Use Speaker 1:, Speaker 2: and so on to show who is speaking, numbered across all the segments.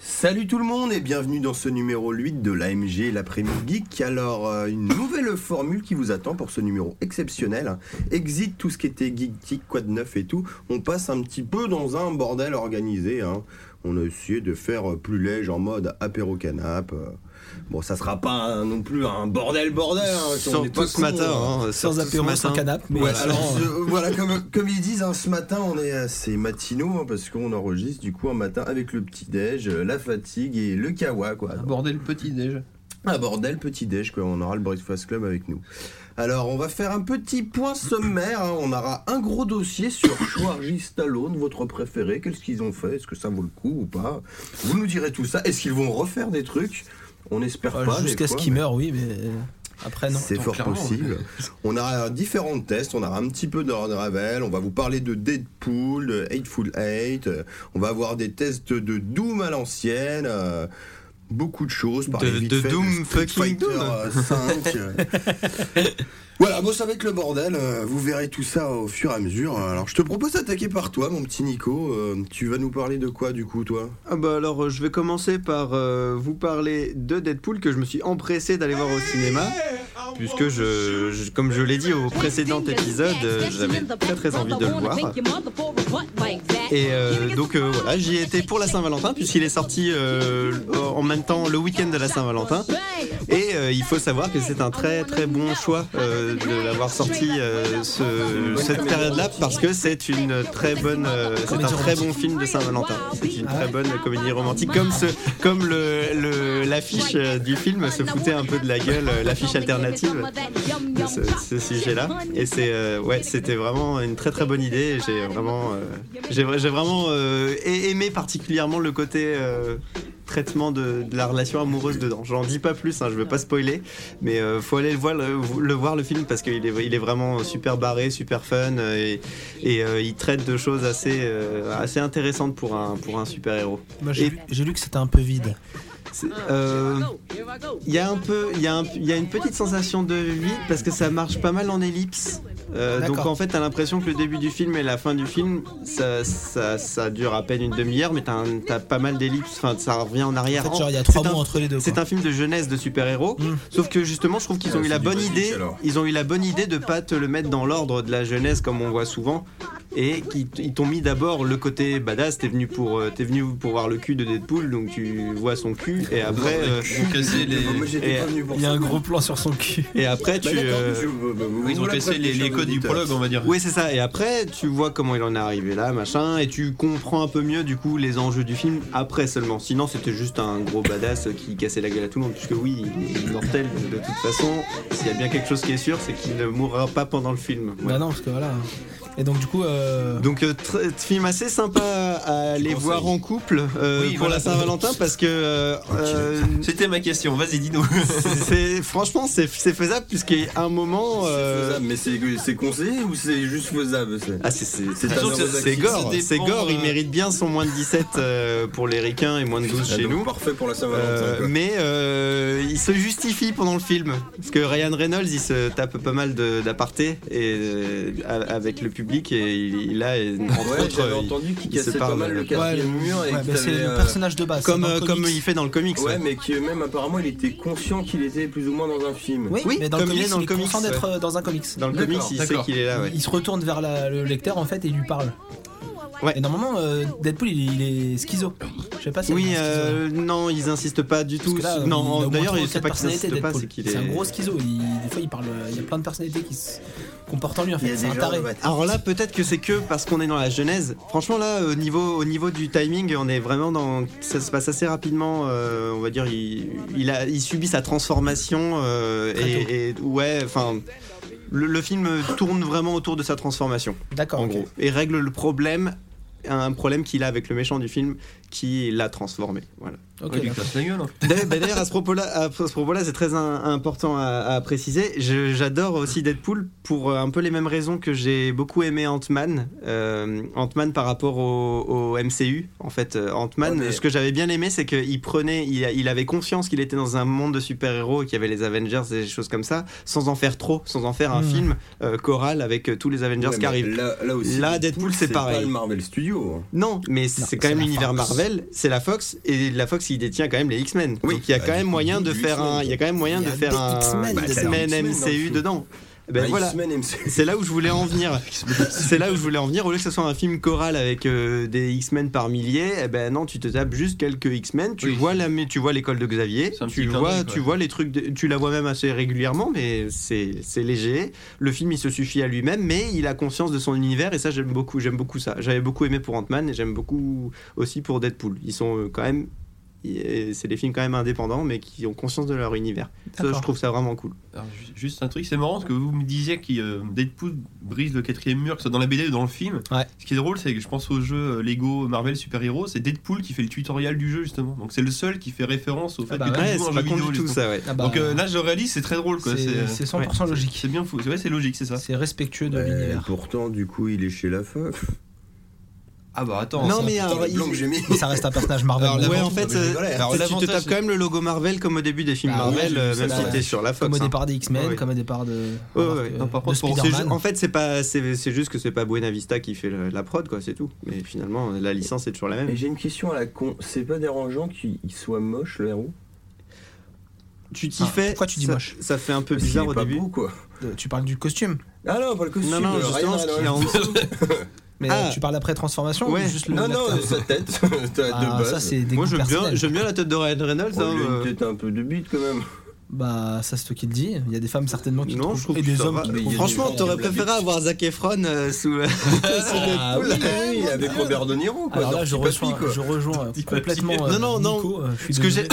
Speaker 1: Salut tout le monde et bienvenue dans ce numéro 8 de l'AMG l'après-midi geek. Alors euh, une nouvelle formule qui vous attend pour ce numéro exceptionnel. hein. Exit tout ce qui était geek, quoi de neuf et tout. On passe un petit peu dans un bordel organisé. hein. On a essayé de faire euh, plus léger en mode apéro canap. euh. Bon, ça sera pas un- non plus un bordel bordel. hein, si on n'est pas
Speaker 2: Surtout ce
Speaker 1: con,
Speaker 2: matin,
Speaker 1: hein.
Speaker 2: hein,
Speaker 3: Sans
Speaker 2: surtout ce
Speaker 3: apéro, sans
Speaker 2: matin.
Speaker 3: canapé, mais
Speaker 1: Ouais,
Speaker 3: euh,
Speaker 1: alors
Speaker 3: euh,
Speaker 1: euh, voilà, comme, comme ils disent, hein, ce matin on est assez matinaux hein, parce qu'on enregistre du coup un matin avec le petit-déj, euh, la fatigue et le kawa quoi.
Speaker 3: Ah
Speaker 1: Donc,
Speaker 4: Bordel petit déjà.
Speaker 1: un bordel petit-déj quoi, on aura le Breakfast Club avec nous. Alors on va faire un petit point sommaire, hein, on aura un gros dossier sur Schwarzenegger Stallone, votre préféré, qu'est-ce qu'ils ont fait, est-ce que ça vaut le coup ou pas Vous nous direz tout ça, est-ce qu'ils vont refaire des trucs On espère
Speaker 3: euh,
Speaker 1: pas. des
Speaker 3: jusqu'à ce
Speaker 1: fois,
Speaker 3: qu'il
Speaker 1: mais-
Speaker 3: meure, oui, mais euh, après non.
Speaker 1: c'est
Speaker 4: attends,
Speaker 1: fort
Speaker 4: clairement.
Speaker 1: possible. On aura différents tests, on aura un petit peu de Ravel, on va vous parler de Deadpool, de Hateful Eight, euh, on va avoir des tests de Doom à l'ancienne, euh, beaucoup de choses. parler
Speaker 2: De-
Speaker 1: vite
Speaker 2: de
Speaker 1: fait Street
Speaker 2: Doom fucking
Speaker 1: Fighter,
Speaker 2: Doom.
Speaker 1: euh, 5. euh. voilà, bon, ça va être le bordel, euh, vous verrez tout ça au fur et à mesure. Alors, je te propose d'attaquer par toi, mon petit Nico. Euh, tu vas nous parler de quoi, du coup, toi
Speaker 2: Ah bah alors euh, je vais commencer par euh, vous parler de Deadpool que je me suis empressé d'aller voir au cinéma puisque je, je- comme je l'ai dit au précédent épisode euh, j'avais très très envie de le voir et euh, donc euh, voilà j'y étais pour la Saint-Valentin puisqu'il est sorti euh, en même temps le week-end de la Saint-Valentin et euh, il faut savoir que c'est un très très bon choix euh, de l'avoir sorti euh, ce- cette période-là parce que c'est une très bonne, euh, c'est un très bon film de Saint-Valentin. C'est une très bonne comédie romantique comme ce, comme le- le l'affiche euh, du film se foutait un peu de la gueule, euh, l'affiche alternative de ce, ce sujet-là. Et c'est euh, ouais, c'était vraiment une très très bonne idée. et J'ai vraiment, euh, j'ai vra- j'ai vraiment euh, a- aimé particulièrement le côté euh, traitement de, de la relation amoureuse dedans. J'en dis pas plus, hein, je veux pas spoiler, mais euh, faut aller le voir, le, le voir le film parce qu'il est, il est vraiment super barré, super fun euh, et, et, euh, il traite de choses assez euh, assez intéressantes pour un pour un super héros.
Speaker 3: Moi, j'ai
Speaker 2: Et-
Speaker 3: lu- j'ai lu que c'était un peu vide.
Speaker 2: euh, Il y a un peu, il y, a un- il y a une petite sensation de vide parce que ça marche pas mal en ellipse. Euh, donc
Speaker 3: D'accord.
Speaker 2: en fait, t'as l'impression que le début du film et la fin du film, ça, ça, ça dure à peine une demi-heure, mais t'as un- t'as pas mal d'ellipses. Enfin, ça revient en arrière.
Speaker 3: En fait, genre, il y a
Speaker 2: C'est
Speaker 3: trois
Speaker 2: un-
Speaker 3: mois entre les deux.
Speaker 2: C'est
Speaker 3: quoi.
Speaker 2: un film de jeunesse de super-héros,
Speaker 3: Mm.
Speaker 2: sauf que justement, je trouve qu'ils ont
Speaker 1: Ouais,
Speaker 2: eu la
Speaker 1: c'est du
Speaker 2: bonne
Speaker 1: basique,
Speaker 2: idée.
Speaker 1: alors.
Speaker 2: Ils ont eu la bonne idée de pas te le mettre dans l'ordre de la jeunesse comme on voit souvent, et qu'ils t- ils t'ont mis d'abord le côté badass. T'es venu pour, euh, t'es venu pour voir le cul de Deadpool, donc tu vois son cul, et après, euh,
Speaker 4: Ils ont cassé les,
Speaker 1: Moi, j'étais
Speaker 2: et-
Speaker 1: pas venu pour
Speaker 3: Il y a
Speaker 1: ça.
Speaker 3: un gros plan sur son cul.
Speaker 2: et après tu.
Speaker 1: Bah, d'accord,
Speaker 2: euh,
Speaker 1: je- bah, bah, vous-
Speaker 4: ils
Speaker 1: vous
Speaker 4: ont
Speaker 1: la
Speaker 4: cassé
Speaker 1: prêtez,
Speaker 4: les, les
Speaker 1: chers
Speaker 4: codes du
Speaker 1: auditeurs.
Speaker 4: prologue, on va dire.
Speaker 2: Oui, c'est ça. Et après, tu vois comment il en est arrivé là, machin, et tu comprends un peu mieux du coup les enjeux du film après seulement. Sinon, c'était juste un gros badass qui cassait la gueule à tout le monde, puisque oui, il est mortel de toute façon. S'il y a bien quelque chose qui est sûr, c'est qu'il ne mourra pas pendant le film. Ouais.
Speaker 3: Bah non, parce que voilà. Et donc, du coup, euh,
Speaker 2: Donc euh, tr- film assez sympa à aller
Speaker 4: conseilles.
Speaker 2: voir en couple euh,
Speaker 4: Oui,
Speaker 2: pour
Speaker 4: voilà.
Speaker 2: la Saint-Valentin parce que euh, euh,
Speaker 4: C'était ma question, vas-y dis-nous.
Speaker 2: c'est franchement c'est c'est faisable puisqu'il y a un moment
Speaker 1: C'est
Speaker 2: euh,
Speaker 1: faisable, mais c'est c'est conseillé ou c'est juste faisable c'est-
Speaker 2: Ah, c'est- c'est
Speaker 1: C'est
Speaker 2: c'est-
Speaker 1: un
Speaker 2: c'est-
Speaker 1: heureux
Speaker 2: c'est
Speaker 4: accident. Ça
Speaker 2: gore,
Speaker 4: dépend,
Speaker 2: c'est gore,
Speaker 4: euh,
Speaker 2: il mérite bien son moins de 17 euh, pour les ricains et moins de 12
Speaker 1: Ah,
Speaker 2: chez
Speaker 1: donc
Speaker 2: nous.
Speaker 1: Parfait pour la Saint-Valentin.
Speaker 2: Euh,
Speaker 1: quoi.
Speaker 2: mais euh, il se justifie pendant le film parce que Ryan Reynolds il se tape pas mal de- d'apartés et euh, a- avec le public et il, il a et, entre
Speaker 1: Ouais,
Speaker 2: autres
Speaker 1: j'avais
Speaker 2: euh,
Speaker 1: entendu qu'il
Speaker 2: il se
Speaker 1: cassait pas
Speaker 2: parle,
Speaker 1: mal le
Speaker 2: ouais.
Speaker 1: quatrième mur et
Speaker 3: ouais,
Speaker 1: que
Speaker 3: bah, c'est
Speaker 1: t'avais,
Speaker 3: le
Speaker 1: euh,
Speaker 3: personnage de base.
Speaker 2: comme
Speaker 3: dans le
Speaker 2: euh, comme
Speaker 3: comics.
Speaker 2: il fait dans le comics
Speaker 1: Ouais,
Speaker 2: ouais.
Speaker 1: mais que même apparemment il était conscient qu'il était plus ou moins dans un film.
Speaker 3: Oui,
Speaker 2: Oui,
Speaker 3: mais dans
Speaker 2: comme
Speaker 3: le
Speaker 2: il
Speaker 3: comics,
Speaker 2: est dans le
Speaker 3: il est content
Speaker 2: comics,
Speaker 3: d'être euh, dans un comics.
Speaker 2: dans le
Speaker 1: D'accord,
Speaker 2: comics il sait
Speaker 4: d'accord.
Speaker 2: qu'il est là Ah ouais.
Speaker 3: Il se retourne vers la- le lecteur en fait et lui parle.
Speaker 2: Ouais.
Speaker 3: Et normalement, euh, Deadpool il, il est schizo. Je sais pas si
Speaker 2: oui
Speaker 3: il est schizo.
Speaker 2: euh, non ils insistent pas du
Speaker 3: Parce
Speaker 2: tout
Speaker 3: que là, il a au
Speaker 2: non
Speaker 3: moins
Speaker 2: d'ailleurs
Speaker 3: trois ou
Speaker 2: il sait
Speaker 3: quatre
Speaker 2: pas qu'ils
Speaker 3: personnalités,
Speaker 2: insistent pas
Speaker 3: Deadpool.
Speaker 2: c'est qu'il
Speaker 3: C'est un
Speaker 2: est
Speaker 3: gros schizo. Il- des fois, il parle. euh, Il y a plein de personnalités qui se comportent en lui. En
Speaker 1: Il y a
Speaker 3: fait,
Speaker 1: des
Speaker 3: c'est un
Speaker 1: gens,
Speaker 3: taré.
Speaker 1: ouais.
Speaker 2: Alors là, peut-être que c'est que parce qu'on est dans la genèse. Franchement, là, au niveau, au niveau du timing, on est vraiment dans. Ça se passe assez rapidement. euh, on va dire, il, il, a, il subit sa transformation. euh,
Speaker 3: Très
Speaker 2: et, et- ouais, enfin. Le, le film tourne vraiment autour de sa transformation,
Speaker 3: D'accord.
Speaker 2: en
Speaker 3: ok.
Speaker 2: gros. Et règle le problème, un problème qu'il a avec le méchant du film, qui l'a transformé. Voilà.
Speaker 3: Ok,
Speaker 4: Ouais, lui
Speaker 3: d'accord.
Speaker 4: casse la gueule. hein.
Speaker 2: D'ailleurs, bah, d'ailleurs, à ce propos-là, à ce propos-là, c'est très un- important à, à préciser. Je- J'adore aussi Deadpool pour euh, un peu les mêmes raisons que j'ai beaucoup aimé Ant-Man. Euh, Ant-Man par rapport au, au MCU. En fait, euh, Ant-Man,
Speaker 1: Ouais, mais-
Speaker 2: ce que j'avais bien aimé, c'est qu'il prenait, il, a- il avait conscience qu'il était dans un monde de super-héros, et qu'il y avait les Avengers et des choses comme ça, sans en faire trop, sans en faire un
Speaker 3: Mhm.
Speaker 2: film euh, choral avec euh, tous les Avengers
Speaker 1: Hmm. Ouais,
Speaker 2: qui
Speaker 1: mais
Speaker 2: arrivent.
Speaker 1: Là, là aussi.
Speaker 2: Là, Deadpool, c'est
Speaker 1: C'est
Speaker 2: pareil.
Speaker 1: pas le Marvel Studio. hein.
Speaker 2: Non, mais c'est
Speaker 3: c'est
Speaker 2: quand même
Speaker 3: la
Speaker 2: l'univers
Speaker 3: Fox.
Speaker 2: Marvel, c'est la Fox, et la Fox, il détient quand même les X-Men.
Speaker 1: Oui.
Speaker 2: Donc il y a
Speaker 1: Bah,
Speaker 2: quand
Speaker 1: du-
Speaker 2: même moyen
Speaker 1: du-
Speaker 2: de
Speaker 1: du
Speaker 2: faire
Speaker 1: X-Men.
Speaker 2: un, il y a quand même moyen
Speaker 3: Il y
Speaker 2: de
Speaker 3: a
Speaker 2: faire
Speaker 3: des
Speaker 2: un
Speaker 3: X-Men
Speaker 1: Bah, t'as
Speaker 2: X-Men
Speaker 1: des X-Men dans le
Speaker 2: MCU
Speaker 1: film.
Speaker 2: dedans. Ben
Speaker 1: Bah,
Speaker 2: voilà.
Speaker 1: X-Men, MCU.
Speaker 2: C'est là où je voulais en venir. C'est là où je voulais en venir. Au lieu que ce soit un film choral avec euh, des X-Men par milliers, eh ben non, tu te tapes juste quelques X-Men. Tu
Speaker 5: Oui.
Speaker 2: vois la, tu vois l'école de Xavier.
Speaker 5: C'est un
Speaker 2: Tu
Speaker 5: petit clin
Speaker 2: vois,
Speaker 5: d'œil, quoi.
Speaker 2: tu vois les trucs. de- tu la vois même assez régulièrement, mais c'est c'est léger. Le film, il se suffit à lui-même, mais il a conscience de son univers et ça, j'aime beaucoup. J'aime beaucoup ça. J'avais beaucoup aimé pour Ant-Man et j'aime beaucoup aussi pour Deadpool. Ils sont euh, quand même. et C'est des films quand même indépendants, mais qui ont conscience de leur univers. Ça, je
Speaker 3: D'accord.
Speaker 2: trouve ça vraiment cool.
Speaker 5: Alors, ju- juste un truc, c'est marrant parce que vous me disiez que euh, Deadpool brise le quatrième mur, que ce soit dans la BD ou dans le film.
Speaker 3: Ouais.
Speaker 5: Ce qui est drôle, c'est que je pense au jeu euh, Lego Marvel Super Hero, c'est Deadpool qui fait le tutoriel du jeu justement. Donc c'est le seul qui fait référence au fait
Speaker 3: Ah bah
Speaker 5: que tu
Speaker 2: Ouais,
Speaker 5: joues
Speaker 2: c'est
Speaker 5: un
Speaker 2: pas
Speaker 5: jeu
Speaker 2: con
Speaker 5: vidéo.
Speaker 2: du tout
Speaker 5: justement.
Speaker 2: ça, ouais.
Speaker 3: Ah bah,
Speaker 5: Donc euh, là, je réalise, c'est très drôle quoi.
Speaker 3: c'est c'est 100% logique.
Speaker 5: C'est bien fou. C'est vrai, c'est logique, c'est ça.
Speaker 3: C'est respectueux de
Speaker 1: Bah,
Speaker 3: l'univers.
Speaker 1: pourtant, du coup, il est chez la Fox.
Speaker 5: Ah bah attends.
Speaker 2: Non,
Speaker 5: ça-
Speaker 2: mais
Speaker 1: Putain,
Speaker 2: alors,
Speaker 1: le blanc
Speaker 2: il-
Speaker 1: que j'ai mis.
Speaker 3: Mais ça reste un personnage Marvel.
Speaker 2: Alors, ouais,
Speaker 3: d'avant,
Speaker 2: en fait,
Speaker 1: mais
Speaker 2: euh,
Speaker 1: voilà,
Speaker 2: tu-
Speaker 5: alors,
Speaker 2: tu,
Speaker 5: l'avantage,
Speaker 2: te tapes
Speaker 5: c'est-
Speaker 2: quand même le logo Marvel comme au début des films
Speaker 3: Bah ouais,
Speaker 2: Marvel,
Speaker 3: j'ai
Speaker 2: euh,
Speaker 3: vu
Speaker 2: même
Speaker 3: ça,
Speaker 2: si
Speaker 3: ouais.
Speaker 2: t'es sur la Fox.
Speaker 3: Comme au
Speaker 2: hein.
Speaker 3: départ des X-Men,
Speaker 2: Ouais.
Speaker 3: comme au départ de.
Speaker 2: Ouais,
Speaker 3: remarque,
Speaker 2: ouais.
Speaker 3: euh,
Speaker 5: Non, par
Speaker 3: de
Speaker 5: contre, pour-
Speaker 2: C'est ju-
Speaker 3: Spider-Man.
Speaker 2: en fait, c'est pas, c'est c'est juste que c'est pas Buena Vista qui fait le- la prod, quoi, c'est tout. Mais finalement, la licence est toujours la même.
Speaker 1: Mais j'ai une question à la con. C'est pas dérangeant qu'il il soit moche, le héros
Speaker 2: Tu t'y
Speaker 3: Ah,
Speaker 2: fais.
Speaker 3: pourquoi tu dis
Speaker 2: ça-
Speaker 3: moche
Speaker 2: Ça fait un peu
Speaker 1: Parce qu'il
Speaker 2: bizarre
Speaker 1: est
Speaker 2: au
Speaker 1: pas
Speaker 2: début.
Speaker 1: beau, quoi.
Speaker 3: Euh, Tu parles du costume.
Speaker 1: Ah non, pas le costume.
Speaker 2: Non,
Speaker 4: euh,
Speaker 2: non,
Speaker 1: le
Speaker 2: justement,
Speaker 1: Ryan
Speaker 2: ce qu'il
Speaker 1: Reynolds.
Speaker 2: a en dessous.
Speaker 3: Mais
Speaker 2: Ah.
Speaker 3: euh, tu parles après transformation
Speaker 2: Ouais.
Speaker 3: ou juste le
Speaker 1: Non, non,
Speaker 3: l'acteur
Speaker 1: sa tête. T'as
Speaker 3: Ah,
Speaker 1: de base.
Speaker 3: ça c'est des
Speaker 2: Moi,
Speaker 3: goûts
Speaker 2: j'aime bien,
Speaker 3: personnels.
Speaker 2: j'aime bien la tête de Ryan Reynolds.
Speaker 1: Oh,
Speaker 2: hein,
Speaker 1: il a
Speaker 2: euh,
Speaker 1: une tête un peu de bite quand même.
Speaker 3: Bah ça c'est toi qui le dis. Il y a des femmes certainement qui le
Speaker 2: Non, je trouve
Speaker 3: et
Speaker 2: que
Speaker 3: des
Speaker 2: ça
Speaker 3: hommes
Speaker 2: va.
Speaker 3: qui
Speaker 1: Mais
Speaker 3: le
Speaker 1: il y a
Speaker 3: trouvent.
Speaker 1: des
Speaker 2: Franchement,
Speaker 1: gens qui
Speaker 2: t'aurais
Speaker 1: aiment la
Speaker 2: préféré
Speaker 1: bite.
Speaker 2: avoir Zac Efron euh, sous. le-
Speaker 3: Ah, oui,
Speaker 1: oui, bah oui, avec Robert De Niro, quoi.
Speaker 3: Alors là
Speaker 1: Dans
Speaker 3: je
Speaker 1: Petit Papy,
Speaker 3: rejoins,
Speaker 1: quoi.
Speaker 3: je rejoins euh,
Speaker 5: Petit papier.
Speaker 3: complètement.
Speaker 2: Non, non, non. Ce
Speaker 3: Ce
Speaker 2: que j'ai.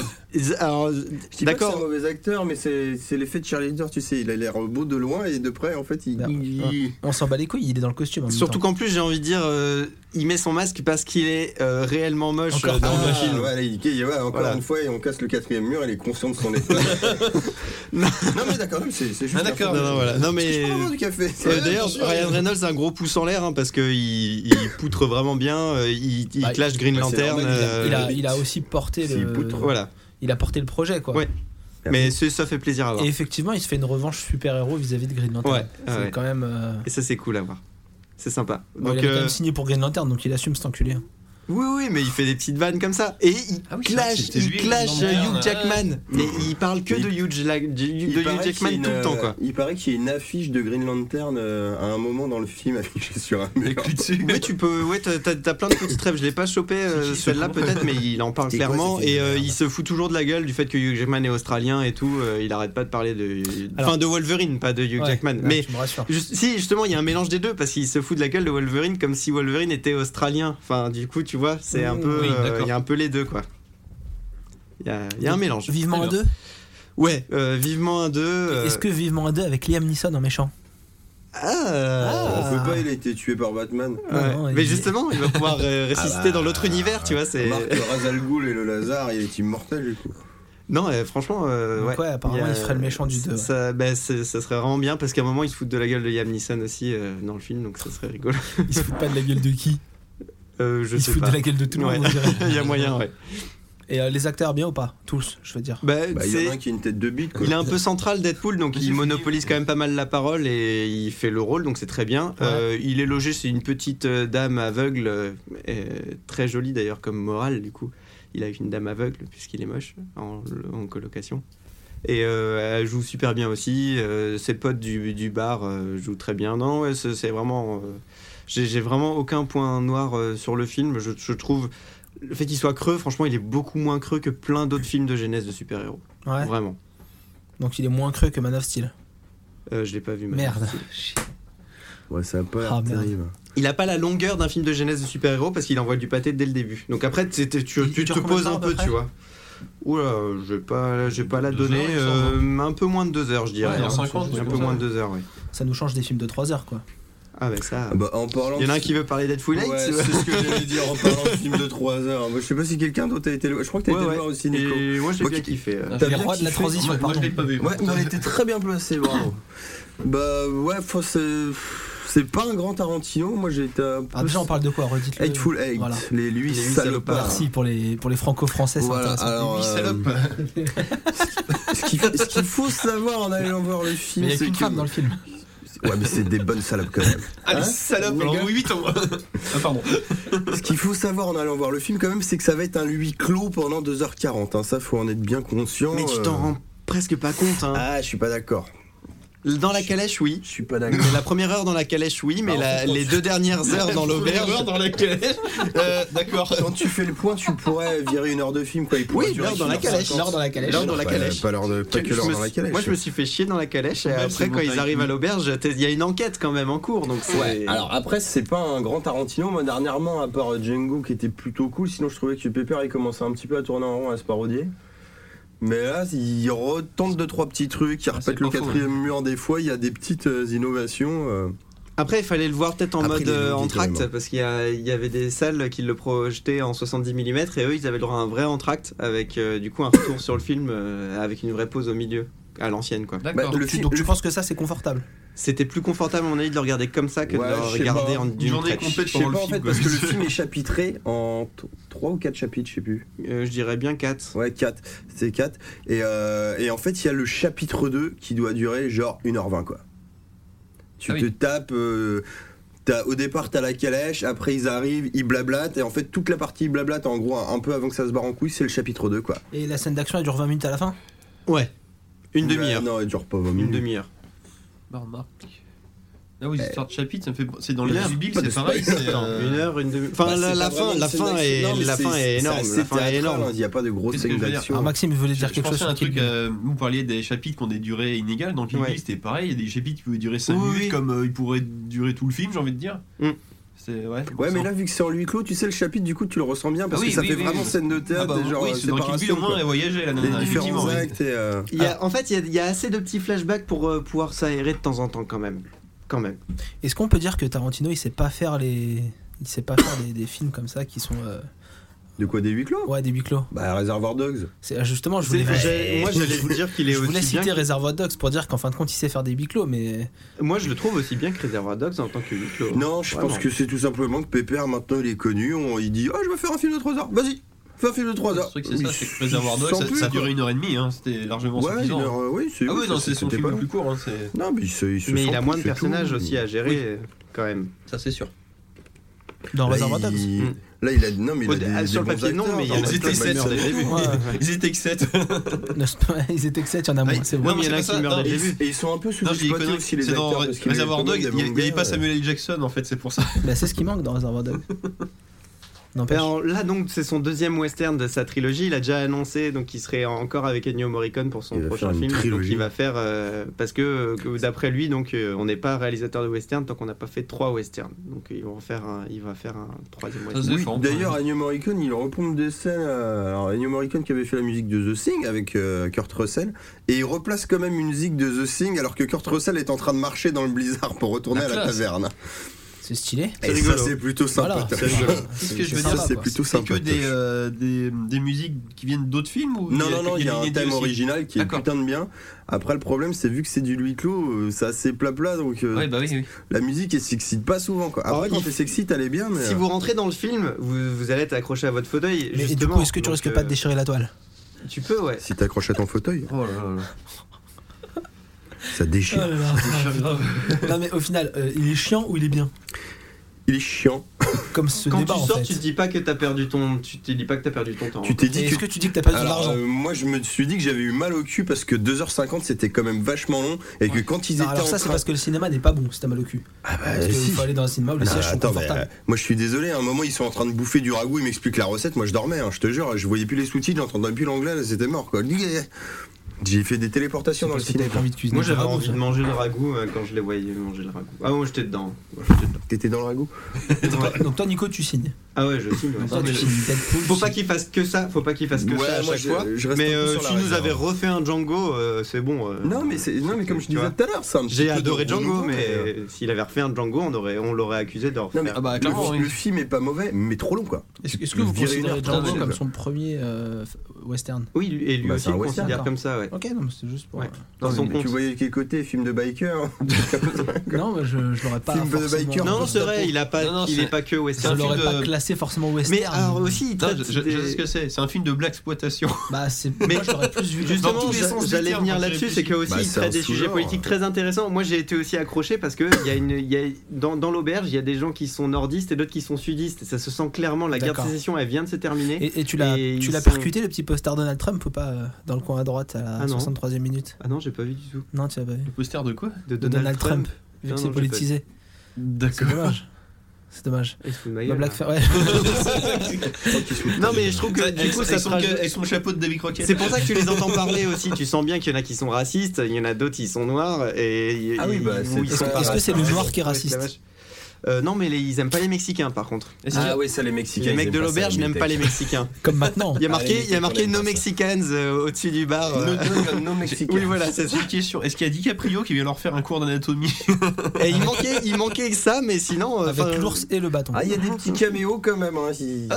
Speaker 2: Alors,
Speaker 1: Je dis pas que c'est un
Speaker 2: d'accord.
Speaker 1: mauvais acteur, mais c'est c'est l'effet de Charlie Hunter, tu sais. Il a l'air beau de loin et de près, en fait, il.
Speaker 3: Ah,
Speaker 1: il-
Speaker 3: On s'en bat les couilles. Il est dans le costume. en même
Speaker 2: Surtout
Speaker 3: temps.
Speaker 2: qu'en plus, j'ai envie de dire, euh, il met son masque parce qu'il est euh, réellement moche
Speaker 3: Encore
Speaker 2: euh, dans
Speaker 1: Ah,
Speaker 2: le film.
Speaker 1: voilà, il- il- ouais, encore
Speaker 2: Voilà.
Speaker 1: une fois, et on casse le quatrième mur, elle est consciente de son état.
Speaker 2: Non.
Speaker 1: non, mais d'accord, c'est c'est juste.
Speaker 5: Ah, d'accord.
Speaker 1: un fond.
Speaker 2: Non, non, voilà. Non, mais-
Speaker 1: Est-ce que je peux avoir du café
Speaker 2: Euh, D'ailleurs, Ryan Reynolds a un gros pouce en l'air hein, parce que il, il poutre vraiment bien, euh, il, il
Speaker 3: Bah,
Speaker 2: clash Green
Speaker 1: bah, c'est
Speaker 2: Lantern.
Speaker 1: normal,
Speaker 2: euh,
Speaker 3: il a, euh, il a aussi porté
Speaker 1: S'il
Speaker 3: le.
Speaker 1: poutre.
Speaker 2: Voilà.
Speaker 3: Il a porté le projet quoi.
Speaker 2: Ouais. Mais c'est- ça fait plaisir à voir.
Speaker 3: Et
Speaker 2: Et,
Speaker 3: effectivement, il se fait une revanche super héros vis-à-vis de Green Lantern.
Speaker 2: Ouais,
Speaker 3: c'est
Speaker 2: ouais.
Speaker 3: quand même. euh,
Speaker 2: ça, c'est cool à voir. C'est sympa.
Speaker 3: bon,
Speaker 2: Donc,
Speaker 3: il a quand
Speaker 2: euh,
Speaker 3: même signé pour Green Lantern, donc il assume cet enculé.
Speaker 2: oui, oui, mais il fait des petites vannes comme ça. Et il
Speaker 5: Ah oui, c'est vrai que
Speaker 2: clash,
Speaker 5: c'était
Speaker 2: il
Speaker 5: lui,
Speaker 2: clash
Speaker 5: le
Speaker 2: euh,
Speaker 5: lanterne.
Speaker 2: Hugh
Speaker 3: Ah,
Speaker 2: Jackman. Et il parle que
Speaker 1: Il-
Speaker 2: de Hugh, Jack- de Hugh- de Hugh
Speaker 1: paraît qu'il y
Speaker 2: Jackman
Speaker 1: a une,
Speaker 2: tout le temps,
Speaker 1: euh,
Speaker 2: quoi.
Speaker 1: Il paraît qu'il y a une affiche de Green Lantern euh, à un moment dans le film affichée sur un mur.
Speaker 5: Avec lui dessus.
Speaker 2: Oui, tu peux. Ouais, t'as- t'as t'as plein de petites trêves. Je l'ai pas chopé euh,
Speaker 5: C'est qui, ce
Speaker 2: celle-là
Speaker 5: con
Speaker 2: peut-être, mais il en parle
Speaker 1: C'était quoi,
Speaker 2: clairement
Speaker 1: c'était
Speaker 2: et
Speaker 1: une
Speaker 2: euh,
Speaker 1: merde.
Speaker 2: il se fout toujours de la gueule du fait que Hugh Jackman est australien et tout. euh, il arrête pas de parler de.
Speaker 3: Alors-
Speaker 2: Enfin, de Wolverine, pas de Hugh
Speaker 3: Ouais,
Speaker 2: Jackman.
Speaker 3: ouais,
Speaker 2: mais
Speaker 3: tu me rassures.
Speaker 2: juste- si justement, il y a un mélange des deux parce qu'il se fout de la gueule de Wolverine comme si Wolverine était australien. Enfin, du coup, tu vois, c'est un
Speaker 3: Mmh,
Speaker 2: peu.
Speaker 5: oui,
Speaker 2: euh,
Speaker 5: d'accord.
Speaker 2: Il y a un peu les deux quoi. Il y a, il y a un mélange.
Speaker 3: Vivement à
Speaker 5: Très bien.
Speaker 3: deux.
Speaker 2: Ouais, euh, vivement un deux. euh,
Speaker 3: Est-ce que Vivement à deux avec Liam Neeson en méchant
Speaker 2: Ah.
Speaker 1: On peut pas, il a été tué par Batman.
Speaker 2: Ouais.
Speaker 3: Non, non,
Speaker 2: mais
Speaker 3: il-
Speaker 2: justement, il va pouvoir euh, ressusciter dans l'autre univers, tu vois. C'est
Speaker 1: Marc Razal Ghoul et le Lazare, il est immortel du coup.
Speaker 2: Non, euh, franchement, euh,
Speaker 3: Donc ouais, apparemment, il se ferait le méchant du
Speaker 2: ça-
Speaker 3: deux,
Speaker 2: Ça, bah, c'est- ça serait vraiment bien parce qu'à un moment, ils se foutent de la gueule de Liam Neeson aussi euh, dans le film, donc ça serait rigolo.
Speaker 3: Il se fout pas de la gueule de qui
Speaker 2: Euh, je
Speaker 3: Il se
Speaker 2: sais
Speaker 3: fout
Speaker 2: pas.
Speaker 3: de la gueule de tout le
Speaker 2: Ouais.
Speaker 3: monde. on dirait.
Speaker 2: Il y a moyen, ouais.
Speaker 3: Et euh, les acteurs bien ou pas Tous, je veux dire.
Speaker 2: Bah,
Speaker 1: Bah, il y en a un
Speaker 2: c'est-
Speaker 1: qui a une tête de bite. Quoi.
Speaker 2: il est un peu central Deadpool, donc
Speaker 5: Oui,
Speaker 2: il
Speaker 5: c'est
Speaker 2: monopolise
Speaker 5: fini.
Speaker 2: quand même pas mal la parole et il fait le rôle, donc c'est très bien.
Speaker 3: Ouais.
Speaker 2: Euh, il est logé, c'est une petite euh, dame aveugle, euh, euh, très jolie d'ailleurs comme morale du coup. Il a une dame aveugle puisqu'il est moche en, en colocation. Et euh, elle joue super bien aussi. euh, ses potes du, du bar euh, jouent très bien. Non, ouais, c'est c'est vraiment. euh, J'ai j'ai vraiment aucun point noir euh, sur le film. Je, je trouve le fait qu'il soit creux, franchement, il est beaucoup moins creux que plein d'autres films de jeunesse de super-héros.
Speaker 3: Ouais.
Speaker 2: Vraiment.
Speaker 3: Donc il est moins creux que Man of Steel.
Speaker 2: Euh, je l'ai pas vu. mais-
Speaker 3: Merde.
Speaker 1: Ouais, ça a pas l'air
Speaker 3: Ah, merde.
Speaker 1: terrible.
Speaker 2: Il a pas la longueur d'un film de jeunesse de super-héros parce qu'il envoie du pâté dès le début. Donc après, t'es- t'es- tu,
Speaker 3: Il
Speaker 2: tu
Speaker 3: dure
Speaker 2: te
Speaker 3: combien de
Speaker 2: poses
Speaker 3: temps,
Speaker 2: un
Speaker 3: à
Speaker 2: peu,
Speaker 3: peu
Speaker 2: tu vois. Oula, j'ai pas, j'ai pas la
Speaker 5: Deux
Speaker 2: donnée.
Speaker 5: heures, il
Speaker 2: euh, un peu moins de deux heures, je dirais.
Speaker 5: Ouais,
Speaker 2: hein.
Speaker 5: en 50,
Speaker 2: un
Speaker 5: c'est
Speaker 2: peu
Speaker 5: comme ça.
Speaker 2: moins de deux heures, oui.
Speaker 3: Ça nous change des films de 3 heures quoi.
Speaker 2: Ah bah ça.
Speaker 1: Ah bah, en parlant
Speaker 2: Il y en a
Speaker 1: de-
Speaker 2: un qui veut parler d'Edful
Speaker 1: Ouais, c'est ce que j'allais dire en parlant de film de 3 heures. Moi, je sais pas si quelqu'un d'autre a été le Je crois que t'as été le voir aussi, Nico.
Speaker 2: Et moi, j'ai
Speaker 1: Ok.
Speaker 2: bien kiffé.
Speaker 5: Bah,
Speaker 2: euh.
Speaker 1: T'as
Speaker 3: Les
Speaker 1: bien
Speaker 3: rois de la
Speaker 1: kiffé
Speaker 3: transition,
Speaker 5: Moi, moi, je
Speaker 3: pardon.
Speaker 5: l'ai pas vu.
Speaker 1: Ouais, mais elle était très bien placée, bravo. bah ouais, faut- c'est c'est pas un grand Tarantino. Moi, j'ai été un peu
Speaker 3: Ah, déjà, on parle de quoi Redites-le.
Speaker 1: Hateful Eight,
Speaker 3: Voilà.
Speaker 1: les lui
Speaker 2: Les huit
Speaker 1: salopards.
Speaker 3: Merci pour les, pour les franco-français. c'est
Speaker 1: Voilà,
Speaker 5: Ah,
Speaker 3: intéressant.
Speaker 1: alors, euh,
Speaker 5: Salope.
Speaker 1: ce qu'il ce qu'il faut savoir en allant voir le film,
Speaker 3: Mais il y a
Speaker 1: c'est
Speaker 3: qu'une
Speaker 1: que
Speaker 3: femme dans le film.
Speaker 1: Ouais, mais c'est des bonnes salopes quand même.
Speaker 5: Ah, les salopes, alors, oui, 8 ans. ah, pardon.
Speaker 1: Ce qu'il faut savoir en allant voir le film, quand même, c'est que ça va être un huis clos pendant 2h40. Hein. Ça, faut en être bien conscient.
Speaker 2: Mais tu
Speaker 1: euh.
Speaker 2: t'en rends presque pas compte. hein.
Speaker 1: Ah, je suis pas d'accord.
Speaker 2: Dans la calèche, oui.
Speaker 1: Je suis pas d'accord.
Speaker 2: La première heure dans la calèche, oui, mais
Speaker 1: Bah,
Speaker 2: la-
Speaker 1: en fait,
Speaker 2: les deux dernières heures dans l'auberge.
Speaker 5: dans la calèche. Euh, D'accord.
Speaker 1: Quand tu fais le point, tu pourrais virer une heure de film. Quoi. Il pourrait
Speaker 2: Oui,
Speaker 1: durer
Speaker 2: l'heure dans la
Speaker 1: 1h50.
Speaker 2: calèche.
Speaker 3: L'heure dans la calèche.
Speaker 2: L'heure dans la
Speaker 1: Pas-
Speaker 2: calèche.
Speaker 1: Pas l'heure de. Pas que
Speaker 2: Je
Speaker 1: l'heure
Speaker 2: me
Speaker 1: dans la
Speaker 2: suis-
Speaker 1: calèche.
Speaker 2: Moi, je me suis fait chier dans la calèche. Et
Speaker 5: Ouais, c'est
Speaker 2: après,
Speaker 5: bon,
Speaker 2: quand
Speaker 5: t'as
Speaker 2: ils arrivent
Speaker 5: eu-
Speaker 2: à l'auberge, t'es- il y a une enquête quand même en cours. Donc c'est.
Speaker 1: Ouais, alors après, c'est pas un grand Tarantino. Moi, dernièrement, à part Django qui était plutôt cool, sinon je trouvais que Pepper il commençait un petit peu à tourner en rond, à se parodier. Mais là, il retente deux, trois petits trucs, il
Speaker 5: Ah, c'est
Speaker 1: répète le
Speaker 5: pas faux,
Speaker 1: quatrième
Speaker 2: hein.
Speaker 1: mur des fois, il y a des petites euh, innovations. euh.
Speaker 2: Après, il fallait le voir peut-être en
Speaker 1: Après,
Speaker 2: mode
Speaker 1: les
Speaker 2: euh,
Speaker 1: longues,
Speaker 2: entracte
Speaker 1: évidemment.
Speaker 2: parce qu'il y, a- il y avait des salles qui le projetaient en 70 mm et eux, ils avaient le droit à un vrai entracte avec euh, du coup un retour sur le film euh, avec une vraie pause au milieu à l'ancienne quoi.
Speaker 1: Bah,
Speaker 5: D'accord.
Speaker 1: le
Speaker 3: Donc tu,
Speaker 1: film-
Speaker 3: donc tu
Speaker 1: le-
Speaker 3: penses que ça c'est confortable
Speaker 2: C'était plus confortable à mon avis de le regarder comme ça que
Speaker 1: Ouais,
Speaker 2: de le
Speaker 1: je sais
Speaker 2: regarder
Speaker 1: pas.
Speaker 2: en
Speaker 5: Une
Speaker 2: d'une
Speaker 5: journée
Speaker 2: traite.
Speaker 5: complète
Speaker 1: Je sais
Speaker 5: pendant
Speaker 1: pas
Speaker 5: le
Speaker 1: en fait,
Speaker 5: film.
Speaker 1: parce que
Speaker 5: quoi.
Speaker 1: le film est chapitré en t- trois ou quatre chapitres, je sais plus.
Speaker 2: Euh, je dirais bien 4.
Speaker 1: Ouais, 4. C'est 4. Et, euh, et en fait, il y a le chapitre 2 qui doit durer genre 1h20, quoi. Tu
Speaker 5: Ah
Speaker 1: te tapes. euh, t'as- au départ, t'as la calèche, après ils arrivent, ils blablatent, et en fait, toute la partie blablate, en gros, un peu avant que ça se barre en couille, c'est le chapitre 2, quoi.
Speaker 3: Et la scène d'action elle dure 20 minutes à la fin
Speaker 2: Ouais. Une
Speaker 1: Ouais,
Speaker 2: demi-heure.
Speaker 1: Non, elle dure pas 20
Speaker 2: Une
Speaker 1: minutes.
Speaker 2: demi-heure.
Speaker 5: Bah, remarque. Ah oui, histoire de chapitre, ça me fait. C'est dans
Speaker 2: Une
Speaker 5: les
Speaker 2: heure,
Speaker 5: Jubiles,
Speaker 1: pas de
Speaker 5: c'est pareil.
Speaker 1: spoil.
Speaker 5: c'est, euh,
Speaker 2: Une heure, une demi. Enfin,
Speaker 1: Bah,
Speaker 2: la,
Speaker 1: c'est
Speaker 2: la
Speaker 1: pas vraiment
Speaker 2: fin,
Speaker 1: une
Speaker 2: la
Speaker 1: scène
Speaker 2: fin est,
Speaker 1: d'action, mais
Speaker 2: la
Speaker 1: c'est-
Speaker 2: fin est
Speaker 1: c'est
Speaker 2: énorme.
Speaker 1: assez
Speaker 2: La fin est
Speaker 1: théâtral, hein,
Speaker 2: énorme.
Speaker 1: Il n'y a pas de grosse
Speaker 5: Qu'est-ce que
Speaker 1: scène
Speaker 5: je veux dire
Speaker 1: d'action.
Speaker 3: Alors Ah, Maxime il voulait dire
Speaker 5: Je
Speaker 3: quelque
Speaker 5: pensais
Speaker 3: chose
Speaker 5: à un
Speaker 3: sur Kill
Speaker 5: truc,
Speaker 3: Bill.
Speaker 5: euh, vous parliez des chapitres qui ont des durées inégales, dans Kill
Speaker 2: Ouais.
Speaker 5: Bill c'était pareil, il y a des chapitres qui pouvaient durer 5
Speaker 2: Oui,
Speaker 5: minutes
Speaker 2: oui.
Speaker 5: comme euh, ils pourraient durer tout le film, j'ai envie de dire.
Speaker 2: Mm.
Speaker 5: C'est ouais.
Speaker 1: Ouais, mais
Speaker 5: ça-
Speaker 1: là, vu que c'est en huis clos, tu sais, le chapitre, du coup, tu le ressens bien parce
Speaker 5: Ah oui,
Speaker 1: que ça
Speaker 5: oui,
Speaker 1: fait
Speaker 5: oui,
Speaker 1: vraiment
Speaker 5: oui.
Speaker 1: scène de
Speaker 5: Ah
Speaker 1: théâtre,
Speaker 5: bah,
Speaker 1: des genre
Speaker 5: oui,
Speaker 1: euh,
Speaker 5: c'est dans Kill Bill au
Speaker 1: séparation,
Speaker 5: moins
Speaker 1: quoi.
Speaker 5: elle voyageait
Speaker 1: Les
Speaker 5: la nana, effectivement.
Speaker 1: différents
Speaker 5: ouais.
Speaker 1: actes et. euh,
Speaker 2: Il y a- En fait, il y a- il y, a assez de petits flashbacks pour euh, pouvoir s'aérer de temps en temps quand même. Quand même.
Speaker 5: euh,
Speaker 3: Est-ce qu'on peut dire que Tarantino il sait pas faire les il sait pas faire des, des films comme ça qui sont euh,
Speaker 1: De quoi des huis clos
Speaker 3: ouais des huis clos
Speaker 1: Bah, Reservoir Dogs.
Speaker 3: C'est- euh, justement je
Speaker 2: C'est-
Speaker 3: voulais
Speaker 2: j'ai- Moi, j'allais vous dire qu'il est
Speaker 3: je voulais
Speaker 2: aussi bien.
Speaker 3: citer Reservoir Dogs pour dire qu'en fin de compte il sait faire des huis clos mais
Speaker 2: Moi, je le trouve aussi bien que Reservoir Dogs en tant que huis clos.
Speaker 1: Non, je
Speaker 2: Vraiment.
Speaker 1: pense que c'est tout simplement que Pépère, maintenant, il est connu. On, il dit Ah, je vais faire un film de 3 heures. Vas-y, fais un film de 3 heures.
Speaker 5: Le truc c'est ça,
Speaker 1: Il
Speaker 5: c'est que Reservoir Dogs
Speaker 1: s'en
Speaker 5: ça,
Speaker 1: pue,
Speaker 5: ça
Speaker 1: quoi.
Speaker 5: durait une heure et demie, hein, c'était largement
Speaker 1: Ouais, une
Speaker 5: suffisant.
Speaker 1: heure, euh, oui, c'est
Speaker 5: Ah oui,
Speaker 1: ça,
Speaker 5: non, c'est son
Speaker 1: c'était
Speaker 5: film
Speaker 1: pas
Speaker 5: le
Speaker 1: long.
Speaker 5: plus court, hein, c'est-
Speaker 1: Non, mais il se, il se
Speaker 2: Mais
Speaker 1: sent
Speaker 2: il a
Speaker 1: plus,
Speaker 2: moins de
Speaker 1: c'est
Speaker 2: personnages
Speaker 1: tout.
Speaker 2: aussi à gérer euh, quand même.
Speaker 5: ça c'est sûr.
Speaker 3: dans
Speaker 1: Là,
Speaker 3: Reservoir Dogs
Speaker 1: il...
Speaker 2: Mm.
Speaker 5: Hmm.
Speaker 1: Là, il a. Non, mais il a
Speaker 2: Au-
Speaker 1: des,
Speaker 2: ah,
Speaker 1: des
Speaker 2: sur le
Speaker 1: bons
Speaker 2: papier, non,
Speaker 1: acteurs, hein.
Speaker 2: mais il y
Speaker 1: dans
Speaker 2: a
Speaker 1: le
Speaker 2: des
Speaker 5: Ils
Speaker 1: film,
Speaker 5: étaient
Speaker 2: Batman,
Speaker 5: 7
Speaker 1: mais
Speaker 5: au
Speaker 2: Batman.
Speaker 5: début.
Speaker 3: Ouais.
Speaker 5: Ils étaient que 7.
Speaker 3: Non, c'est pas- ils étaient que 7 il y en a moins c'est
Speaker 5: Ouais,
Speaker 3: vrai.
Speaker 2: Non, mais il y en a
Speaker 5: c'est pas
Speaker 2: qui meurent
Speaker 5: ça.
Speaker 2: dès le
Speaker 1: ils-
Speaker 2: début.
Speaker 1: Et ils sont un peu
Speaker 5: Non, je dis
Speaker 1: sous-exploités
Speaker 5: conneries.
Speaker 1: aussi, les
Speaker 5: C'est dans
Speaker 1: acteurs. parce qu'il y avait
Speaker 5: Reservoir
Speaker 1: quand même
Speaker 5: Dogs,
Speaker 1: des
Speaker 5: il n'y
Speaker 1: bons
Speaker 5: avait
Speaker 1: gars,
Speaker 5: pas
Speaker 1: euh.
Speaker 5: Samuel L. Jackson en fait, c'est pour ça.
Speaker 3: Bah, c'est ce qui manque dans Reservoir Dogs
Speaker 2: Et
Speaker 3: n'empêche
Speaker 2: alors, Ben, là donc c'est son deuxième western de sa trilogie, il a déjà annoncé donc qu'il serait encore avec Ennio Morricone pour son
Speaker 1: Il va
Speaker 2: prochain
Speaker 1: faire une
Speaker 2: film donc
Speaker 1: trilogie.
Speaker 2: il va faire euh, parce que euh, que d'après lui donc euh, on n'est pas réalisateur de western tant qu'on n'a pas fait trois westerns. Donc ils vont faire un- il va faire un troisième western.
Speaker 5: se
Speaker 1: Oui,
Speaker 5: défend,
Speaker 1: D'ailleurs,
Speaker 5: ouais.
Speaker 1: Ennio Morricone, il repompe des scènes. euh, Alors, Ennio Morricone qui avait fait la musique de The Thing avec euh, Kurt Russell, et il replace quand même une musique de The Thing alors que Kurt Russell est en train de marcher dans le blizzard pour retourner
Speaker 5: La
Speaker 1: à la
Speaker 5: classe.
Speaker 1: taverne.
Speaker 3: c'est stylé
Speaker 2: C'est
Speaker 1: Et
Speaker 2: rigolo.
Speaker 1: ça, c'est plutôt
Speaker 3: voilà
Speaker 1: sympa.
Speaker 3: c'est
Speaker 5: Qu'est-ce que je veux
Speaker 1: Ça,
Speaker 5: dire,
Speaker 1: c'est plutôt
Speaker 5: C'est
Speaker 1: sympa.
Speaker 5: que des, euh, des, des musiques qui viennent d'autres films ou
Speaker 1: Non, non, non, il y a un
Speaker 5: une idée
Speaker 1: thème
Speaker 5: aussi
Speaker 1: original qui est
Speaker 5: D'accord.
Speaker 1: putain de bien. Après, le problème, c'est vu que c'est du Louis clos, euh, c'est assez plat-plat, donc euh,
Speaker 5: Ouais, bah oui, oui.
Speaker 1: la musique, elle s'excite pas souvent. Quoi. Après,
Speaker 2: Ah ouais,
Speaker 1: quand
Speaker 2: il-
Speaker 1: elle s'excite, elle est bien, mais.
Speaker 2: Si
Speaker 1: euh,
Speaker 2: vous rentrez dans le film, vous, vous allez être accroché à votre fauteuil.
Speaker 3: mais et du
Speaker 2: justement.
Speaker 3: coup est-ce que tu
Speaker 2: Donc,
Speaker 3: risques pas de
Speaker 2: euh,
Speaker 3: déchirer la toile
Speaker 2: Tu peux, ouais.
Speaker 1: euh, Si t'accroches à ton fauteuil,
Speaker 5: Oh là là là.
Speaker 1: ça
Speaker 2: Oh
Speaker 1: déchire.
Speaker 3: non mais au final euh, il est chiant ou il est bien
Speaker 1: Il est chiant.
Speaker 3: comme ce
Speaker 2: Quand
Speaker 3: débat
Speaker 2: tu
Speaker 3: en
Speaker 2: sors,
Speaker 3: fait.
Speaker 2: tu te dis pas que t'as perdu ton, tu te dis pas que t'as perdu ton temps.
Speaker 1: Tu t'es
Speaker 3: Et
Speaker 1: dit que
Speaker 3: est-ce que tu dis que t'as pas de
Speaker 1: Alors,
Speaker 3: l'argent
Speaker 1: euh, moi, je me suis dit que j'avais eu mal au cul parce que 2h50 c'était quand même vachement long et que quand ils
Speaker 3: Non,
Speaker 1: étaient
Speaker 3: alors
Speaker 1: en
Speaker 3: ça c'est
Speaker 1: train-
Speaker 3: parce que le cinéma n'est pas bon si t'as mal au cul.
Speaker 1: Ah, bah,
Speaker 3: parce qu'il
Speaker 1: si.
Speaker 3: faut aller dans un cinéma où les
Speaker 1: Ah,
Speaker 3: sièges sont
Speaker 1: attends, mais,
Speaker 3: confortables.
Speaker 1: euh, moi je suis désolé, à un moment ils sont en train de bouffer du ragoût, ils m'expliquent la recette, moi je dormais, hein, je te jure, je voyais plus les sous-titres, j'entendais plus l'anglais, là, c'était mort quoi. J'ai fait des téléportations dans le
Speaker 3: Parce que t'avais
Speaker 1: cinéma.
Speaker 3: pas envie de cuisiner.
Speaker 2: Moi j'avais
Speaker 3: Ah, bon,
Speaker 2: envie
Speaker 3: ça.
Speaker 2: de manger le ragoût euh, quand je les voyais manger le ragoût. Ah ouais, j'étais dedans. Ouais, j'étais dedans.
Speaker 1: T'étais dans le ragoût
Speaker 3: Ouais. Donc toi Nico tu signes.
Speaker 2: Ah ouais, je signe. ouais.
Speaker 3: Toi, tu signes Deadpool,
Speaker 2: Faut
Speaker 3: tu-
Speaker 2: pas qu'il fasse que ça, faut pas qu'il fasse que
Speaker 1: Ouais,
Speaker 2: ça à
Speaker 1: moi,
Speaker 2: chaque
Speaker 1: je-
Speaker 2: fois.
Speaker 1: je reste un
Speaker 2: mais
Speaker 1: peu
Speaker 2: euh,
Speaker 1: sur la
Speaker 2: si nous
Speaker 1: réserve.
Speaker 2: avait refait un Django, euh, c'est bon. euh,
Speaker 1: Non mais, c'est- non, mais comme je
Speaker 2: tu
Speaker 1: disais
Speaker 2: vois.
Speaker 1: tout à l'heure, c'est un petit
Speaker 2: J'ai
Speaker 1: peu de
Speaker 2: adoré Django,
Speaker 1: renouveau,
Speaker 2: mais
Speaker 1: euh,
Speaker 2: euh, s'il avait refait un Django, on l'aurait, on l'aurait accusé de le refaire.
Speaker 1: Non mais
Speaker 5: Ah bah,
Speaker 1: le-
Speaker 5: clairement,
Speaker 1: le,
Speaker 5: oui.
Speaker 1: film est pas mauvais, mais trop long quoi.
Speaker 3: Est-ce est-ce que vous
Speaker 1: Virer une heure
Speaker 3: considérez Django
Speaker 1: trente,
Speaker 3: comme
Speaker 1: quoi.
Speaker 3: son premier euh, f- western
Speaker 2: Oui, lui- et lui
Speaker 1: Bah,
Speaker 2: aussi
Speaker 1: c'est un
Speaker 2: il
Speaker 1: western,
Speaker 2: considère
Speaker 3: alors.
Speaker 2: comme ça, ouais.
Speaker 3: Ok, non, mais c'est juste pour.
Speaker 2: Ouais.
Speaker 1: Non,
Speaker 2: Dans son
Speaker 1: mais
Speaker 2: compte.
Speaker 1: Tu voyais quel côté film de biker hein
Speaker 3: euh, Non, mais je, je l'aurais pas.
Speaker 1: Film de
Speaker 3: forcément-
Speaker 1: biker.
Speaker 2: Non, c'est vrai, il a pas,
Speaker 5: Non, non,
Speaker 2: il
Speaker 5: c'est-
Speaker 2: est pas que
Speaker 3: Je
Speaker 2: western.
Speaker 5: film
Speaker 3: l'aurais
Speaker 5: de-
Speaker 3: pas classé passé forcément western.
Speaker 2: Mais alors aussi, il
Speaker 5: Non,
Speaker 2: traite
Speaker 5: je, je- je sais
Speaker 2: des-
Speaker 5: ce que c'est. C'est un film de black exploitation.
Speaker 3: Bah, c'est. Moi, je l'aurais plus vu.
Speaker 5: Dans
Speaker 2: Justement,
Speaker 5: tous les
Speaker 2: j'a-
Speaker 5: sens du
Speaker 2: j'allais
Speaker 5: terme,
Speaker 2: venir
Speaker 5: quand tu
Speaker 2: là-dessus,
Speaker 5: réfléchis.
Speaker 2: c'est que aussi
Speaker 1: Bah,
Speaker 2: il
Speaker 1: c'est un
Speaker 2: traite des sujets
Speaker 1: sous-genre.
Speaker 2: politiques très intéressants. Moi, j'ai été aussi accroché parce que il y a une, il y a- dans, dans l'auberge, il y a des gens qui sont nordistes et d'autres qui sont sudistes. Et ça se sent clairement. La guerre de
Speaker 3: D'accord.
Speaker 2: sécession, elle vient de se terminer.
Speaker 3: Et, et tu l'as,
Speaker 2: Et
Speaker 3: tu
Speaker 2: ils
Speaker 3: l'as
Speaker 2: sont-
Speaker 3: percuté le petit poster Donald Trump ou pas euh, dans le coin à droite à la
Speaker 2: Ah non.
Speaker 3: 63e minute
Speaker 2: Ah non, j'ai pas vu du tout.
Speaker 3: Non, tu l'as pas vu.
Speaker 5: Le poster de quoi
Speaker 2: De
Speaker 3: De
Speaker 2: Donald, Trump. Non,
Speaker 3: vu que
Speaker 2: non,
Speaker 3: c'est
Speaker 2: j'ai pas vu.
Speaker 3: politisé. C'est
Speaker 5: D'accord.
Speaker 3: dommage. C'est dommage.
Speaker 2: Ils se foutent de ma
Speaker 3: La
Speaker 2: gueule,
Speaker 3: Black
Speaker 2: là.
Speaker 3: Fer- ouais.
Speaker 2: Non, mais je trouve que du
Speaker 5: Avec
Speaker 2: coup,
Speaker 5: avec
Speaker 2: ça
Speaker 5: son
Speaker 2: te rajoute-
Speaker 5: ca- avec son chapeau de David Crockett.
Speaker 2: C'est pour ça que tu les entends parler aussi. Tu sens bien qu'il y en a qui sont racistes, il y en a d'autres qui sont noirs. Et,
Speaker 1: Ah oui, bah,
Speaker 2: ou
Speaker 1: c'est-
Speaker 2: ils
Speaker 1: est-ce
Speaker 2: sont
Speaker 1: que-
Speaker 2: pas
Speaker 1: est-ce que
Speaker 3: c'est le
Speaker 2: racistes.
Speaker 3: noir qui est
Speaker 2: Ouais, c'est la vache.
Speaker 3: raciste
Speaker 2: Euh, non, mais les- ils aiment pas les Mexicains par contre.
Speaker 5: Est-ce qu'il y a-
Speaker 1: Ah oui, ça les Mexicains.
Speaker 2: Les
Speaker 1: ils
Speaker 2: mecs
Speaker 1: aiment
Speaker 2: de
Speaker 1: pas ça,
Speaker 2: l'auberge
Speaker 1: ils
Speaker 2: n'aiment pas les Mexicains.
Speaker 3: Comme maintenant.
Speaker 2: Il y a
Speaker 4: Ah,
Speaker 2: marqué,
Speaker 4: les
Speaker 2: il y a marqué
Speaker 4: Mexicains,
Speaker 2: No
Speaker 4: on aime pas ça.
Speaker 2: Mexicans euh, au-dessus du bar. euh.
Speaker 1: Non, non, Mexicains.
Speaker 2: Oui, voilà, c'est ça.
Speaker 5: J'ai une question. Est-ce qu'il y a DiCaprio qui vient leur faire un cours d'anatomie
Speaker 2: Et il manquait, il manquait que ça, mais sinon. euh,
Speaker 3: Avec
Speaker 2: enfin,
Speaker 3: l'ours et le bâton.
Speaker 1: Ah, il y a des petits caméos quand même. Hein, si-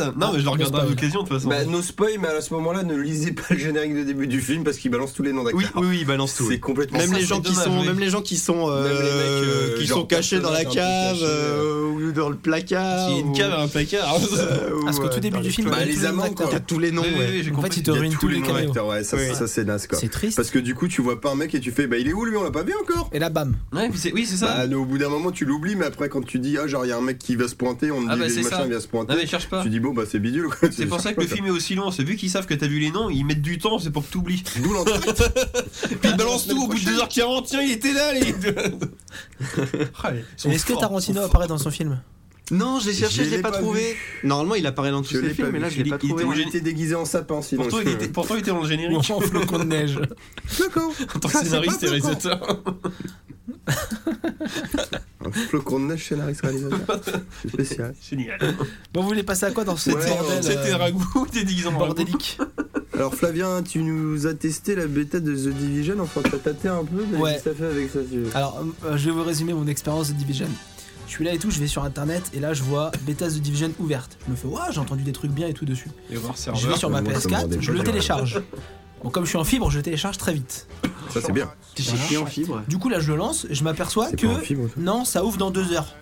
Speaker 5: Non, mais je le regarderai à
Speaker 3: spoil.
Speaker 5: l'occasion de toute façon.
Speaker 1: Bah, no spoil, mais à ce moment-là, ne lisez pas le générique de début du film parce qu'il balance tous les noms
Speaker 2: Oui,
Speaker 1: d'acteurs.
Speaker 2: oui, oui, il balance tout.
Speaker 1: C'est
Speaker 2: oui.
Speaker 1: complètement
Speaker 2: Même
Speaker 5: ça,
Speaker 2: les,
Speaker 5: c'est
Speaker 2: gens qui
Speaker 5: dommage,
Speaker 2: sont,
Speaker 5: oui.
Speaker 2: même les gens qui sont, euh,
Speaker 1: Même les mecs, euh,
Speaker 2: qui
Speaker 1: genre
Speaker 2: sont cachés dans la
Speaker 1: personnages un peu
Speaker 2: cave
Speaker 1: cachés,
Speaker 2: euh, ou dans le placard.
Speaker 5: Il y a une
Speaker 2: ou-
Speaker 5: cave hein. à un placard.
Speaker 2: euh, ou,
Speaker 3: Ah, Parce qu'au tout
Speaker 2: euh,
Speaker 3: début
Speaker 2: dans
Speaker 3: du film,
Speaker 1: Bah,
Speaker 3: il y a
Speaker 1: les
Speaker 3: tous
Speaker 1: amants,
Speaker 3: acteurs.
Speaker 1: quoi.
Speaker 2: T'as tous les noms,
Speaker 5: Oui, oui,
Speaker 2: ouais.
Speaker 5: oui, j'ai
Speaker 3: En fait,
Speaker 5: compris.
Speaker 3: il te
Speaker 1: Il y a
Speaker 3: ruine tous les
Speaker 1: noms
Speaker 3: caméos.
Speaker 1: d'acteurs, ouais, ça,
Speaker 2: Oui.
Speaker 1: ça, c'est naze quoi.
Speaker 3: C'est triste.
Speaker 1: Parce que du coup, tu vois pas un mec et tu fais, bah il est où lui, on l'a pas vu encore
Speaker 3: Et là, bam.
Speaker 5: Ouais, puis c'est- Oui, c'est ça.
Speaker 1: Bah, au bout d'un moment, tu l'oublies, mais après, quand tu dis, ah, genre, il y a un mec qui va se pointer, on me
Speaker 5: Ah,
Speaker 1: dit,
Speaker 5: bah,
Speaker 1: le
Speaker 5: c'est
Speaker 1: machin
Speaker 5: ça.
Speaker 1: vient se pointer.
Speaker 5: Non, mais cherche pas.
Speaker 1: Tu dis, bon, bah, c'est bidule, quoi.
Speaker 5: C'est pour ça que le film est aussi long. C'est vu qu'ils savent que t'as vu les noms, ils mettent du temps, c'est pour que t'oublies.
Speaker 1: D'où l'entrée.
Speaker 5: Puis ils balancent tout au bout de 2h40. Tiens, il était là, les. Ah, ils sont
Speaker 3: Et Est-ce que
Speaker 5: forts, ils
Speaker 3: Tarantino
Speaker 5: sont
Speaker 3: apparaît dans son film
Speaker 2: Non, j'ai cherché, je l'ai pas, trouvé. Normalement, il apparaît dans tous
Speaker 1: Je
Speaker 2: les
Speaker 1: l'ai
Speaker 2: films,
Speaker 1: pas
Speaker 2: mais
Speaker 1: vu,
Speaker 2: là, je l'ai
Speaker 5: il-
Speaker 2: pas
Speaker 5: il
Speaker 2: trouvé. hein.
Speaker 5: était
Speaker 1: Il était déguisé en sapin,
Speaker 5: forts.
Speaker 1: sinon.
Speaker 5: Pourtant, il était- Pourtant, il était dans le
Speaker 3: Ou en
Speaker 5: générique.
Speaker 3: flocon de neige
Speaker 1: Flocon
Speaker 5: En tant que
Speaker 1: Ça, c'est
Speaker 5: scénariste
Speaker 1: pas
Speaker 5: et
Speaker 1: Flocon.
Speaker 5: réalisateur.
Speaker 1: Un flocon de neige scénariste réalisateur. C'est spécial.
Speaker 5: Génial.
Speaker 3: Bon, vous voulez passer à quoi dans ce
Speaker 1: C'était- hein.
Speaker 3: bordel
Speaker 5: C'était
Speaker 3: euh,
Speaker 5: Ragout, t'es déguisé en Ragout.
Speaker 3: bordélique
Speaker 1: Alors, Flavien, tu nous as testé la bêta de The Division, enfin, t'as tâté un peu, mais
Speaker 3: Ouais.
Speaker 1: qu'est-ce que ça fait avec ça tu...
Speaker 3: Alors, euh, je vais vous résumer mon expérience de Division. Je suis là et tout, je vais sur internet et là je vois Beta The Division ouverte. Je me fais, ouais, j'ai entendu des trucs bien et tout dessus.
Speaker 5: Et voir
Speaker 3: Je vais sur ma
Speaker 1: Moi, ça me rendait
Speaker 3: PS4, je
Speaker 1: pas
Speaker 3: le
Speaker 1: bien.
Speaker 3: télécharge. Bon, comme je suis en fibre, je le télécharge très vite.
Speaker 1: Ça, c'est
Speaker 5: Ah,
Speaker 1: bien.
Speaker 2: J'ai pris en fibre.
Speaker 3: Du coup, là je le lance, je m'aperçois
Speaker 1: C'est
Speaker 3: que
Speaker 1: pas un film, toi.
Speaker 3: non, ça ouvre dans deux heures.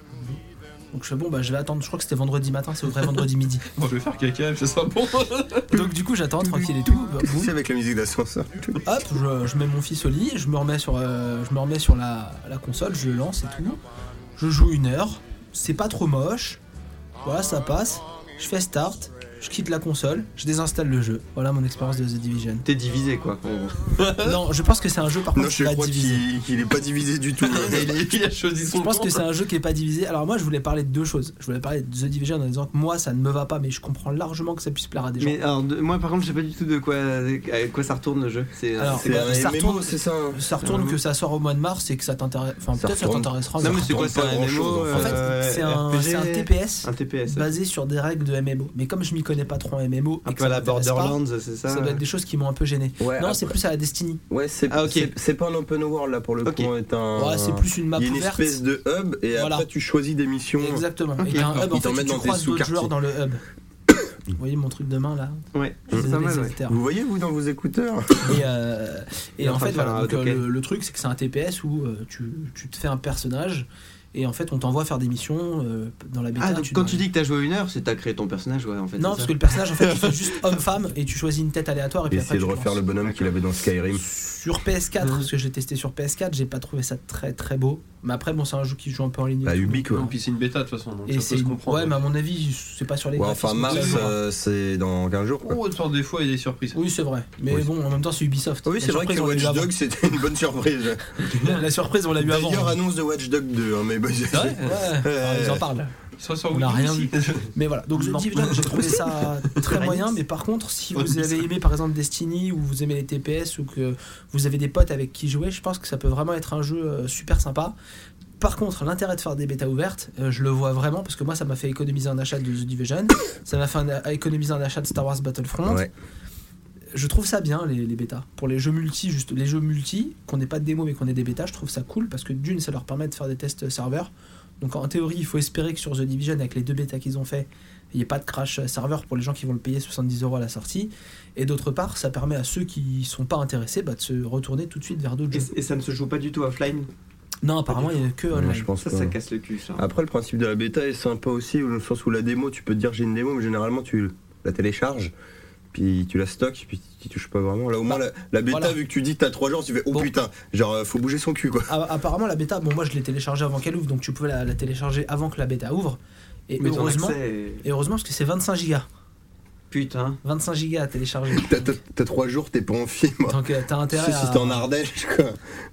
Speaker 3: Donc je fais, bon, bah je vais attendre, je crois que c'était vendredi matin, c'est vrai vendredi midi.
Speaker 5: Bon, je vais faire caca, ça sera bon.
Speaker 3: Donc du coup, j'attends tranquille et tout. bah, boum.
Speaker 1: C'est avec la musique d'ascenseur.
Speaker 3: Hop, je, je mets mon fils au lit, je me remets sur, euh, je me remets sur la, la console, je le lance et tout. Je joue une heure, c'est pas trop moche. Voilà, ça passe. Je fais start, je quitte la console, je désinstalle le jeu. Voilà mon expérience de The Division.
Speaker 2: T'es divisé, quoi.
Speaker 3: Non, je pense que c'est un jeu par
Speaker 1: Non,
Speaker 3: contre qui
Speaker 1: je
Speaker 3: est pas
Speaker 1: crois
Speaker 3: divisé.
Speaker 1: qu'il qu'il est pas divisé du tout.
Speaker 5: Il a choisi
Speaker 3: Je
Speaker 5: son
Speaker 3: pense
Speaker 5: camp.
Speaker 3: que c'est un jeu qui est pas divisé. Alors moi, je voulais parler de deux choses. Je voulais parler de The Division en disant que moi, ça ne me va pas, mais je comprends largement que ça puisse plaire à des gens.
Speaker 2: Mais alors, de- moi, par contre, je sais pas du tout de quoi, à quoi ça retourne le jeu. C'est. euh,
Speaker 3: Alors,
Speaker 1: C'est
Speaker 3: bah, ça
Speaker 1: un
Speaker 3: retourne-
Speaker 1: MMO, c'est ça hein
Speaker 3: Ça retourne que ça sort au mois de mars et que ça t'intéresse. Enfin,
Speaker 1: Ça
Speaker 3: peut-être ça
Speaker 1: retourne.
Speaker 3: t'intéressera.
Speaker 2: Non,
Speaker 3: mais-
Speaker 2: mais c'est quoi, c'est
Speaker 1: pas
Speaker 2: un MMO
Speaker 1: grand-chose,
Speaker 3: En fait,
Speaker 2: euh,
Speaker 3: c'est un,
Speaker 2: RPG,
Speaker 3: c'est un TPS.
Speaker 2: Un TPS. ouais.
Speaker 3: basé sur des règles de MMO. Mais comme je m'y connais pas trop en MMO,
Speaker 2: Un
Speaker 3: et que
Speaker 2: peu à la
Speaker 3: ça m'intéresse pas,
Speaker 2: Borderlands, c'est ça
Speaker 3: ça doit être des choses qui m'ont un peu gêné.
Speaker 1: Ouais,
Speaker 3: non,
Speaker 1: après-
Speaker 3: c'est plus à la Destiny.
Speaker 1: Ouais, c'est
Speaker 2: Ah, ok.
Speaker 1: c'est- c'est pas un open world là pour le
Speaker 2: Ok.
Speaker 1: coup. C'est un.
Speaker 3: Ouais, c'est plus une map
Speaker 1: Il y a une
Speaker 3: ouverte.
Speaker 1: espèce de hub et
Speaker 3: Voilà.
Speaker 1: après tu choisis des missions.
Speaker 3: Exactement.
Speaker 2: Ok,
Speaker 3: Et t'as un
Speaker 2: d'accord.
Speaker 3: hub en
Speaker 1: Ils t'en
Speaker 3: fait, où
Speaker 1: mettent
Speaker 3: tu
Speaker 1: dans tes
Speaker 3: croises d'autres
Speaker 1: sous-quartiers.
Speaker 3: joueurs dans le hub. Vous voyez mon truc de main là
Speaker 2: Ouais,
Speaker 3: Je suis
Speaker 2: c'est pas
Speaker 3: désolé,
Speaker 2: mal,
Speaker 3: les
Speaker 2: ouais.
Speaker 3: auditeurs.
Speaker 1: Vous voyez vous dans vos écouteurs
Speaker 3: Et, euh, et
Speaker 2: Il est en
Speaker 3: en
Speaker 2: train
Speaker 3: fait,
Speaker 2: de faire
Speaker 3: voilà,
Speaker 2: un
Speaker 3: donc, euh,
Speaker 2: autocall.
Speaker 3: le, le truc, c'est que c'est un TPS où euh, tu, tu te fais un personnage et en fait, on t'envoie faire des missions euh, dans la bêta.
Speaker 2: Ah, donc quand
Speaker 3: dois-
Speaker 2: tu dis que t'as joué une heure, c'est que t'as créé ton personnage, ouais, en fait.
Speaker 3: Non,
Speaker 2: c'est
Speaker 3: parce que
Speaker 2: ça.
Speaker 3: le personnage, en fait, tu fais juste homme-femme et tu choisis une tête aléatoire. Et puis après,
Speaker 1: Essayez de
Speaker 3: tu
Speaker 1: refaire
Speaker 3: lances.
Speaker 1: le bonhomme qu'il avait dans Skyrim.
Speaker 3: Sur PS4,
Speaker 1: Mmh.
Speaker 3: parce que j'ai testé sur PS4, j'ai pas trouvé ça très très beau. Mais après, bon, c'est un jeu qui se joue un peu en ligne. et
Speaker 1: Bah,
Speaker 3: tout,
Speaker 1: Ubi,
Speaker 3: donc,
Speaker 1: quoi.
Speaker 3: euh,
Speaker 5: Non, puis c'est une bêta de toute façon, donc
Speaker 3: Et
Speaker 5: ça
Speaker 3: c'est.
Speaker 5: peut se comprendre.
Speaker 3: Ouais, mais à mon avis, c'est pas sur les.
Speaker 1: Ouais, enfin,
Speaker 3: graphismes,
Speaker 1: Mars,
Speaker 3: c'est vrai.
Speaker 1: euh, c'est dans 15 jours. quoi.
Speaker 5: Oh, de sorte, des fois, il y a des surprises.
Speaker 3: Oui, c'est vrai. Mais
Speaker 1: Oui.
Speaker 3: bon, en même temps, c'est Ubisoft.
Speaker 1: Oui,
Speaker 3: La
Speaker 1: c'est vrai
Speaker 3: surprise,
Speaker 1: que
Speaker 3: on l'a eu
Speaker 1: Watch
Speaker 3: avant.
Speaker 1: Dogs, c'était une bonne surprise.
Speaker 3: La surprise, on l'a eu avant.
Speaker 1: D'ailleurs,
Speaker 3: Ouais,
Speaker 1: annonce de Watch Dogs 2, hein, mais Euh, bah,
Speaker 5: C'est vrai
Speaker 3: alors, Ah, ils en parlent.
Speaker 5: Soit sur
Speaker 3: On a
Speaker 5: Wii,
Speaker 3: rien
Speaker 5: aussi.
Speaker 3: Mais voilà, donc The
Speaker 5: Non.
Speaker 3: Division, j'ai trouvé ça très
Speaker 2: Rien.
Speaker 3: moyen. Mais par contre, si
Speaker 5: Ouais,
Speaker 3: vous avez aimé par exemple Destiny ou vous aimez les TPS ou que vous avez des potes avec qui jouer, je pense que ça peut vraiment être un jeu euh, super sympa. Par contre, l'intérêt de faire des bêtas ouvertes, euh, je le vois vraiment parce que moi, ça m'a fait économiser un achat de The Division, ça m'a fait un- euh, économiser un achat de Star Wars Battlefront.
Speaker 1: Ouais.
Speaker 3: Je trouve ça bien les, les bêtas. Pour les jeux multi, juste les jeux multi, qu'on n'ait pas de démo mais qu'on ait des bêtas, je trouve ça cool parce que d'une, ça leur permet de faire des tests euh, serveurs. Donc en théorie, il faut espérer que sur The Division, avec les deux bêtas qu'ils ont fait, il n'y ait pas de crash euh, serveur pour les gens qui vont le payer 70 euros à la sortie. Et d'autre part, ça permet à ceux qui sont pas intéressés bah, de se retourner tout de suite vers d'autres
Speaker 2: Et,
Speaker 3: jeux.
Speaker 2: et ça ne se joue pas du tout offline.
Speaker 3: Non, apparemment, il n'y a que
Speaker 1: Non,
Speaker 3: online.
Speaker 1: je pense
Speaker 2: Ça,
Speaker 1: pas.
Speaker 2: ça casse le cul,
Speaker 3: Ah,
Speaker 2: ça.
Speaker 1: Après, le principe de la bêta est sympa aussi, dans le sens où la démo, tu peux te dire j'ai une démo, mais généralement tu la télécharges, puis tu la stockes, puis tu touches pas vraiment. Là, au moins, la, la bêta,
Speaker 3: Bah, Voilà.
Speaker 1: vu que tu dis que t'as 3 jours, tu fais oh
Speaker 3: Bon.
Speaker 1: putain, genre euh, faut bouger son cul quoi.
Speaker 3: Ah, Apparemment, la bêta, bon, moi je l'ai téléchargée avant qu'elle ouvre, donc tu pouvais la, la télécharger avant que la bêta ouvre. Et
Speaker 2: Mais ton
Speaker 3: heureusement,
Speaker 2: accès est-
Speaker 3: et heureusement, parce que c'est 25 gigas.
Speaker 2: Putain.
Speaker 3: 25 gigas à télécharger.
Speaker 1: T'as- T'as t'as 3 jours, t'es pas en fibre.
Speaker 3: donc euh, t'as
Speaker 1: Si,
Speaker 3: intérêt.
Speaker 1: si
Speaker 3: à-
Speaker 1: t'es en Ardèche, quoi.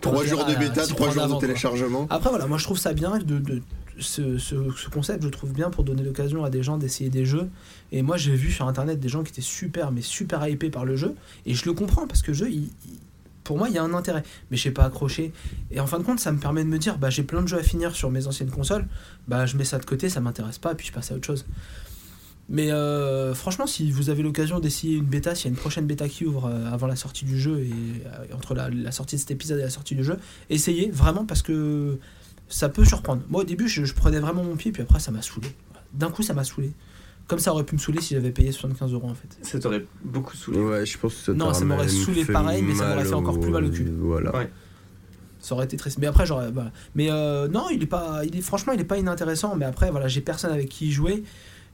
Speaker 1: 3
Speaker 3: intérêt
Speaker 1: jours de
Speaker 3: à
Speaker 1: bêta,
Speaker 3: t'y
Speaker 1: 3
Speaker 3: prendre
Speaker 1: jours
Speaker 3: avant,
Speaker 1: de
Speaker 3: quoi.
Speaker 1: téléchargement.
Speaker 3: Après, voilà, moi je trouve ça bien de, de- ce, ce- ce concept, je le trouve bien pour donner l'occasion à des gens d'essayer des jeux. Et moi, j'ai vu sur internet des gens qui étaient super, mais super hypés par le jeu. Et je le comprends parce que le jeu, il- il- pour moi, il y a un intérêt. Mais je sais pas accroché. Et en fin de compte, ça me permet de me dire, bah j'ai plein de jeux à finir sur mes anciennes consoles. Bah je mets ça de côté, ça m'intéresse pas, puis je passe à autre chose. Mais euh, franchement, si vous avez l'occasion d'essayer une bêta, s'il y a une prochaine bêta qui ouvre euh, avant la sortie du jeu et euh, entre la, la sortie de cet épisode et la sortie du jeu, essayez vraiment parce que ça peut surprendre. Moi au début je, je prenais vraiment mon pied puis après ça m'a saoulé. D'un coup ça m'a saoulé. Comme ça aurait pu me saouler si j'avais payé 75 euros en fait.
Speaker 2: Ça t'aurait beaucoup saoulé.
Speaker 1: Ouais, je pense que ça
Speaker 3: Non,
Speaker 1: t'aura
Speaker 3: ça m'aurait
Speaker 1: même
Speaker 3: saoulé
Speaker 1: fait
Speaker 3: pareil, mais ça m'aurait
Speaker 1: mal
Speaker 3: fait encore plus mal au cul.
Speaker 1: Voilà.
Speaker 2: Ouais.
Speaker 3: Ça aurait été triste. Mais après j'aurais voilà. Mais euh, non il est pas, il est franchement il est pas inintéressant. Mais après voilà j'ai personne avec qui y jouer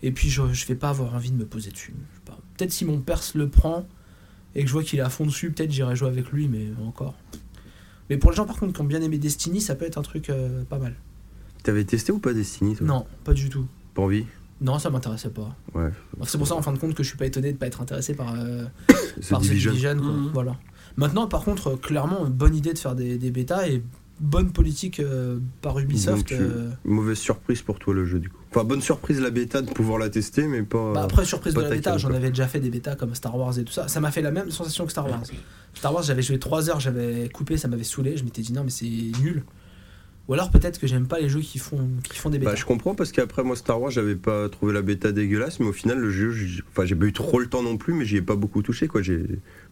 Speaker 3: et puis je, je vais pas avoir envie de me poser dessus. Je sais pas. Peut-être si mon père se le prend et que je vois qu'il est à fond dessus, peut-être j'irai jouer avec lui, mais encore. Mais pour les gens par contre qui ont bien aimé Destiny, ça peut être un truc euh, pas mal.
Speaker 1: T'avais testé ou pas Destiny toi
Speaker 3: Non, pas du tout.
Speaker 1: Pas envie
Speaker 3: Non, ça m'intéressait pas.
Speaker 1: Ouais.
Speaker 3: C'est pour ça en fin de compte que je suis pas étonné de pas être intéressé par euh,
Speaker 1: The
Speaker 3: par
Speaker 1: Division.
Speaker 3: Division. Division quoi.
Speaker 2: Mhm.
Speaker 3: Voilà. Maintenant, par contre, euh, clairement, bonne idée de faire des, des bêtas et bonne politique euh, par Ubisoft.
Speaker 1: Donc, euh,
Speaker 3: euh,
Speaker 1: Mauvaise surprise pour toi le jeu du coup. Enfin bonne surprise la bêta de pouvoir la tester mais pas.
Speaker 3: bah, après, surprise de
Speaker 1: pas
Speaker 3: la bêta,
Speaker 1: taquine,
Speaker 3: j'en
Speaker 1: quoi.
Speaker 3: avais déjà fait des bêtas comme Star Wars et tout ça. Ça m'a fait la même sensation que Star Wars. Star Wars, j'avais joué 3 heures, j'avais coupé, ça m'avait saoulé. Je m'étais dit non, mais c'est nul. Ou alors peut-être que j'aime pas les jeux qui font, qui font des bêtas.
Speaker 1: Bah, je comprends parce qu'après moi Star Wars j'avais pas trouvé la bêta dégueulasse mais au final le jeu j'ai- enfin j'ai pas eu trop le temps non plus mais j'y ai pas beaucoup touché quoi j'ai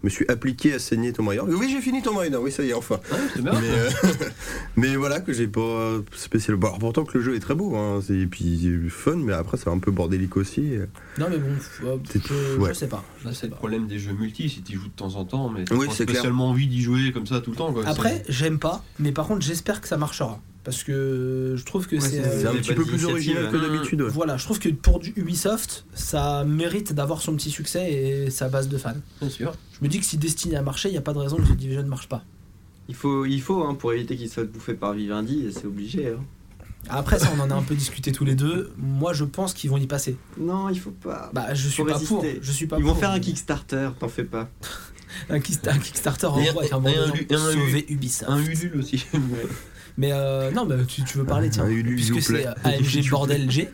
Speaker 1: me suis appliqué à saigner Tomb Raider oui j'ai fini Tomb Raider oui ça y est enfin
Speaker 5: C'est
Speaker 1: mais,
Speaker 5: bien.
Speaker 1: euh, mais voilà que j'ai pas spécial bon, alors, pourtant que le jeu est très beau hein, c'est- et puis il est fun mais après c'est un peu bordélique aussi
Speaker 2: Euh,
Speaker 3: Non, mais bon, f- euh,
Speaker 1: C'est-
Speaker 3: je,
Speaker 1: ouais.
Speaker 3: je sais pas. je sais
Speaker 5: C'est le
Speaker 3: pas.
Speaker 5: problème des jeux multi, si tu joues de temps en temps, mais t'as
Speaker 1: Oui,
Speaker 5: pas
Speaker 1: c'est clair.
Speaker 5: spécialement envie d'y jouer comme ça tout le temps. Quoi.
Speaker 3: Après, j'aime pas, mais par contre, j'espère que ça marchera. Parce que je trouve que
Speaker 2: Ouais,
Speaker 3: c'est.
Speaker 2: c'est-
Speaker 1: c'est
Speaker 3: euh,
Speaker 1: un
Speaker 2: des
Speaker 1: petit peu
Speaker 2: bonnes
Speaker 1: plus original que
Speaker 2: initiatives, hein.
Speaker 1: d'habitude ouais.
Speaker 3: Voilà, je trouve que pour du Ubisoft, ça mérite d'avoir son petit succès et sa base de fans.
Speaker 5: bien sûr.
Speaker 3: Je me dis que si Destiny a marché, il n'y a pas de raison que The Division ne marche pas.
Speaker 2: Il faut, il faut hein, pour éviter qu'il se fasse bouffer par Vivendi, c'est obligé. hein.
Speaker 3: Après ça, on en a un peu discuté tous les deux. Moi, je pense qu'ils vont y passer.
Speaker 2: Non, il faut pas.
Speaker 3: Bah, je suis
Speaker 2: Faut
Speaker 3: pas
Speaker 2: résister.
Speaker 3: pour. Je suis pas
Speaker 2: Ils vont
Speaker 3: pour,
Speaker 2: faire un
Speaker 3: mais-
Speaker 2: Kickstarter, t'en fais pas.
Speaker 3: un, kick- un Kickstarter en
Speaker 5: Et un-
Speaker 3: gros avec un
Speaker 5: et
Speaker 3: bon
Speaker 5: un
Speaker 3: de
Speaker 5: lu-
Speaker 3: gens.
Speaker 5: un lu-
Speaker 3: Sauver Ubisoft.
Speaker 5: Un Ulule aussi.
Speaker 3: Mais euh, non, mais tu, tu veux parler, tiens,
Speaker 1: Un Ulu, s'il vous
Speaker 3: puisque c'est
Speaker 1: plaît.
Speaker 3: euh, AMG Bordel G.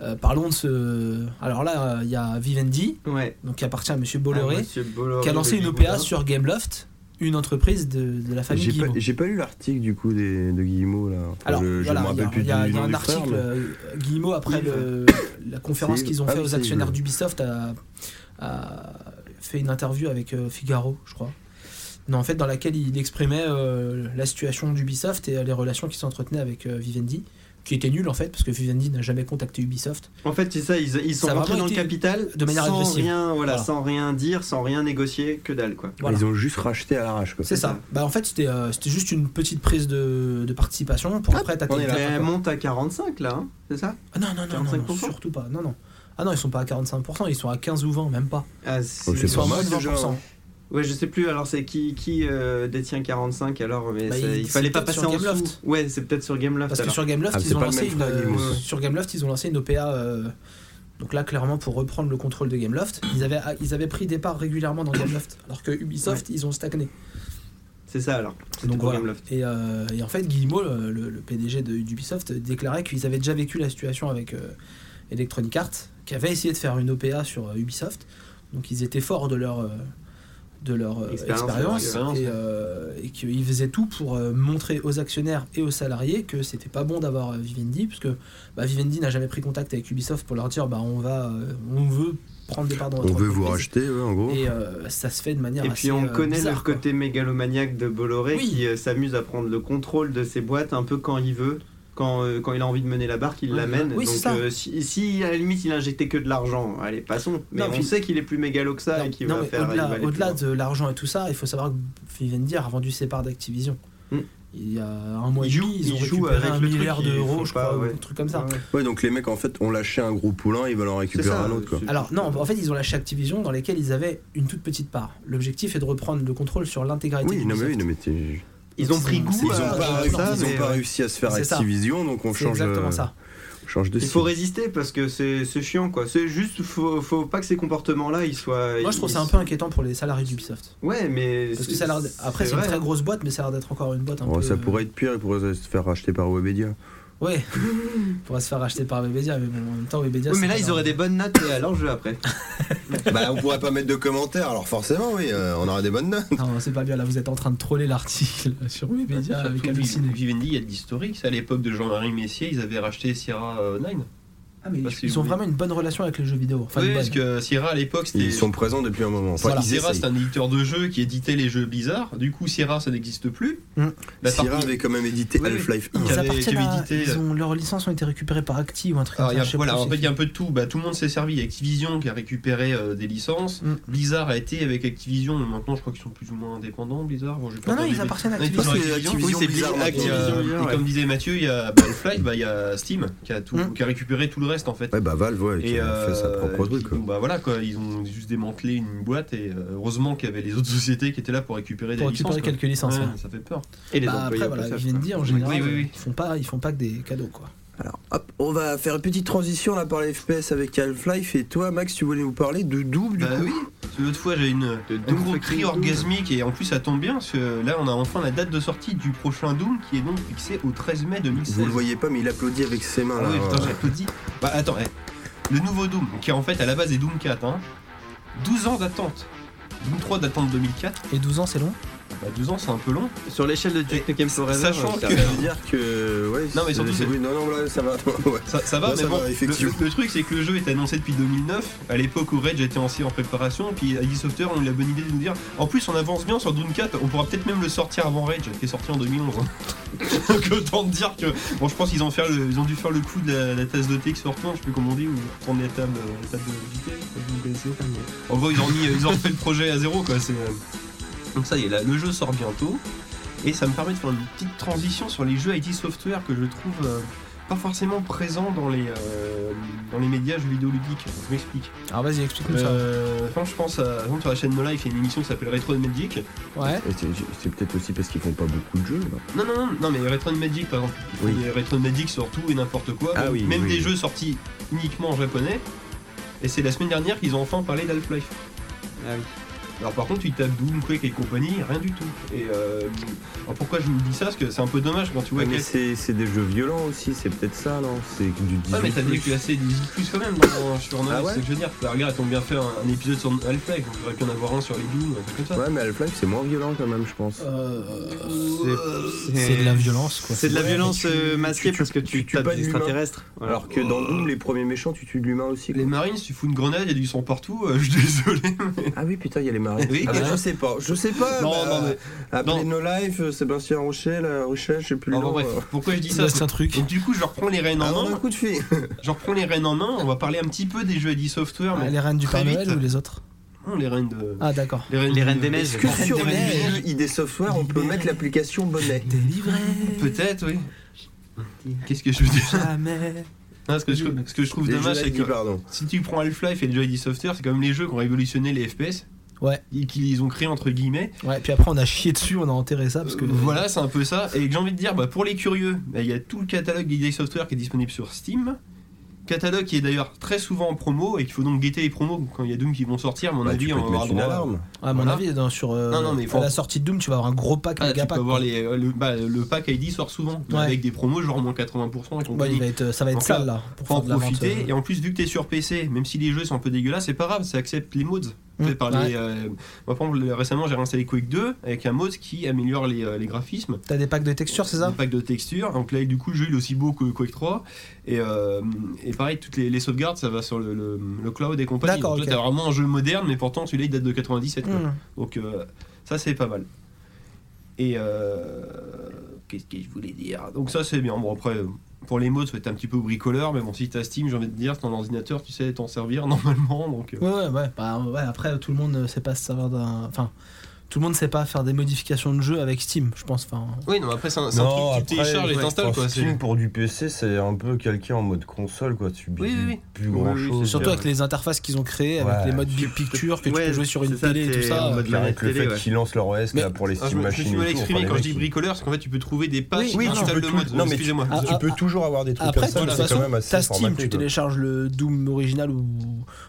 Speaker 3: euh, parlons de ce. Alors là, euh, il y a Vivendi,
Speaker 2: Ouais.
Speaker 3: donc qui appartient à Monsieur
Speaker 2: Ah,
Speaker 3: Bolloré,
Speaker 2: monsieur Bolloré
Speaker 3: qui a lancé
Speaker 2: de
Speaker 3: une OPA
Speaker 2: Bolloré.
Speaker 3: sur Gameloft, une entreprise de, de la famille
Speaker 1: euh, J'ai pas,
Speaker 3: Guillemot.
Speaker 1: j'ai pas lu l'article du coup des- de Guillemot là. Enfin,
Speaker 3: Alors,
Speaker 1: je, je me
Speaker 3: voilà, il y a-
Speaker 1: rappelle plus
Speaker 3: il y a,
Speaker 1: du
Speaker 3: il y a
Speaker 1: nom
Speaker 3: un
Speaker 1: du
Speaker 3: article,
Speaker 1: frère, mais-
Speaker 3: euh, Guillemot, après le- la conférence
Speaker 1: C'est-
Speaker 3: qu'ils ont
Speaker 1: ah
Speaker 3: fait
Speaker 1: oui,
Speaker 3: aux
Speaker 1: c'est-
Speaker 3: actionnaires d'Ubisoft, a, a fait une interview avec euh, Figaro, je crois. Non, en fait, dans laquelle il exprimait euh, la situation d'Ubisoft et euh, les relations qui s'entretenaient avec euh, Vivendi, qui était nulle en fait, parce que Vivendi n'a jamais contacté Ubisoft.
Speaker 2: En fait, c'est ça, ils, ils sont
Speaker 3: Ça a
Speaker 2: rentrés
Speaker 3: vraiment
Speaker 2: dans le
Speaker 3: été
Speaker 2: capital
Speaker 3: de manière
Speaker 2: sans
Speaker 3: agressive.
Speaker 2: rien, voilà,
Speaker 3: Voilà.
Speaker 2: sans rien dire, sans rien négocier, que dalle quoi.
Speaker 3: Voilà.
Speaker 1: Ils ont juste racheté à l'arrache quoi.
Speaker 3: C'est ça. Bah, en fait, c'était euh, c'était juste une petite prise de, de participation pour après
Speaker 1: Ah, on est
Speaker 3: t'attaquer.
Speaker 1: là.
Speaker 2: Mais
Speaker 3: la-
Speaker 2: elle monte à 45 là, hein, c'est ça
Speaker 3: Ah, non, non, non, non, non,
Speaker 2: 45%?
Speaker 3: surtout pas. Non, non. Ah non, ils sont pas à 45%, ils sont à 15 ou 20, même pas.
Speaker 2: Ah, c'est-
Speaker 1: Oh,
Speaker 3: Ils
Speaker 1: c'est
Speaker 3: sont à
Speaker 1: pas
Speaker 3: moins
Speaker 1: mal,
Speaker 3: de 20%.
Speaker 1: déjà.
Speaker 2: Ouais, je sais plus, alors c'est qui, qui euh, détient 45 alors, mais
Speaker 3: Bah,
Speaker 2: c'est-
Speaker 3: il-
Speaker 2: il,
Speaker 3: c'est
Speaker 2: fallait pas
Speaker 3: peut-être
Speaker 2: passer
Speaker 3: sur
Speaker 2: en
Speaker 3: Gameloft.
Speaker 2: dessous. Ouais, c'est peut-être sur Gameloft
Speaker 3: Parce que
Speaker 2: alors.
Speaker 3: sur Gameloft,
Speaker 1: Ah, mais
Speaker 3: ils
Speaker 1: c'est
Speaker 3: ont
Speaker 1: pas le
Speaker 3: lancé
Speaker 1: même
Speaker 3: une,
Speaker 1: frère,
Speaker 3: euh,
Speaker 1: Guillemot.
Speaker 3: sur Gameloft, ils ont lancé une OPA. euh, donc là, clairement, pour reprendre le contrôle de Gameloft, ils avaient, ils avaient pris des parts régulièrement dans Gameloft, alors que Ubisoft, ils ont stagné.
Speaker 2: C'est ça alors. C'était
Speaker 3: Donc
Speaker 2: pour
Speaker 3: voilà.
Speaker 2: Gameloft.
Speaker 3: Et, euh, et en fait, Guillemot, euh, le, le- le PDG de- d'Ubisoft, déclarait qu'ils avaient déjà vécu la situation avec euh, Electronic Arts, qui avait essayé de faire une OPA sur euh, Ubisoft. Donc ils étaient forts de leur, euh, de leur euh,
Speaker 2: Expérience,
Speaker 3: expérience
Speaker 2: expérience,
Speaker 3: et,
Speaker 2: ouais.
Speaker 3: euh, et qu'ils faisaient tout pour euh, montrer aux actionnaires et aux salariés que c'était pas bon d'avoir euh, Vivendi, puisque bah, Vivendi n'a jamais pris contact avec Ubisoft pour leur dire bah, on, va, euh, on veut prendre des parts dans votre
Speaker 1: On veut vous
Speaker 3: entreprise.
Speaker 1: racheter ouais, en gros.
Speaker 3: Et euh, ça se fait de manière
Speaker 2: Et
Speaker 3: assez,
Speaker 2: puis on
Speaker 3: euh,
Speaker 2: connaît
Speaker 3: bizarre,
Speaker 2: leur
Speaker 3: quoi.
Speaker 2: côté mégalomaniaque de Bolloré
Speaker 3: Oui.
Speaker 2: qui euh, s'amuse à prendre le contrôle de ses boîtes un peu quand il veut. Quand, euh, quand il a envie de mener la barque, il
Speaker 5: Ouais,
Speaker 2: l'amène.
Speaker 3: oui, c'est
Speaker 2: Donc
Speaker 3: ça.
Speaker 2: euh, si, si, à la limite il injectait que de l'argent, allez passons. Mais
Speaker 3: Non,
Speaker 2: on
Speaker 3: puis-
Speaker 2: sait qu'il est plus mégalo que ça
Speaker 3: Non,
Speaker 2: et qu'il
Speaker 3: non,
Speaker 2: va
Speaker 3: mais
Speaker 2: faire. il va
Speaker 3: Au-delà
Speaker 2: aller plus
Speaker 3: au-delà
Speaker 2: loin.
Speaker 3: de l'argent et tout ça, il faut savoir que Vivendi a vendu ses parts d'Activision.
Speaker 2: Mm.
Speaker 3: il y a un mois et
Speaker 2: Ils
Speaker 3: demi, ils
Speaker 2: jouent-
Speaker 3: ont
Speaker 2: ils jouent
Speaker 3: récupéré
Speaker 2: avec
Speaker 3: un
Speaker 2: le truc
Speaker 3: milliard
Speaker 2: qu'ils
Speaker 3: d'euros,
Speaker 2: font
Speaker 3: je
Speaker 2: pas,
Speaker 3: crois, ou
Speaker 2: ouais.
Speaker 3: un truc comme ça.
Speaker 1: Ouais, donc les mecs, en fait, ont lâché un gros poulain, ils veulent en récupérer
Speaker 2: ça,
Speaker 1: un autre. Quoi.
Speaker 2: c'est-
Speaker 3: Alors non, en fait ils ont lâché Activision dans lesquels ils avaient une toute petite part. L'objectif est de reprendre le contrôle sur l'intégralité
Speaker 1: Oui, non, mais,
Speaker 3: d'Ubisoft.
Speaker 1: oui, non, mais t'es-
Speaker 2: Ils ont pris
Speaker 3: Ils
Speaker 2: goût
Speaker 1: ils ont
Speaker 3: Ouais,
Speaker 2: à-
Speaker 1: pas,
Speaker 3: ouais,
Speaker 1: ils ont
Speaker 3: ça, mais
Speaker 2: euh,
Speaker 1: pas
Speaker 3: ouais.
Speaker 1: réussi à se faire
Speaker 3: C'est ça.
Speaker 1: Activision, donc on
Speaker 3: C'est
Speaker 1: change,
Speaker 3: exactement
Speaker 1: euh,
Speaker 3: ça.
Speaker 1: on change de
Speaker 2: Il
Speaker 1: site.
Speaker 2: faut résister parce que c'est c'est chiant quoi. C'est juste faut, faut pas que ces comportements là ils soient.
Speaker 3: Moi je trouve
Speaker 2: ils-
Speaker 3: ça un peu inquiétant pour les salariés d'Ubisoft.
Speaker 2: Ouais mais.
Speaker 3: Parce que ça a l'air d- après c'est une
Speaker 2: vrai,
Speaker 3: très
Speaker 2: hein.
Speaker 3: grosse boîte mais ça a l'air d'être encore une boîte un
Speaker 1: Oh,
Speaker 3: peu
Speaker 1: Ça pourrait être pire, ils pourraient se faire racheter par Webedia.
Speaker 3: Ouais. pourrait se faire racheter par Webedia mais bon, en même temps Webedia
Speaker 2: Ouais,
Speaker 3: c'est
Speaker 2: mais là
Speaker 3: pas
Speaker 2: ils
Speaker 3: leur-
Speaker 2: auraient des bonnes notes et alors je vais après.
Speaker 1: bah, on pourrait pas mettre de commentaires, alors forcément, oui, euh, on aura des bonnes notes.
Speaker 3: Non, c'est pas bien là, vous êtes en train de troller l'article sur Webedia avec
Speaker 5: Bah, Surtout,
Speaker 3: Halluciné.
Speaker 5: Vivendi, il y a de l'historique. C'est à l'époque de Jean-Marie Messier, ils avaient racheté Sierra euh, 9.
Speaker 3: Ah mais
Speaker 5: Parce
Speaker 3: ils- ils ont
Speaker 5: que-
Speaker 3: vraiment une bonne relation avec les jeux vidéo. Enfin, une
Speaker 5: parce
Speaker 3: bonne.
Speaker 5: que Sierra à l'époque, c'était.
Speaker 1: Ils sont présents depuis un moment. Enfin,
Speaker 3: Voilà.
Speaker 1: ils
Speaker 5: Sierra,
Speaker 1: essayent.
Speaker 5: c'est un éditeur de jeux qui éditait les jeux bizarres. Du coup, Sierra, ça n'existe plus. Bah,
Speaker 3: Mm.
Speaker 5: La
Speaker 1: Sierra
Speaker 5: partie-
Speaker 1: avait quand même édité
Speaker 5: Oui, oui.
Speaker 1: Half-Life 1.
Speaker 5: Il
Speaker 3: Ils
Speaker 5: avait
Speaker 3: appartiennent
Speaker 5: été
Speaker 3: à-
Speaker 5: édité-
Speaker 3: ils ont, leurs licences ont été récupérées par Acti ou un truc
Speaker 5: Alors,
Speaker 3: comme
Speaker 5: il y a-
Speaker 3: ça. je sais
Speaker 5: voilà,
Speaker 3: plus,
Speaker 5: en
Speaker 3: c'est
Speaker 5: fait, il y a un peu de tout. Bah, tout le monde s'est servi. Activision qui a récupéré euh, des licences.
Speaker 3: Mm.
Speaker 5: Blizzard a été avec Activision. mais Maintenant, je crois qu'ils sont plus ou moins indépendants, Blizzard. Bon, je vais pas
Speaker 3: Non, non,
Speaker 5: dire
Speaker 3: ils
Speaker 5: des
Speaker 3: appartiennent à
Speaker 5: bêtises.
Speaker 3: Activision.
Speaker 5: Non, ils sont
Speaker 1: Parce que
Speaker 5: Activision.
Speaker 1: Activision,
Speaker 5: Oui, c'est
Speaker 1: Blizzard, maintenant.
Speaker 5: Blizzard, Activision.
Speaker 2: Activision,
Speaker 5: Et comme
Speaker 2: ouais.
Speaker 5: disait Mathieu, il y a bah, Half-Life, bah, il y a Steam qui a, tout,
Speaker 3: Mm.
Speaker 5: qui a récupéré tout le reste en fait.
Speaker 1: Ouais, bah Valve, ouais, qui
Speaker 5: Et
Speaker 1: a fait sa
Speaker 5: euh,
Speaker 1: propre truc.
Speaker 5: qui-
Speaker 1: quoi.
Speaker 5: Bah voilà quoi, ils ont juste démantelé une boîte et euh, heureusement qu'il y avait les autres sociétés qui étaient là pour récupérer
Speaker 3: Pour
Speaker 5: des licences.
Speaker 3: récupérer quelques licences.
Speaker 5: quoi.
Speaker 3: ouais.
Speaker 5: Ouais, Ça fait peur.
Speaker 2: Et les
Speaker 3: Bah,
Speaker 2: employés,
Speaker 3: après, voilà,
Speaker 2: ça,
Speaker 3: je
Speaker 2: je
Speaker 3: viens de
Speaker 2: crois.
Speaker 3: dire, en général,
Speaker 5: Oui, oui, oui.
Speaker 3: ils font pas, ils font pas que des cadeaux, quoi.
Speaker 1: Alors, hop,
Speaker 5: Bah,
Speaker 1: on va faire une petite transition là par les FPS avec Half-Life. Et toi, Max, tu voulais nous parler de double du
Speaker 5: Bah
Speaker 1: coup
Speaker 5: oui. Parce que L'autre fois j'ai une
Speaker 2: De
Speaker 5: un
Speaker 2: Doom
Speaker 5: gros
Speaker 2: fucking
Speaker 5: cri
Speaker 2: Doom.
Speaker 5: orgasmique et en plus ça tombe bien parce que là on a enfin la date de sortie du prochain Doom qui est donc fixée au 13 mai 2016.
Speaker 1: Vous le voyez euh. pas, mais il applaudit avec ses mains
Speaker 5: Ah
Speaker 1: là.
Speaker 5: oui, putain,
Speaker 1: ouais.
Speaker 5: j'applaudis. Bah attends, eh. le nouveau Doom qui en fait à la base est Doom 4, hein. 12 ans d'attente. Doom 3 d'attente 2004,
Speaker 3: Et 12 ans, c'est long
Speaker 5: bah 12 ans c'est un peu long.
Speaker 2: Sur l'échelle de Duke Nukem Forever.
Speaker 5: sachant
Speaker 2: ça-
Speaker 5: que-
Speaker 1: Ça veut dire que. euh, Ouais,
Speaker 5: Non, mais surtout,
Speaker 1: c'est-
Speaker 5: c'est-
Speaker 1: oui, non, non, là, ça va. ouais.
Speaker 5: Ça, ça va,
Speaker 1: Ouais,
Speaker 5: mais
Speaker 1: ça
Speaker 5: bon,
Speaker 1: va,
Speaker 5: le,
Speaker 1: effectivement.
Speaker 5: le- le truc c'est que le jeu est annoncé depuis 2009, à l'époque où Rage était aussi en préparation, puis ID Software ont eu la bonne idée de nous dire en plus on avance bien sur Doom 4, on pourra peut-être même le sortir avant Rage, qui est sorti en 2011. hein. Donc autant te dire que, bon je pense qu'ils ont, fait le- ils ont dû faire le coup de la, la tasse de thé qui se retourne, je sais plus comment on dit, ou tourner la table, euh, la table de JT, vous connaissez. En gros ils ont, mis, euh, ils ont fait le projet à zéro quoi, c'est... euh. Donc ça y est, là, le jeu sort bientôt, et ça me permet de faire une petite transition sur les jeux ID Software que je trouve... euh, pas forcément présent dans les, euh, dans les médias jeux vidéo ludiques. Je m'explique.
Speaker 3: Alors vas-y, explique-nous
Speaker 5: Euh, quand je pense à, par exemple, sur la chaîne No Life, il y a une émission qui s'appelle Retro and Magic.
Speaker 3: ça. Ouais.
Speaker 1: Et c'est- C'est peut-être aussi parce qu'ils font pas beaucoup de jeux. Là.
Speaker 5: Non, non, non, non, mais Retro and Magic par exemple. Ils font
Speaker 1: Oui.
Speaker 5: des Retro and Magic sur tout et n'importe quoi.
Speaker 1: Ah
Speaker 5: même
Speaker 1: oui,
Speaker 5: même
Speaker 1: oui,
Speaker 5: des
Speaker 1: oui.
Speaker 5: jeux sortis uniquement en japonais. Et c'est la semaine dernière qu'ils ont enfin parlé d'Half-Life.
Speaker 2: Ah oui.
Speaker 5: Alors par contre, tu tapes Doom, Quake et compagnie, rien du tout. Et euh, alors, pourquoi je vous dis ça Parce que c'est un peu dommage quand tu vois
Speaker 1: Ouais, Ah, mais
Speaker 5: quel-
Speaker 1: c'est c'est des jeux violents aussi, c'est peut-être ça, non C'est du 18.
Speaker 5: Ouais, mais t'as des
Speaker 1: plus.
Speaker 5: assez des plus quand même dans, sur Noël,
Speaker 1: Ah ouais
Speaker 5: c'est ce que je veux dire. Bah, regarde, ils ont bien fait un, un épisode sur Half-Life, donc il aurait pu en avoir un sur les Doom, un truc comme ça.
Speaker 1: Ouais, mais Half-Life, c'est moins violent quand même, je pense.
Speaker 5: Euh,
Speaker 2: C'est-
Speaker 3: C'est de la violence, quoi.
Speaker 2: C'est de la
Speaker 1: Ouais,
Speaker 2: violence
Speaker 1: mais tu-
Speaker 2: euh, masquée
Speaker 1: tu-
Speaker 2: parce que tu
Speaker 1: tu
Speaker 2: tapes
Speaker 1: bats
Speaker 2: des
Speaker 1: de l'humain.
Speaker 2: extraterrestres. Voilà.
Speaker 1: Alors que dans Doom, les premiers méchants, tu tues de l'humain aussi. quoi.
Speaker 5: Les Marines, tu fous une grenade, il y a du sang partout, euh, je suis désolé.
Speaker 1: Ah oui, putain, il y a les marins.
Speaker 5: Oui,
Speaker 1: Ah
Speaker 5: quand
Speaker 1: bah,
Speaker 5: même.
Speaker 1: je sais pas, je sais pas.
Speaker 5: Non,
Speaker 1: bah,
Speaker 5: non, mais-
Speaker 1: Appelez
Speaker 5: non.
Speaker 1: No Life, euh, Sébastien Rochelle, euh, Rochelle, je sais plus le
Speaker 5: Non, bon,
Speaker 1: nom.
Speaker 5: bref,
Speaker 1: euh.
Speaker 5: pourquoi je dis ça
Speaker 3: C'est un truc.
Speaker 5: Donc du coup, je reprends les rênes
Speaker 1: Ah,
Speaker 5: en
Speaker 1: non, un
Speaker 5: main.
Speaker 1: coup de fil.
Speaker 5: Je reprends les rênes en main, on va parler un petit peu des jeux ID Software, mais
Speaker 3: Ah, les reines du
Speaker 5: très
Speaker 3: Père
Speaker 5: vite.
Speaker 3: Noël ou les autres
Speaker 5: non, les rênes de...
Speaker 3: Ah, d'accord.
Speaker 2: Les Reines des Neiges.
Speaker 1: Que sur
Speaker 5: Reines
Speaker 1: les
Speaker 5: Ah, des Neiges.
Speaker 1: jeux ID Software, on peut mettre l'application Bonnet.
Speaker 3: Délivré
Speaker 5: Peut-être, oui. Qu'est-ce que je veux dire
Speaker 3: jamais.
Speaker 5: Non, ce, que je, ce que je trouve
Speaker 1: Les
Speaker 5: dommage,
Speaker 1: jeux
Speaker 5: c'est
Speaker 1: ID,
Speaker 5: que
Speaker 1: pardon.
Speaker 5: si tu prends Half-Life et les jeux ID Software, c'est comme les jeux qui ont révolutionné les FPS.
Speaker 3: Ouais.
Speaker 5: Et qu'ils ont créé entre guillemets.
Speaker 3: Ouais, puis après on a chié dessus, on a enterré ça Ah, parce que.
Speaker 5: Euh, Voilà, c'est un peu ça. Et j'ai envie de dire, bah, pour les curieux, bah, il y a tout le catalogue d'ID Software qui est disponible sur Steam. Catalogue qui est d'ailleurs très souvent en promo et qu'il faut donc guetter les promos quand il y a Doom qui vont sortir. à Mon
Speaker 1: Bah, tu
Speaker 5: avis,
Speaker 1: peux
Speaker 5: on
Speaker 1: te
Speaker 5: aura
Speaker 1: mettre une
Speaker 5: droit. à-
Speaker 1: alarme.
Speaker 3: À mon
Speaker 5: voilà.
Speaker 3: avis, dans- sur. euh,
Speaker 5: Non, non, mais faut-
Speaker 3: À la sortie de Doom, tu vas avoir un gros pack,
Speaker 5: Ah, tu
Speaker 3: méga pack.
Speaker 5: peux avoir
Speaker 3: quoi.
Speaker 5: les, euh, le, bah, le pack ID sort souvent, mais
Speaker 3: Ouais.
Speaker 5: avec des promos genre moins 80% et
Speaker 3: Ouais, il
Speaker 5: compagnie.
Speaker 3: va être, euh, ça va être
Speaker 5: Donc
Speaker 3: sale
Speaker 5: là,
Speaker 3: là. Pour
Speaker 5: faut
Speaker 3: faire
Speaker 5: en
Speaker 3: de la
Speaker 5: profiter.
Speaker 3: vente, euh.
Speaker 5: Et en plus, vu que t'es sur PC, même si les jeux sont un peu dégueulasses, c'est pas grave, ça accepte les mods. Fait
Speaker 3: Mm,
Speaker 5: par
Speaker 3: ouais.
Speaker 5: les, euh, moi, par exemple, récemment, j'ai réinstallé Quake 2 avec un mod qui améliore les, euh, les graphismes.
Speaker 3: T'as des packs de textures, c'est ça
Speaker 5: Des packs de textures. Donc là, du coup, le jeu il est aussi beau que Quake 3. Et, euh, et pareil, toutes les, les sauvegardes, ça va sur le, le- le cloud et compagnie.
Speaker 3: D'accord,
Speaker 5: Donc là,
Speaker 3: ok.
Speaker 5: t'as vraiment un jeu moderne, mais pourtant celui-là il date de 97. quoi.
Speaker 3: Hmm.
Speaker 5: Donc euh, ça, c'est pas mal. Et euh, qu'est-ce que je voulais dire Donc ça, c'est bien. Bon, après. euh, Pour les mods, ça va être un petit peu bricoleur, mais bon, si t'as Steam, j'ai envie de dire, c'est dans l'ordinateur, tu sais t'en servir normalement, donc euh,
Speaker 3: euh, Ouais, ouais, ouais. Bah, ouais, après, tout le monde ne sait pas se servir d'un. Enfin, tout le monde sait pas faire des modifications de jeu avec Steam, je pense. Enfin,
Speaker 5: Oui, non, mais après, c'est un, c'est un
Speaker 4: Non,
Speaker 5: truc que tu
Speaker 4: après,
Speaker 5: télécharges et
Speaker 4: ouais,
Speaker 5: t'installes,
Speaker 4: pour
Speaker 5: quoi. c'est-
Speaker 4: Steam, pour du PC, c'est un peu calqué en mode console, quoi. Tu
Speaker 5: Oui, oui, oui.
Speaker 4: plus grand
Speaker 2: oui,
Speaker 4: chose.
Speaker 3: surtout avec les interfaces qu'ils ont créées, avec
Speaker 4: Oh, Ouais.
Speaker 3: les modes big picture que tu peux
Speaker 2: Ouais,
Speaker 3: jouer sur une
Speaker 2: c'est ça,
Speaker 3: télé et
Speaker 2: c'est
Speaker 3: tout ça.
Speaker 2: en mode
Speaker 4: Avec le
Speaker 2: télé,
Speaker 4: fait
Speaker 2: ouais.
Speaker 4: qu'ils lancent leur OS là,
Speaker 3: Mais-
Speaker 4: pour les
Speaker 5: Ah, je,
Speaker 4: Steam
Speaker 5: me- je me
Speaker 4: Machines.
Speaker 5: suis mal
Speaker 4: et tout, enfin,
Speaker 5: exprimé
Speaker 4: les
Speaker 5: quand je
Speaker 4: mecs,
Speaker 5: dis
Speaker 4: ils-
Speaker 5: bricoleur, parce qu'en fait, tu peux trouver des patchs
Speaker 3: Oui,
Speaker 4: oui,
Speaker 5: qui
Speaker 4: tu
Speaker 5: installent
Speaker 4: peux
Speaker 5: le
Speaker 4: tout-
Speaker 5: mode.
Speaker 4: non, mais
Speaker 5: Excusez-moi.
Speaker 3: Ah,
Speaker 4: Tu peux toujours avoir des trucs
Speaker 3: Après,
Speaker 4: comme ça,
Speaker 3: de toute
Speaker 4: c'est
Speaker 3: façon,
Speaker 4: quand même assez
Speaker 3: T'as Steam,
Speaker 4: formaté,
Speaker 3: tu
Speaker 4: quoi.
Speaker 3: télécharges le Doom original ou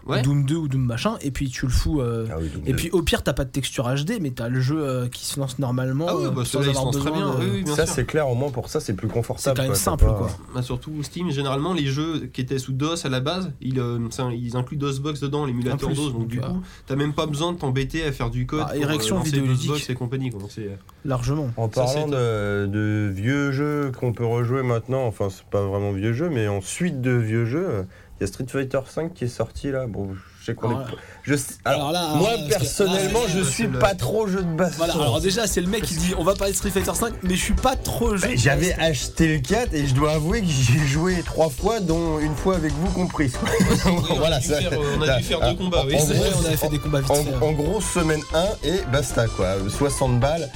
Speaker 3: ou
Speaker 5: Ouais.
Speaker 3: Doom 2 ou Doom machin, et puis tu le fous. euh,
Speaker 4: Ah oui, donc,
Speaker 3: Et puis au pire, t'as pas de texture HD, mais t'as le jeu euh, qui se lance normalement.
Speaker 5: Ah oui,
Speaker 3: euh,
Speaker 5: bah,
Speaker 3: sans
Speaker 5: ceux-là, ils se
Speaker 3: avoir
Speaker 5: lancent très bien.
Speaker 3: besoin de-
Speaker 5: Oui, oui, bien
Speaker 4: ça
Speaker 5: sûr.
Speaker 4: c'est clair au moins pour ça c'est plus confortable.
Speaker 3: C'est quand même
Speaker 4: quoi, t'as
Speaker 3: simple,
Speaker 4: pas-
Speaker 3: quoi.
Speaker 5: Bah, surtout Steam, généralement, les jeux qui étaient sous DOS à la base, ils, euh, c'est un- ils incluent DOSBox dedans, l'émulateur
Speaker 3: En plus,
Speaker 5: DOS, donc du
Speaker 3: ouais.
Speaker 5: coup, t'as même pas besoin de t'embêter à faire du code.
Speaker 3: Ah,
Speaker 5: pour, euh,
Speaker 3: érection
Speaker 5: lancer
Speaker 3: vidéoludique.
Speaker 5: DOSBox et compagnie, quoi. Donc, c'est-
Speaker 3: Largement.
Speaker 4: En
Speaker 5: Ça,
Speaker 4: parlant
Speaker 5: c'est-
Speaker 4: de, de vieux jeux qu'on peut rejouer maintenant, enfin c'est pas vraiment vieux jeux, mais en suite de vieux jeux, il y a Street Fighter V qui est sorti là. Bon, je sais qu'on
Speaker 3: Alors
Speaker 4: est.
Speaker 3: là-
Speaker 4: Je sais- alors,
Speaker 3: alors là, alors
Speaker 4: moi
Speaker 3: là, parce que-
Speaker 4: personnellement,
Speaker 3: ah,
Speaker 4: je suis
Speaker 5: c'est le-
Speaker 4: pas trop jeu de baston.
Speaker 3: Voilà, alors déjà, c'est le mec qui dit on va parler de Street Fighter 5, mais je suis pas trop jeu.
Speaker 4: Bah, J'avais acheté le 4 et je dois avouer que j'ai joué trois fois, dont une fois avec vous comprise. quoi.
Speaker 5: on a dû
Speaker 4: ça-
Speaker 5: faire, euh, on a
Speaker 4: ça-
Speaker 5: dû faire deux
Speaker 4: ah,
Speaker 5: combats,
Speaker 4: en-
Speaker 5: oui.
Speaker 4: en
Speaker 3: C'est vrai,
Speaker 4: gros,
Speaker 3: on avait fait des combats vite
Speaker 4: En,
Speaker 3: fait.
Speaker 4: en gros, semaine 1 et basta quoi. 60 balles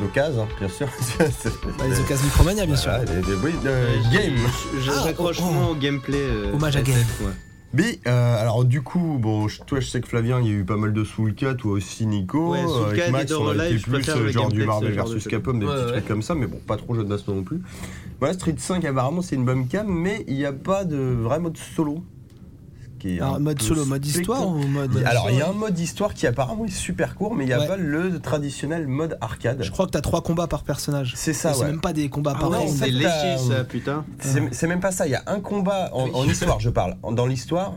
Speaker 4: d'occasion, hein, bien sûr. C'est-
Speaker 3: Bah, les occasions Micromania, bien sûr.
Speaker 4: Voilà, des- des bruits de game.
Speaker 2: Je- Je
Speaker 3: Ah,
Speaker 2: raccroche
Speaker 3: oh, oh.
Speaker 2: moins au gameplay. euh,
Speaker 3: Hommage à
Speaker 2: SF, ouais.
Speaker 4: Mais euh, alors du coup, bon, je- toi je sais que Flavien, il y a eu pas mal de Soul 4, toi aussi Nico,
Speaker 2: Ouais, Soul
Speaker 4: Euh, avec
Speaker 2: Cat,
Speaker 4: Max,
Speaker 2: Dead or
Speaker 4: on a été
Speaker 2: Alive, je
Speaker 4: plus
Speaker 2: préfère
Speaker 4: euh,
Speaker 2: le
Speaker 4: genre du
Speaker 2: gameplay,
Speaker 4: Marvel
Speaker 2: ce genre de
Speaker 4: versus
Speaker 2: truc.
Speaker 4: Capcom, des
Speaker 5: Ouais,
Speaker 4: petits
Speaker 5: ouais.
Speaker 4: trucs comme ça, mais bon, pas trop jeu de baston non plus. Voilà, Street 5 apparemment c'est une bonne cam, mais il n'y a pas de vrai mode solo. Ce qui est
Speaker 3: Alors,
Speaker 4: un
Speaker 3: Ah, mode
Speaker 4: peu
Speaker 3: solo, mode histoire
Speaker 4: spectac-
Speaker 3: ou mode.
Speaker 4: alors il y a un mode histoire qui apparemment est super court, mais il n'y a
Speaker 3: Ouais.
Speaker 4: pas le traditionnel mode arcade.
Speaker 3: Je crois que t'as trois combats par personnage.
Speaker 4: C'est
Speaker 3: Et
Speaker 4: ça,
Speaker 3: C'est
Speaker 4: ouais.
Speaker 3: même pas des combats
Speaker 2: Ah
Speaker 3: par
Speaker 2: ouais,
Speaker 4: en
Speaker 3: round.
Speaker 4: fait,
Speaker 2: c'est léché
Speaker 4: t'as-
Speaker 2: ça, putain.
Speaker 4: C'est c'est même pas ça, il y a un combat en, en histoire, je parle. En- Dans l'histoire,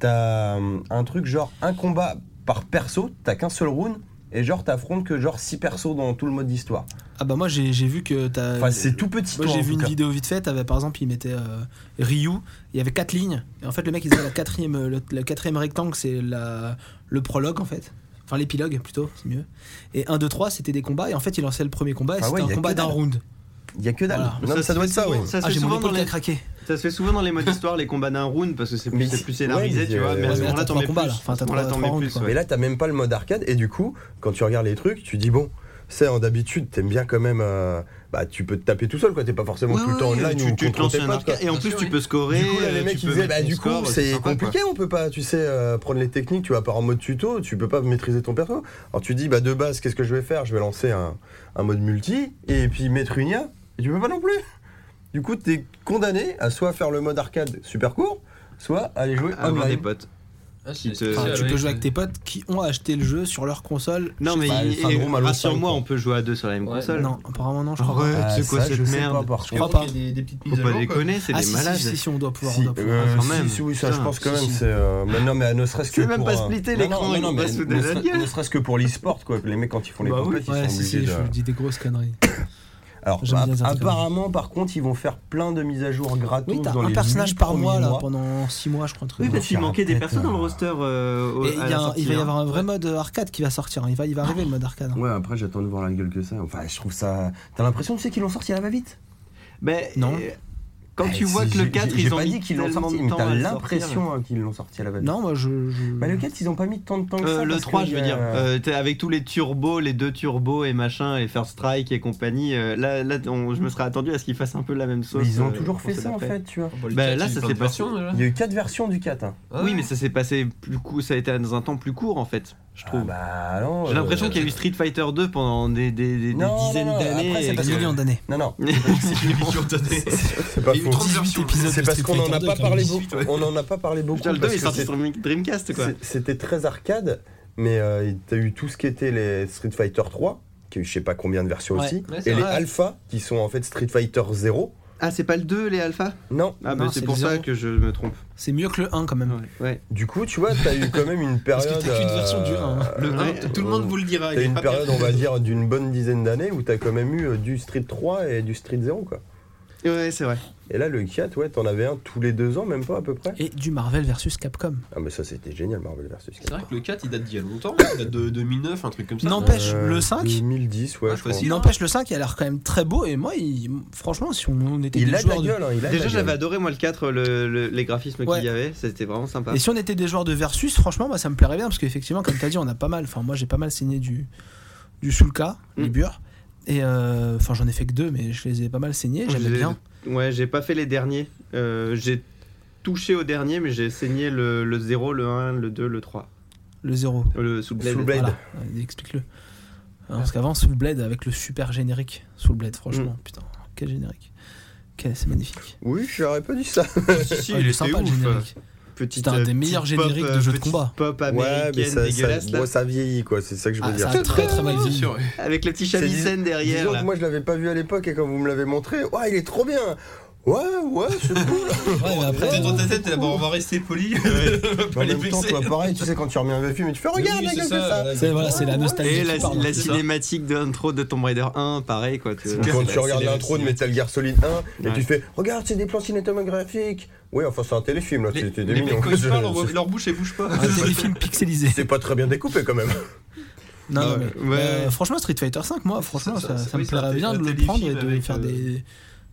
Speaker 4: t'as euh, un truc genre un combat par perso, t'as qu'un seul round. Et genre t'affrontes que genre 6 persos dans tout le mode d'histoire.
Speaker 3: Ah bah moi j'ai j'ai vu que t'as.
Speaker 4: Enfin c'est tout petit.
Speaker 3: Moi
Speaker 4: toi,
Speaker 3: j'ai
Speaker 4: en
Speaker 3: vu
Speaker 4: tout
Speaker 3: une
Speaker 4: cas.
Speaker 3: vidéo vite faite, avec, par exemple il mettait euh, Ryu, il y avait quatre lignes, et en fait le mec il disait la quatrième, le, le quatrième rectangle c'est la- le prologue en fait, enfin l'épilogue plutôt, c'est mieux. Et 1, 2, 3 c'était des combats, et en fait il lançait le premier combat, et
Speaker 4: Ah
Speaker 3: c'était
Speaker 4: ouais, y
Speaker 3: un
Speaker 4: a
Speaker 3: combat
Speaker 4: que
Speaker 3: d'un
Speaker 4: dalle.
Speaker 3: round.
Speaker 4: Il y a que dalle.
Speaker 3: Voilà.
Speaker 4: Non, mais ça doit être ça, oui.
Speaker 2: Ça se
Speaker 3: Ah
Speaker 2: fait
Speaker 3: j'ai mon
Speaker 2: souvent dans
Speaker 3: épaule qui
Speaker 2: les
Speaker 3: a craqué.
Speaker 2: Ça se fait souvent dans les modes histoire, les combats d'un round, parce que c'est
Speaker 4: Mais
Speaker 2: plus, c'est
Speaker 4: si-
Speaker 2: plus scénarisé,
Speaker 4: ouais, mais
Speaker 2: tu vois.
Speaker 4: c'est-
Speaker 2: Mais à
Speaker 4: ouais,
Speaker 2: ce
Speaker 4: mais là,
Speaker 2: moment-là,
Speaker 3: t'as
Speaker 2: t'en
Speaker 3: trois
Speaker 2: mets
Speaker 3: combats,
Speaker 2: plus.
Speaker 3: là. Enfin,
Speaker 2: À ce
Speaker 3: t'as
Speaker 2: moment-là,
Speaker 3: trois-
Speaker 2: t'en
Speaker 3: trois
Speaker 2: mets
Speaker 3: rounds,
Speaker 2: plus.
Speaker 3: quoi.
Speaker 4: Mais
Speaker 2: ouais.
Speaker 4: là t'as même pas le mode arcade. Et du coup, quand tu regardes les trucs, tu dis bon, c'est d'habitude t'aimes bien quand même. euh, bah tu peux te taper tout seul quoi. T'es pas forcément tout le temps online
Speaker 2: tu,
Speaker 4: ou
Speaker 2: tu te
Speaker 4: contre
Speaker 2: lances
Speaker 4: tes
Speaker 2: un
Speaker 4: potes,
Speaker 2: arcade,
Speaker 4: quoi.
Speaker 2: et en
Speaker 5: Bien
Speaker 2: plus
Speaker 5: sûr,
Speaker 2: tu
Speaker 5: oui.
Speaker 2: peux scorer.
Speaker 4: Du coup, là, les
Speaker 2: euh,
Speaker 4: mecs,
Speaker 2: tu
Speaker 4: ils
Speaker 2: peux
Speaker 4: disaient,
Speaker 2: mettre
Speaker 4: bah,
Speaker 2: ton
Speaker 4: du coup,
Speaker 2: score,
Speaker 4: c'est
Speaker 2: sympa, quoi.
Speaker 4: compliqué, on peut pas, tu sais, euh, prendre les techniques, tu vas pas en mode tuto, tu peux pas maîtriser ton perso. Alors, tu dis, bah, de base, qu'est-ce que je vais faire Je vais lancer un, un mode multi, et puis mettre une IA, et tu peux pas non plus. Du coup, t'es condamné à soit faire le mode arcade super court, soit aller jouer
Speaker 2: Ah, avoir
Speaker 4: online.
Speaker 2: des potes. c'est- c'est-
Speaker 3: Enfin,
Speaker 2: Ah,
Speaker 3: tu peux jouer avec tes potes qui ont acheté le jeu sur leur console.
Speaker 2: Non, mais
Speaker 4: pas, le syndrome
Speaker 2: et-
Speaker 4: Halo
Speaker 2: rassure-moi,
Speaker 4: 5,
Speaker 2: on peut jouer à deux sur la même
Speaker 5: Ouais.
Speaker 2: console.
Speaker 3: Non, apparemment non, je crois pas.
Speaker 2: Arrête,
Speaker 4: Ah,
Speaker 2: c'est euh, quoi
Speaker 4: ça, je
Speaker 2: cette
Speaker 4: sais pas,
Speaker 2: merde
Speaker 4: par
Speaker 3: Je
Speaker 4: contre.
Speaker 3: crois pas.
Speaker 5: Il y a des, des petites
Speaker 2: Faut
Speaker 5: mises à
Speaker 2: pas
Speaker 5: jour, quoi.
Speaker 2: déconner, c'est
Speaker 3: Ah
Speaker 2: des
Speaker 3: si,
Speaker 2: malades.
Speaker 3: si, si, si, on doit pouvoir. on
Speaker 4: Si,
Speaker 3: doit pouvoir.
Speaker 4: euh,
Speaker 2: quand
Speaker 4: si,
Speaker 2: même.
Speaker 4: si, oui, ça, je
Speaker 2: Putain,
Speaker 4: pense quand
Speaker 2: si,
Speaker 4: même.
Speaker 2: si.
Speaker 4: C'est, euh, mais non, mais euh, ne serait-ce que
Speaker 2: C'est même
Speaker 4: pour,
Speaker 2: pas
Speaker 4: euh,
Speaker 2: splitter
Speaker 4: non,
Speaker 2: l'écran,
Speaker 4: non,
Speaker 2: ils
Speaker 4: non,
Speaker 2: vont
Speaker 4: mais
Speaker 2: pas se foutre de
Speaker 4: ne
Speaker 2: la
Speaker 4: serait-
Speaker 2: gueule.
Speaker 4: Ne serait-ce que pour l'e-sport, quoi. que Les mecs, quand ils font les
Speaker 2: Bah oui.
Speaker 4: compètes, ils
Speaker 3: Ouais,
Speaker 4: sont
Speaker 3: si,
Speaker 4: obligés
Speaker 3: si, je
Speaker 4: de.
Speaker 3: vous dis des grosses conneries.
Speaker 4: Alors,
Speaker 3: J'aime
Speaker 4: app-
Speaker 3: bien les intrigues.
Speaker 4: apparemment, par contre, ils vont faire plein de mises à jour gratos
Speaker 3: Oui, t'as
Speaker 4: dans
Speaker 3: un
Speaker 4: les
Speaker 3: personnage
Speaker 4: huit
Speaker 3: par
Speaker 4: premiers
Speaker 3: mois là
Speaker 4: mois.
Speaker 3: pendant 6 mois, je crois. un truc
Speaker 2: Oui,
Speaker 3: comme ça.
Speaker 2: parce qu'il manquait des
Speaker 4: Peut-être,
Speaker 2: personnes dans le
Speaker 4: euh,
Speaker 2: roster. euh, au-
Speaker 3: Et il y
Speaker 2: à
Speaker 3: a
Speaker 2: la
Speaker 3: un-
Speaker 2: sortie,
Speaker 3: il va y
Speaker 2: hein.
Speaker 3: avoir un vrai mode arcade qui va sortir. hein. Il va, il va arriver le mode arcade. hein.
Speaker 4: Ouais, après, j'attends de voir la gueule que ça. Enfin, je trouve ça. T'as l'impression, tu sais, qu'ils l'ont sorti à la va-vite
Speaker 2: Mais
Speaker 3: Non.
Speaker 2: euh, Quand
Speaker 4: Eh,
Speaker 2: tu vois
Speaker 4: si,
Speaker 2: que le
Speaker 4: j'ai-
Speaker 2: 4,
Speaker 4: j'ai
Speaker 2: ils ont
Speaker 4: pas
Speaker 2: mis
Speaker 4: dit qu'ils l'ont
Speaker 2: tellement
Speaker 4: sorti,
Speaker 2: de
Speaker 4: mais
Speaker 2: temps à
Speaker 4: t'as
Speaker 2: le sortir.
Speaker 4: l'impression hein, qu'ils l'ont sorti à la va-vite.
Speaker 3: Non, moi je. je-
Speaker 4: Bah, le 4, ils ont pas mis tant de temps que
Speaker 2: Euh,
Speaker 4: ça.
Speaker 2: le
Speaker 4: parce
Speaker 2: 3,
Speaker 4: que,
Speaker 2: je veux dire,
Speaker 4: euh,
Speaker 2: Euh, t'es- avec tous les turbos, les deux turbos et machin, et First Strike et compagnie, euh, là, là on- je me serais attendu à ce qu'ils fassent un peu la même
Speaker 4: mais
Speaker 2: sauce.
Speaker 4: ils ont
Speaker 2: euh,
Speaker 4: toujours fait
Speaker 2: pour
Speaker 4: ça, en
Speaker 2: d'après.
Speaker 4: fait, tu vois.
Speaker 5: Bon, les
Speaker 2: Bah,
Speaker 5: quatre,
Speaker 2: là,
Speaker 5: il y a
Speaker 2: ça
Speaker 5: plein
Speaker 2: s'est
Speaker 5: de
Speaker 2: passé.
Speaker 5: versions, là.
Speaker 4: Il y a eu 4 versions du 4. hein.
Speaker 5: Ah,
Speaker 2: Oui, mais ça s'est passé plus cou- ça a été dans un temps plus court en fait, je trouve.
Speaker 4: Ah, bah, non.
Speaker 2: J'ai
Speaker 4: euh,
Speaker 2: l'impression qu'il y a eu Street Fighter 2 pendant des, des- des- des
Speaker 4: Non, non,
Speaker 2: dizaines
Speaker 4: non, après,
Speaker 2: d'années.
Speaker 4: c'est
Speaker 2: et
Speaker 4: parce
Speaker 2: que-
Speaker 4: que-
Speaker 3: Millions d'années.
Speaker 4: Non, non,
Speaker 5: C'est une vision tannée.
Speaker 4: c'est pas
Speaker 5: Il y a eu
Speaker 4: faux.
Speaker 5: 30
Speaker 3: 18
Speaker 5: versions.
Speaker 3: épisodes.
Speaker 4: C'est parce qu'on en a pas parlé beaucoup. On en a pas parlé beaucoup.
Speaker 2: Putain, le 2
Speaker 4: parce
Speaker 2: est
Speaker 4: que
Speaker 2: sorti
Speaker 4: c'est-
Speaker 2: sur Dreamcast quoi.
Speaker 4: C'est- C'était très arcade, mais euh, t'as eu tout ce qui était les Street Fighter 3, qui a eu je sais pas combien de versions
Speaker 3: Ouais.
Speaker 4: aussi,
Speaker 5: Ouais, c'est
Speaker 4: et les
Speaker 5: vrai.
Speaker 4: Alpha, qui sont en fait Street Fighter 0.
Speaker 2: Ah, c'est pas le 2 les alphas
Speaker 4: Non,
Speaker 2: Ah,
Speaker 3: Non,
Speaker 2: bah c'est
Speaker 3: c'est
Speaker 2: pour
Speaker 3: le
Speaker 2: ça
Speaker 3: zéro.
Speaker 2: que je me trompe.
Speaker 3: C'est mieux que le 1 quand même.
Speaker 2: Ouais. Ouais.
Speaker 4: du coup, tu vois, t'as eu quand même une
Speaker 3: Parce que
Speaker 4: période.
Speaker 3: t'as qu'une version du un, hein.
Speaker 4: euh,
Speaker 5: Le un, tout le monde vous le dira. il
Speaker 4: T'as
Speaker 5: est
Speaker 4: une
Speaker 5: pas
Speaker 4: période,
Speaker 5: bien.
Speaker 4: on va dire, d'une bonne dizaine d'années où t'as quand même eu euh, du Street 3 et du Street 0, quoi.
Speaker 2: Ouais, c'est vrai.
Speaker 4: Et là, le 4, ouais, t'en avais un tous les deux ans, même pas à peu près.
Speaker 3: Et du Marvel versus Capcom.
Speaker 4: Ah, mais ça, c'était génial, Marvel vs.
Speaker 5: C'est
Speaker 4: Capcom.
Speaker 5: vrai que le 4 il date d'il y a longtemps, il date de 2009, un truc comme ça.
Speaker 3: N'empêche,
Speaker 4: euh,
Speaker 3: le 5
Speaker 4: 2010, ouais,
Speaker 5: Ah,
Speaker 4: je crois.
Speaker 5: facile.
Speaker 3: Il n'empêche, le 5 il a l'air quand même très beau. Et moi, il- franchement, si on, on était
Speaker 4: Il
Speaker 3: des
Speaker 4: a de la
Speaker 3: joueurs.
Speaker 4: gueule, hein, il a de
Speaker 2: Déjà,
Speaker 4: la gueule.
Speaker 2: j'avais adoré moi le 4, le- le- les graphismes
Speaker 3: Ouais.
Speaker 2: qu'il y avait, c'était vraiment sympa.
Speaker 4: hein.
Speaker 3: Et si on était des joueurs de versus, franchement, moi, ça me plairait bien parce qu'effectivement, comme t'as dit, on a pas mal. Enfin, moi, j'ai pas mal saigné du du Soulka,
Speaker 2: Mm.
Speaker 3: du Bur. Et euh, enfin, j'en ai fait que deux, mais je les ai pas mal
Speaker 4: Oh,
Speaker 3: saignés, j'aimais
Speaker 2: J'ai-
Speaker 3: bien.
Speaker 2: Ouais, j'ai pas fait les derniers. Euh, j'ai touché au dernier, mais j'ai saigné le, le 0, le 1, le 2, le 3.
Speaker 3: Le zéro.
Speaker 2: Euh, Le Soul Blade.
Speaker 4: Soul Blade.
Speaker 3: Voilà, euh, explique-le. Alors, Parce qu'avant, Soul Blade avec le super générique. Soul Blade, franchement,
Speaker 2: Mm.
Speaker 3: putain, quel générique. Quel- C'est magnifique.
Speaker 4: Oui, j'aurais pas dit ça.
Speaker 2: Si,
Speaker 3: Ah, il est sympa le générique.
Speaker 2: Petite,
Speaker 3: C'est un
Speaker 2: euh,
Speaker 3: des
Speaker 2: petite
Speaker 3: meilleurs
Speaker 2: pop,
Speaker 3: génériques
Speaker 2: euh,
Speaker 3: de jeux de
Speaker 2: petite
Speaker 3: combat.
Speaker 2: Pop
Speaker 4: Ouais,
Speaker 2: américaine
Speaker 4: mais ça, ça,
Speaker 2: dégueulasse là,
Speaker 4: bon, ça vieillit, quoi. C'est ça que je veux
Speaker 3: Ah,
Speaker 4: dire.
Speaker 3: ça a très très mal vieilli.
Speaker 5: Sûr.
Speaker 2: avec le petit shamisen derrière.
Speaker 4: Disons
Speaker 2: là.
Speaker 4: que moi, je l'avais pas vu à l'époque et quand vous me l'avez montré, ouais, il est trop bien. Ouais, ouais, c'est cool.
Speaker 3: Ouais, mais après,
Speaker 5: Peut-être dans ta tête, t'es là, bon,
Speaker 4: ouh.
Speaker 5: on va rester poli.
Speaker 4: Mais en même temps, toi, pareil, tu sais, quand tu remets un vieux film et tu fais regarde,
Speaker 5: Oui,
Speaker 4: regarde,
Speaker 5: c'est
Speaker 4: c'est ça.
Speaker 5: là,
Speaker 3: c'est voilà, c'est la nostalgie.
Speaker 2: Et
Speaker 3: qui
Speaker 2: la,
Speaker 3: parle.
Speaker 2: la
Speaker 5: c'est ça.
Speaker 2: cinématique d'intro de Tomb Raider 1, pareil quoi. tu vois.
Speaker 4: Ou Quand
Speaker 5: C'est
Speaker 4: tu
Speaker 5: la-
Speaker 4: regardes
Speaker 5: c'est la-
Speaker 4: l'intro de
Speaker 5: c'est la-
Speaker 4: Metal Gear Solid 1 et
Speaker 2: Ouais.
Speaker 4: tu fais regarde, c'est des plans cinématographiques. Ouais, enfin, c'est un téléfilm là,
Speaker 5: Les,
Speaker 4: c'était
Speaker 5: les
Speaker 4: des
Speaker 5: mecs,
Speaker 4: mignons.
Speaker 5: quand ils parlent, on voit que leur bouche, elle bouge pas.
Speaker 3: Un téléfilm pixelisé.
Speaker 4: C'est pas très bien découpé quand même.
Speaker 3: Non, non,
Speaker 2: Ouais,
Speaker 3: mais,
Speaker 2: ouais.
Speaker 3: euh, franchement, Street Fighter 5, moi, franchement,
Speaker 5: C'est-
Speaker 3: ça,
Speaker 5: c'est-
Speaker 3: ça me
Speaker 5: oui, c'est un
Speaker 3: plairait
Speaker 5: télé-
Speaker 3: bien
Speaker 5: un
Speaker 3: de le prendre et
Speaker 5: téléfilm
Speaker 3: de
Speaker 5: avec,
Speaker 3: faire
Speaker 5: euh,
Speaker 3: des,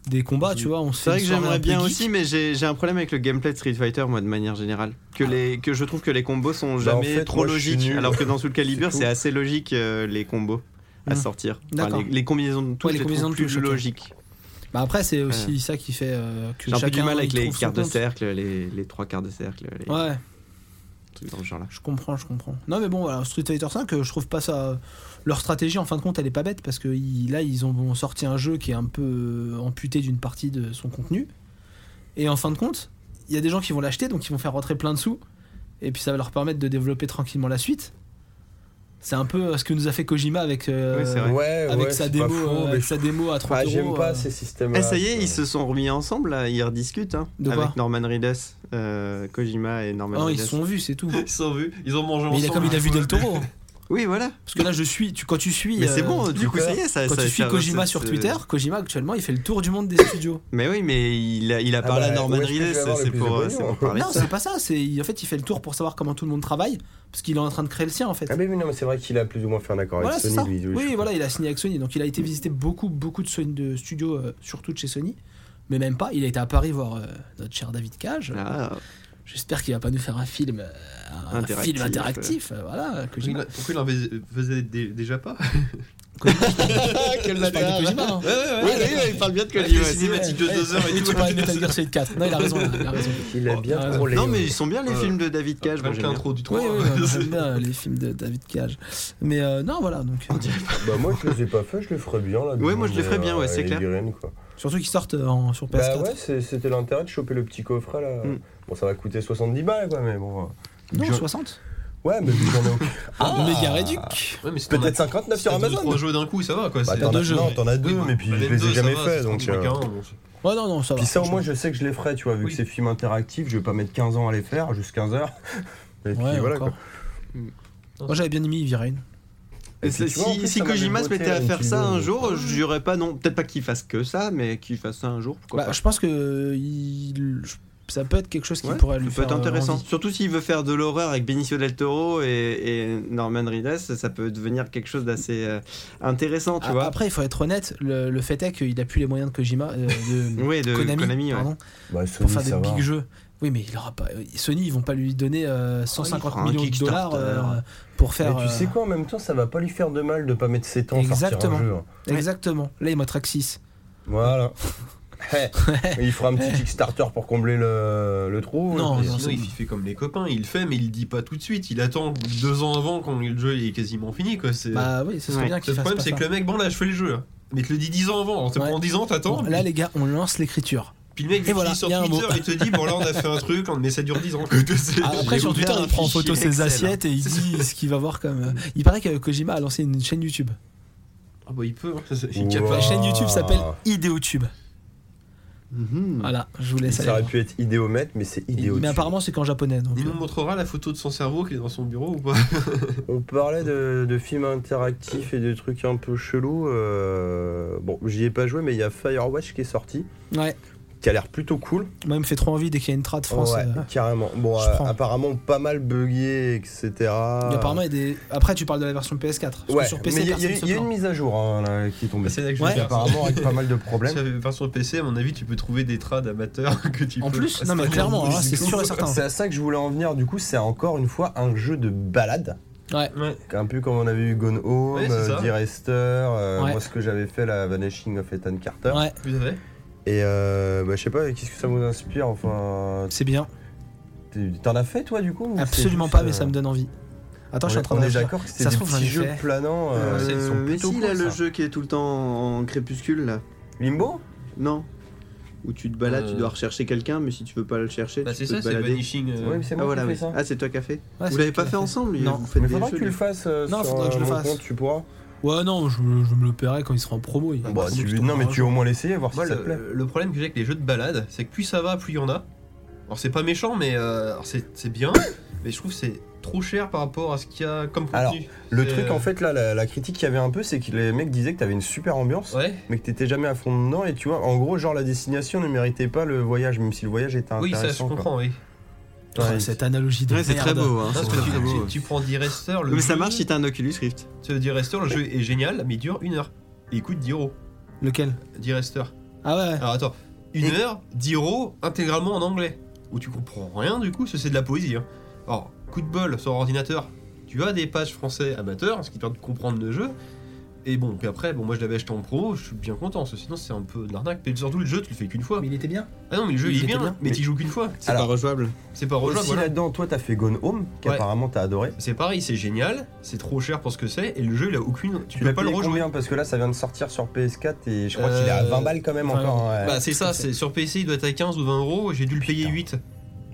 Speaker 3: des combats, tu vois. on se
Speaker 2: C'est
Speaker 3: fait
Speaker 2: vrai que
Speaker 3: une soirée un
Speaker 2: j'aimerais
Speaker 3: peu
Speaker 2: bien
Speaker 3: geek.
Speaker 2: aussi, mais j'ai j'ai un problème avec le gameplay de Street Fighter, moi, de manière générale. Que, les, que je trouve que les combos sont
Speaker 4: Bah, en
Speaker 2: jamais
Speaker 4: fait,
Speaker 2: trop
Speaker 4: moi, je suis
Speaker 2: logiques,
Speaker 4: nul.
Speaker 2: alors que dans Soul Calibur,
Speaker 4: tout.
Speaker 2: c'est assez logique euh, les combos à
Speaker 3: Hmm.
Speaker 2: sortir. Enfin,
Speaker 3: D'accord.
Speaker 2: les, les combinaisons de touches,
Speaker 3: Ouais, les
Speaker 2: je les
Speaker 3: combinaisons
Speaker 2: trouve
Speaker 3: de touches,
Speaker 2: plus
Speaker 3: ok.
Speaker 2: logiques.
Speaker 3: Bah après, c'est aussi ça qui fait euh, que
Speaker 2: J'ai un peu du
Speaker 3: chacun,
Speaker 2: mal
Speaker 3: il
Speaker 2: avec les
Speaker 3: trouve son
Speaker 2: quarts de
Speaker 3: compte.
Speaker 2: cercle, les, les trois quarts de cercle, les
Speaker 3: Ouais,
Speaker 2: trucs dans le genre là.
Speaker 3: je comprends, je comprends. Non, mais bon, voilà, Street Fighter 5, euh, je trouve pas ça. Leur stratégie, en fin de compte, elle est pas bête parce que ils- là, ils ont sorti un jeu qui est un peu euh, amputé d'une partie de son contenu. Et en fin de compte, il y a des gens qui vont l'acheter, donc ils vont faire rentrer plein de sous. Et puis ça va leur permettre de développer tranquillement la suite. C'est un peu euh, ce que nous a fait Kojima avec, euh,
Speaker 2: Oui, c'est vrai.
Speaker 4: Ouais,
Speaker 3: avec
Speaker 4: ouais,
Speaker 3: sa,
Speaker 4: c'est
Speaker 3: démo,
Speaker 4: pas faux,
Speaker 3: euh,
Speaker 4: mais
Speaker 3: avec
Speaker 4: je-
Speaker 3: sa démo à 3
Speaker 4: Ah,
Speaker 3: euros.
Speaker 4: j'aime pas
Speaker 3: euh,
Speaker 4: ces systèmes
Speaker 2: Eh, ça y est, ils se sont remis ensemble, là, ils rediscutent hein,
Speaker 3: De quoi
Speaker 2: avec Norman Reedus, euh, Kojima et Norman
Speaker 3: non, Hein, ils
Speaker 2: Reedus.
Speaker 3: se sont vus, c'est tout. Mais
Speaker 5: Ils sont vus, ils ont mangé ensemble.
Speaker 3: il a comme il a vu Del Toro. hein.
Speaker 2: Oui, voilà.
Speaker 3: Parce que là, je suis. Tu, quand tu suis.
Speaker 2: Mais c'est
Speaker 3: euh,
Speaker 2: bon, du coup, ça y est, ça
Speaker 3: Quand
Speaker 2: ça-
Speaker 3: tu suis
Speaker 2: ça- ça-
Speaker 3: Kojima sur
Speaker 2: ça-
Speaker 3: Twitter, Kojima actuellement il fait le tour du monde des studios.
Speaker 2: Mais oui, mais il a, il a parlé
Speaker 4: bah,
Speaker 2: à Norman
Speaker 4: où est-ce que je vais
Speaker 2: Reedus,
Speaker 4: avoir le
Speaker 2: c'est
Speaker 4: plus
Speaker 2: pour,
Speaker 4: de
Speaker 2: euh, c'est pour
Speaker 4: pognon
Speaker 2: parler de
Speaker 3: non,
Speaker 2: ça.
Speaker 3: c'est pas ça, c'est il- en fait il fait le tour pour savoir comment tout le monde travaille parce qu'il est en train de créer le sien en fait.
Speaker 4: Ah mais oui, non, mais c'est vrai qu'il a plus ou moins fait un accord
Speaker 3: voilà,
Speaker 4: avec
Speaker 3: c'est
Speaker 4: Sony.
Speaker 3: ça.
Speaker 4: lui,
Speaker 3: Oui,
Speaker 4: je-
Speaker 3: voilà, il a signé avec Sony donc il a été visiter beaucoup beaucoup de, Sony- de studios euh, surtout de chez Sony. Mais même pas, il a été à Paris voir euh, notre cher David Cage.
Speaker 2: Ah,
Speaker 3: J'espère qu'il va pas nous faire un film, euh, un
Speaker 2: Interactif,
Speaker 3: film interactif, euh, voilà. Kojima.
Speaker 5: Pourquoi il en fais- faisait dé- déjà pas
Speaker 3: Je parle de Kojima, hein.
Speaker 2: Oui, oui, oui, il parle bien de
Speaker 5: Avec les
Speaker 2: Kojima. c'est vrai.
Speaker 5: cinématiques de 2 heures et
Speaker 3: Oui,
Speaker 5: tout.
Speaker 3: tu parles de Metal Gear Solid 4. Non, il a raison, il a raison.
Speaker 4: Il a bien
Speaker 3: ah,
Speaker 4: trollé.
Speaker 2: Non, mais ils sont bien les
Speaker 5: Euh,
Speaker 2: films de David Cage. moi,
Speaker 5: Avec
Speaker 2: j'aime bien.
Speaker 5: l'intro du 3.
Speaker 3: Oui, oui, oui, j'aime bien les films de David Cage. Mais euh, non, voilà, donc. euh,
Speaker 4: Bah moi je les ai pas fait, je les ferais bien là.
Speaker 2: Ouais, moi, je les
Speaker 4: mais,
Speaker 2: ferais bien, ouais,
Speaker 4: euh,
Speaker 2: c'est
Speaker 4: il
Speaker 2: clair.
Speaker 4: dit rien, quoi.
Speaker 3: Surtout qu'ils sortent en, sur PS4.
Speaker 4: Bah ouais, c'est- c'était l'intérêt de choper le petit coffret là.
Speaker 2: Mm.
Speaker 4: Bon, ça va coûter 70 balles quoi, mais bon. euh,
Speaker 3: Non,
Speaker 4: Je- Ah,
Speaker 3: 60
Speaker 4: Ouais, mais j'en ai aucun.
Speaker 3: Méga réduc
Speaker 5: Ouais, mais c'est
Speaker 4: Peut-être 59 sur Amazon.
Speaker 5: 3 jeux d'un coup, ça va quoi.
Speaker 4: Bah,
Speaker 5: c'est-
Speaker 4: t'en
Speaker 3: deux
Speaker 4: as-
Speaker 3: jeux.
Speaker 4: Non, t'en as deux,
Speaker 5: Oui,
Speaker 4: mais puis
Speaker 5: bah,
Speaker 4: je
Speaker 5: même
Speaker 4: les
Speaker 5: deux,
Speaker 4: ai jamais
Speaker 5: ça va,
Speaker 4: fait
Speaker 5: c'est
Speaker 4: donc.
Speaker 5: 35,
Speaker 4: euh,
Speaker 5: hein, bon, c'est-
Speaker 3: Ouais, non, non, ça va.
Speaker 4: Puis ça, au moins, je sais que je les ferai, tu vois, vu
Speaker 5: Oui.
Speaker 4: que c'est film interactif, je vais pas mettre 15 ans à les faire, juste 15 heures. Et puis
Speaker 3: Ouais,
Speaker 4: voilà
Speaker 3: encore.
Speaker 4: quoi. Mm.
Speaker 3: Moi, j'avais bien aimé Ivy Rain.
Speaker 2: Et
Speaker 4: Et puis,
Speaker 2: si,
Speaker 4: tu vois, en plus,
Speaker 2: si
Speaker 4: ça m'avait
Speaker 2: Kojima se
Speaker 4: botté
Speaker 2: mettait à
Speaker 4: une
Speaker 2: faire
Speaker 4: petite
Speaker 2: ça un
Speaker 4: vidéo.
Speaker 2: jour, je dirais pas non. Peut-être pas qu'il fasse que ça, mais qu'il fasse ça un jour. Pourquoi
Speaker 3: Bah, je pense que il- je- ça peut être quelque chose qui
Speaker 2: Ouais,
Speaker 3: pourrait
Speaker 2: pas.
Speaker 3: lui
Speaker 2: Ça peut
Speaker 3: faire
Speaker 2: être
Speaker 3: euh,
Speaker 2: intéressant.
Speaker 3: envie.
Speaker 2: Surtout s'il veut faire de l'horreur avec Benicio del Toro et, et Norman Reedus, ça peut devenir quelque chose d'assez euh, intéressant, tu
Speaker 3: Ah,
Speaker 2: vois.
Speaker 3: Après, il faut être honnête, le, le fait est qu'il a plus les moyens de Kojima, euh, de
Speaker 2: oui, de
Speaker 3: Konami,
Speaker 2: Konami, ouais.
Speaker 3: pardon,
Speaker 4: Bah,
Speaker 3: pour
Speaker 4: Sony,
Speaker 3: faire des
Speaker 4: ça va.
Speaker 3: big jeux. Oui, mais il aura pas. euh, Sony, ils vont pas lui donner euh, 150
Speaker 2: fera un
Speaker 3: millions de dollars
Speaker 2: Kickstarter.
Speaker 3: euh, pour faire.
Speaker 4: Mais tu sais
Speaker 3: euh,
Speaker 4: quoi, en même temps, ça va pas lui faire de mal de pas mettre 7 ans à sortir
Speaker 3: Exactement.
Speaker 4: un jeu. hein.
Speaker 3: Exactement. Là, il m'a Traxxis.
Speaker 4: Voilà. Hé, il fera un petit Kickstarter pour combler le, le trou.
Speaker 3: Non,
Speaker 4: et puis-
Speaker 3: non,
Speaker 5: Sinon,
Speaker 3: c'est-
Speaker 5: il fait comme les copains, il le fait, mais il le dit pas tout de suite. Il attend deux ans avant quand le jeu est quasiment fini. Quoi. C'est...
Speaker 3: Bah oui, ce serait
Speaker 2: Ouais.
Speaker 3: bien
Speaker 5: le
Speaker 3: qu'il fasse
Speaker 5: problème,
Speaker 3: pas
Speaker 5: c'est
Speaker 3: ça.
Speaker 5: que le mec, bon, là, je fais le jeu. là. Mais il te le dit 10 ans avant. On te
Speaker 3: Ouais.
Speaker 5: prend 10 ans, t'attends.
Speaker 3: Bon,
Speaker 5: puis-
Speaker 3: là, les gars, on lance l'écriture.
Speaker 5: Puis le mec,
Speaker 3: Et
Speaker 5: il
Speaker 3: voilà,
Speaker 5: dit sur
Speaker 3: y a un
Speaker 5: Twitter,
Speaker 3: mot.
Speaker 5: il te dit, bon, là, on a fait un truc, mais ça dure 10 ans. quoi. C'est-
Speaker 3: Ah, après,
Speaker 2: J'ai
Speaker 3: sur Twitter,
Speaker 2: ouvert un
Speaker 3: il prend en photo
Speaker 2: fichier
Speaker 3: ses
Speaker 2: Excel,
Speaker 3: assiettes et il dit ce qu'il va voir comme. euh, Il paraît que Kojima a lancé une chaîne YouTube.
Speaker 5: Ah, bah, il peut. hein. C'est-
Speaker 4: Ouah.
Speaker 5: Il capte
Speaker 3: La
Speaker 5: pas.
Speaker 3: chaîne YouTube s'appelle Idéotube.
Speaker 2: Mhm.
Speaker 3: Voilà, je vous laisse
Speaker 4: Ça
Speaker 3: aller.
Speaker 4: aurait pu être idéomètre, mais c'est idéo.
Speaker 3: voir. Mais apparemment, c'est qu'en japonais. Donc,
Speaker 5: Il
Speaker 3: euh,
Speaker 5: nous montrera la photo de son cerveau qui est dans son bureau ou pas
Speaker 4: On parlait de, de films interactifs et de trucs un peu chelous. euh, Bon, j'y ai pas joué, mais il y a Firewatch qui est sorti,
Speaker 3: euh, Ouais,
Speaker 4: qui a l'air plutôt cool.
Speaker 3: moi, il me fait trop envie dès qu'il y a une trad France.
Speaker 4: ouais,
Speaker 3: euh,
Speaker 4: carrément. Bon,
Speaker 3: je
Speaker 4: euh,
Speaker 3: prends.
Speaker 4: apparemment pas mal buggé, etc.
Speaker 3: il y a Apparemment, il y a des... après, tu parles de la version PS4. Parce que
Speaker 4: Ah. ouais.
Speaker 3: sur
Speaker 4: mais
Speaker 3: PC,
Speaker 4: il y a- il y, a-
Speaker 3: personne se
Speaker 4: il y a une
Speaker 3: plaint.
Speaker 4: mise à jour hein, là, qui est tombée.
Speaker 5: C'est là que je
Speaker 3: Ouais.
Speaker 5: vais faire. ça.
Speaker 4: Apparemment avec pas mal de
Speaker 5: Si
Speaker 4: problèmes.
Speaker 5: tu vas faire sur le PC, à mon avis, tu peux trouver des trades amateurs que tu
Speaker 3: En
Speaker 5: peux
Speaker 3: plus, non, mais
Speaker 5: installer
Speaker 3: clairement,
Speaker 5: en
Speaker 3: alors là, c'est
Speaker 5: musique.
Speaker 3: sûr et certain.
Speaker 4: C'est à ça que je voulais en venir. Du coup, c'est encore une fois un jeu de balade.
Speaker 3: Ouais.
Speaker 5: Ouais.
Speaker 4: Un peu comme on avait eu Gone Home,
Speaker 5: Ouais, c'est
Speaker 4: euh,
Speaker 5: ça.
Speaker 4: Dear Esther, euh,
Speaker 3: Ouais.
Speaker 4: moi ce que j'avais fait, la Vanishing of Ethan Carter.
Speaker 3: Ouais,
Speaker 5: Vous avez
Speaker 4: Et euh, bah, je sais pas, qu'est-ce que ça vous inspire Enfin,
Speaker 3: c'est bien.
Speaker 4: t'es- t'en as fait toi du coup ou c'est
Speaker 3: Absolument
Speaker 4: juste,
Speaker 3: pas, mais
Speaker 4: euh,
Speaker 3: ça me donne envie. Attends, je suis en train
Speaker 4: on
Speaker 3: de
Speaker 4: est
Speaker 3: réfléchir.
Speaker 4: d'accord que
Speaker 3: Ça
Speaker 4: c'était
Speaker 3: se
Speaker 4: des
Speaker 3: trouve, j'en ai
Speaker 4: petits jeux
Speaker 3: fait.
Speaker 4: planants. euh,
Speaker 5: Euh, ils sont
Speaker 2: mais
Speaker 5: plutôt
Speaker 2: si, là,
Speaker 5: cool,
Speaker 2: le
Speaker 5: ça.
Speaker 2: jeu qui est tout le temps en crépuscule, là.
Speaker 4: Limbo
Speaker 2: Non. Où tu te balades,
Speaker 5: Euh.
Speaker 2: tu dois rechercher quelqu'un, mais si tu veux pas le chercher,
Speaker 5: Bah,
Speaker 2: tu
Speaker 5: c'est
Speaker 2: peux
Speaker 5: ça,
Speaker 2: te
Speaker 5: c'est
Speaker 2: balader.
Speaker 5: Vanishing. euh,
Speaker 4: Ouais, mais hein, c'est
Speaker 2: Ah
Speaker 4: moi
Speaker 2: voilà,
Speaker 4: qui ai
Speaker 2: oui.
Speaker 4: fait ça.
Speaker 2: ah c'est toi qui as fait.
Speaker 3: Ouais,
Speaker 2: vous
Speaker 3: c'est
Speaker 2: l'avez
Speaker 3: toi
Speaker 2: pas
Speaker 3: qui
Speaker 2: fait
Speaker 3: l'as
Speaker 2: ensemble
Speaker 3: Non.
Speaker 2: vous faites
Speaker 4: Mais
Speaker 2: des
Speaker 4: faudra que
Speaker 2: jeux,
Speaker 4: tu le
Speaker 2: les-
Speaker 4: fasses euh,
Speaker 3: Non,
Speaker 4: sur
Speaker 3: faudra que je
Speaker 4: euh,
Speaker 3: le
Speaker 4: mon
Speaker 3: fasse. Bah,
Speaker 4: compte, tu pourras.
Speaker 3: Ouais, non, je, je me le paierai quand il sera en promo. il-
Speaker 4: Bah,
Speaker 3: il
Speaker 4: tu-
Speaker 3: tombera
Speaker 4: non, mais
Speaker 3: un
Speaker 4: tu veux
Speaker 3: jour. Bah,
Speaker 4: au moins l'essayer, voir si
Speaker 5: Moi,
Speaker 4: ça te plaît.
Speaker 5: le, le problème que j'ai avec les jeux de balade, c'est que plus ça va, plus il y en a. Alors, c'est pas méchant, mais euh, alors, c'est c'est bien, mais je trouve que c'est trop cher par rapport à ce qu'il y a comme
Speaker 4: Alors,
Speaker 5: contenu.
Speaker 4: Le
Speaker 5: C'est,
Speaker 4: truc,
Speaker 5: euh,
Speaker 4: en fait, là, la, la critique qu'il y avait un peu, c'est que les mecs disaient que t'avais une super ambiance,
Speaker 5: Ouais,
Speaker 4: mais que t'étais jamais à fond dedans. Et tu vois, en gros, genre, la destination ne méritait pas le voyage, même si le voyage était
Speaker 5: oui,
Speaker 4: intéressant.
Speaker 5: ça, je
Speaker 4: quoi.
Speaker 5: comprends, oui.
Speaker 3: Oh,
Speaker 4: Ouais,
Speaker 3: cette analogie de
Speaker 2: Ouais, c'est très
Speaker 3: merde.
Speaker 2: beau. Hein,
Speaker 5: Parce
Speaker 2: c'est
Speaker 5: que tu,
Speaker 2: très beau.
Speaker 5: tu- tu prends D-Rester, le
Speaker 2: Mais ça
Speaker 5: jeu-
Speaker 2: marche si t'as un Oculus Rift.
Speaker 5: Ce D-Rester, le jeu est génial, mais il dure une heure. Et il coûte 10 euros,
Speaker 3: Lequel
Speaker 5: D-Rester.
Speaker 3: Ah ouais, ouais.
Speaker 5: Alors, attends, une
Speaker 4: Et-
Speaker 5: heure, 10 euros, intégralement en anglais. Où tu comprends rien, du coup, ce c'est de la poésie. hein. Alors, coup de bol sur ordinateur, tu as des pages français amateurs, ce qui te permet de comprendre le jeu. Et bon, puis après, bon, moi je l'avais acheté en pro, je suis bien content, parce que sinon c'est un peu de l'arnaque. Et surtout, le jeu, tu le fais qu'une fois.
Speaker 3: Mais il était bien.
Speaker 5: Ah non, mais le jeu,
Speaker 3: Il
Speaker 5: il, est
Speaker 3: était
Speaker 5: bien,
Speaker 3: bien.
Speaker 5: mais tu joues qu'une fois.
Speaker 2: C'est pas
Speaker 4: Alors-
Speaker 2: rejouable.
Speaker 5: C'est pas
Speaker 4: Aussi
Speaker 5: rejouable, voilà.
Speaker 4: là-dedans, toi, t'as fait Gone Home, qu'apparemment t'as adoré.
Speaker 5: C'est pareil, c'est génial, c'est trop cher pour ce que c'est, et le jeu, il a aucune.
Speaker 4: Tu
Speaker 5: Tu, peux
Speaker 4: l'as
Speaker 5: pas le
Speaker 4: payé
Speaker 5: rejouer.
Speaker 4: combien Parce que là, ça vient de sortir sur PS4 et je crois qu'il est à
Speaker 5: Euh,
Speaker 4: 20 balles quand même
Speaker 3: enfin,
Speaker 4: encore. hein, ouais.
Speaker 5: Bah, c'est ça, c'est sur PC, il doit être à 15 ou 20 euros, j'ai dû le payer 8.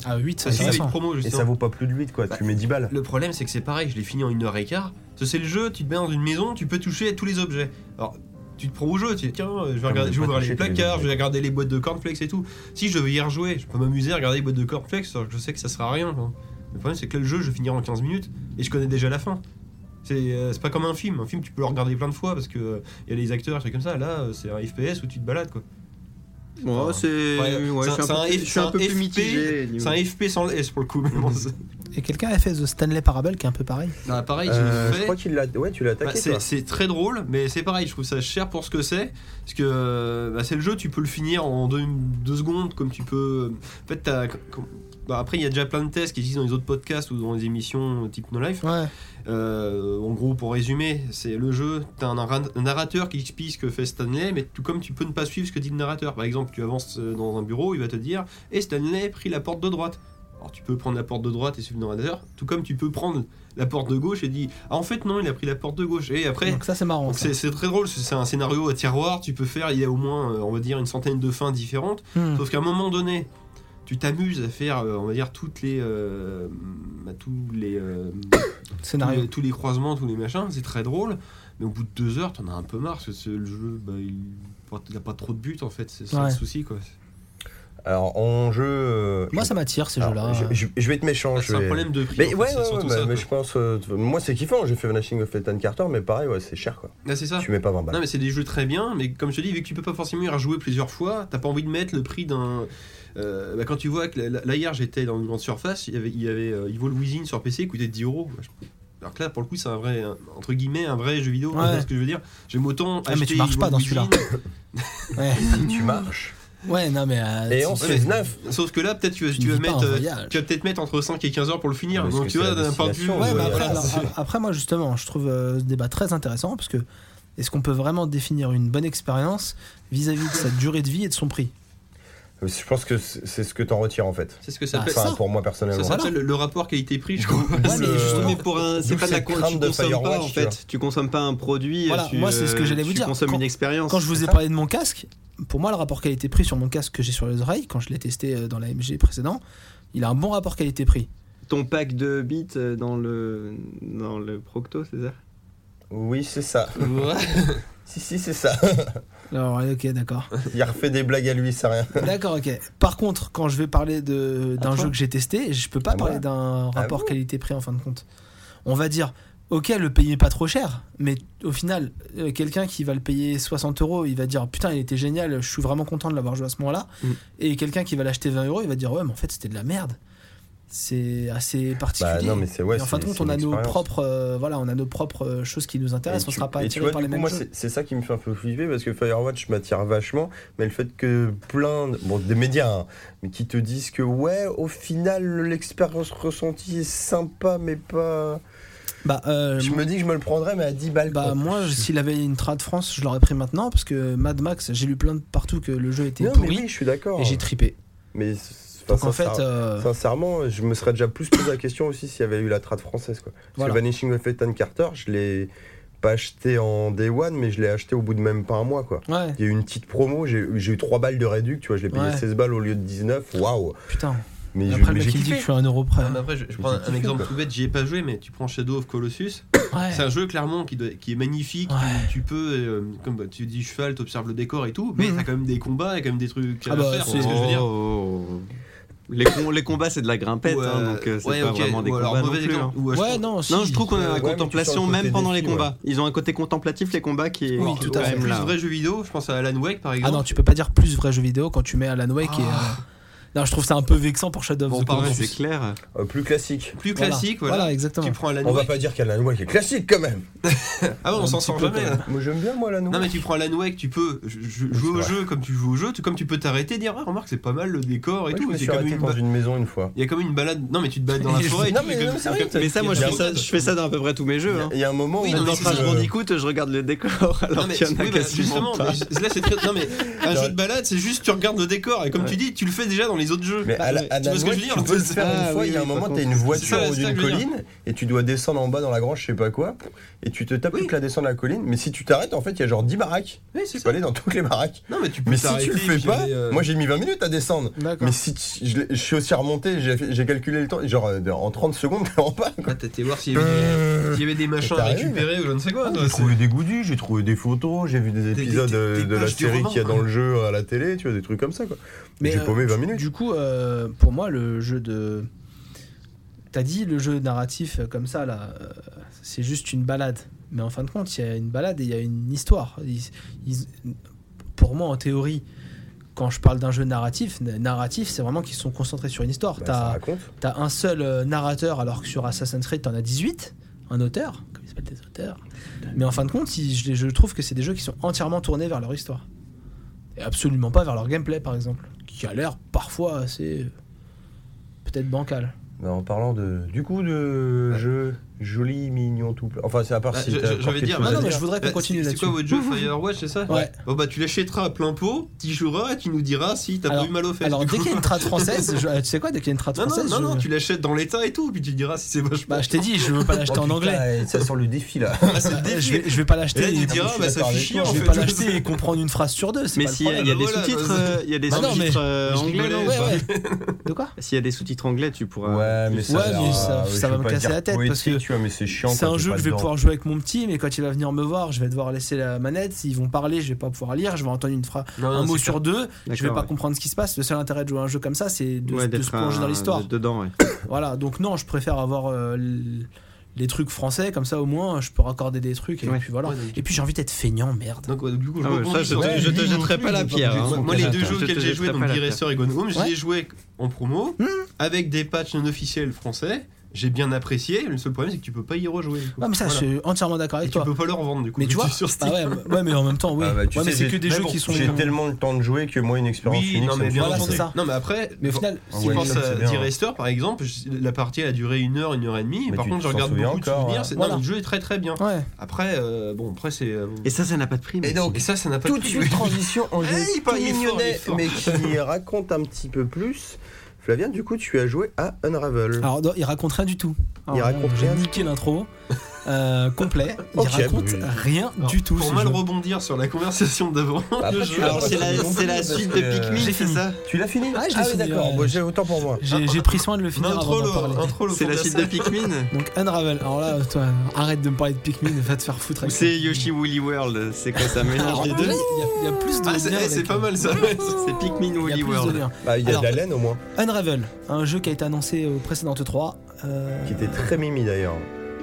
Speaker 3: Ah, 8, ça,
Speaker 5: Parce qu'il y
Speaker 3: ça
Speaker 5: avait
Speaker 3: sent.
Speaker 5: une promo,
Speaker 4: et
Speaker 5: justement.
Speaker 4: ça vaut pas plus de 8, quoi.
Speaker 5: Bah,
Speaker 4: tu mets 10 balles.
Speaker 5: Le problème, c'est que c'est pareil, je l'ai fini en une heure et quart. Parce que C'est le jeu, tu te mets dans une maison, tu peux toucher à tous les objets. Alors, tu te prends au jeu, tu dis tiens, euh, je vais, regarder,
Speaker 4: mais
Speaker 5: je vais
Speaker 4: pas
Speaker 5: ouvrir
Speaker 4: toucher
Speaker 5: les
Speaker 4: tous les
Speaker 5: placards, je
Speaker 4: objets.
Speaker 5: vais regarder les boîtes de cornflakes et tout. Si je devais y rejouer, je peux m'amuser à regarder les boîtes de cornflakes, alors que je sais que ça sera à rien. quoi. Le problème, c'est que là, le jeu, je vais finir en 15 minutes et je connais déjà la fin. C'est euh, c'est pas comme un film. Un film, tu peux le regarder plein de fois parce que euh, y a les acteurs, des trucs comme ça. Là, euh, c'est un FPS où tu te balades quoi.
Speaker 2: Bon, c'est.
Speaker 5: Ouais,
Speaker 2: ouais,
Speaker 5: c'est
Speaker 2: je suis
Speaker 5: un-
Speaker 2: un peu
Speaker 5: c'est un
Speaker 2: plus- je suis un peu
Speaker 5: FP,
Speaker 2: plus mitigé.
Speaker 5: C'est un FP sans le S pour le coup. mais bon, c'est-
Speaker 3: Et quelqu'un a fait The Stanley Parable qui est un peu pareil.
Speaker 5: Non, pareil, je
Speaker 4: Euh,
Speaker 5: le
Speaker 4: je
Speaker 5: fais.
Speaker 4: crois qu'il l'a. Ouais, tu l'as
Speaker 5: Bah,
Speaker 4: attaqué,
Speaker 5: c'est-
Speaker 4: toi.
Speaker 5: c'est très drôle, mais c'est pareil, je trouve ça cher pour ce que c'est. Parce que euh, bah, c'est le jeu, tu peux le finir en deux, deux secondes, comme tu peux. euh, En fait, t'as- com- bah, après, il y a déjà plein de tests qui existent dans les autres podcasts ou dans les émissions type No Life.
Speaker 3: Ouais.
Speaker 5: Euh, en gros, pour résumer, c'est le jeu, t'as un, narra- un narrateur qui explique ce que fait Stanley, mais tout comme tu peux ne pas suivre ce que dit le narrateur. Par exemple, tu avances euh, dans un bureau, il va te dire Et Stanley a pris la porte de droite. Alors tu peux prendre la porte de droite et suivre le narrateur, tout comme tu peux prendre la porte de gauche et dire Ah, en fait, non, il a pris la porte de gauche. Et après,
Speaker 3: Donc, ça, c'est marrant.
Speaker 5: donc
Speaker 3: ça.
Speaker 5: c'est c'est très drôle, parce que c'est un scénario à tiroir, tu peux faire, il y a au moins, euh, on va dire, une centaine de fins différentes.
Speaker 3: Hmm.
Speaker 5: Sauf qu'à un moment donné, tu t'amuses à faire, euh, on va dire, toutes les, euh, bah, tous les, euh, tous
Speaker 3: Scénario.
Speaker 5: les- tous les croisements, tous les machins, c'est très drôle. Mais au bout de deux heures, t'en as un peu marre, parce que c'est- le jeu, bah, il n'a pas trop de but en fait, c'est ça
Speaker 3: Ouais.
Speaker 5: le souci quoi.
Speaker 4: Alors, en jeu. euh,
Speaker 3: Moi, ça m'attire ces
Speaker 4: alors,
Speaker 3: jeux-là.
Speaker 4: je- je, je vais être méchant. je
Speaker 5: Ah, Bah, c'est un
Speaker 4: vais-
Speaker 5: problème de prix. en
Speaker 4: Mais
Speaker 5: fait,
Speaker 4: ouais,
Speaker 5: c'est
Speaker 4: ouais, ouais,
Speaker 5: surtout
Speaker 4: bah,
Speaker 5: ça,
Speaker 4: mais
Speaker 5: quoi.
Speaker 4: je pense. euh, t- moi, c'est kiffant. J'ai fait Vanishing of Ethan Carter, mais pareil, ouais, c'est cher quoi.
Speaker 5: Ah, c'est ça.
Speaker 4: Tu mets pas 20 balles.
Speaker 5: Non mais c'est des jeux très bien, mais comme je te dis, vu que tu peux pas forcément y rejouer plusieurs fois, t'as pas envie de mettre le prix d'un. euh, bah, quand tu vois que la- la- là hier j'étais dans une grande surface, il y avait, il y avait euh, Evil Within sur PC qui coûtait 10 euros. Alors que là pour le coup c'est un vrai un- entre guillemets un vrai jeu vidéo,
Speaker 3: Ouais.
Speaker 5: tu vois ce que je veux dire. J'aime autant
Speaker 3: Ah, mais
Speaker 5: acheter
Speaker 3: tu marches
Speaker 5: Evil
Speaker 3: pas dans
Speaker 5: Within.
Speaker 3: Ouais.
Speaker 5: Ah
Speaker 4: tu marches.
Speaker 3: ouais, non, mais. euh,
Speaker 4: Et
Speaker 3: tu-
Speaker 4: on se
Speaker 5: ouais, mais-
Speaker 4: fait 9.
Speaker 5: Sauf que là peut-être tu,
Speaker 3: Tu
Speaker 5: tu
Speaker 3: ne
Speaker 5: vas
Speaker 3: vis pas
Speaker 5: mettre
Speaker 3: un
Speaker 5: euh,
Speaker 3: voyage.
Speaker 5: tu vas peut-être mettre entre 5 et 15 heures pour le finir.
Speaker 4: Parce
Speaker 5: Donc
Speaker 4: que
Speaker 5: tu
Speaker 4: c'est
Speaker 5: vois
Speaker 4: la
Speaker 5: d'un point de vue. euh,
Speaker 4: destination,
Speaker 3: Ouais, mais
Speaker 4: Ouais,
Speaker 3: après,
Speaker 4: voilà,
Speaker 3: alors, a- après, moi, justement, je trouve euh, ce débat très intéressant parce que est-ce qu'on peut vraiment définir une bonne expérience vis-à-vis de sa durée de vie et de son prix
Speaker 4: Je pense que c'est c'est ce que t'en retires en fait.
Speaker 5: C'est ce que
Speaker 3: Ah,
Speaker 5: ça s'appelle.
Speaker 4: Enfin,
Speaker 3: ça.
Speaker 4: pour moi
Speaker 5: ça
Speaker 4: personnellement.
Speaker 5: s'appelle le- le rapport qualité-prix, je crois.
Speaker 2: Ouais, mais
Speaker 4: Le-
Speaker 2: justement, mais pour un, c'est
Speaker 4: D'où
Speaker 2: pas de la
Speaker 4: cette
Speaker 2: con-
Speaker 4: crame
Speaker 2: tu
Speaker 4: de
Speaker 2: consommes pas
Speaker 4: Firewatch,
Speaker 2: en
Speaker 4: tu
Speaker 2: fait.
Speaker 4: vois.
Speaker 2: Tu consommes pas un produit.
Speaker 3: Voilà,
Speaker 2: tu,
Speaker 3: moi, c'est ce que
Speaker 2: euh,
Speaker 3: j'allais vous dire.
Speaker 2: Tu consommes
Speaker 3: Quand-
Speaker 2: une expérience.
Speaker 3: Quand je vous ai
Speaker 4: ça.
Speaker 3: parlé de mon casque, pour moi, le rapport qualité-prix sur mon casque que j'ai sur les oreilles, quand je l'ai testé euh, dans l'AMG précédent, il a un bon rapport qualité-prix.
Speaker 2: Ton pack de bits euh, dans le dans le Procto, c'est ça
Speaker 4: Oui, c'est ça. Si, si, c'est ça.
Speaker 3: Alors, ouais, ok, d'accord.
Speaker 4: Il a refait des blagues à lui, ça rien.
Speaker 3: D'accord, ok. Par contre, quand je vais parler de- d'un
Speaker 4: Attends.
Speaker 3: jeu que j'ai testé, je peux pas
Speaker 4: Ah
Speaker 3: parler
Speaker 4: bon
Speaker 3: d'un
Speaker 4: Ah
Speaker 3: rapport
Speaker 4: bon
Speaker 3: qualité-prix en fin de compte. On va dire, ok, le payer pas trop cher, mais au final, euh, quelqu'un qui va le payer 60 euros, il va dire putain, il était génial, je suis vraiment content de l'avoir joué à ce moment-là.
Speaker 2: Mm.
Speaker 3: Et quelqu'un qui va l'acheter 20 euros, il va dire ouais, mais en fait, c'était de la merde. C'est assez particulier.
Speaker 4: Bah non, mais c'est ouais.
Speaker 3: Et en fin de
Speaker 4: c'est-
Speaker 3: compte,
Speaker 4: c'est
Speaker 3: on
Speaker 4: une
Speaker 3: a nos
Speaker 4: expérience.
Speaker 3: propres, euh, voilà, on a nos propres euh, choses qui nous intéressent.
Speaker 4: Et
Speaker 3: on
Speaker 4: tu-
Speaker 3: sera pas
Speaker 4: et tu
Speaker 3: attiré
Speaker 4: vois,
Speaker 3: par
Speaker 4: du
Speaker 3: les
Speaker 4: coup,
Speaker 3: mêmes
Speaker 4: moi,
Speaker 3: choses.
Speaker 4: c'est- c'est ça qui me fait un peu flipper parce que Firewatch m'attire vachement, mais le fait que plein de, bon, des médias, hein, mais qui te disent que ouais, au final, l'expérience ressentie est sympa, mais pas.
Speaker 3: Bah, euh,
Speaker 4: Je me dis que je me le prendrais, mais à 10 balles.
Speaker 3: Bah
Speaker 4: quoi.
Speaker 3: moi, s'il avait une trad France, je l'aurais pris maintenant parce que Mad Max, j'ai lu plein de partout que le jeu était
Speaker 4: non, mais
Speaker 3: pourri
Speaker 4: oui, je suis d'accord.
Speaker 3: et j'ai tripé.
Speaker 4: Mais c-
Speaker 3: Donc
Speaker 4: enfin,
Speaker 3: en fait,
Speaker 4: sincère-
Speaker 3: euh,
Speaker 4: sincèrement, je me serais déjà plus posé la question aussi s'il y avait eu la trad française. Quoi. Parce
Speaker 3: Voilà.
Speaker 4: que Vanishing of Ethan Carter, je l'ai pas acheté en day one, mais je l'ai acheté au bout de même pas un mois. Quoi.
Speaker 3: ouais,
Speaker 4: Il y a eu une petite promo, j'ai j'ai eu 3 balles de réduc, tu vois, je l'ai payé
Speaker 3: Ouais.
Speaker 4: 16 balles au lieu de 19, waouh!
Speaker 3: putain.
Speaker 4: Mais je-
Speaker 3: Après le mec
Speaker 4: mais
Speaker 3: il
Speaker 4: j'ai
Speaker 3: dit que
Speaker 4: kiffé.
Speaker 3: je suis à un euro près.
Speaker 5: Ah, mais après, je, je prends un, exemple tout bête, j'y ai pas joué, mais tu prends Shadow of Colossus.
Speaker 3: Ouais.
Speaker 5: C'est un jeu clairement qui, doit- qui est magnifique.
Speaker 3: Ouais.
Speaker 5: Tu peux, euh, comme bah, tu dis cheval, t'observes le décor et tout, mais
Speaker 3: Mhm.
Speaker 5: t'as quand même des combats et quand même des trucs à
Speaker 3: Ah bah,
Speaker 5: faire.
Speaker 3: c'est-
Speaker 5: C'est ce que je veux dire.
Speaker 2: Oh. Les, com- les combats, c'est de la grimpette,
Speaker 5: Ou,
Speaker 2: hein,
Speaker 5: euh,
Speaker 2: donc euh, c'est
Speaker 5: ouais,
Speaker 2: pas
Speaker 5: ok,
Speaker 2: vraiment des
Speaker 5: ou alors
Speaker 2: combats non
Speaker 5: mauvais
Speaker 2: plus.
Speaker 5: exemple,
Speaker 2: hein.
Speaker 5: ou, euh,
Speaker 3: Ouais,
Speaker 5: je-
Speaker 3: non, si.
Speaker 2: Non, je trouve qu'on a
Speaker 4: Ouais,
Speaker 2: la
Speaker 4: mais tu
Speaker 2: contemplation
Speaker 4: sens le
Speaker 2: même
Speaker 4: côté
Speaker 2: pendant les
Speaker 4: défi,
Speaker 2: combats. Ils ont un côté contemplatif, les combats qui est qui
Speaker 3: Oui,
Speaker 2: est
Speaker 3: tout
Speaker 2: quand
Speaker 3: à fait.
Speaker 2: même
Speaker 5: plus
Speaker 2: là.
Speaker 5: vrai jeu vidéo, je pense à Alan Wake par
Speaker 3: Ah
Speaker 5: exemple.
Speaker 3: non, tu peux pas dire plus vrai jeu vidéo quand tu mets Alan Wake et.
Speaker 5: Ah.
Speaker 3: euh, Non, je trouve ça un peu vexant pour Shadow of
Speaker 5: Bon,
Speaker 3: the
Speaker 5: pardon,
Speaker 2: Ouais,
Speaker 3: Colossus.
Speaker 2: c'est clair.
Speaker 4: Euh, plus classique.
Speaker 5: Plus
Speaker 3: Voilà.
Speaker 5: classique,
Speaker 3: Voilà,
Speaker 5: voilà.
Speaker 3: exactement.
Speaker 5: Tu prends Alan
Speaker 4: On va
Speaker 5: Wake.
Speaker 4: pas dire qu'Alan Wake est classique quand même!
Speaker 5: Ah ouais, on
Speaker 3: Un
Speaker 5: s'en
Speaker 3: petit
Speaker 5: sort
Speaker 3: peu,
Speaker 5: jamais.
Speaker 3: quand
Speaker 5: hein.
Speaker 4: Moi j'aime bien moi Alan
Speaker 5: Non mais
Speaker 4: Wake.
Speaker 5: tu prends Alan Wake, tu peux je- je- jouer au
Speaker 4: vrai.
Speaker 5: jeu comme tu joues au jeu, tu- comme tu peux t'arrêter, dire ah, remarque c'est pas mal le décor et
Speaker 4: Ouais, je
Speaker 5: tout.
Speaker 4: me
Speaker 5: c'est
Speaker 4: suis
Speaker 5: comme
Speaker 4: arrêté
Speaker 5: une
Speaker 4: dans
Speaker 5: ba-
Speaker 4: une maison une fois.
Speaker 5: Il y a comme une balade. Non mais tu te balades dans la forêt. et
Speaker 4: Non,
Speaker 5: tout,
Speaker 4: mais
Speaker 5: et
Speaker 4: non,
Speaker 5: comme-
Speaker 4: c'est vrai,
Speaker 5: comme-
Speaker 4: t'as-
Speaker 2: Mais ça,
Speaker 5: il y a
Speaker 2: moi, je
Speaker 5: des
Speaker 2: fais ça,
Speaker 5: balades.
Speaker 2: je fais ça dans à peu près tous mes jeux. hein.
Speaker 4: Il y a un moment
Speaker 5: Oui,
Speaker 4: où euh,
Speaker 2: Même
Speaker 5: non, mais
Speaker 2: dans
Speaker 5: c'est
Speaker 2: Crash
Speaker 5: ça.
Speaker 2: Bandicoot, je regarde le décor
Speaker 5: Non
Speaker 2: alors
Speaker 5: mais
Speaker 2: qu'il y en a
Speaker 5: oui, bah,
Speaker 2: quasiment
Speaker 5: justement,
Speaker 2: pas.
Speaker 5: mais là c'est très non mais un jeu de balade c'est juste tu regardes le décor et comme tu dis tu le fais déjà dans les autres jeux.
Speaker 4: Mais à la, à
Speaker 5: Ah, Tu vois ce que je veux
Speaker 4: Nanway,
Speaker 5: dire
Speaker 4: tu peux le faire
Speaker 2: Ah
Speaker 4: une fois,
Speaker 2: oui,
Speaker 4: il y a un
Speaker 2: oui,
Speaker 4: moment,
Speaker 2: par
Speaker 4: t'as une
Speaker 2: contre.
Speaker 4: voiture
Speaker 5: C'est ça,
Speaker 4: au haut
Speaker 5: c'est ça
Speaker 4: d'une
Speaker 5: que je veux dire.
Speaker 4: colline et tu dois descendre en bas dans la grange, je sais pas quoi, et tu te tapes
Speaker 5: Oui.
Speaker 4: toute la descente de la colline. Mais si tu t'arrêtes, en fait, il y a genre 10 baraques.
Speaker 5: Oui, c'est
Speaker 4: Tu peux aller dans toutes les baraques.
Speaker 5: Non mais tu peux
Speaker 4: Mais si
Speaker 5: t'arrêter,
Speaker 4: tu le fais
Speaker 5: puis
Speaker 4: pas,
Speaker 5: aller, euh,
Speaker 4: moi j'ai mis 20 minutes à descendre.
Speaker 3: D'accord.
Speaker 4: Mais si tu- je, l'ai- je suis aussi remonté, j'ai fait- j'ai calculé le temps, et genre euh, en 30 secondes, t'es en bas. quoi.
Speaker 5: ah, t'as été voir s'il y, avait des- s'il y avait des machins à
Speaker 4: t'arrives. Bah,
Speaker 5: récupérer ou je ne sais quoi. toi,
Speaker 4: J'ai
Speaker 5: c'est-
Speaker 4: trouvé des goodies, j'ai trouvé des photos, j'ai vu des
Speaker 5: des-
Speaker 4: épisodes
Speaker 5: des-
Speaker 4: euh,
Speaker 5: des
Speaker 4: de la
Speaker 5: pages du
Speaker 4: série
Speaker 5: roman,
Speaker 4: qu'il y a dans
Speaker 5: quoi.
Speaker 4: le jeu à la télé, tu vois, des trucs comme ça quoi.
Speaker 3: Mais,
Speaker 4: Mais j'ai
Speaker 3: euh,
Speaker 4: paumé 20 minutes.
Speaker 3: Du coup, euh, pour moi, le jeu de. T'as dit le jeu narratif euh, comme ça, là, euh, c'est juste une balade. Mais en fin de compte, il y a une balade et il y a une histoire. Ils- ils- pour moi, en théorie, quand je parle d'un jeu narratif, na- narratif, c'est vraiment qu'ils sont concentrés sur une histoire.
Speaker 4: Bah, ça
Speaker 3: T'as-
Speaker 4: raconte.
Speaker 3: T'as un seul euh, narrateur, alors que sur Assassin's Creed, t'en as 18. Un auteur, comme ils s'appellent des auteurs. Mais en fin de compte, ils- je, je trouve que c'est des jeux qui sont entièrement tournés vers leur histoire. Et absolument pas vers leur gameplay, par exemple. Qui a l'air parfois assez. euh, peut-être bancal.
Speaker 4: Bah, en parlant de du coup de jeu joli mignon tout plat. Enfin c'est à part
Speaker 5: Bah,
Speaker 4: si
Speaker 5: je-
Speaker 4: t'as
Speaker 5: je-
Speaker 4: encore
Speaker 5: j'avais
Speaker 4: quelque
Speaker 5: dire,
Speaker 4: chose
Speaker 3: Non,
Speaker 4: à
Speaker 3: non, mais
Speaker 4: dire.
Speaker 3: je voudrais qu'on
Speaker 5: Bah,
Speaker 3: continue
Speaker 5: c'est- C'est
Speaker 3: là-dessus.
Speaker 5: quoi votre jeu Firewatch, c'est ça
Speaker 3: Ouais.
Speaker 5: Bon bah tu l'achèteras à plein pot, tu joueras et tu nous diras si t'as
Speaker 3: Alors-
Speaker 5: pas eu mal aux fesses.
Speaker 3: Alors,
Speaker 5: du
Speaker 3: dès
Speaker 5: coup.
Speaker 3: qu'il y a une trad française, je- euh, tu sais quoi, dès qu'il y a une trad
Speaker 5: Non, non,
Speaker 3: française.
Speaker 5: non, non,
Speaker 3: je-
Speaker 5: tu l'achètes dans l'état et tout, puis tu diras si c'est vachement.
Speaker 3: Bah, je t'ai dit, je veux pas l'acheter
Speaker 4: Oh,
Speaker 3: en
Speaker 4: putain,
Speaker 3: anglais.
Speaker 4: et Ça sent le défi là.
Speaker 5: Ah, c'est le
Speaker 3: Euh,
Speaker 5: défi.
Speaker 3: Je vais, je vais pas
Speaker 5: Et là,
Speaker 3: l'acheter.
Speaker 5: il nous
Speaker 3: Je
Speaker 5: dira,
Speaker 4: je suis
Speaker 5: bah, ça
Speaker 4: d'accord
Speaker 5: fait
Speaker 4: avec
Speaker 5: chier
Speaker 4: toi,
Speaker 5: en
Speaker 4: je
Speaker 5: fait.
Speaker 3: vais pas l'acheter et comprendre une phrase sur deux. c'est
Speaker 2: Mais
Speaker 3: pas le
Speaker 2: s'il y a il y a des
Speaker 5: Voilà,
Speaker 2: sous-titres,
Speaker 5: bah,
Speaker 2: euh, il y a des
Speaker 3: Bah non, mais-
Speaker 2: sous-titres euh,
Speaker 5: je
Speaker 2: anglais.
Speaker 5: rigolais,
Speaker 2: non
Speaker 3: problème. Ouais, ouais. De quoi
Speaker 2: S'il y a des sous-titres anglais, tu pourras.
Speaker 3: Ouais, mais ça-
Speaker 4: euh,
Speaker 3: ça
Speaker 4: je
Speaker 3: va
Speaker 4: vais
Speaker 3: me
Speaker 4: pas
Speaker 3: casser
Speaker 4: dire
Speaker 3: la tête, parce
Speaker 4: poétique,
Speaker 3: que
Speaker 4: tu vois, mais c'est chiant.
Speaker 3: C'est
Speaker 4: quand
Speaker 3: un
Speaker 4: t'es
Speaker 3: jeu
Speaker 4: pas
Speaker 3: que je vais
Speaker 4: dedans.
Speaker 3: pouvoir jouer avec mon petit, mais quand il va venir me voir, je vais devoir laisser la manette. Ils vont parler, je vais pas pouvoir lire, je vais entendre une phrase,
Speaker 5: Ah Non, non,
Speaker 3: un mot
Speaker 5: c'est
Speaker 3: sur deux, je vais
Speaker 2: D'accord,
Speaker 3: pas
Speaker 2: ouais.
Speaker 3: comprendre ce qui se passe. Le seul intérêt de jouer à un jeu comme ça, c'est de,
Speaker 2: Ouais,
Speaker 3: de se
Speaker 2: d'être
Speaker 3: plonger
Speaker 2: un-
Speaker 3: dans l'histoire.
Speaker 2: de- Dedans, ouais.
Speaker 3: Voilà, donc non, je préfère avoir euh, l- les trucs français, comme ça au moins je peux raccorder des trucs, et
Speaker 2: Ouais.
Speaker 3: puis voilà.
Speaker 5: Ouais, donc-
Speaker 3: Et puis j'ai envie d'être feignant, merde.
Speaker 5: Donc, ouais, donc, du coup, je
Speaker 2: Ah ouais,
Speaker 5: rebondis
Speaker 2: ça, je
Speaker 5: sur-
Speaker 2: te- je te jetterai pas la pierre. hein.
Speaker 5: Moi, les deux
Speaker 2: Je
Speaker 5: jeux
Speaker 2: te
Speaker 5: auxquels j'ai joué,
Speaker 2: jetterai
Speaker 5: donc
Speaker 2: pas la
Speaker 5: Gear et
Speaker 2: pierre.
Speaker 5: Sir et Gone Home, je
Speaker 3: Ouais.
Speaker 5: les ai joués en promo, avec des patchs non officiels français. J'ai bien apprécié, le seul problème c'est que tu peux pas y rejouer. du coup.
Speaker 3: Ouais, mais ça,
Speaker 5: Voilà.
Speaker 3: je suis entièrement d'accord
Speaker 5: Et
Speaker 3: avec
Speaker 5: tu
Speaker 3: toi.
Speaker 5: peux pas le revendre du coup.
Speaker 3: Mais tu vois,
Speaker 5: sur Steam.
Speaker 3: bah ouais, ouais, mais en même temps, oui.
Speaker 4: Ah bah, tu
Speaker 3: Ouais, mais
Speaker 4: sais,
Speaker 3: c'est
Speaker 4: j'ai-
Speaker 3: que des
Speaker 4: mais
Speaker 3: jeux
Speaker 4: bon,
Speaker 3: qui sont.
Speaker 4: J'ai tellement le temps de jouer que moi une expérience
Speaker 5: Oui,
Speaker 4: unique,
Speaker 5: non
Speaker 4: ça me
Speaker 5: mais bien
Speaker 4: fait
Speaker 3: voilà,
Speaker 5: entendu.
Speaker 3: c'est ça.
Speaker 5: Non mais après,
Speaker 3: Mais au final,
Speaker 4: Ah
Speaker 5: si
Speaker 4: ouais,
Speaker 5: tu penses
Speaker 4: ça,
Speaker 5: à
Speaker 4: c'est bien.
Speaker 5: Dear Esther, par exemple, je- la partie elle a duré une heure, une heure et demie.
Speaker 4: Mais
Speaker 5: par
Speaker 4: tu
Speaker 5: contre, je
Speaker 4: t'en
Speaker 5: regarde
Speaker 4: souviens
Speaker 5: beaucoup de
Speaker 4: encore,
Speaker 5: souvenirs.
Speaker 4: hein.
Speaker 5: c'est-
Speaker 3: Voilà.
Speaker 5: Non, mais le jeu est très très bien.
Speaker 3: ouais.
Speaker 5: Après, euh, bon, après c'est. euh,
Speaker 2: Et ça, ça n'a pas de prix.
Speaker 4: Et
Speaker 2: merci.
Speaker 4: donc,
Speaker 5: Et ça, ça n'a pas
Speaker 4: tout de
Speaker 5: prix.
Speaker 4: suite transition en jeu
Speaker 5: Eh, il
Speaker 4: tout
Speaker 5: parle, il est fort,
Speaker 4: mignonnet,
Speaker 5: il est fort.
Speaker 4: mais qui raconte un petit peu plus. Flavien, du coup, tu as joué à
Speaker 5: Mmh.
Speaker 4: Unravel.
Speaker 3: Alors, non, il raconte rien du tout. Alors,
Speaker 4: raconte
Speaker 3: J'ai
Speaker 4: rien.
Speaker 3: niqué l'intro euh, complet. Il
Speaker 4: Ok,
Speaker 3: raconte
Speaker 4: bah
Speaker 3: rien
Speaker 5: Alors,
Speaker 3: du tout.
Speaker 5: Pour
Speaker 3: ce
Speaker 5: mal
Speaker 3: jeu.
Speaker 5: rebondir sur la conversation d'avant,
Speaker 4: Bah, après,
Speaker 5: le jeu.
Speaker 4: tu l'as
Speaker 2: Alors,
Speaker 4: pas
Speaker 2: c'est la,
Speaker 4: fini non
Speaker 2: c'est la
Speaker 4: plus,
Speaker 2: suite
Speaker 4: parce
Speaker 2: de
Speaker 4: que-
Speaker 2: Pikmin,
Speaker 3: J'ai
Speaker 2: c'est
Speaker 3: fini.
Speaker 2: ça
Speaker 4: Tu l'as fini
Speaker 3: Ah, je l'ai
Speaker 4: oui,
Speaker 3: fini,
Speaker 4: d'accord.
Speaker 3: ouais.
Speaker 4: Bon, j'ai autant pour moi.
Speaker 3: J'ai j'ai pris soin de le finir
Speaker 5: Ah, Intro
Speaker 3: avant d'en
Speaker 5: le,
Speaker 3: parler.
Speaker 5: intro le
Speaker 2: C'est la suite de Pikmin
Speaker 3: Donc Unravel, alors là, toi, arrête de me parler de Pikmin, va te faire foutre
Speaker 2: Ou
Speaker 3: avec
Speaker 2: c'est Yoshi Woolly World C'est quoi ça
Speaker 3: Alors,
Speaker 2: mélange
Speaker 3: il y,
Speaker 2: les
Speaker 3: a-
Speaker 2: deux
Speaker 3: il y a plus de
Speaker 5: Ah, c'est
Speaker 3: liens
Speaker 5: eh, c'est
Speaker 3: avec- euh,
Speaker 5: pas mal ça.
Speaker 2: C'est Pikmin
Speaker 3: Il y a
Speaker 2: Woolly
Speaker 3: plus de
Speaker 2: World.
Speaker 3: liens.
Speaker 4: Bah, il y a
Speaker 3: Alors-
Speaker 4: de la laine au moins.
Speaker 3: Unravel, un jeu qui a été annoncé au précédent E3. euh,
Speaker 4: Qui était très mimi d'ailleurs.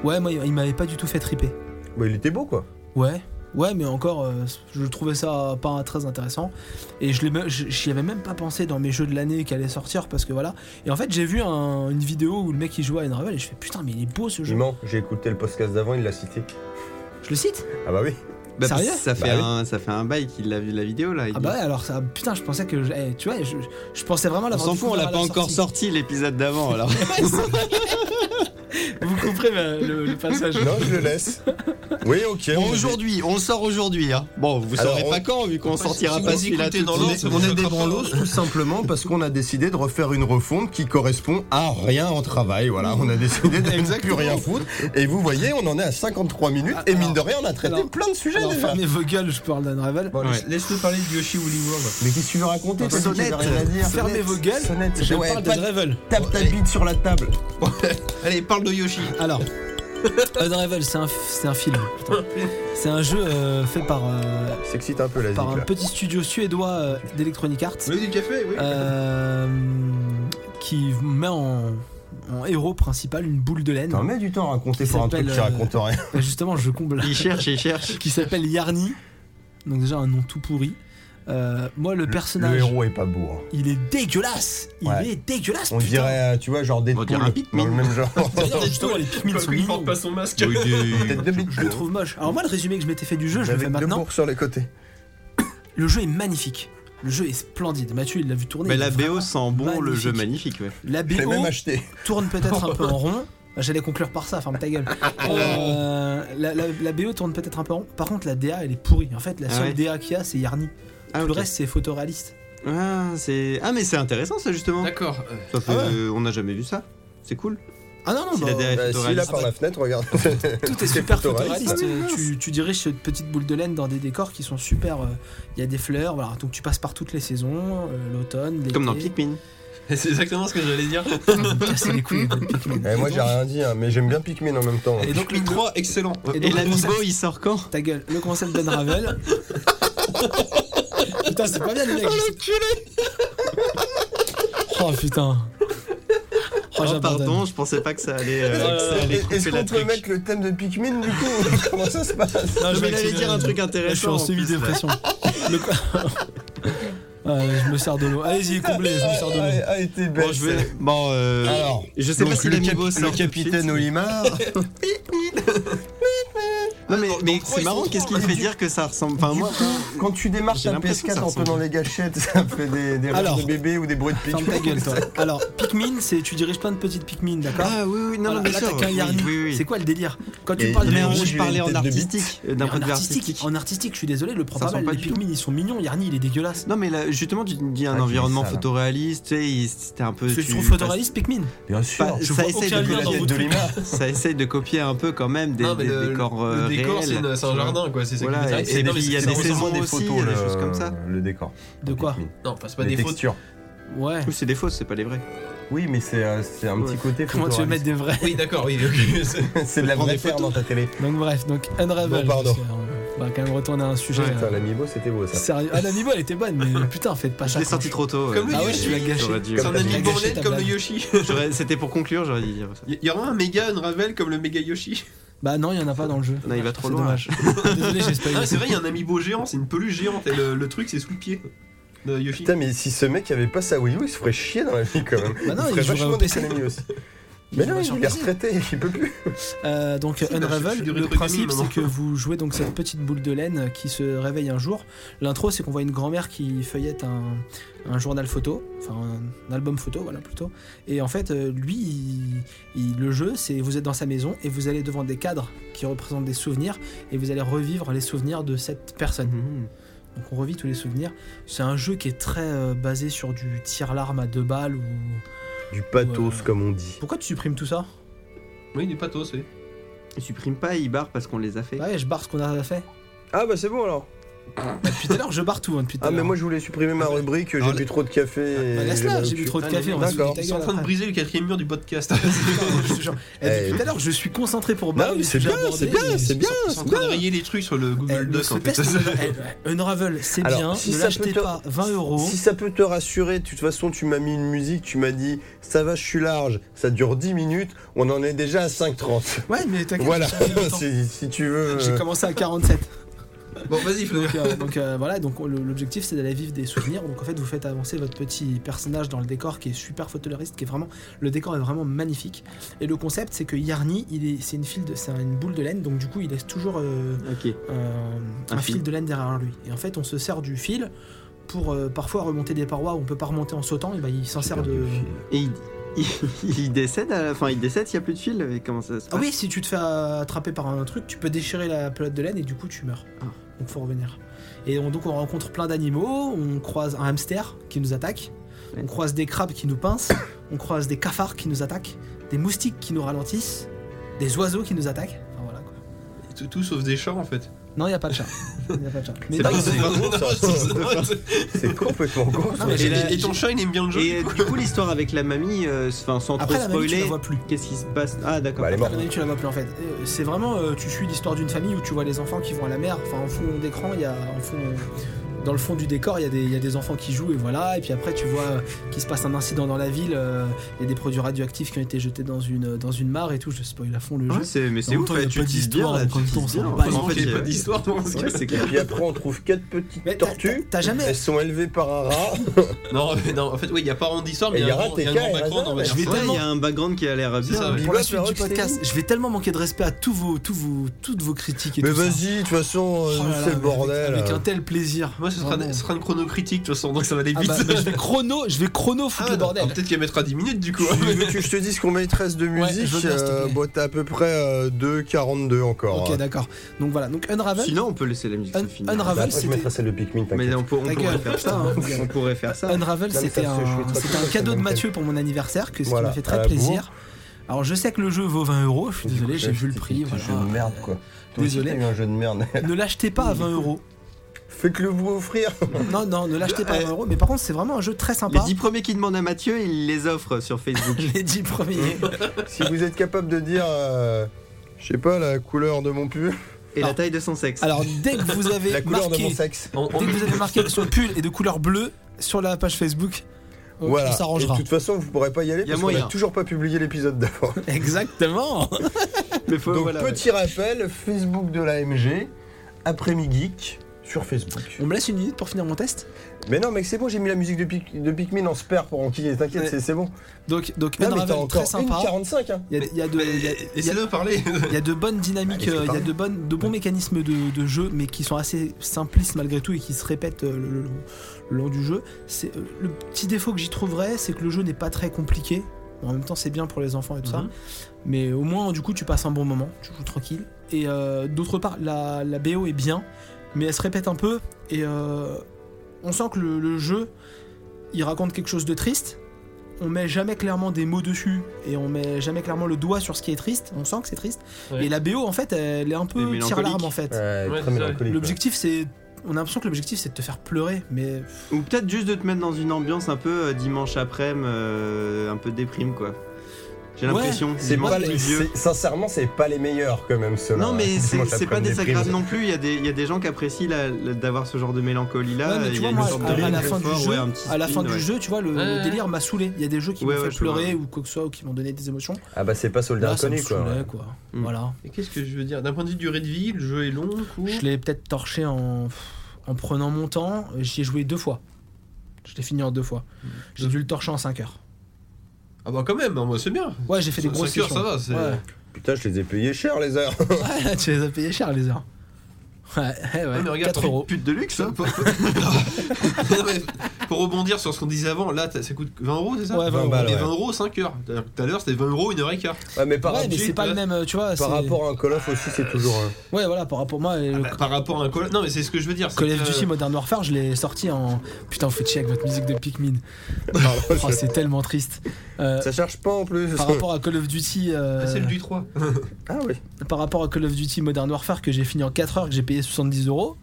Speaker 3: Ouais, moi, il m'avait pas du tout fait triper.
Speaker 4: Bah, il était beau quoi.
Speaker 3: Ouais, ouais, mais encore, euh, je trouvais ça pas très intéressant. Et je l'ai me- je- j'y avais même pas pensé dans mes jeux de l'année qui allaient sortir parce que voilà. Et en fait, j'ai vu un- une vidéo où le mec il jouait à Unravel et je fais putain, mais il est beau ce
Speaker 4: Il
Speaker 3: jeu.
Speaker 4: ment, j'ai écouté le podcast d'avant, il l'a cité.
Speaker 3: Je le cite
Speaker 4: Ah bah oui.
Speaker 2: Bah, parce que
Speaker 3: Sérieux
Speaker 2: ça fait,
Speaker 4: Bah oui.
Speaker 2: un, ça fait un bail qu'il l'a vu la vidéo là. il
Speaker 3: Ah
Speaker 2: dit.
Speaker 3: bah ouais, alors ça, putain, je pensais que. je- eh, tu vois, je, je pensais vraiment
Speaker 2: on
Speaker 3: l'avoir
Speaker 2: s'en fout, on
Speaker 3: découvert
Speaker 2: l'a
Speaker 3: à
Speaker 2: pas
Speaker 3: la
Speaker 2: encore
Speaker 3: sortie.
Speaker 2: sorti l'épisode d'avant alors.
Speaker 3: Vous couperez ma- le, le passage.
Speaker 4: Non, je le laisse. Oui, ok.
Speaker 2: Bon,
Speaker 4: on est-
Speaker 2: aujourd'hui, on sort aujourd'hui. Hein. Bon, vous
Speaker 4: Alors,
Speaker 2: saurez
Speaker 4: on-
Speaker 2: pas quand, vu qu'on sortira
Speaker 5: si
Speaker 2: pas
Speaker 5: vous
Speaker 2: celui-là
Speaker 5: écoutez
Speaker 2: tout
Speaker 5: dans
Speaker 2: de
Speaker 4: On
Speaker 5: l'ordre,
Speaker 2: suite.
Speaker 4: est, on est des branlos
Speaker 5: Raphaël.
Speaker 4: tout simplement parce qu'on a décidé de refaire une refonte qui correspond à rien en travail. Voilà, on a décidé de ne plus
Speaker 2: Exactement.
Speaker 4: rien foutre. Et vous voyez, on en est à 53 minutes et mine de rien, on a traité
Speaker 3: alors-
Speaker 4: plein de sujets
Speaker 3: Alors,
Speaker 4: déjà.
Speaker 3: fermez vos gueules, je parle d'Unravel.
Speaker 5: Bon, laisse- Laisse-le parler de Yoshi Woolly World.
Speaker 4: Mais qu'est-ce que tu veux raconter t'as dit qu'il y avait rien à dire.
Speaker 3: Fermez vos gueules,
Speaker 4: Sonnette,
Speaker 3: je
Speaker 4: ouais,
Speaker 3: parle
Speaker 4: pas-
Speaker 3: d'Unravel.
Speaker 4: tape ta bite sur la table.
Speaker 5: Allez, parle de Yoshi.
Speaker 3: Alors, Unravel, c'est un, f- c'est un film. putain. C'est un jeu euh, fait par, euh,
Speaker 4: S'excite un peu la
Speaker 3: par un
Speaker 4: zik,
Speaker 3: petit studio suédois euh, d'Electronic Arts.
Speaker 5: Oui, du café, oui.
Speaker 3: euh, qui met en, en héros principal une boule de laine.
Speaker 4: T'en mets du temps à raconter
Speaker 3: Il
Speaker 4: pour un truc
Speaker 3: s'appelle,
Speaker 4: qui
Speaker 3: euh,
Speaker 4: raconte rien.
Speaker 3: Et Justement, je comble.
Speaker 2: Il cherche, il cherche.
Speaker 3: qui s'appelle Yarny. Donc déjà un nom tout pourri. Euh, moi le
Speaker 4: Le
Speaker 3: personnage,
Speaker 4: héros est pas bourre.
Speaker 3: il est dégueulasse. Il
Speaker 4: Ouais.
Speaker 3: est dégueulasse.
Speaker 4: On
Speaker 3: putain.
Speaker 4: dirait, euh, tu vois, genre Deadpool.
Speaker 2: dirait un Pikmin.
Speaker 4: dans le même genre.
Speaker 3: D'ailleurs, justement, les Pikmin sont
Speaker 5: il
Speaker 3: mignons.
Speaker 5: porte pas son masque.
Speaker 4: Peut-être deux bits.
Speaker 3: Je le trouve moche. Alors moi le résumé que je m'étais fait du jeu, je le fais
Speaker 4: Avec deux
Speaker 3: maintenant.
Speaker 4: bourres sur les côtés.
Speaker 3: Le jeu est magnifique. Le jeu est splendide. Mathieu, il l'a vu tourner.
Speaker 2: Mais
Speaker 3: il
Speaker 2: la
Speaker 3: est
Speaker 2: BO sent bon le jeu magnifique. Ouais.
Speaker 3: La
Speaker 4: Je l'ai
Speaker 3: BO
Speaker 4: même acheté.
Speaker 3: tourne peut-être un peu en rond. J'allais conclure par ça, ferme ta gueule. Euh, la, la- la BO tourne peut-être un peu en rond. Par contre, la DA, elle est pourrie. En fait, la
Speaker 2: Ah
Speaker 3: seule
Speaker 2: ouais.
Speaker 3: DA qu'il y a, c'est Yarny.
Speaker 2: Ah,
Speaker 3: Tout
Speaker 2: ok.
Speaker 3: le reste, c'est photoréaliste.
Speaker 2: Ah, c'est... ah, mais c'est intéressant ça justement.
Speaker 6: D'accord. euh,
Speaker 2: Ça fait-
Speaker 4: Ah ouais.
Speaker 2: euh, on n'a jamais vu ça. C'est cool.
Speaker 3: Ah non, non,
Speaker 2: Si
Speaker 3: bah,
Speaker 2: la DA est
Speaker 4: Bah, si, là,
Speaker 2: photoréaliste.
Speaker 4: par la fenêtre, regarde.
Speaker 3: Tout est super
Speaker 4: photoréaliste.
Speaker 3: photoréaliste.
Speaker 2: hein.
Speaker 3: Tu, tu diriges cette petite boule de laine dans des décors qui sont super. euh, Il y a des fleurs, voilà. Donc tu passes par toutes les saisons, euh, l'automne, l'été.
Speaker 2: Comme dans Pikmin.
Speaker 5: C'est exactement ce que j'allais dire.
Speaker 3: Putain, vous cassez les couilles, votre Pikmin.
Speaker 4: Eh, moi,
Speaker 3: Et
Speaker 4: j'ai
Speaker 3: donc-
Speaker 4: rien dit, hein, mais j'aime bien Pikmin en même temps.
Speaker 3: Et donc, le,
Speaker 5: Pikmin 3, excellent.
Speaker 3: et
Speaker 2: Et
Speaker 3: donc,
Speaker 2: la
Speaker 3: le concept-
Speaker 2: Mibo, il sort quand
Speaker 3: Ta gueule, le concept d'Unravel. putain, c'est pas bien, les mecs. oh putain. Oh,
Speaker 2: Oh, pardon,
Speaker 3: j'abandonne.
Speaker 2: je pensais pas que ça allait, euh, que ça allait
Speaker 4: Est-ce
Speaker 2: couper
Speaker 4: qu'on
Speaker 2: la
Speaker 4: peut
Speaker 2: truc.
Speaker 4: mettre le thème de Pikmin du coup Comment ça se passe
Speaker 3: Non,
Speaker 2: Non,
Speaker 3: je
Speaker 2: mais
Speaker 3: vais
Speaker 2: il allait
Speaker 3: activer-
Speaker 2: dire un truc
Speaker 3: Là,
Speaker 2: intéressant.
Speaker 3: je suis en
Speaker 2: en plus, là.
Speaker 3: semi-dépression. Le co- Ouais, je me sers de l'eau. Allez-y, comblez, je me sers de l'eau.
Speaker 4: a, a été Ah, belle.
Speaker 2: Bon, je vais. Bon, euh,
Speaker 4: Alors,
Speaker 2: je sais pas
Speaker 4: donc,
Speaker 2: si
Speaker 4: le,
Speaker 2: l'amiibo
Speaker 4: cap-
Speaker 2: sort.
Speaker 4: le
Speaker 2: tout de suite.
Speaker 4: capitaine Olimar.
Speaker 2: Non, mais, mais
Speaker 5: trois,
Speaker 2: c'est
Speaker 5: ils
Speaker 2: marrant,
Speaker 5: sont
Speaker 2: qu'est-ce qui
Speaker 5: trois,
Speaker 2: fait dire que ça ressemble. Enfin,
Speaker 4: du
Speaker 2: moi.
Speaker 4: coup, quand tu démarres
Speaker 2: J'ai
Speaker 4: ta
Speaker 2: l'impression que
Speaker 4: PS4
Speaker 2: ça
Speaker 4: en
Speaker 2: ressemble.
Speaker 4: tenant les gâchettes, ça fait des, des rires
Speaker 3: Alors,
Speaker 4: de bébé ou des bruits de
Speaker 3: Ferme ta
Speaker 4: Pikmin.
Speaker 3: gueule, toi. Alors, Pikmin, c'est tu diriges plein de petites Pikmin, d'accord
Speaker 2: Ah, oui, oui, non,
Speaker 3: Voilà,
Speaker 2: non, bien
Speaker 3: là,
Speaker 2: sûr.
Speaker 3: t'as qu'un
Speaker 2: Oui,
Speaker 3: Yarny.
Speaker 2: oui, oui.
Speaker 3: C'est quoi le délire Quand
Speaker 4: Et
Speaker 3: tu parles
Speaker 4: il
Speaker 3: de
Speaker 4: est
Speaker 2: Mais en
Speaker 4: rouge,
Speaker 2: gros,
Speaker 4: il
Speaker 2: je
Speaker 4: a une
Speaker 2: parlais en
Speaker 4: tête de bite.
Speaker 2: artistique, euh, d'un
Speaker 3: Mais
Speaker 2: point de
Speaker 3: en
Speaker 2: vue
Speaker 3: artistique,
Speaker 2: artistique.
Speaker 3: en artistique, je suis désolé, le prends
Speaker 2: Ça
Speaker 3: pas
Speaker 2: ressemble
Speaker 3: mal.
Speaker 2: pas
Speaker 3: Les
Speaker 2: du tout.
Speaker 3: Pikmin, ils sont mignons. Yarny, il est dégueulasse.
Speaker 2: Non, mais là, justement, tu dis
Speaker 4: Ah,
Speaker 2: un
Speaker 4: qu'il est
Speaker 2: environnement
Speaker 4: sale, hein.
Speaker 2: photoréaliste, tu sais, il- c'était un peu.
Speaker 3: Parce que tu
Speaker 2: tu
Speaker 3: trouves photoréaliste, Pikmin
Speaker 4: Bien sûr.
Speaker 2: Pas-
Speaker 3: Je
Speaker 2: ça
Speaker 3: vois
Speaker 2: essaie de
Speaker 3: aucun lien
Speaker 2: coller
Speaker 3: dans
Speaker 2: à
Speaker 3: vos
Speaker 2: de
Speaker 3: trucs.
Speaker 2: l'humain. ça essaye de copier un peu quand même des,
Speaker 5: Non, mais
Speaker 2: des
Speaker 5: le-
Speaker 2: décors
Speaker 5: le
Speaker 2: euh,
Speaker 5: décor, c'est
Speaker 2: réels.
Speaker 5: une- c'est un
Speaker 2: tu vois.
Speaker 5: jardin, quoi. C'est ça
Speaker 2: Voilà,
Speaker 5: qui est
Speaker 2: et-
Speaker 5: bizarre.
Speaker 2: et
Speaker 5: Non,
Speaker 2: puis,
Speaker 5: mais
Speaker 2: il y a
Speaker 5: c'est-
Speaker 2: des
Speaker 5: ça ressemble-
Speaker 2: saisons aussi, il y a des choses comme ça.
Speaker 4: Le décor.
Speaker 3: De quoi
Speaker 4: Pikmin.
Speaker 5: Non, c'est pas
Speaker 4: Les
Speaker 5: des fautes.
Speaker 4: textures.
Speaker 3: Ouais.
Speaker 2: Oui, c'est des fausses, c'est pas les vrais.
Speaker 3: Bah,
Speaker 4: Oui, mais c'est euh, c'est un petit
Speaker 2: Ouais.
Speaker 4: côté
Speaker 3: Comment tu veux mettre
Speaker 4: photoréaliste.
Speaker 3: des vrais
Speaker 5: Oui, d'accord, oui, ok. c'est-
Speaker 4: C'est de la
Speaker 5: Prends des
Speaker 4: vraie terre
Speaker 5: photos.
Speaker 4: dans ta télé.
Speaker 3: Donc, bref, donc Unravel.
Speaker 4: Bon, pardon.
Speaker 3: parce que, euh, On va quand même retourner à un sujet.
Speaker 4: Putain,
Speaker 3: euh,
Speaker 4: l'amiibo, c'était beau ça.
Speaker 3: Sérieux. Ah, l'amiibo, elle était bonne, mais putain, faites pas
Speaker 2: Je
Speaker 3: ça.
Speaker 2: l'ai
Speaker 3: quoi.
Speaker 2: sorti trop tôt. euh,
Speaker 5: Comme le
Speaker 3: Ah ouais,
Speaker 5: Yoshi.
Speaker 3: tu l'as gâché.
Speaker 2: J'aurais dû-
Speaker 5: C'est un
Speaker 4: Comme
Speaker 5: ami
Speaker 3: la gâchée,
Speaker 5: bornette
Speaker 3: ta
Speaker 5: comme le
Speaker 3: blague.
Speaker 5: Yoshi.
Speaker 2: J'aurais- C'était pour conclure, j'aurais dû dire ça.
Speaker 5: Il y aura un méga Unravel comme le méga Yoshi.
Speaker 3: Bah, non, il y en a pas dans le jeu.
Speaker 2: Non, il va trop
Speaker 3: C'est
Speaker 2: loin.
Speaker 3: dommage. Désolé, j'ai spoilé.
Speaker 5: Ah, c'est vrai, il y a un ami beau géant, c'est une peluche géante. Et le, le truc, c'est sous le pied de Yoshi.
Speaker 4: Putain, mais si ce mec avait pas sa Wii U, il se ferait chier dans la vie quand même.
Speaker 3: Bah non,
Speaker 4: il
Speaker 3: il jouerait
Speaker 4: ferait vachement
Speaker 3: au PC.
Speaker 4: d'économie aussi. Mais non,
Speaker 3: jouerait sur
Speaker 4: il est
Speaker 3: PC.
Speaker 4: retraité, il peut plus.
Speaker 3: Euh, donc
Speaker 5: Si, bah, je-
Speaker 3: Unravel,
Speaker 5: je suis du
Speaker 3: le
Speaker 5: rétro gaming,
Speaker 3: principe
Speaker 5: maintenant.
Speaker 3: c'est que vous jouez donc cette petite boule de laine qui se réveille un jour. L'intro c'est qu'on voit une grand-mère qui feuillette un, un journal photo, enfin un album photo voilà plutôt. Et en fait euh, lui, il- il- le jeu c'est vous êtes dans sa maison et vous allez devant des cadres qui représentent des souvenirs et vous allez revivre les souvenirs de cette personne. Donc on revit tous les souvenirs. C'est un jeu qui est très euh, basé sur du tir l'arme à deux balles ou...
Speaker 4: Du
Speaker 3: pathos, Ouais.
Speaker 4: comme on dit.
Speaker 3: Pourquoi tu supprimes tout ça
Speaker 5: Oui, il est pathos, oui.
Speaker 2: Il supprime pas Ibar parce qu'on les a fait.
Speaker 3: Bah ouais je barre ce qu'on a fait.
Speaker 4: Ah bah c'est bon alors.
Speaker 3: Bah, depuis tout à l'heure je barre tout hein, depuis tout à
Speaker 4: Ah mais
Speaker 3: l'heure.
Speaker 4: moi je voulais supprimer ma rubrique, j'ai
Speaker 2: Alors,
Speaker 4: bu trop de café.
Speaker 3: Bah,
Speaker 4: et
Speaker 3: laisse
Speaker 4: j'ai mal
Speaker 3: là,
Speaker 4: au
Speaker 3: j'ai
Speaker 4: cul.
Speaker 3: bu
Speaker 4: Ah,
Speaker 3: trop de café, on va se
Speaker 4: D'accord.
Speaker 3: foutre ta
Speaker 5: Ils sont en
Speaker 3: gueule
Speaker 5: train de
Speaker 3: après. Ah,
Speaker 5: briser le quatrième mur du podcast.
Speaker 3: Je te jure. Eh, depuis
Speaker 4: Eh.
Speaker 3: tout à l'heure, je suis concentré pour
Speaker 4: Non
Speaker 3: battre
Speaker 4: mais
Speaker 3: le
Speaker 4: c'est
Speaker 3: sujet
Speaker 4: bien,
Speaker 3: abordé,
Speaker 4: c'est bien,
Speaker 3: mais-
Speaker 4: c'est bien,
Speaker 5: Ils sont en
Speaker 4: c'est
Speaker 5: train de
Speaker 4: bien.
Speaker 5: rayer les trucs sur le
Speaker 3: Eh,
Speaker 5: Google
Speaker 3: le
Speaker 5: Doc en fait.
Speaker 3: test, eh, Unravel, c'est
Speaker 4: Alors,
Speaker 3: bien,
Speaker 4: si
Speaker 3: ne
Speaker 4: ça peut
Speaker 3: l'achetez
Speaker 4: te-
Speaker 3: pas 20 euros.
Speaker 4: Si ça peut te rassurer, de toute façon tu m'as mis une musique, tu m'as dit ça va, je suis large, ça dure 10 minutes, on en est déjà à 5.30.
Speaker 3: Ouais, mais t'inquiète.
Speaker 4: Voilà,
Speaker 3: j'ai le temps.
Speaker 4: si, si tu veux.
Speaker 3: J'ai
Speaker 4: euh,
Speaker 3: commencé à 47.
Speaker 5: Bon, vas-y, Flo.
Speaker 3: Donc, euh, donc, euh, voilà, donc on- le- l'objectif c'est d'aller vivre des souvenirs. Donc en fait, vous faites avancer votre petit personnage dans le décor qui est super photoréaliste, qui est vraiment le décor est vraiment magnifique. Et le concept c'est que Yarny, il est c'est une file de- c'est une boule de laine, donc du coup il laisse toujours euh,
Speaker 2: Ok.
Speaker 3: un,
Speaker 2: Un
Speaker 3: un
Speaker 2: fil.
Speaker 3: fil de laine derrière lui. Et en fait, on se sert du fil pour euh, parfois remonter des parois où on peut pas remonter en sautant. Et ben, il s'en sert bah, de.
Speaker 2: Et il- il, il décède, à la fin, il décède s'il n'y a plus de fil. et Comment ça se
Speaker 3: Ah
Speaker 2: passe
Speaker 3: oui, si tu te fais attraper par un truc, tu peux déchirer la pelote de laine et du coup tu meurs.
Speaker 2: Ah.
Speaker 3: Donc faut revenir. Et on- donc on rencontre plein d'animaux, on croise un hamster qui nous attaque,
Speaker 2: Ouais.
Speaker 3: on croise des crabes qui nous pincent, on croise des cafards qui nous attaquent, des moustiques qui nous ralentissent, des oiseaux qui nous attaquent. Enfin, voilà, quoi.
Speaker 5: Tout, tout sauf des chats en fait. Bah,
Speaker 3: Non, il n'y a pas de chat. Y a pas de chat. Mais
Speaker 5: C'est
Speaker 3: non,
Speaker 5: pas-
Speaker 3: ils-
Speaker 5: c'est pas- non, c'est-
Speaker 4: C'est complètement con.
Speaker 3: non, mais
Speaker 5: Et,
Speaker 3: j'ai-
Speaker 5: et ton chat il aime bien le jeu
Speaker 2: Et euh, du coup, l'histoire avec la mamie, euh, enfin, sans
Speaker 3: Après
Speaker 2: trop
Speaker 3: la mamie, tu
Speaker 2: spoiler,
Speaker 3: la vois plus.
Speaker 2: qu'est-ce qui se passe Ah, d'accord.
Speaker 4: Bah, elle est
Speaker 3: La
Speaker 4: morte.
Speaker 3: mamie, tu la vois plus en fait. Euh, C'est vraiment, euh, tu suis l'histoire d'une famille où tu vois les enfants qui vont à la mer. Enfin, en fond d'écran, il y a, en fond, dans le fond du décor, il y, a des- il y a des enfants qui jouent et voilà. Et puis après, tu vois euh, qu'il se passe un incident dans la ville. euh, Il y a des produits radioactifs qui ont été jetés dans une euh, dans une mare et tout. Je spoil à fond le jeu.
Speaker 2: Ouais, c'est- mais
Speaker 3: En
Speaker 2: c'est
Speaker 3: même
Speaker 2: ouf,
Speaker 3: temps, il y a
Speaker 2: tu
Speaker 3: pas
Speaker 2: te dis
Speaker 3: d'histoire,
Speaker 2: bien, là,
Speaker 3: donc
Speaker 2: tu
Speaker 3: en
Speaker 2: te
Speaker 3: même temps,
Speaker 2: dis bien.
Speaker 3: on s'en bat les
Speaker 2: En
Speaker 5: Heureusement
Speaker 2: fait,
Speaker 5: que j'ai
Speaker 2: il y a-
Speaker 5: pas d'histoire dans ce
Speaker 2: Ouais,
Speaker 5: cas.
Speaker 2: c'est clair.
Speaker 4: Et puis après, on trouve quatre petites
Speaker 3: Mais t'as-
Speaker 4: tortues.
Speaker 3: T'as jamais.
Speaker 4: Elles sont élevées par un rat.
Speaker 5: Non, mais non, en fait, oui, il n'y a pas vraiment d'histoire, mais
Speaker 4: Et
Speaker 5: il y a un
Speaker 4: Yara,
Speaker 5: grand- il y a un
Speaker 4: TK,
Speaker 5: grand
Speaker 4: et
Speaker 5: background, on va
Speaker 4: Razan,
Speaker 5: dire.
Speaker 2: Ouais, il y a un background qui a l'air
Speaker 5: C'est ça,
Speaker 2: bien.
Speaker 5: ouais.
Speaker 3: Pour la
Speaker 4: Bebop,
Speaker 3: suite
Speaker 4: la
Speaker 3: du podcast, je vais tellement manquer de respect à tous vos, tous vos, toutes vos critiques et
Speaker 4: Mais
Speaker 3: tout ça.
Speaker 4: vas-y, de toute façon, euh,
Speaker 3: Oh là là,
Speaker 4: c'est
Speaker 3: mais
Speaker 4: le
Speaker 3: avec-
Speaker 4: bordel.
Speaker 3: Avec un tel plaisir.
Speaker 5: Moi, ce sera,
Speaker 3: Vraiment.
Speaker 5: ce sera une chrono critique, de toute façon, donc ça va aller
Speaker 3: Ah
Speaker 5: vite.
Speaker 3: bah, mais je vais chrono, je vais chrono
Speaker 5: Ah,
Speaker 3: foutre le bordel.
Speaker 5: Peut-être qu'elle mettra 10 minutes du coup.
Speaker 4: Tu veux que je te dise qu'on maîtresse de
Speaker 3: Ouais, je
Speaker 4: musique
Speaker 3: veux bien, s'il te
Speaker 4: euh,
Speaker 3: plaît.
Speaker 4: Bon, t'as à peu près euh, 2,42 encore. hein.
Speaker 3: Ok, d'accord. Donc voilà, donc Unravel.
Speaker 2: Sinon, on peut laisser la musique
Speaker 3: Un-
Speaker 2: se finir.
Speaker 3: Unravel,
Speaker 4: Bah, Après, je
Speaker 3: c'était-
Speaker 4: mettrai celle de Pikmin,
Speaker 2: Mais
Speaker 4: t'inquiète.
Speaker 2: on, peut- on
Speaker 3: Ta
Speaker 2: pourrait
Speaker 3: gueule,
Speaker 2: faire
Speaker 3: putain,
Speaker 2: ça. hein.
Speaker 3: ta gueule.
Speaker 2: On pourrait faire ça.
Speaker 3: Unravel,
Speaker 4: Non, mais
Speaker 3: c'était
Speaker 4: ça, je suis
Speaker 3: un,
Speaker 4: très
Speaker 3: c'était un
Speaker 4: content,
Speaker 3: cadeau de
Speaker 4: nickel.
Speaker 3: Mathieu pour mon anniversaire, que ce qui
Speaker 4: Voilà,
Speaker 3: m'a fait très
Speaker 4: euh,
Speaker 3: plaisir. Alors je sais que le jeu vaut 20 euros, je suis
Speaker 4: Du coup,
Speaker 3: désolé,
Speaker 4: t'as
Speaker 3: j'ai vu le
Speaker 4: acheté
Speaker 3: prix.
Speaker 4: ce
Speaker 3: voilà.
Speaker 4: jeu de merde, quoi. Toi aussi,
Speaker 3: Désolé.
Speaker 4: t'as eu un jeu de merde.
Speaker 3: Ne l'achetez pas à 20 euros.
Speaker 4: Faites-le vous offrir.
Speaker 3: Non, non, ne l'achetez pas à 20 euros, mais par contre c'est vraiment un jeu très
Speaker 2: Les
Speaker 3: sympa.
Speaker 2: 10 premiers qui demandent à Mathieu, il les offre sur Facebook.
Speaker 3: Les 10 premiers.
Speaker 4: si vous êtes capable de dire, euh, je sais pas, la couleur de mon pull,
Speaker 2: et la
Speaker 3: Alors-
Speaker 2: taille de son sexe.
Speaker 3: Alors dès que vous avez
Speaker 4: la couleur de mon
Speaker 3: marqué,
Speaker 4: sexe.
Speaker 5: On- on-
Speaker 3: dès que vous avez marqué que son pull est de couleur bleue sur la page Facebook, on-
Speaker 4: voilà.
Speaker 3: on
Speaker 4: Et
Speaker 3: s'arrangera.
Speaker 4: de toute façon, vous pourrez pas y aller
Speaker 2: Y a
Speaker 4: parce qu'on
Speaker 2: moyen.
Speaker 4: a toujours pas publié l'épisode d'avant.
Speaker 3: Exactement.
Speaker 2: Mais faut-
Speaker 4: Donc,
Speaker 2: voilà, ouais.
Speaker 4: petit rappel Facebook de l'AMG, après-midi geek sur Facebook.
Speaker 3: On me laisse une minute pour finir mon test.
Speaker 4: Mais non, mec, c'est bon, j'ai mis la musique de, Pic- de Pikmin en spare pour enquiller, t'inquiète,
Speaker 3: Ouais.
Speaker 4: c'est- c'est bon.
Speaker 3: Donc, donc
Speaker 4: Non, mais t'as
Speaker 3: Unravel, très
Speaker 4: encore une
Speaker 3: sympa.
Speaker 4: 45, hein.
Speaker 3: Il y a- il y a de- il y a- il y a-
Speaker 5: Laissez-le parler.
Speaker 3: Il y a de bonnes dynamiques,
Speaker 4: Allez, c'est
Speaker 3: euh, il y a
Speaker 4: parti.
Speaker 3: de, bonnes, de bons mécanismes de, de jeu, mais qui sont assez simplistes malgré tout et qui se répètent euh, le, le long- le long du jeu. C'est euh, le petit défaut que j'y trouverais, c'est que le jeu n'est pas très compliqué. En même temps, c'est bien pour les enfants et tout
Speaker 2: Mhm.
Speaker 3: ça. Mais au moins, du coup, tu passes un bon moment, tu joues tranquille. Et euh, d'autre part, la, la BO est bien, mais elle se répète un peu. Et euh, on sent que le, le jeu, il raconte quelque chose de triste. On met jamais clairement des mots dessus et on met jamais clairement le doigt sur ce qui est triste. On sent que c'est triste.
Speaker 5: Ouais.
Speaker 3: Et la BO, en fait, elle est un
Speaker 2: Elle est
Speaker 3: peu
Speaker 2: mélancolique.
Speaker 3: tire-larme, en fait.
Speaker 4: Ouais,
Speaker 5: Ouais,
Speaker 4: très
Speaker 5: c'est
Speaker 4: mélancolique. ouais.
Speaker 3: L'objectif, c'est. On a l'impression que l'objectif, c'est de te faire pleurer, mais.
Speaker 2: Ou peut-être juste de te mettre dans une ambiance un peu euh, dimanche après-midi, euh, un peu déprime quoi. J'ai
Speaker 3: Ouais,
Speaker 2: l'impression.
Speaker 4: C'est
Speaker 2: Dimanche
Speaker 4: pas les-
Speaker 2: plus vieux.
Speaker 4: c'est- sincèrement, c'est pas les meilleurs quand même, ceux-là.
Speaker 2: Non mais
Speaker 4: Dimanche
Speaker 2: c'est c'est
Speaker 4: après-midi,
Speaker 2: pas
Speaker 4: les
Speaker 2: désagréable
Speaker 4: primes.
Speaker 2: non plus. Il y, a des- il y a des gens qui apprécient la- la- d'avoir ce genre de mélancolie là.
Speaker 3: Ouais, mais tu vois, moi, à, à la fin du jeu, à la fin du jeu, tu vois, le,
Speaker 5: Ouais,
Speaker 3: le
Speaker 5: ouais.
Speaker 3: délire m'a saoulé. Il y a des jeux qui
Speaker 2: Ouais,
Speaker 3: m'ont
Speaker 2: ouais,
Speaker 3: fait
Speaker 2: je
Speaker 3: pleurer
Speaker 2: vois.
Speaker 3: ou quoi que ce soit, ou qui m'ont donné des émotions.
Speaker 4: Ah bah, c'est pas soldat
Speaker 3: Là, ça me
Speaker 4: inconnu, quoi.
Speaker 3: saoulait, quoi.
Speaker 2: Mm.
Speaker 3: Voilà.
Speaker 5: Et Qu'est-ce que je veux dire D'un point de vue durée de vie, le jeu est long, court.
Speaker 3: Je l'ai peut-être torché en. En prenant mon temps, j'y ai joué deux fois. Je l'ai fini en deux fois. J'ai dû le torcher en 5 heures.
Speaker 5: Ah bah quand même, moi c'est bien.
Speaker 3: Ouais, j'ai fait des
Speaker 5: Cinq
Speaker 3: grosses
Speaker 5: heures,
Speaker 3: sessions.
Speaker 5: ça va, c'est-
Speaker 3: Ouais.
Speaker 4: Putain, je les ai payés cher, les heures.
Speaker 3: Ouais, tu les as payés cher, les heures. Ouais, eh ouais,
Speaker 5: mais
Speaker 3: ouais.
Speaker 5: regarde,
Speaker 3: 4 euros.
Speaker 2: Pute de luxe. hein.
Speaker 5: Ça, pour... Non, mais pour rebondir sur ce qu'on disait avant, là t'as- ça coûte 20 euros, c'est ça
Speaker 3: Ouais, 20
Speaker 4: euros.
Speaker 5: Mais
Speaker 4: Ouais.
Speaker 5: 20 euros, 5 heures. D'ailleurs, Tout à l'heure c'était 20 euros, une heure et quart.
Speaker 4: Ouais, Ah, mais par,
Speaker 3: Ouais, mais
Speaker 5: dessus,
Speaker 3: c'est pas
Speaker 5: tu
Speaker 3: le
Speaker 5: vois.
Speaker 3: même, euh, tu vois.
Speaker 4: par
Speaker 3: c'est- Ah,
Speaker 4: rapport à un Call of aussi, c'est toujours. un-
Speaker 3: Ouais, voilà, par rapport. Moi, le-
Speaker 5: Bah, par rapport à un Call Non, mais c'est ce que je veux dire. c'est
Speaker 3: Call
Speaker 5: que-
Speaker 3: of Duty Modern Warfare, je l'ai sorti en. Putain, faut chier avec votre musique de Pikmin. Oh, c'est tellement triste. Euh,
Speaker 4: Ça charge pas en plus.
Speaker 3: par rapport à Call of Duty. euh,
Speaker 5: Ah, c'est le du 3.
Speaker 4: Ah oui.
Speaker 3: par rapport à Call of Duty Modern Warfare que j'ai fini en 4 heures, que j'ai payé 70 euros.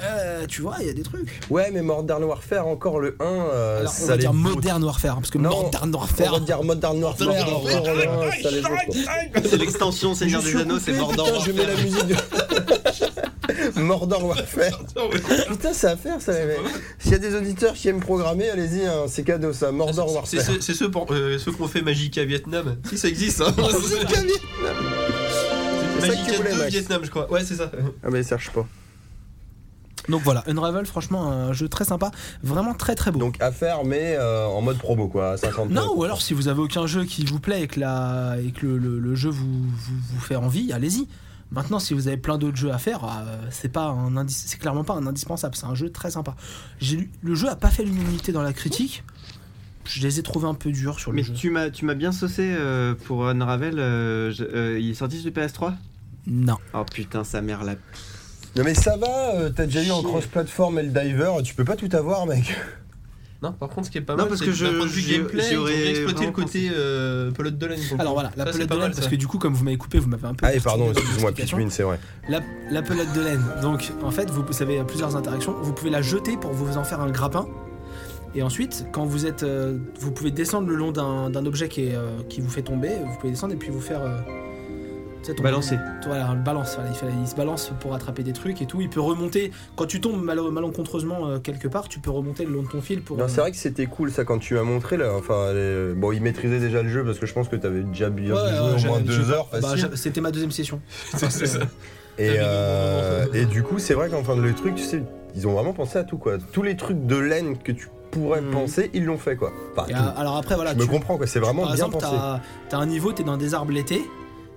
Speaker 3: euh, tu vois, il y a des trucs.
Speaker 4: Ouais, mais Modern Warfare, encore le 1. euh,
Speaker 3: Alors, on
Speaker 4: ça
Speaker 3: va
Speaker 4: les
Speaker 3: dire
Speaker 4: vaut-
Speaker 3: Modern Warfare, parce que
Speaker 4: Non,
Speaker 3: Modern
Speaker 4: On
Speaker 3: Warfare.
Speaker 4: va dire Modern Warfare,
Speaker 5: Modern Warfare.
Speaker 4: encore le 1, ça les vaut, quoi.
Speaker 2: C'est l'extension Seigneur
Speaker 4: Je
Speaker 2: des
Speaker 4: suis
Speaker 2: Anneaux, c'est
Speaker 4: coupé,
Speaker 2: Mordor.
Speaker 4: Putain, je mets la musique de. Mordor Warfare. Putain, c'est à faire ça, les mecs. S'il y a des auditeurs qui aiment programmer, allez-y, hein, c'est cadeau ça. Mordor
Speaker 5: Ah, C'est
Speaker 4: Warfare.
Speaker 5: ceux, c'est ceux pour- euh, ceux qu'on fait Magica Vietnam. Si ça existe, hein.
Speaker 4: Magica Vietnam. C'est ça que tu
Speaker 5: Magica
Speaker 4: voulais,
Speaker 5: 2
Speaker 4: Max.
Speaker 5: Vietnam, je crois. Ouais, c'est ça.
Speaker 4: Ah, mais cherche pas.
Speaker 3: Donc voilà, Unravel, franchement, un jeu très sympa. Vraiment très très beau.
Speaker 4: Donc, euh, à faire, mais euh, en mode promo, quoi, à 50
Speaker 3: Non, ou alors si vous avez aucun jeu qui vous plaît et que, la, et que le, le- le jeu vous, vous, vous fait envie, allez-y. Maintenant, si vous avez plein d'autres jeux à faire, euh, c'est pas un indi- c'est clairement pas un indispensable. C'est un jeu très sympa. J'ai lu- le jeu a pas fait l'unanimité dans la critique. je les ai trouvés un peu durs sur le
Speaker 2: Mais
Speaker 3: jeu.
Speaker 2: tu m'as, tu m'as bien saucé euh, pour Unravel. euh, je- euh, il est sorti sur PS3
Speaker 3: Non.
Speaker 2: Oh putain, sa mère l'a.
Speaker 4: Non mais ça va, euh, t'as déjà eu en
Speaker 2: Chier.
Speaker 4: cross-platform et le diver, tu peux pas tout avoir mec.
Speaker 5: Non, par contre, ce qui est pas
Speaker 2: Non,
Speaker 5: mal,
Speaker 2: parce
Speaker 5: c'est
Speaker 2: que
Speaker 5: d'un
Speaker 2: je-
Speaker 5: point de vue
Speaker 2: j'ai-
Speaker 5: gameplay,
Speaker 2: j'y
Speaker 5: ils ont bien
Speaker 2: aurais
Speaker 5: exploité
Speaker 2: vraiment
Speaker 5: le côté euh, pelote de laine. pour le
Speaker 3: Alors
Speaker 5: coup.
Speaker 3: voilà, la
Speaker 5: Ça, c'est
Speaker 3: pelote
Speaker 5: pas
Speaker 3: de laine,
Speaker 5: mal,
Speaker 3: parce
Speaker 5: ça.
Speaker 3: que du coup, comme vous m'avez coupé, vous m'avez un peu.
Speaker 4: Ah
Speaker 3: perturbé
Speaker 4: et pardon,
Speaker 3: dans votre
Speaker 4: excuse-moi,
Speaker 3: explication.
Speaker 4: Pikmin, c'est vrai.
Speaker 3: La, la pelote de laine, donc en fait, vous, vous avez plusieurs interactions. Vous pouvez la jeter pour vous en faire un grappin. Et ensuite, quand vous êtes. euh, vous pouvez descendre le long d'un d'un objet qui, est, euh, qui vous fait tomber. Vous pouvez descendre et puis vous faire. euh, tu sais, tomber-
Speaker 2: Balancer.
Speaker 3: Voilà, le balance. voilà, il, fait- il se balance pour attraper des trucs et tout. Il peut remonter. Quand tu tombes mal- malencontreusement euh, quelque part, tu peux remonter le long de ton fil pour.
Speaker 4: Non,
Speaker 3: euh,
Speaker 4: c'est vrai que c'était cool ça quand tu m'as montré là. Enfin, les- bon, il maîtrisait déjà le jeu parce que je pense que t'avais déjà bien
Speaker 3: Ouais,
Speaker 4: joué
Speaker 3: ouais,
Speaker 4: au moins
Speaker 3: j'avais-
Speaker 4: deux
Speaker 3: j'ai-
Speaker 4: heures
Speaker 3: bah,
Speaker 4: facile.
Speaker 3: j'a- C'était ma deuxième session.
Speaker 5: C'est ça.
Speaker 4: et,
Speaker 5: j'avais
Speaker 4: euh, et du coup, c'est vrai qu'en fin de le truc, tu sais, ils ont vraiment pensé à tout quoi. Tous les trucs de laine que tu pourrais
Speaker 3: Mhm.
Speaker 4: penser, ils l'ont fait quoi. Enfin,
Speaker 3: Et,
Speaker 4: tout.
Speaker 3: euh, alors après, voilà.
Speaker 4: je me
Speaker 3: tu-
Speaker 4: comprends quoi, c'est vraiment
Speaker 3: Par
Speaker 4: bien
Speaker 3: exemple,
Speaker 4: pensé.
Speaker 3: t'as t'as un niveau, t'es dans des arbres l'été,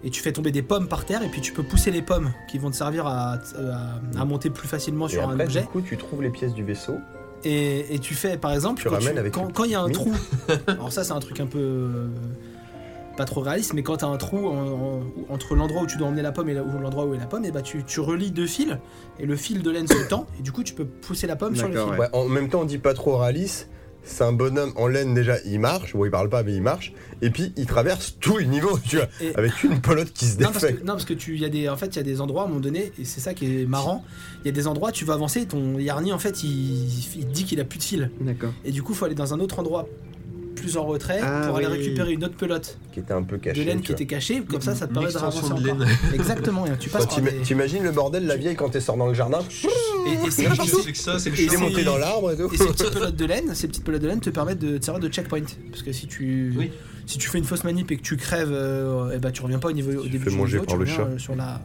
Speaker 3: et tu fais tomber des pommes par terre, et puis tu peux pousser les pommes qui vont te servir à, à- à monter plus facilement
Speaker 4: Mm. Et
Speaker 3: sur un
Speaker 4: après, du
Speaker 3: objet.
Speaker 4: coup, tu trouves les pièces du vaisseau.
Speaker 3: Et, et tu fais, par exemple,
Speaker 4: Tu
Speaker 3: quand tu-
Speaker 4: ramènes avec
Speaker 3: quand
Speaker 4: le
Speaker 3: quand il y a un
Speaker 4: petit
Speaker 3: trou, alors ça c'est un truc un peu euh, pas trop réaliste, mais quand t'as un trou en- en- entre l'endroit où tu dois emmener la pomme et la- ou l'endroit où est la pomme, et bah tu, tu relis deux fils, et le fil de laine se tend, et du coup tu peux pousser la pomme sur le fil.
Speaker 2: D'accord, ouais.
Speaker 4: Ouais, Bah, en même temps, on dit pas trop Ralis. C'est un bonhomme en laine déjà, il marche. Bon, il parle pas, mais il marche. Et puis, il traverse tout le niveau, tu vois,
Speaker 3: Et-
Speaker 4: avec une pelote qui se
Speaker 3: Non parce,
Speaker 4: défait.
Speaker 3: que, non, parce que tu y a des en fait il y a des endroits à un moment donné et c'est ça qui est marrant. Il y a des endroits tu vas avancer ton Yarny en fait il, il dit qu'il a plus de fil
Speaker 2: D'accord.
Speaker 3: et du coup faut aller dans un autre endroit plus en retrait
Speaker 2: Ah
Speaker 3: pour aller
Speaker 2: oui.
Speaker 3: récupérer une autre pelote
Speaker 4: Qui était un peu caché.
Speaker 3: de laine
Speaker 4: tu
Speaker 3: qui
Speaker 4: vois.
Speaker 3: était cachée comme ça ça te
Speaker 5: Une
Speaker 3: permet de
Speaker 5: extension
Speaker 3: ravancer
Speaker 5: de
Speaker 3: encore. Exactement et tu passes par
Speaker 4: Enfin, t'ima-
Speaker 3: des-
Speaker 4: T'imagines le bordel, la vieille, quand t'es sort dans le jardin,
Speaker 3: et, et ces,
Speaker 5: C'est juste que ça, c'est le
Speaker 3: Et
Speaker 4: il est
Speaker 5: charme.
Speaker 4: monté dans l'arbre et tout.
Speaker 3: et ces petites pelotes de laine ces petites pelotes de laine te permettent de te servir de checkpoint parce que si tu
Speaker 5: Oui.
Speaker 3: si tu fais une fausse manip et que tu crèves et bah tu reviens pas au niveau au
Speaker 4: Tu
Speaker 3: début
Speaker 4: fais
Speaker 3: du
Speaker 4: manger
Speaker 3: niveau,
Speaker 4: par
Speaker 3: tu
Speaker 4: le
Speaker 3: reviens,
Speaker 4: chat.
Speaker 3: euh, sur la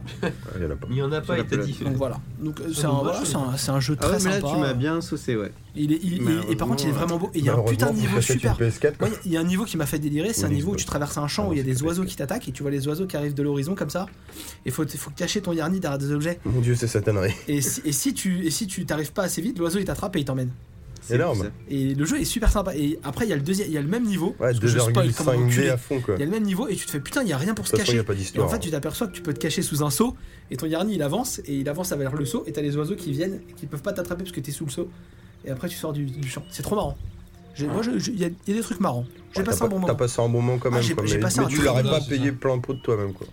Speaker 4: Il y en a pas.
Speaker 5: Il y en a pas,
Speaker 2: la
Speaker 5: il t'a dit.
Speaker 3: donc voilà donc euh, c'est un,
Speaker 5: dommage,
Speaker 3: voilà,
Speaker 5: ouais.
Speaker 3: c'est un, c'est un jeu
Speaker 2: Ah
Speaker 3: très
Speaker 2: ouais, mais là,
Speaker 3: sympa
Speaker 2: tu m'as bien saucé, ouais.
Speaker 3: Il est- il- il- et par contre, il est vraiment beau. Et il y a un
Speaker 4: Malheureusement,
Speaker 3: putain de
Speaker 4: faut
Speaker 3: niveau
Speaker 4: s'acheter
Speaker 3: super.
Speaker 4: une PS4, quoi.
Speaker 3: Moi, il y a un niveau qui m'a fait délirer, c'est
Speaker 4: Ou
Speaker 3: un
Speaker 4: une
Speaker 3: niveau où
Speaker 4: Xbox.
Speaker 3: tu traverses un champ
Speaker 4: Ah
Speaker 3: où il y a
Speaker 4: non,
Speaker 3: des
Speaker 4: c'est
Speaker 3: oiseaux
Speaker 4: PS4.
Speaker 3: qui t'attaquent et tu vois les oiseaux qui arrivent de l'horizon comme ça. Et faut, faut cacher ton yarni derrière des objets.
Speaker 4: Mon dieu, c'est satanerie.
Speaker 3: Et si, et si tu et si tu t'arrives pas assez vite, l'oiseau il t'attrape et il t'emmène.
Speaker 2: C'est
Speaker 4: Énorme.
Speaker 2: fou, ça.
Speaker 3: Et le jeu est super sympa. Et après il y a le deuxième, il y a le même niveau.
Speaker 4: Ouais,
Speaker 3: parce que je spoil comme un
Speaker 4: 2,5D
Speaker 3: enculé.
Speaker 4: à fond, quoi.
Speaker 3: Il y a le même niveau et tu te fais putain, il y a rien pour
Speaker 4: De
Speaker 3: se
Speaker 4: toute façon, il
Speaker 3: cacher.
Speaker 4: n'y a pas
Speaker 3: Et en
Speaker 4: d'histoire.
Speaker 3: fait, tu t'aperçois que tu peux te cacher sous un seau et ton yarni il avance et il avance vers le seau et t'as les oiseaux qui viennent et qui peuvent pas t'attraper parce que t'es sous le seau. Et après, tu sors du, du champ. C'est trop marrant. J'ai- Moi, je- je- il y, a il y a des trucs marrants. J'ai
Speaker 4: Ouais,
Speaker 3: passé
Speaker 4: t'as
Speaker 3: un bon
Speaker 4: pas- T'as
Speaker 3: moment.
Speaker 4: passé un bon moment quand
Speaker 3: Ah,
Speaker 4: même,
Speaker 3: j'ai-
Speaker 4: quoi,
Speaker 3: j'ai
Speaker 4: mais,
Speaker 3: passé
Speaker 4: mais
Speaker 3: un
Speaker 4: tu
Speaker 3: très
Speaker 4: l'aurais
Speaker 5: bon
Speaker 4: pas
Speaker 5: moment,
Speaker 4: payé
Speaker 5: c'est
Speaker 4: plein pot de toi-même, quoi.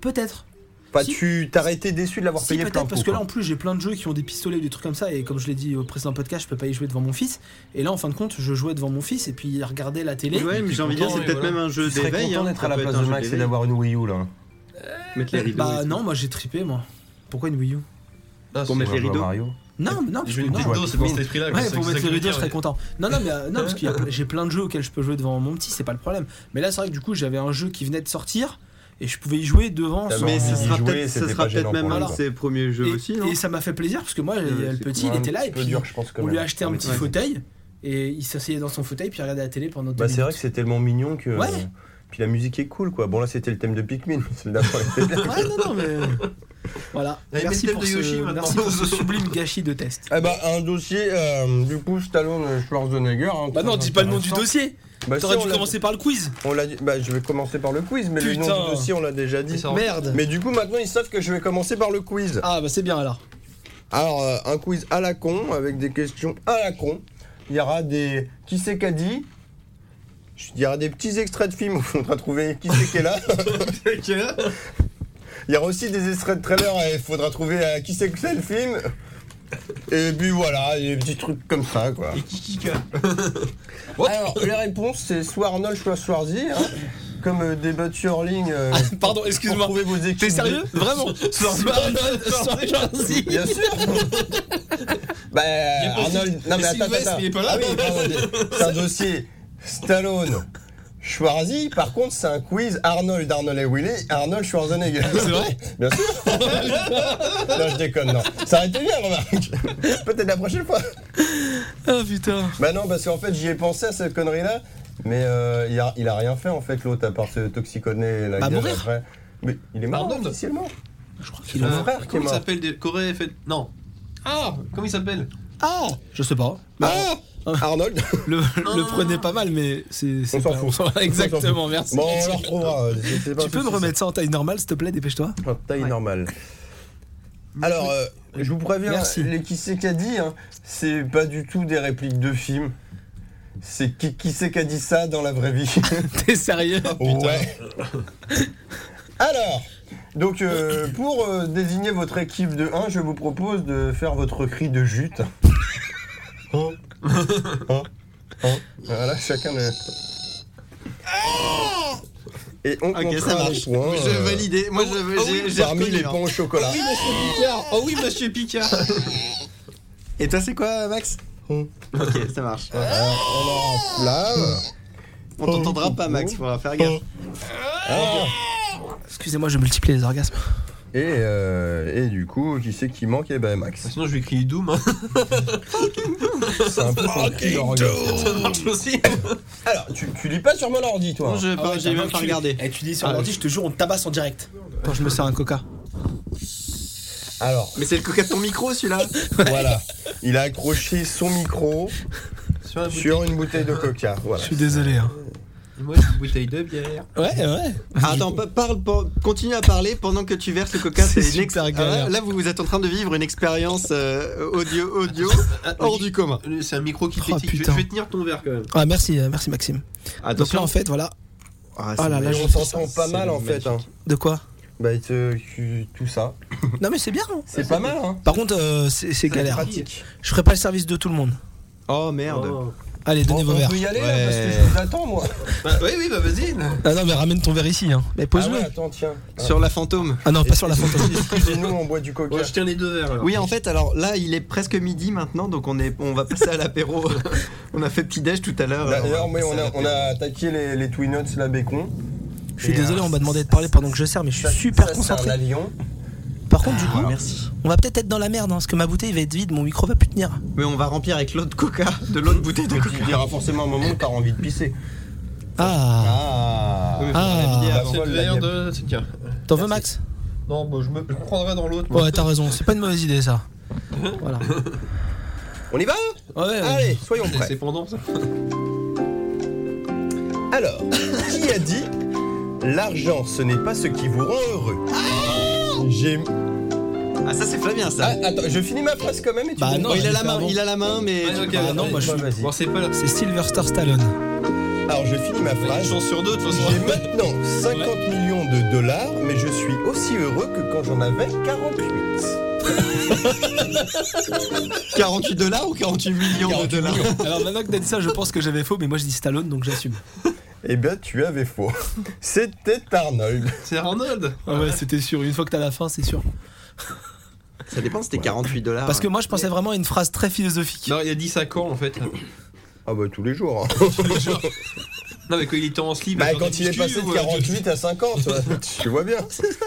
Speaker 3: Peut-être.
Speaker 4: Enfin,
Speaker 3: Si.
Speaker 4: tu t'as été déçu de l'avoir
Speaker 3: Si,
Speaker 4: payé plein
Speaker 3: peut-être
Speaker 4: pot.
Speaker 3: parce que
Speaker 4: quoi.
Speaker 3: là, en plus, j'ai plein de jeux qui ont des pistolets ou des trucs comme ça. Et comme je l'ai dit au précédent podcast, je peux pas y jouer devant mon fils. Et là, en fin de compte, je jouais devant mon fils et puis il regardait la télé.
Speaker 2: Ouais, mais j'ai envie de dire,
Speaker 5: content,
Speaker 2: c'est
Speaker 5: et
Speaker 2: peut-être
Speaker 5: voilà.
Speaker 2: même un jeu
Speaker 4: Tu serais
Speaker 2: d'éveil.
Speaker 4: content
Speaker 2: hein,
Speaker 4: d'être
Speaker 2: ça
Speaker 4: à la
Speaker 2: peut être
Speaker 4: place
Speaker 2: un
Speaker 4: de
Speaker 2: jeu
Speaker 4: Max et
Speaker 2: d'éveil.
Speaker 4: d'avoir une Wii U, là. hein.
Speaker 2: Mettre les rideaux.
Speaker 3: Bah
Speaker 2: et
Speaker 3: non, moi j'ai trippé, moi. Pourquoi une Wii U
Speaker 5: Ah,
Speaker 2: tout.
Speaker 5: c'est-
Speaker 2: Pour mettre les
Speaker 4: Jouer à
Speaker 2: rideaux.
Speaker 4: Mario.
Speaker 3: Non, non, parce
Speaker 5: Je
Speaker 3: que
Speaker 5: joue
Speaker 3: non.
Speaker 5: une petite dose, c'est dans cet esprit-là. quoi,
Speaker 3: Ouais,
Speaker 5: c'est
Speaker 3: pour
Speaker 5: ça que
Speaker 3: mettre les
Speaker 5: je veux
Speaker 3: rideaux,
Speaker 5: dire,
Speaker 3: je serais content. Non, non, mais euh, non, parce que j'ai plein de jeux auxquels je peux jouer devant mon petit, c'est pas le problème. Mais là, c'est vrai que du coup, j'avais un jeu qui venait de sortir et je pouvais y jouer devant.
Speaker 4: T'as
Speaker 3: sans-
Speaker 2: Mais ça
Speaker 4: envie d'y
Speaker 2: sera
Speaker 4: jouer,
Speaker 2: peut-être ça
Speaker 4: c'était
Speaker 2: sera
Speaker 4: pas
Speaker 2: peut-être
Speaker 4: gênant
Speaker 2: même
Speaker 4: pour
Speaker 2: un
Speaker 3: le
Speaker 2: de
Speaker 3: coup.
Speaker 2: ses premiers
Speaker 3: Et,
Speaker 2: jeux aussi, non
Speaker 3: et ça m'a fait plaisir parce que moi,
Speaker 2: Ouais,
Speaker 3: le
Speaker 2: c'est
Speaker 3: petit, il
Speaker 4: Ouais,
Speaker 3: était là
Speaker 4: petit
Speaker 3: et
Speaker 4: peu
Speaker 3: puis
Speaker 4: dur, je pense, quand
Speaker 3: on lui
Speaker 4: même.
Speaker 3: a acheté un petit
Speaker 2: Ouais.
Speaker 3: fauteuil et il s'asseyait dans son fauteuil puis il regardait la télé pendant deux
Speaker 4: Bah, c'est
Speaker 3: minutes.
Speaker 4: vrai que c'est tellement mignon que.
Speaker 3: Ouais.
Speaker 4: Puis la musique est cool, quoi. Bon, là, c'était le thème de Pikmin. Celle d'avant, elle était bien.
Speaker 3: Ouais, non, non, mais. Voilà.
Speaker 5: Allez,
Speaker 3: Merci
Speaker 5: mets le
Speaker 3: pour,
Speaker 5: thème de Yoshi,
Speaker 3: ce,
Speaker 5: maintenant.
Speaker 3: merci pour ce sublime gâchis de test.
Speaker 4: Eh bah, un dossier, euh, du coup, Stallone Schwarzenegger. hein,
Speaker 3: Bah non,
Speaker 4: très
Speaker 3: dis pas le nom du
Speaker 4: intéressant.
Speaker 3: dossier.
Speaker 4: Bah,
Speaker 3: T'aurais
Speaker 4: si, on
Speaker 3: dû
Speaker 4: l'a-
Speaker 3: commencer par le quiz.
Speaker 4: On l'a dit. Bah, je vais commencer par le quiz, mais le nom
Speaker 3: Putain.
Speaker 4: du dossier, on l'a déjà dit.
Speaker 5: C'est ça.
Speaker 3: Merde.
Speaker 4: Mais du coup, maintenant, ils savent que je vais commencer par le quiz.
Speaker 3: Ah, bah c'est bien alors.
Speaker 4: Alors, euh, un quiz à la con, avec des questions à la con. Il y aura des. Qui c'est qu'a dit Il y aura des petits extraits de films où on va trouver qui c'est qui est là. Il y aura aussi des extraits de trailers et il faudra trouver euh, qui c'est que c'est le film. Et puis voilà, des petits trucs comme ça, quoi.
Speaker 5: Et Kikika.
Speaker 4: Alors, les réponses, c'est soit Arnold, soit Schwarzy. hein. Comme euh, débattu en ligne. euh,
Speaker 3: Ah, pardon,
Speaker 4: pour
Speaker 3: excuse-moi.
Speaker 4: trouver vos équipes.
Speaker 3: T'es sérieux Vraiment Soir Jersey.
Speaker 4: Bien sûr Bah Arnold, non mais
Speaker 5: Mais
Speaker 4: attends,
Speaker 5: Sylvestre,
Speaker 4: attends.
Speaker 5: il est pas là.
Speaker 4: Ah oui, pardon, c'est un dossier Stallone. Schwarzy, par contre, c'est un quiz Arnold, Arnold et Willy, Arnold Schwarzenegger. C'est vrai Bien sûr Non, je déconne, non. Ça aurait été bien, remarque Peut-être la prochaine fois
Speaker 3: Ah putain.
Speaker 4: Bah non, parce qu'en fait, j'y ai pensé à cette connerie-là, mais euh, il, a, il a rien fait, en fait, l'autre, à part se toxiconner la
Speaker 3: Bah,
Speaker 4: gueule
Speaker 3: mourir.
Speaker 4: après. Mais il est mort
Speaker 5: Arnold.
Speaker 4: officiellement
Speaker 3: Je crois
Speaker 4: C'est
Speaker 3: qu'il
Speaker 4: mon
Speaker 5: Euh,
Speaker 4: frère qui est
Speaker 5: Comment il
Speaker 4: mort.
Speaker 5: s'appelle des- Corée fait. Non. Ah Comment il s'appelle
Speaker 3: Ah Je sais pas.
Speaker 4: Ah Arnold,
Speaker 5: Bah,
Speaker 3: Le, le prenez pas mal, mais c'est. c'est
Speaker 4: On s'en
Speaker 3: pas-
Speaker 4: fout.
Speaker 3: Exactement, merci.
Speaker 4: bon, on le retrouvera. euh, c'est- c'est pas
Speaker 3: Tu peux
Speaker 4: un
Speaker 3: me
Speaker 4: souci,
Speaker 3: remettre ça en taille normale, s'il te plaît, dépêche-toi.
Speaker 4: c'est- Taille normale. Alors, euh, je vous préviens,
Speaker 3: Merci.
Speaker 4: les qui c'est qu'a dit, hein, c'est pas du tout des répliques de films. C'est qui, qui c'est qu'a dit ça dans la vraie vie.
Speaker 3: T'es sérieux
Speaker 4: Ah,
Speaker 2: Oh,
Speaker 4: Ouais. Alors, donc euh, pour euh, désigner votre équipe de 1, je vous propose de faire votre cri de jute. Hein Hein Hein Voilà, chacun le. Et on
Speaker 2: Ah Ok,
Speaker 4: comptera
Speaker 2: ça
Speaker 4: les
Speaker 2: marche.
Speaker 4: points,
Speaker 2: je
Speaker 4: euh,
Speaker 2: validais. Moi, je- j'ai j'ai
Speaker 4: Parmi
Speaker 2: reconnu,
Speaker 4: les
Speaker 2: hein.
Speaker 4: pains au chocolat.
Speaker 5: Oh oui, monsieur Picard
Speaker 2: Et toi, c'est quoi, Max
Speaker 4: Oh.
Speaker 2: Ok, ça marche.
Speaker 4: Alors, on leur enflamme.
Speaker 2: On t'entendra pas, Max, faudra faire gaffe.
Speaker 4: Alors,
Speaker 3: Excusez-moi, je multiplie les orgasmes.
Speaker 4: Et, euh, et du coup, qui c'est qui manque Eh ben Max.
Speaker 5: Sinon, je vais crier Doom. hein.
Speaker 4: C'est un peu son cri d'orgasme.
Speaker 5: Ça marche aussi.
Speaker 4: Alors, tu, tu lis pas sur mon ordi, toi hein.
Speaker 2: Non, je pas- j'ai même pas regardé.
Speaker 3: Et Eh, tu dis sur
Speaker 2: Ah,
Speaker 3: l'ordi, je te jure, on te tabasse en direct. Quand je me sers un coca.
Speaker 4: Alors,
Speaker 2: Mais c'est le coca de ton micro, celui-là
Speaker 4: Voilà. Il a accroché son micro sur une bouteille de coca. Voilà.
Speaker 3: Je suis désolé. hein. Ah,
Speaker 5: Moi, j'ai une bouteille de bière.
Speaker 3: Ouais, ouais.
Speaker 2: Attends, pa- parle, pa- continue à parler pendant que tu verses le coca.
Speaker 3: C'est
Speaker 2: une ex-
Speaker 3: super galère.
Speaker 2: Ah, Là, vous, vous êtes en train de vivre une expérience euh, audio, audio
Speaker 5: Ah,
Speaker 2: hors du commun.
Speaker 5: euh, C'est un micro qui
Speaker 3: Oh,
Speaker 5: critique. je, vais-
Speaker 3: putain.
Speaker 5: je vais tenir ton verre quand même.
Speaker 3: Ah, merci, euh, merci Maxime. Donc là, en fait, voilà.
Speaker 2: Ah, c'est
Speaker 3: oh là là,
Speaker 4: Et
Speaker 3: je-
Speaker 4: on s'entend pas
Speaker 2: c'est
Speaker 4: mal en fait. hein.
Speaker 3: De quoi
Speaker 4: Bah, te- tu- tout ça.
Speaker 3: Non, mais c'est bien. hein.
Speaker 4: C'est pas mal, hein
Speaker 3: Par contre, euh, c'est c'est galère.
Speaker 4: pratique.
Speaker 3: Je ferai pas le service de tout le monde.
Speaker 2: Oh merde.
Speaker 3: Allez, donnez
Speaker 4: On-
Speaker 3: vos
Speaker 4: on
Speaker 3: verres.
Speaker 4: peut y aller là,
Speaker 2: Ouais.
Speaker 4: parce que je vous attends, moi.
Speaker 5: Bah, oui, oui, bah vas-y.
Speaker 3: Ah non, mais ramène ton verre ici. Hein. Mais
Speaker 4: Ah
Speaker 3: pose-le. Ah,
Speaker 4: ouais, attends, tiens. Ah.
Speaker 2: Sur la fantôme.
Speaker 3: non, pas sur la photo.
Speaker 4: Excusez-nous, on boit du coca.
Speaker 5: Bon, je tiens les deux verres. alors.
Speaker 2: Oui, en fait, alors là, il est presque midi maintenant, donc on, est, on va passer à l'apéro. on a fait petit-déj tout à l'heure.
Speaker 4: D'ailleurs,
Speaker 2: on va
Speaker 4: mais on
Speaker 2: passer à
Speaker 4: a, on
Speaker 2: l'apéro.
Speaker 4: a attaqué les, les Twin Nuts, la bacon.
Speaker 3: Je suis
Speaker 4: Et,
Speaker 3: désolé,
Speaker 4: euh,
Speaker 3: on m'a demandé de parler pendant que je sers, mais je suis
Speaker 4: ça-
Speaker 3: super
Speaker 4: ça, c'est
Speaker 3: concentré.
Speaker 4: un avion.
Speaker 3: Par contre, du coup,
Speaker 2: Ah, merci.
Speaker 3: on va peut-être être dans la merde, hein, parce que ma bouteille va être vide, mon micro va plus tenir.
Speaker 2: Mais on va remplir avec l'autre coca, de l'autre bouteille de
Speaker 4: Et
Speaker 2: coca.
Speaker 4: tu diras forcément un moment où t'as envie de pisser.
Speaker 3: Ah,
Speaker 4: Ah
Speaker 3: ah.
Speaker 5: Ah, c'est le verre de. c'est- Tiens.
Speaker 3: T'en veux, Max
Speaker 5: Non, bah, je me je me prendrai dans l'autre. moi.
Speaker 3: Ouais, t'as raison, c'est pas une mauvaise idée ça. Voilà.
Speaker 4: On y va
Speaker 3: Ouais, ouais.
Speaker 4: Allez, soyons prêts.
Speaker 5: C'est pendant ça.
Speaker 4: Alors, qui a dit L'argent, ce n'est pas ce qui vous rend heureux. J'ai.
Speaker 2: Ah, ça, c'est Flavien, ça.
Speaker 4: Ah, attends, je finis ma phrase quand même et tu.
Speaker 3: Bah
Speaker 4: me-
Speaker 3: non,
Speaker 2: Oh, il,
Speaker 3: j'ai
Speaker 2: a la
Speaker 3: fait
Speaker 2: main,
Speaker 3: avant.
Speaker 2: il a la main, mais.
Speaker 5: Ah, ok,
Speaker 3: Ah non,
Speaker 5: vas-y.
Speaker 3: moi, je-
Speaker 4: vas-y.
Speaker 5: Bon, c'est pas là.
Speaker 3: C'est Silver Star Stallone.
Speaker 4: Alors, je finis ma
Speaker 5: Une
Speaker 4: phrase.
Speaker 5: chance sur deux, de
Speaker 4: J'ai
Speaker 5: toute façon.
Speaker 4: maintenant 50 millions de dollars, mais je suis aussi heureux que quand j'en avais 48.
Speaker 2: 48 dollars ou 48 millions de dollars
Speaker 3: Alors maintenant que t'as dit ça, je pense que j'avais faux, mais moi je dis Stallone donc j'assume.
Speaker 4: Eh bien, tu avais faux. C'était Arnold.
Speaker 5: C'est Arnold.
Speaker 3: Ah ouais, c'était sûr, une fois que t'as la fin, c'est sûr.
Speaker 2: Ça dépend, c'était 48
Speaker 4: Ah.
Speaker 2: dollars.
Speaker 3: Parce que moi je pensais vraiment à une phrase très philosophique.
Speaker 5: Non, il y a 10 à quand en fait
Speaker 4: Ah bah tous les jours. hein.
Speaker 5: Non, mais quand il était en slip.
Speaker 4: Bah
Speaker 5: genre
Speaker 4: quand
Speaker 5: des
Speaker 4: il est
Speaker 5: muscu,
Speaker 4: passé de
Speaker 5: ouais,
Speaker 4: 48 à 50, ouais, tu vois bien.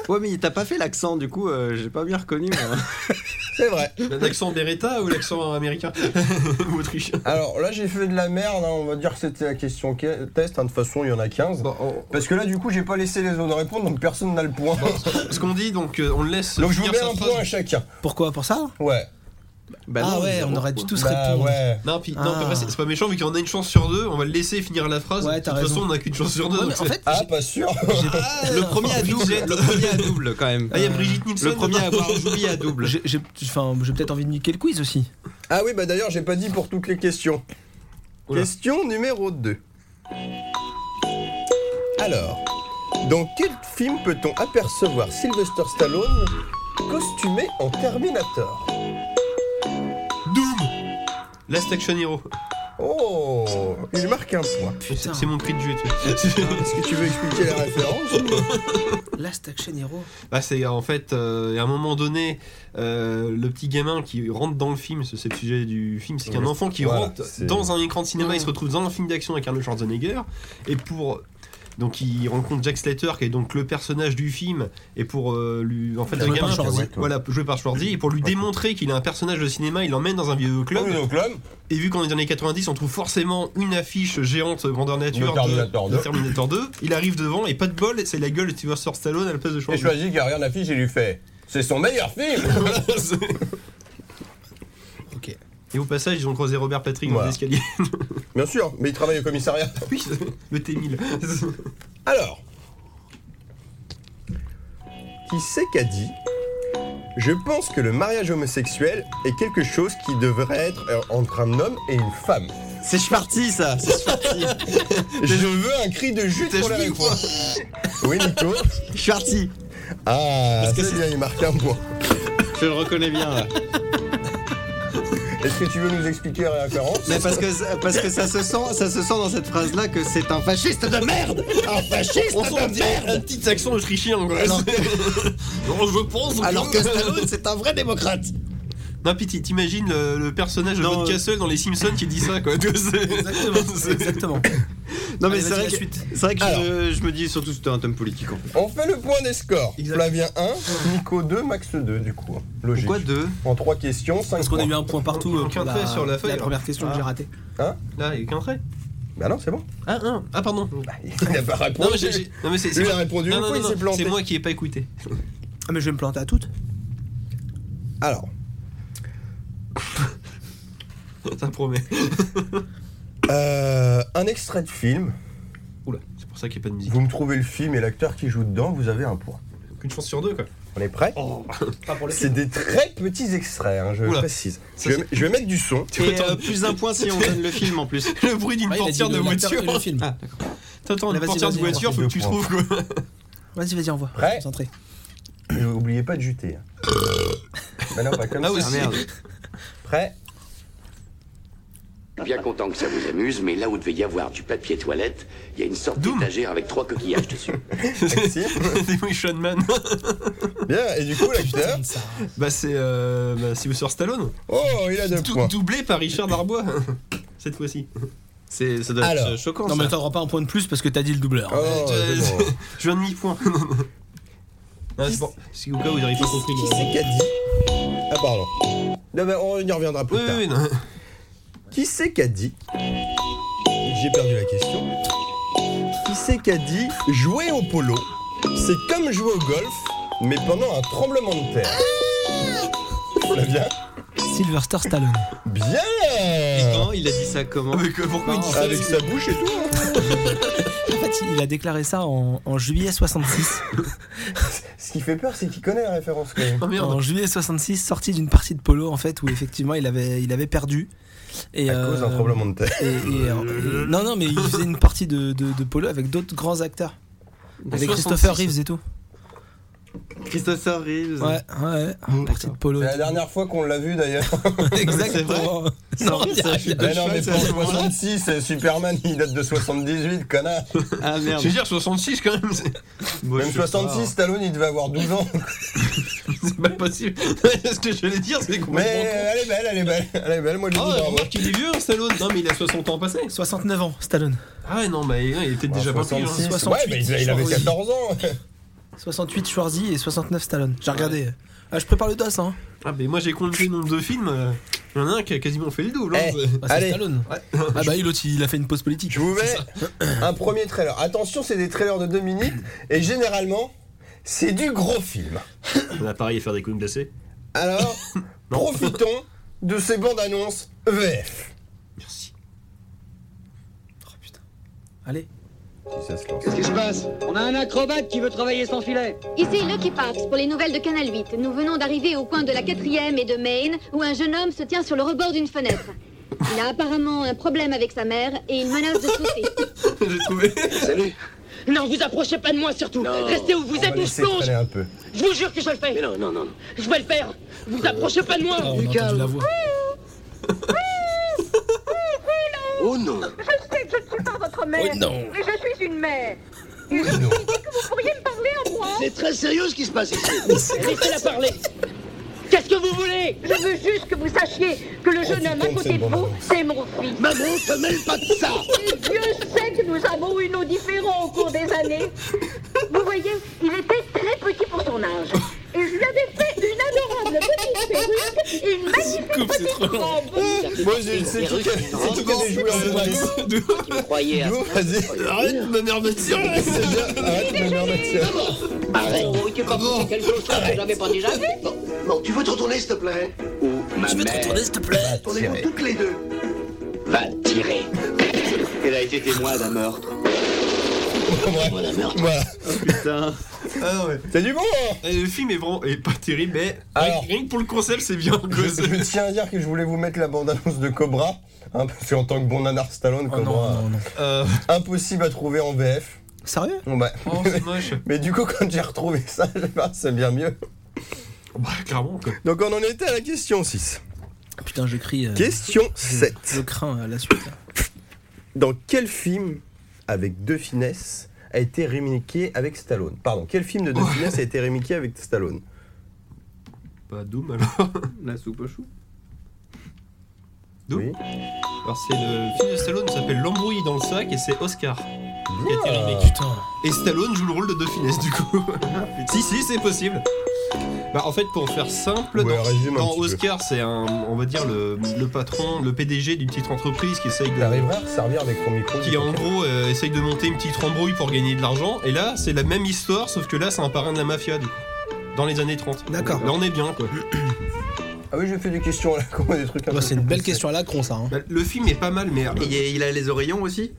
Speaker 2: Ouais, mais t'as pas fait l'accent, du coup, euh, j'ai pas bien reconnu. moi.
Speaker 4: C'est vrai.
Speaker 5: L'accent d'Eretta ou l'accent américain Ou autrichien
Speaker 4: Alors là j'ai fait de la merde, hein, on va dire que c'était la question que- test, hein, de toute façon il y en a 15.
Speaker 5: Bon, Bah, on-
Speaker 4: Parce que là, du coup, j'ai pas laissé les autres répondre, donc personne n'a le point.
Speaker 5: Ce qu'on dit, donc euh, on le laisse.
Speaker 4: donc je vous
Speaker 5: finir
Speaker 4: mets
Speaker 5: sa
Speaker 4: un
Speaker 5: phrase.
Speaker 4: point à chacun.
Speaker 3: Pourquoi Pour ça
Speaker 4: Ouais.
Speaker 2: Bah
Speaker 3: Ah
Speaker 2: non,
Speaker 3: ouais,
Speaker 2: zéro,
Speaker 3: on aurait
Speaker 2: quoi.
Speaker 3: dû tous
Speaker 4: Bah
Speaker 3: répondre.
Speaker 4: ouais.
Speaker 5: Non, puis, non,
Speaker 3: Ah.
Speaker 5: mais après, c'est c'est pas méchant, vu qu'on a une chance sur deux, on va le laisser finir la phrase.
Speaker 3: Ouais,
Speaker 5: de toute
Speaker 3: t'as raison.
Speaker 5: façon, on a qu'une chance sur deux.
Speaker 3: Ouais,
Speaker 5: donc
Speaker 3: mais en
Speaker 5: c'est-
Speaker 3: fait,
Speaker 4: Ah,
Speaker 3: j'ai- euh,
Speaker 4: pas sûr.
Speaker 2: Le premier à double, le premier à double quand même.
Speaker 5: Ah, il y a Brigitte Nielsen.
Speaker 2: Le premier à avoir joué à double.
Speaker 3: j'ai j'ai- enfin, j'ai peut-être envie de niquer le quiz aussi.
Speaker 4: ah oui, bah d'ailleurs, j'ai pas dit pour toutes les questions.
Speaker 5: Oula.
Speaker 4: Question numéro 2. Alors, dans quel film peut-on apercevoir Sylvester Stallone costumé en Terminator
Speaker 5: Doom Last Action Hero.
Speaker 4: Oh, il marque un point.
Speaker 5: C'est c'est mon prix de jeu, tu vois.
Speaker 4: Est-ce que tu veux expliquer la référence
Speaker 3: Last Action Hero.
Speaker 5: Bah, c'est en fait, euh, à un moment donné, euh, le petit gamin qui rentre dans le film, c'est c'est le sujet du film, c'est qu'un
Speaker 4: Ouais.
Speaker 5: enfant qui
Speaker 4: Voilà,
Speaker 5: rentre
Speaker 4: c'est-
Speaker 5: dans un écran de cinéma,
Speaker 3: Ouais.
Speaker 5: il se retrouve dans un film d'action avec Arnold Schwarzenegger, et pour. Donc il rencontre Jack Slater qui est donc le personnage du film et pour euh, lui en fait
Speaker 3: Joué
Speaker 5: le
Speaker 3: par
Speaker 5: gamin
Speaker 3: Schwarzy.
Speaker 5: voilà joué par Schwarzy et pour lui démontrer qu'il est un personnage de cinéma il l'emmène dans un vieux club
Speaker 4: Club, club.
Speaker 5: et vu qu'on est dans les années 90 on trouve forcément une affiche géante grandeur
Speaker 4: De
Speaker 5: nature
Speaker 4: Terminator
Speaker 5: de,
Speaker 4: 2.
Speaker 5: de Terminator 2 il arrive devant et pas de bol c'est la gueule de Sylvester Stallone à la place de
Speaker 4: Et
Speaker 5: Schwarzy
Speaker 4: choisi qui regarde la fiche et lui fait C'est son meilleur film
Speaker 5: C'est-
Speaker 3: Ok.
Speaker 5: Et au passage, ils ont croisé Robert Patrick dans
Speaker 4: Voilà.
Speaker 5: l'escalier.
Speaker 4: Bien sûr, mais il travaille au commissariat.
Speaker 5: oui, le T1000.
Speaker 4: Alors, qui c'est qu'a dit Je pense que le mariage homosexuel est quelque chose qui devrait être euh, entre un homme et une femme.
Speaker 2: C'est parti ça C'est parti
Speaker 4: Je veux un cri de jute
Speaker 2: T'as
Speaker 4: pour la
Speaker 2: joué ou
Speaker 4: réponse. Oui, Nico.
Speaker 2: Schwartzy
Speaker 4: Ah,
Speaker 2: que
Speaker 4: c'est
Speaker 2: c'est-
Speaker 4: bien, il marque un point.
Speaker 2: Je le reconnais bien là.
Speaker 4: Est-ce que tu veux nous expliquer la référence
Speaker 2: Mais parce que, parce que ça, se sent, ça se sent dans cette phrase là que c'est un fasciste de merde Un fasciste de merde
Speaker 5: Un petit accent autrichien, en
Speaker 2: Alors-
Speaker 5: Non, je pense.
Speaker 2: Alors que Stallone c'est un vrai démocrate
Speaker 5: Non, piti, t'imagines le, le personnage de
Speaker 2: Non,
Speaker 5: Rod
Speaker 2: euh,
Speaker 5: Castle dans Les Simpsons qui dit ça, quoi. Exactement.
Speaker 3: Exactement.
Speaker 2: Non mais
Speaker 3: Allez,
Speaker 2: c'est
Speaker 3: vas-y,
Speaker 2: vrai,
Speaker 3: la
Speaker 2: que-
Speaker 3: suite.
Speaker 2: c'est vrai que
Speaker 4: Alors.
Speaker 2: je, je me dis surtout c'était un thème politique en fait.
Speaker 4: On fait le point des scores.
Speaker 5: Exact.
Speaker 4: Flavien 1, Nico 2, Max 2, du coup. Logique.
Speaker 2: Pourquoi deux
Speaker 4: En 3 questions, 5
Speaker 3: Parce qu'on a eu un point partout
Speaker 5: Aucun
Speaker 3: euh, pour
Speaker 5: trait
Speaker 3: la,
Speaker 5: sur la feuille,
Speaker 3: la
Speaker 5: alors.
Speaker 3: première question que j'ai ratée.
Speaker 5: Là, il y a qu'un trait.
Speaker 4: Bah non, c'est bon.
Speaker 5: Ah, un. Ah, pardon.
Speaker 4: Il n'a pas répondu.
Speaker 5: Non, mais, j'ai- j'ai- non, mais c'est. c'est
Speaker 4: Lui a
Speaker 5: moi-
Speaker 4: répondu
Speaker 5: Non,
Speaker 4: une
Speaker 5: non,
Speaker 4: fois,
Speaker 5: non,
Speaker 4: il s'est
Speaker 5: non,
Speaker 4: planté.
Speaker 5: c'est moi qui ai pas écouté.
Speaker 3: Ah mais je vais me planter à toutes.
Speaker 4: Alors,
Speaker 5: Ça promet.
Speaker 4: euh, un extrait de film.
Speaker 5: Oula, c'est pour ça qu'il n'y a pas de musique.
Speaker 4: Vous me trouvez le film et l'acteur qui joue dedans, vous avez un point.
Speaker 5: Qu'une chance sur deux, quoi.
Speaker 4: On est prêt
Speaker 3: Pas pour le
Speaker 4: C'est des très petits extraits, hein, je
Speaker 5: Oula.
Speaker 4: précise.
Speaker 5: Ça,
Speaker 4: Je vais, je vais mettre du son.
Speaker 2: Et euh, plus d'un point si on donne le film en plus.
Speaker 5: Le bruit d'une
Speaker 3: Ouais, il a dit
Speaker 5: portière de
Speaker 3: le- l'acteur et
Speaker 5: voiture.
Speaker 3: le film.
Speaker 2: Ah.
Speaker 5: T'entends
Speaker 3: Allez,
Speaker 5: une
Speaker 3: vas-y,
Speaker 5: portière de
Speaker 3: vas-y,
Speaker 5: voiture,
Speaker 4: vas-y,
Speaker 5: faut que tu
Speaker 4: deux
Speaker 5: trouves, quoi.
Speaker 3: Vas-y, vas-y, envoie.
Speaker 4: Prêt
Speaker 3: Concentré.
Speaker 4: Et N'oubliez pas de juter. bah non, pas comme
Speaker 5: Ah,
Speaker 4: ça.
Speaker 5: oui.
Speaker 2: Ah merde.
Speaker 4: Prêt
Speaker 6: Je suis bien content que ça vous amuse, mais là où devait y avoir du papier toilette, il y a une sorte
Speaker 5: Doom.
Speaker 6: d'étagère avec trois coquillages dessus.
Speaker 4: Maxime
Speaker 5: Demolition Man.
Speaker 4: Bien, et du coup, l'acteur
Speaker 3: Ça.
Speaker 5: Bah, c'est. Euh, bah, Sylvester Stallone.
Speaker 4: Oh, il a deux
Speaker 5: Dou-
Speaker 4: points.
Speaker 5: doublé par Richard Darbois. Cette fois-ci.
Speaker 2: C'est- Ça doit
Speaker 4: Alors.
Speaker 2: être choquant
Speaker 3: Non mais
Speaker 2: ça.
Speaker 3: t'auras pas un point de plus parce que t'as dit le doubleur.
Speaker 4: Oh, c'est bon.
Speaker 5: euh, Je viens de demi-point. Non, c'est bon. Parce qu'au cas où ils n'arrivent pas à compris.
Speaker 4: Qui c'est qu'a dit Ah, pardon. Non, mais on y reviendra plus
Speaker 5: Oui, oui,
Speaker 4: tard.
Speaker 5: oui, non.
Speaker 4: Qui c'est qu'a dit J'ai perdu la question. Qui c'est qu'a dit Jouer au polo, c'est comme jouer au golf, mais pendant un tremblement de terre Flavien
Speaker 3: Silverstar Stallone.
Speaker 2: Et
Speaker 4: Bien
Speaker 2: quand il a dit ça comment
Speaker 5: Mais que- pourquoi il dit ça
Speaker 4: Avec sa bouche et tout. hein.
Speaker 3: En fait, il a déclaré ça en, en juillet 66.
Speaker 4: Ce qui fait peur, c'est qu'il connaît la référence quand même.
Speaker 5: Oh merde.
Speaker 3: en juillet 66, sorti d'une partie de polo en fait où effectivement il avait il avait perdu. Et
Speaker 4: À
Speaker 3: euh,
Speaker 4: cause d'un tremblement de terre.
Speaker 3: et- et- euh, non non mais il faisait une partie de, de, de polo avec d'autres grands acteurs. Avec Christopher
Speaker 5: 66.
Speaker 3: Reeves et tout.
Speaker 2: Christopher Reeves.
Speaker 3: Ouais, ouais, partie de polo.
Speaker 4: C'est la dernière fois qu'on l'a vu d'ailleurs.
Speaker 3: Exactement. Non, il y a- il y a-
Speaker 4: Mais non, mais
Speaker 2: c'est
Speaker 4: pas en
Speaker 2: à ce moment-là.
Speaker 4: 66, euh, Superman il date de 78, connard.
Speaker 2: Ah
Speaker 5: Je
Speaker 2: merde.
Speaker 5: veux dire, 66 quand même, c'est-
Speaker 2: Bon,
Speaker 4: Même
Speaker 2: je sais pas.
Speaker 4: 66, Stallone il devait avoir 12 ans.
Speaker 5: c'est pas possible. Ce que je voulais dire, c'est
Speaker 4: Mais
Speaker 5: complètement con.
Speaker 4: elle est belle, elle est belle, elle est belle, moi je lui dis
Speaker 5: Ah,
Speaker 4: bravo.
Speaker 5: remarque, il est vieux, hein, Stallone. Non, mais il a 60 ans passé.
Speaker 3: 69 ans, Stallone.
Speaker 5: Ah, ouais, non, bah, il est peut-être déjà pas pris. hein.
Speaker 4: 66.
Speaker 3: 68,
Speaker 4: Ouais, mais il, il avait
Speaker 3: je crois,
Speaker 4: 14 ans.
Speaker 3: 68 Schwarzy et 69 Stallone. J'ai regardé. Ah, je prépare le dos, hein.
Speaker 5: Ah, mais moi, j'ai compté le nombre de films. euh, Il y en a un qui a quasiment fait le double. hein.
Speaker 4: Eh.
Speaker 5: C'est-
Speaker 3: Ah, c'est
Speaker 4: Allez.
Speaker 3: Stallone. Ah bah, oui, l'autre, il a fait une pause politique.
Speaker 4: Je vous mets un premier trailer. Attention, c'est des trailers de 2 minutes et généralement, c'est du gros film.
Speaker 5: On va parier faire des coups de glacés.
Speaker 4: Alors, profitons de ces bandes annonces E EVF.
Speaker 5: Merci.
Speaker 3: Oh, putain. Allez.
Speaker 7: Qu'est-ce qui se passe On a un acrobate qui veut travailler sans filet.
Speaker 8: Ici Lucky Parks pour les nouvelles de Canal 8. Nous venons d'arriver au coin de la quatrième et de Maine où un jeune homme se tient sur le rebord d'une fenêtre. Il a apparemment un problème avec sa mère et il menace de sauter.
Speaker 5: J'ai trouvé.
Speaker 6: Salut
Speaker 7: Non, vous approchez pas de moi surtout.
Speaker 6: Non.
Speaker 7: Restez où vous
Speaker 4: On va
Speaker 7: êtes ou je
Speaker 4: laisser
Speaker 7: plonge.
Speaker 4: traîner un peu.
Speaker 7: Je vous jure que je le
Speaker 6: Mais
Speaker 7: fais.
Speaker 6: non, non, non.
Speaker 7: Je vais le faire. Vous approchez pas de moi.
Speaker 3: Ah, on a entendu la voix.
Speaker 6: Oh non
Speaker 3: non.
Speaker 6: C'est très sérieux ce qui se passe ici.
Speaker 7: Laissez-la parler. Qu'est-ce que vous voulez
Speaker 9: Je veux juste que vous sachiez que le jeune homme à
Speaker 4: Profitons de cette
Speaker 9: côté de
Speaker 4: bande
Speaker 9: vous,
Speaker 4: annonce.
Speaker 9: Oh, c'est mon fils.
Speaker 6: Maman, te mêle pas de ça
Speaker 9: Et Dieu sait que nous avons eu nos différends au cours des années. Vous voyez, il était très petit pour son âge. Et je lui avais fait une adorable petite perruque et une magnifique petite robe.
Speaker 4: Moi, je sais qui qui a- c'est qui qui a joué en EVF.
Speaker 6: Tu me croyais à...
Speaker 4: Nous, vas-y. Arrête ma mère Mathieu C'est bien, arrête ma mère Mathieu
Speaker 6: Arrête
Speaker 7: Oh, tu penses que c'est quelque chose que j'avais pas déjà vu
Speaker 6: Bon, tu veux te retourner, s'il te plaît Ou Ma
Speaker 9: Je vais te
Speaker 6: mère
Speaker 9: retourner, s'il te plaît.
Speaker 6: va tirer.
Speaker 9: toutes les deux.
Speaker 6: Va tirer. Elle a été témoin d'un meurtre. Témoin d'un meurtre.
Speaker 2: Putain.
Speaker 5: Ah ouais.
Speaker 4: C'est du bon hein
Speaker 5: Et le film est vraiment est pas terrible, mais
Speaker 2: Ah.
Speaker 4: Alors.
Speaker 5: rien que pour le concept, c'est bien
Speaker 4: je,
Speaker 5: causé.
Speaker 4: je tiens à dire que je voulais vous mettre la bande-annonce de Cobra, hein, parce qu'en tant que bon nanar Stallone,
Speaker 3: Oh
Speaker 4: Cobra,
Speaker 3: non, non, non.
Speaker 5: Euh,
Speaker 4: impossible à trouver en VF.
Speaker 3: Sérieux
Speaker 4: Bon, bah,
Speaker 5: oh, c'est moche.
Speaker 4: mais du coup, quand j'ai retrouvé ça, je sais pas, c'est bien mieux.
Speaker 5: Bah, clairement, quoi.
Speaker 4: Donc, on en était à la question 6.
Speaker 3: Putain, je crie. euh,
Speaker 4: Question
Speaker 3: je-
Speaker 4: 7.
Speaker 3: Je crains euh, la suite. là.
Speaker 4: Dans quel film avec De Finesse a été rémiqué avec Stallone Pardon, quel film de De Finesse a été rémiqué avec Stallone
Speaker 5: Bah, Doom alors.
Speaker 2: La soupe au chou.
Speaker 5: Doom
Speaker 4: Oui.
Speaker 5: Alors, c'est le film de Stallone qui s'appelle L'embrouille dans le sac et c'est Oscar. qui
Speaker 2: Ah.
Speaker 5: a été remake.
Speaker 3: Putain.
Speaker 5: Et Stallone joue le rôle de De Funès du coup. si si c'est possible. Bah en fait pour faire simple,
Speaker 4: Ouais,
Speaker 5: dans-
Speaker 4: résume un
Speaker 5: dans
Speaker 4: petit peu.
Speaker 5: Oscar c'est un on va dire le, le patron, le PDG d'une petite entreprise qui essaye de
Speaker 4: T'arriveras à resservir avec ton micro
Speaker 5: qui en gros euh, essaye de monter une petite rembrouille pour gagner de l'argent. Et là c'est la même histoire sauf que là c'est un parrain de la mafia du coup. Dans les années 30.
Speaker 3: D'accord.
Speaker 5: Là on est bien quoi.
Speaker 4: Ah oui, je fais des questions à la con, des trucs
Speaker 3: Ouais,
Speaker 4: un peu
Speaker 3: Bah, c'est une belle
Speaker 4: plus-
Speaker 3: question à la con, ça. hein.
Speaker 5: Bah, le film est pas mal mais
Speaker 2: Il, y a- il a les oreillons aussi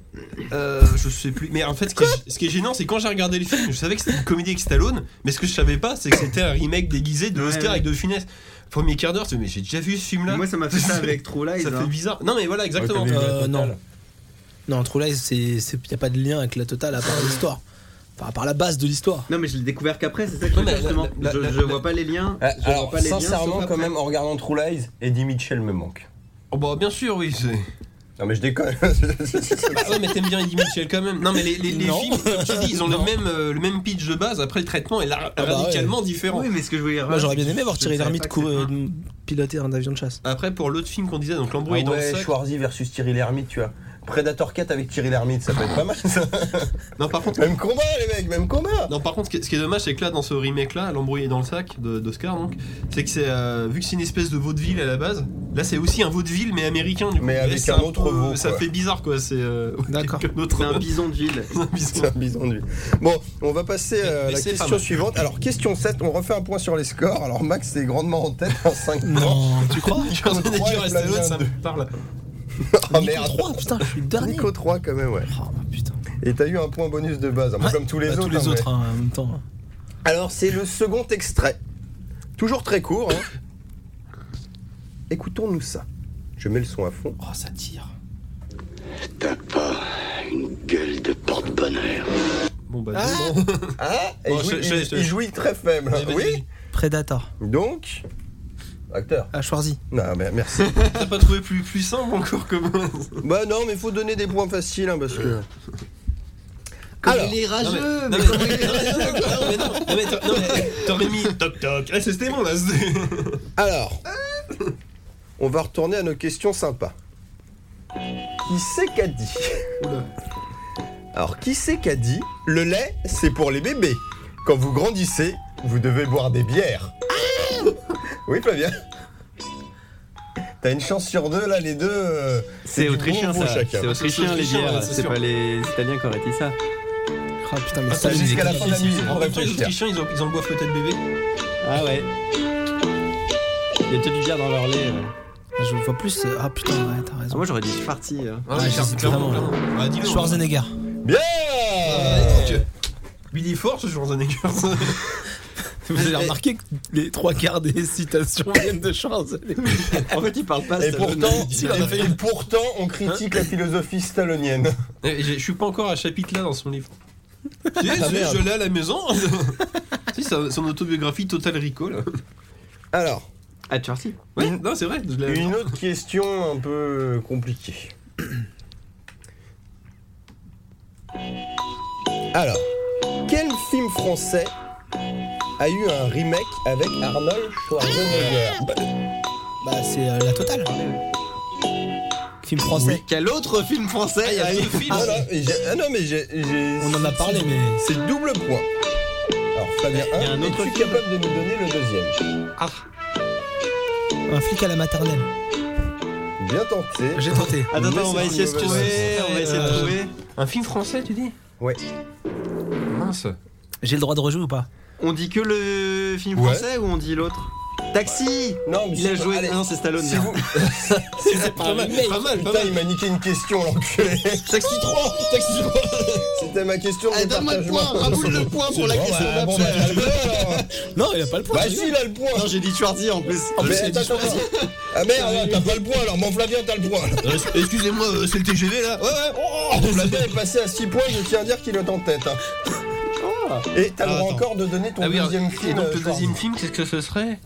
Speaker 5: Euh, je sais plus. Mais en fait, ce qui est, ce qui est gênant, c'est quand j'ai regardé le film, je savais que c'était une comédie avec Stallone, mais ce que je savais pas, c'est que c'était un remake déguisé de
Speaker 2: Ouais,
Speaker 5: Oscar
Speaker 2: ouais.
Speaker 5: et de Funès. Premier quart d'heure, tu te dis, mais j'ai déjà vu ce film-là.
Speaker 2: Moi ça m'a fait ça avec True Lies.
Speaker 5: Ça fait
Speaker 2: hein.
Speaker 5: bizarre. Non, mais voilà, exactement.
Speaker 4: Ouais,
Speaker 3: Euh, non. Non, True Lies, c'est- c'est- y a pas de lien avec la totale à part l'histoire. Enfin, à part la base de l'histoire.
Speaker 2: Non mais je l'ai découvert qu'après, c'est ça que
Speaker 5: Non,
Speaker 2: je veux
Speaker 5: mais
Speaker 2: dire, justement.
Speaker 5: la- la-
Speaker 2: je,
Speaker 5: la-
Speaker 2: je
Speaker 5: la-
Speaker 2: vois pas les liens.
Speaker 4: Ah,
Speaker 2: je vois
Speaker 4: alors,
Speaker 2: pas les liens,
Speaker 4: sincèrement,
Speaker 2: sauf
Speaker 4: quand
Speaker 2: après.
Speaker 4: même, en regardant True Lies, Eddie Mitchell me manque.
Speaker 5: Oh, bah, bien sûr, oui. c'est-
Speaker 4: Non, mais je déconne. Ah
Speaker 5: Bah, ouais, mais t'aimes bien Eddie Mitchell quand même. Non, mais les, les- les
Speaker 3: Non.
Speaker 5: films, comme tu dis, ils ont le même, euh, le même pitch de base. Après, le traitement est la-
Speaker 3: Ah bah ouais.
Speaker 5: radicalement différent.
Speaker 2: Oui mais ce que je voulais dire.
Speaker 3: Moi, j'aurais bien aimé voir
Speaker 2: je
Speaker 3: Thierry
Speaker 2: savais
Speaker 3: Lhermitte
Speaker 2: pas que
Speaker 3: cou-
Speaker 2: c'était
Speaker 3: euh, piloter un avion de chasse.
Speaker 5: Après, pour l'autre film qu'on disait, donc l'embrouille
Speaker 4: Ah
Speaker 5: dans
Speaker 4: ouais,
Speaker 5: le sac.
Speaker 4: Schwarzy versus Thierry Lhermitte, tu vois. Predator 4 avec Thierry Lhermitte, ça peut être pas mal ça.
Speaker 5: Non, par contre.
Speaker 4: Même combat les mecs, même combat
Speaker 5: Non, par contre, ce qui- ce qui est dommage, c'est que là, dans ce remake-là, l'embrouillé dans le sac de- d'Oscar, donc, c'est que c'est. euh, vu que c'est une espèce de vaudeville à la base, là, c'est aussi un vaudeville, mais américain, du coup.
Speaker 4: Mais
Speaker 5: Et
Speaker 4: avec
Speaker 5: c'est
Speaker 4: un autre
Speaker 5: peu-
Speaker 4: veau,
Speaker 5: Ça
Speaker 4: quoi.
Speaker 5: fait bizarre, quoi. C'est. euh,
Speaker 3: D'accord.
Speaker 5: quelque autre-
Speaker 2: C'est un bison de ville.
Speaker 5: un bison.
Speaker 4: C'est un bison de vie. Bon, on va passer euh, à
Speaker 5: Mais
Speaker 4: la
Speaker 5: c'est pas
Speaker 4: question
Speaker 5: mal.
Speaker 4: suivante. Alors, question 7, on refait un point sur les scores. Alors, Max est grandement en tête, 5 points.
Speaker 3: Non, tu crois
Speaker 5: Quand on est
Speaker 4: Trois,
Speaker 5: dur à
Speaker 4: il
Speaker 5: Stallone,
Speaker 4: flamme
Speaker 5: ça
Speaker 4: bien
Speaker 5: me parle.
Speaker 4: Oh
Speaker 3: Nico
Speaker 4: merde
Speaker 3: 3, putain, je suis le dernier.
Speaker 4: Nico 3 quand même, ouais.
Speaker 3: Oh, putain.
Speaker 4: Et t'as eu un point bonus de base, un peu
Speaker 3: Ouais,
Speaker 4: comme tous les
Speaker 3: Bah,
Speaker 4: autres.
Speaker 3: tous les
Speaker 4: hein,
Speaker 3: autres
Speaker 4: mais-
Speaker 3: hein, en même temps.
Speaker 4: Alors, c'est le second extrait. Toujours très court. hein. Écoutons-nous ça. Je mets le son à fond.
Speaker 3: Oh, ça tire.
Speaker 6: T'as pas une gueule de porte-bonheur.
Speaker 5: Bon, bah,
Speaker 4: Ah.
Speaker 5: bon.
Speaker 4: Ah Et
Speaker 3: Oh,
Speaker 5: Bon,
Speaker 4: il,
Speaker 5: je-
Speaker 4: jouit,
Speaker 5: je-
Speaker 4: il-
Speaker 5: je-
Speaker 4: il jouit très faible.
Speaker 5: Vas-y, vas-y,
Speaker 4: Oui
Speaker 3: Predator.
Speaker 4: Donc. Acteur.
Speaker 3: Ah, Schwarzy.
Speaker 4: Non, mais merci.
Speaker 5: vas-y. T'as pas trouvé plus, plus simple encore comme.
Speaker 4: bah non, mais faut donner des points faciles hein, parce que.
Speaker 2: Comme
Speaker 4: Alors.
Speaker 2: il est
Speaker 5: Non, mais-
Speaker 2: rageux.
Speaker 5: non,
Speaker 2: mais
Speaker 5: mais-
Speaker 2: comment il est rageux.
Speaker 5: Non, mais non, non,
Speaker 4: Ah,
Speaker 5: mais t'aurais- non, mais t'aurais mis toc toc. Ah, c'était bon, là. c'était-
Speaker 4: Alors. On va retourner à nos questions sympas. Qui c'est qu'a dit Alors, qui c'est qu'a dit Le lait, c'est pour les bébés. Quand vous grandissez, vous devez boire des bières. oui, Flavien T'as une chance sur deux, là, les deux. euh,
Speaker 2: C'est
Speaker 4: du
Speaker 2: autrichien
Speaker 4: bon goût
Speaker 2: ça.
Speaker 4: chacun.
Speaker 2: C'est autrichien les
Speaker 5: autrichien, ouais,
Speaker 2: bières.
Speaker 5: c'est
Speaker 2: C'est
Speaker 5: sûr.
Speaker 2: pas les Italiens qui auraient dit ça.
Speaker 3: Ah, putain, mais
Speaker 4: Attends,
Speaker 3: ça,
Speaker 4: jusqu'à la
Speaker 3: les-
Speaker 4: fin de la musique, on
Speaker 5: En même temps, les
Speaker 4: réfléchit.
Speaker 5: Autrichiens, ils en- ils en boivent peut-être bébé.
Speaker 2: Ah ouais. Il y a peut-être du bière dans leur lait. ouais.
Speaker 3: Je vois plus. euh, Ah, putain, ouais, t'as
Speaker 2: Ah,
Speaker 3: raison.
Speaker 2: moi j'aurais dit Schwartz. hein.
Speaker 5: Ah,
Speaker 3: Ah,
Speaker 5: mais
Speaker 3: je sais
Speaker 5: clairement,
Speaker 3: vraiment.
Speaker 5: clairement. Ah, dis-le.
Speaker 3: Schwarzenegger.
Speaker 4: Bien
Speaker 5: Billy Force, Schwarzenegger.
Speaker 3: Vous avez remarqué que les trois quarts des citations viennent de Schwarzenegger.
Speaker 2: En fait, ils parlent pas.
Speaker 4: Et
Speaker 2: Stallone.
Speaker 4: pourtant,
Speaker 3: il en a fait
Speaker 4: et pourtant, on critique la philosophie stallonienne.
Speaker 5: Eh, Je je suis pas encore à chapitre là dans son livre. Ah, Si, si, je l'ai à la maison. si, sa- son autobiographie Total Recall.
Speaker 4: Alors,
Speaker 2: Ah, Schwarzy.
Speaker 5: Ouais, non, c'est vrai.
Speaker 2: Euh,
Speaker 5: je l'ai-
Speaker 4: Une autre question un peu compliquée. Alors, quel film français a eu un remake avec Arnold
Speaker 2: Ah,
Speaker 4: Schwarzenegger Ah,
Speaker 3: Bah, c'est euh, la totale. Film français.
Speaker 2: Quel autre film français
Speaker 5: Il y a deux films.
Speaker 4: Ah non, et j'ai- ah non, mais j'ai. j'ai-
Speaker 3: On en a parlé, mais.
Speaker 4: C'est double point. Alors, Fabien,
Speaker 2: Il y a un
Speaker 4: un,
Speaker 2: autre
Speaker 4: es-tu
Speaker 2: film.
Speaker 4: capable de nous donner le deuxième
Speaker 3: Un flic à la maternelle.
Speaker 4: Bien tenté.
Speaker 3: J'ai tenté.
Speaker 2: Attends,
Speaker 4: Mais
Speaker 2: attends, on va
Speaker 4: c'est
Speaker 2: essayer de
Speaker 4: une
Speaker 2: trouver. On va essayer de
Speaker 5: Euh,
Speaker 2: trouver.
Speaker 5: Un film français, tu dis
Speaker 4: Ouais.
Speaker 5: Mince.
Speaker 3: J'ai le droit de rejouer ou pas
Speaker 2: On dit que le film
Speaker 4: Ouais.
Speaker 2: français ou on dit l'autre Taxi
Speaker 4: Non, mais
Speaker 2: Il a
Speaker 4: c'est pas-
Speaker 2: joué. Ah
Speaker 4: allez,
Speaker 2: Non, c'est Stallone.
Speaker 4: si
Speaker 2: merde.
Speaker 4: vous-
Speaker 10: C'est pas
Speaker 3: Ah,
Speaker 10: mal, pas mal, pas
Speaker 4: Putain,
Speaker 10: mal.
Speaker 4: il m'a niqué une question, l'enculé.
Speaker 10: Taxi 3, Taxi 3.
Speaker 4: C'était ma question.
Speaker 10: Eh,
Speaker 4: je
Speaker 10: Donne-moi le
Speaker 4: partage-moi.
Speaker 10: point, raboule le point pour la
Speaker 4: Bon,
Speaker 10: question
Speaker 4: bah, bon, bah,
Speaker 10: d'après.
Speaker 4: t'as le point, alors.
Speaker 10: Non, il a pas le point.
Speaker 4: Bah,
Speaker 10: c'est
Speaker 4: si,
Speaker 10: sûr.
Speaker 4: il a le point.
Speaker 2: Non, Oh, j'ai dit Schwarzy en plus.
Speaker 10: Ah, mais
Speaker 4: Mais
Speaker 10: c'est
Speaker 4: attends, attends,
Speaker 10: différent.
Speaker 4: attends. Ah merde, ouais, t'as pas le point alors, mon Flavien, t'as le point.
Speaker 10: Euh, Excusez-moi, euh, c'est le TGV là Ouais, ouais. oh, oh,
Speaker 4: Mon Flavien est passé à 6 points, je tiens à dire qu'il est en tête. hein. Et t'as le
Speaker 5: Ah,
Speaker 4: droit
Speaker 5: attends.
Speaker 4: encore de donner ton
Speaker 5: Ah oui,
Speaker 4: deuxième
Speaker 5: et
Speaker 4: film.
Speaker 5: donc
Speaker 4: euh,
Speaker 5: le
Speaker 4: Schwarzy.
Speaker 5: deuxième film, qu'est-ce que ce serait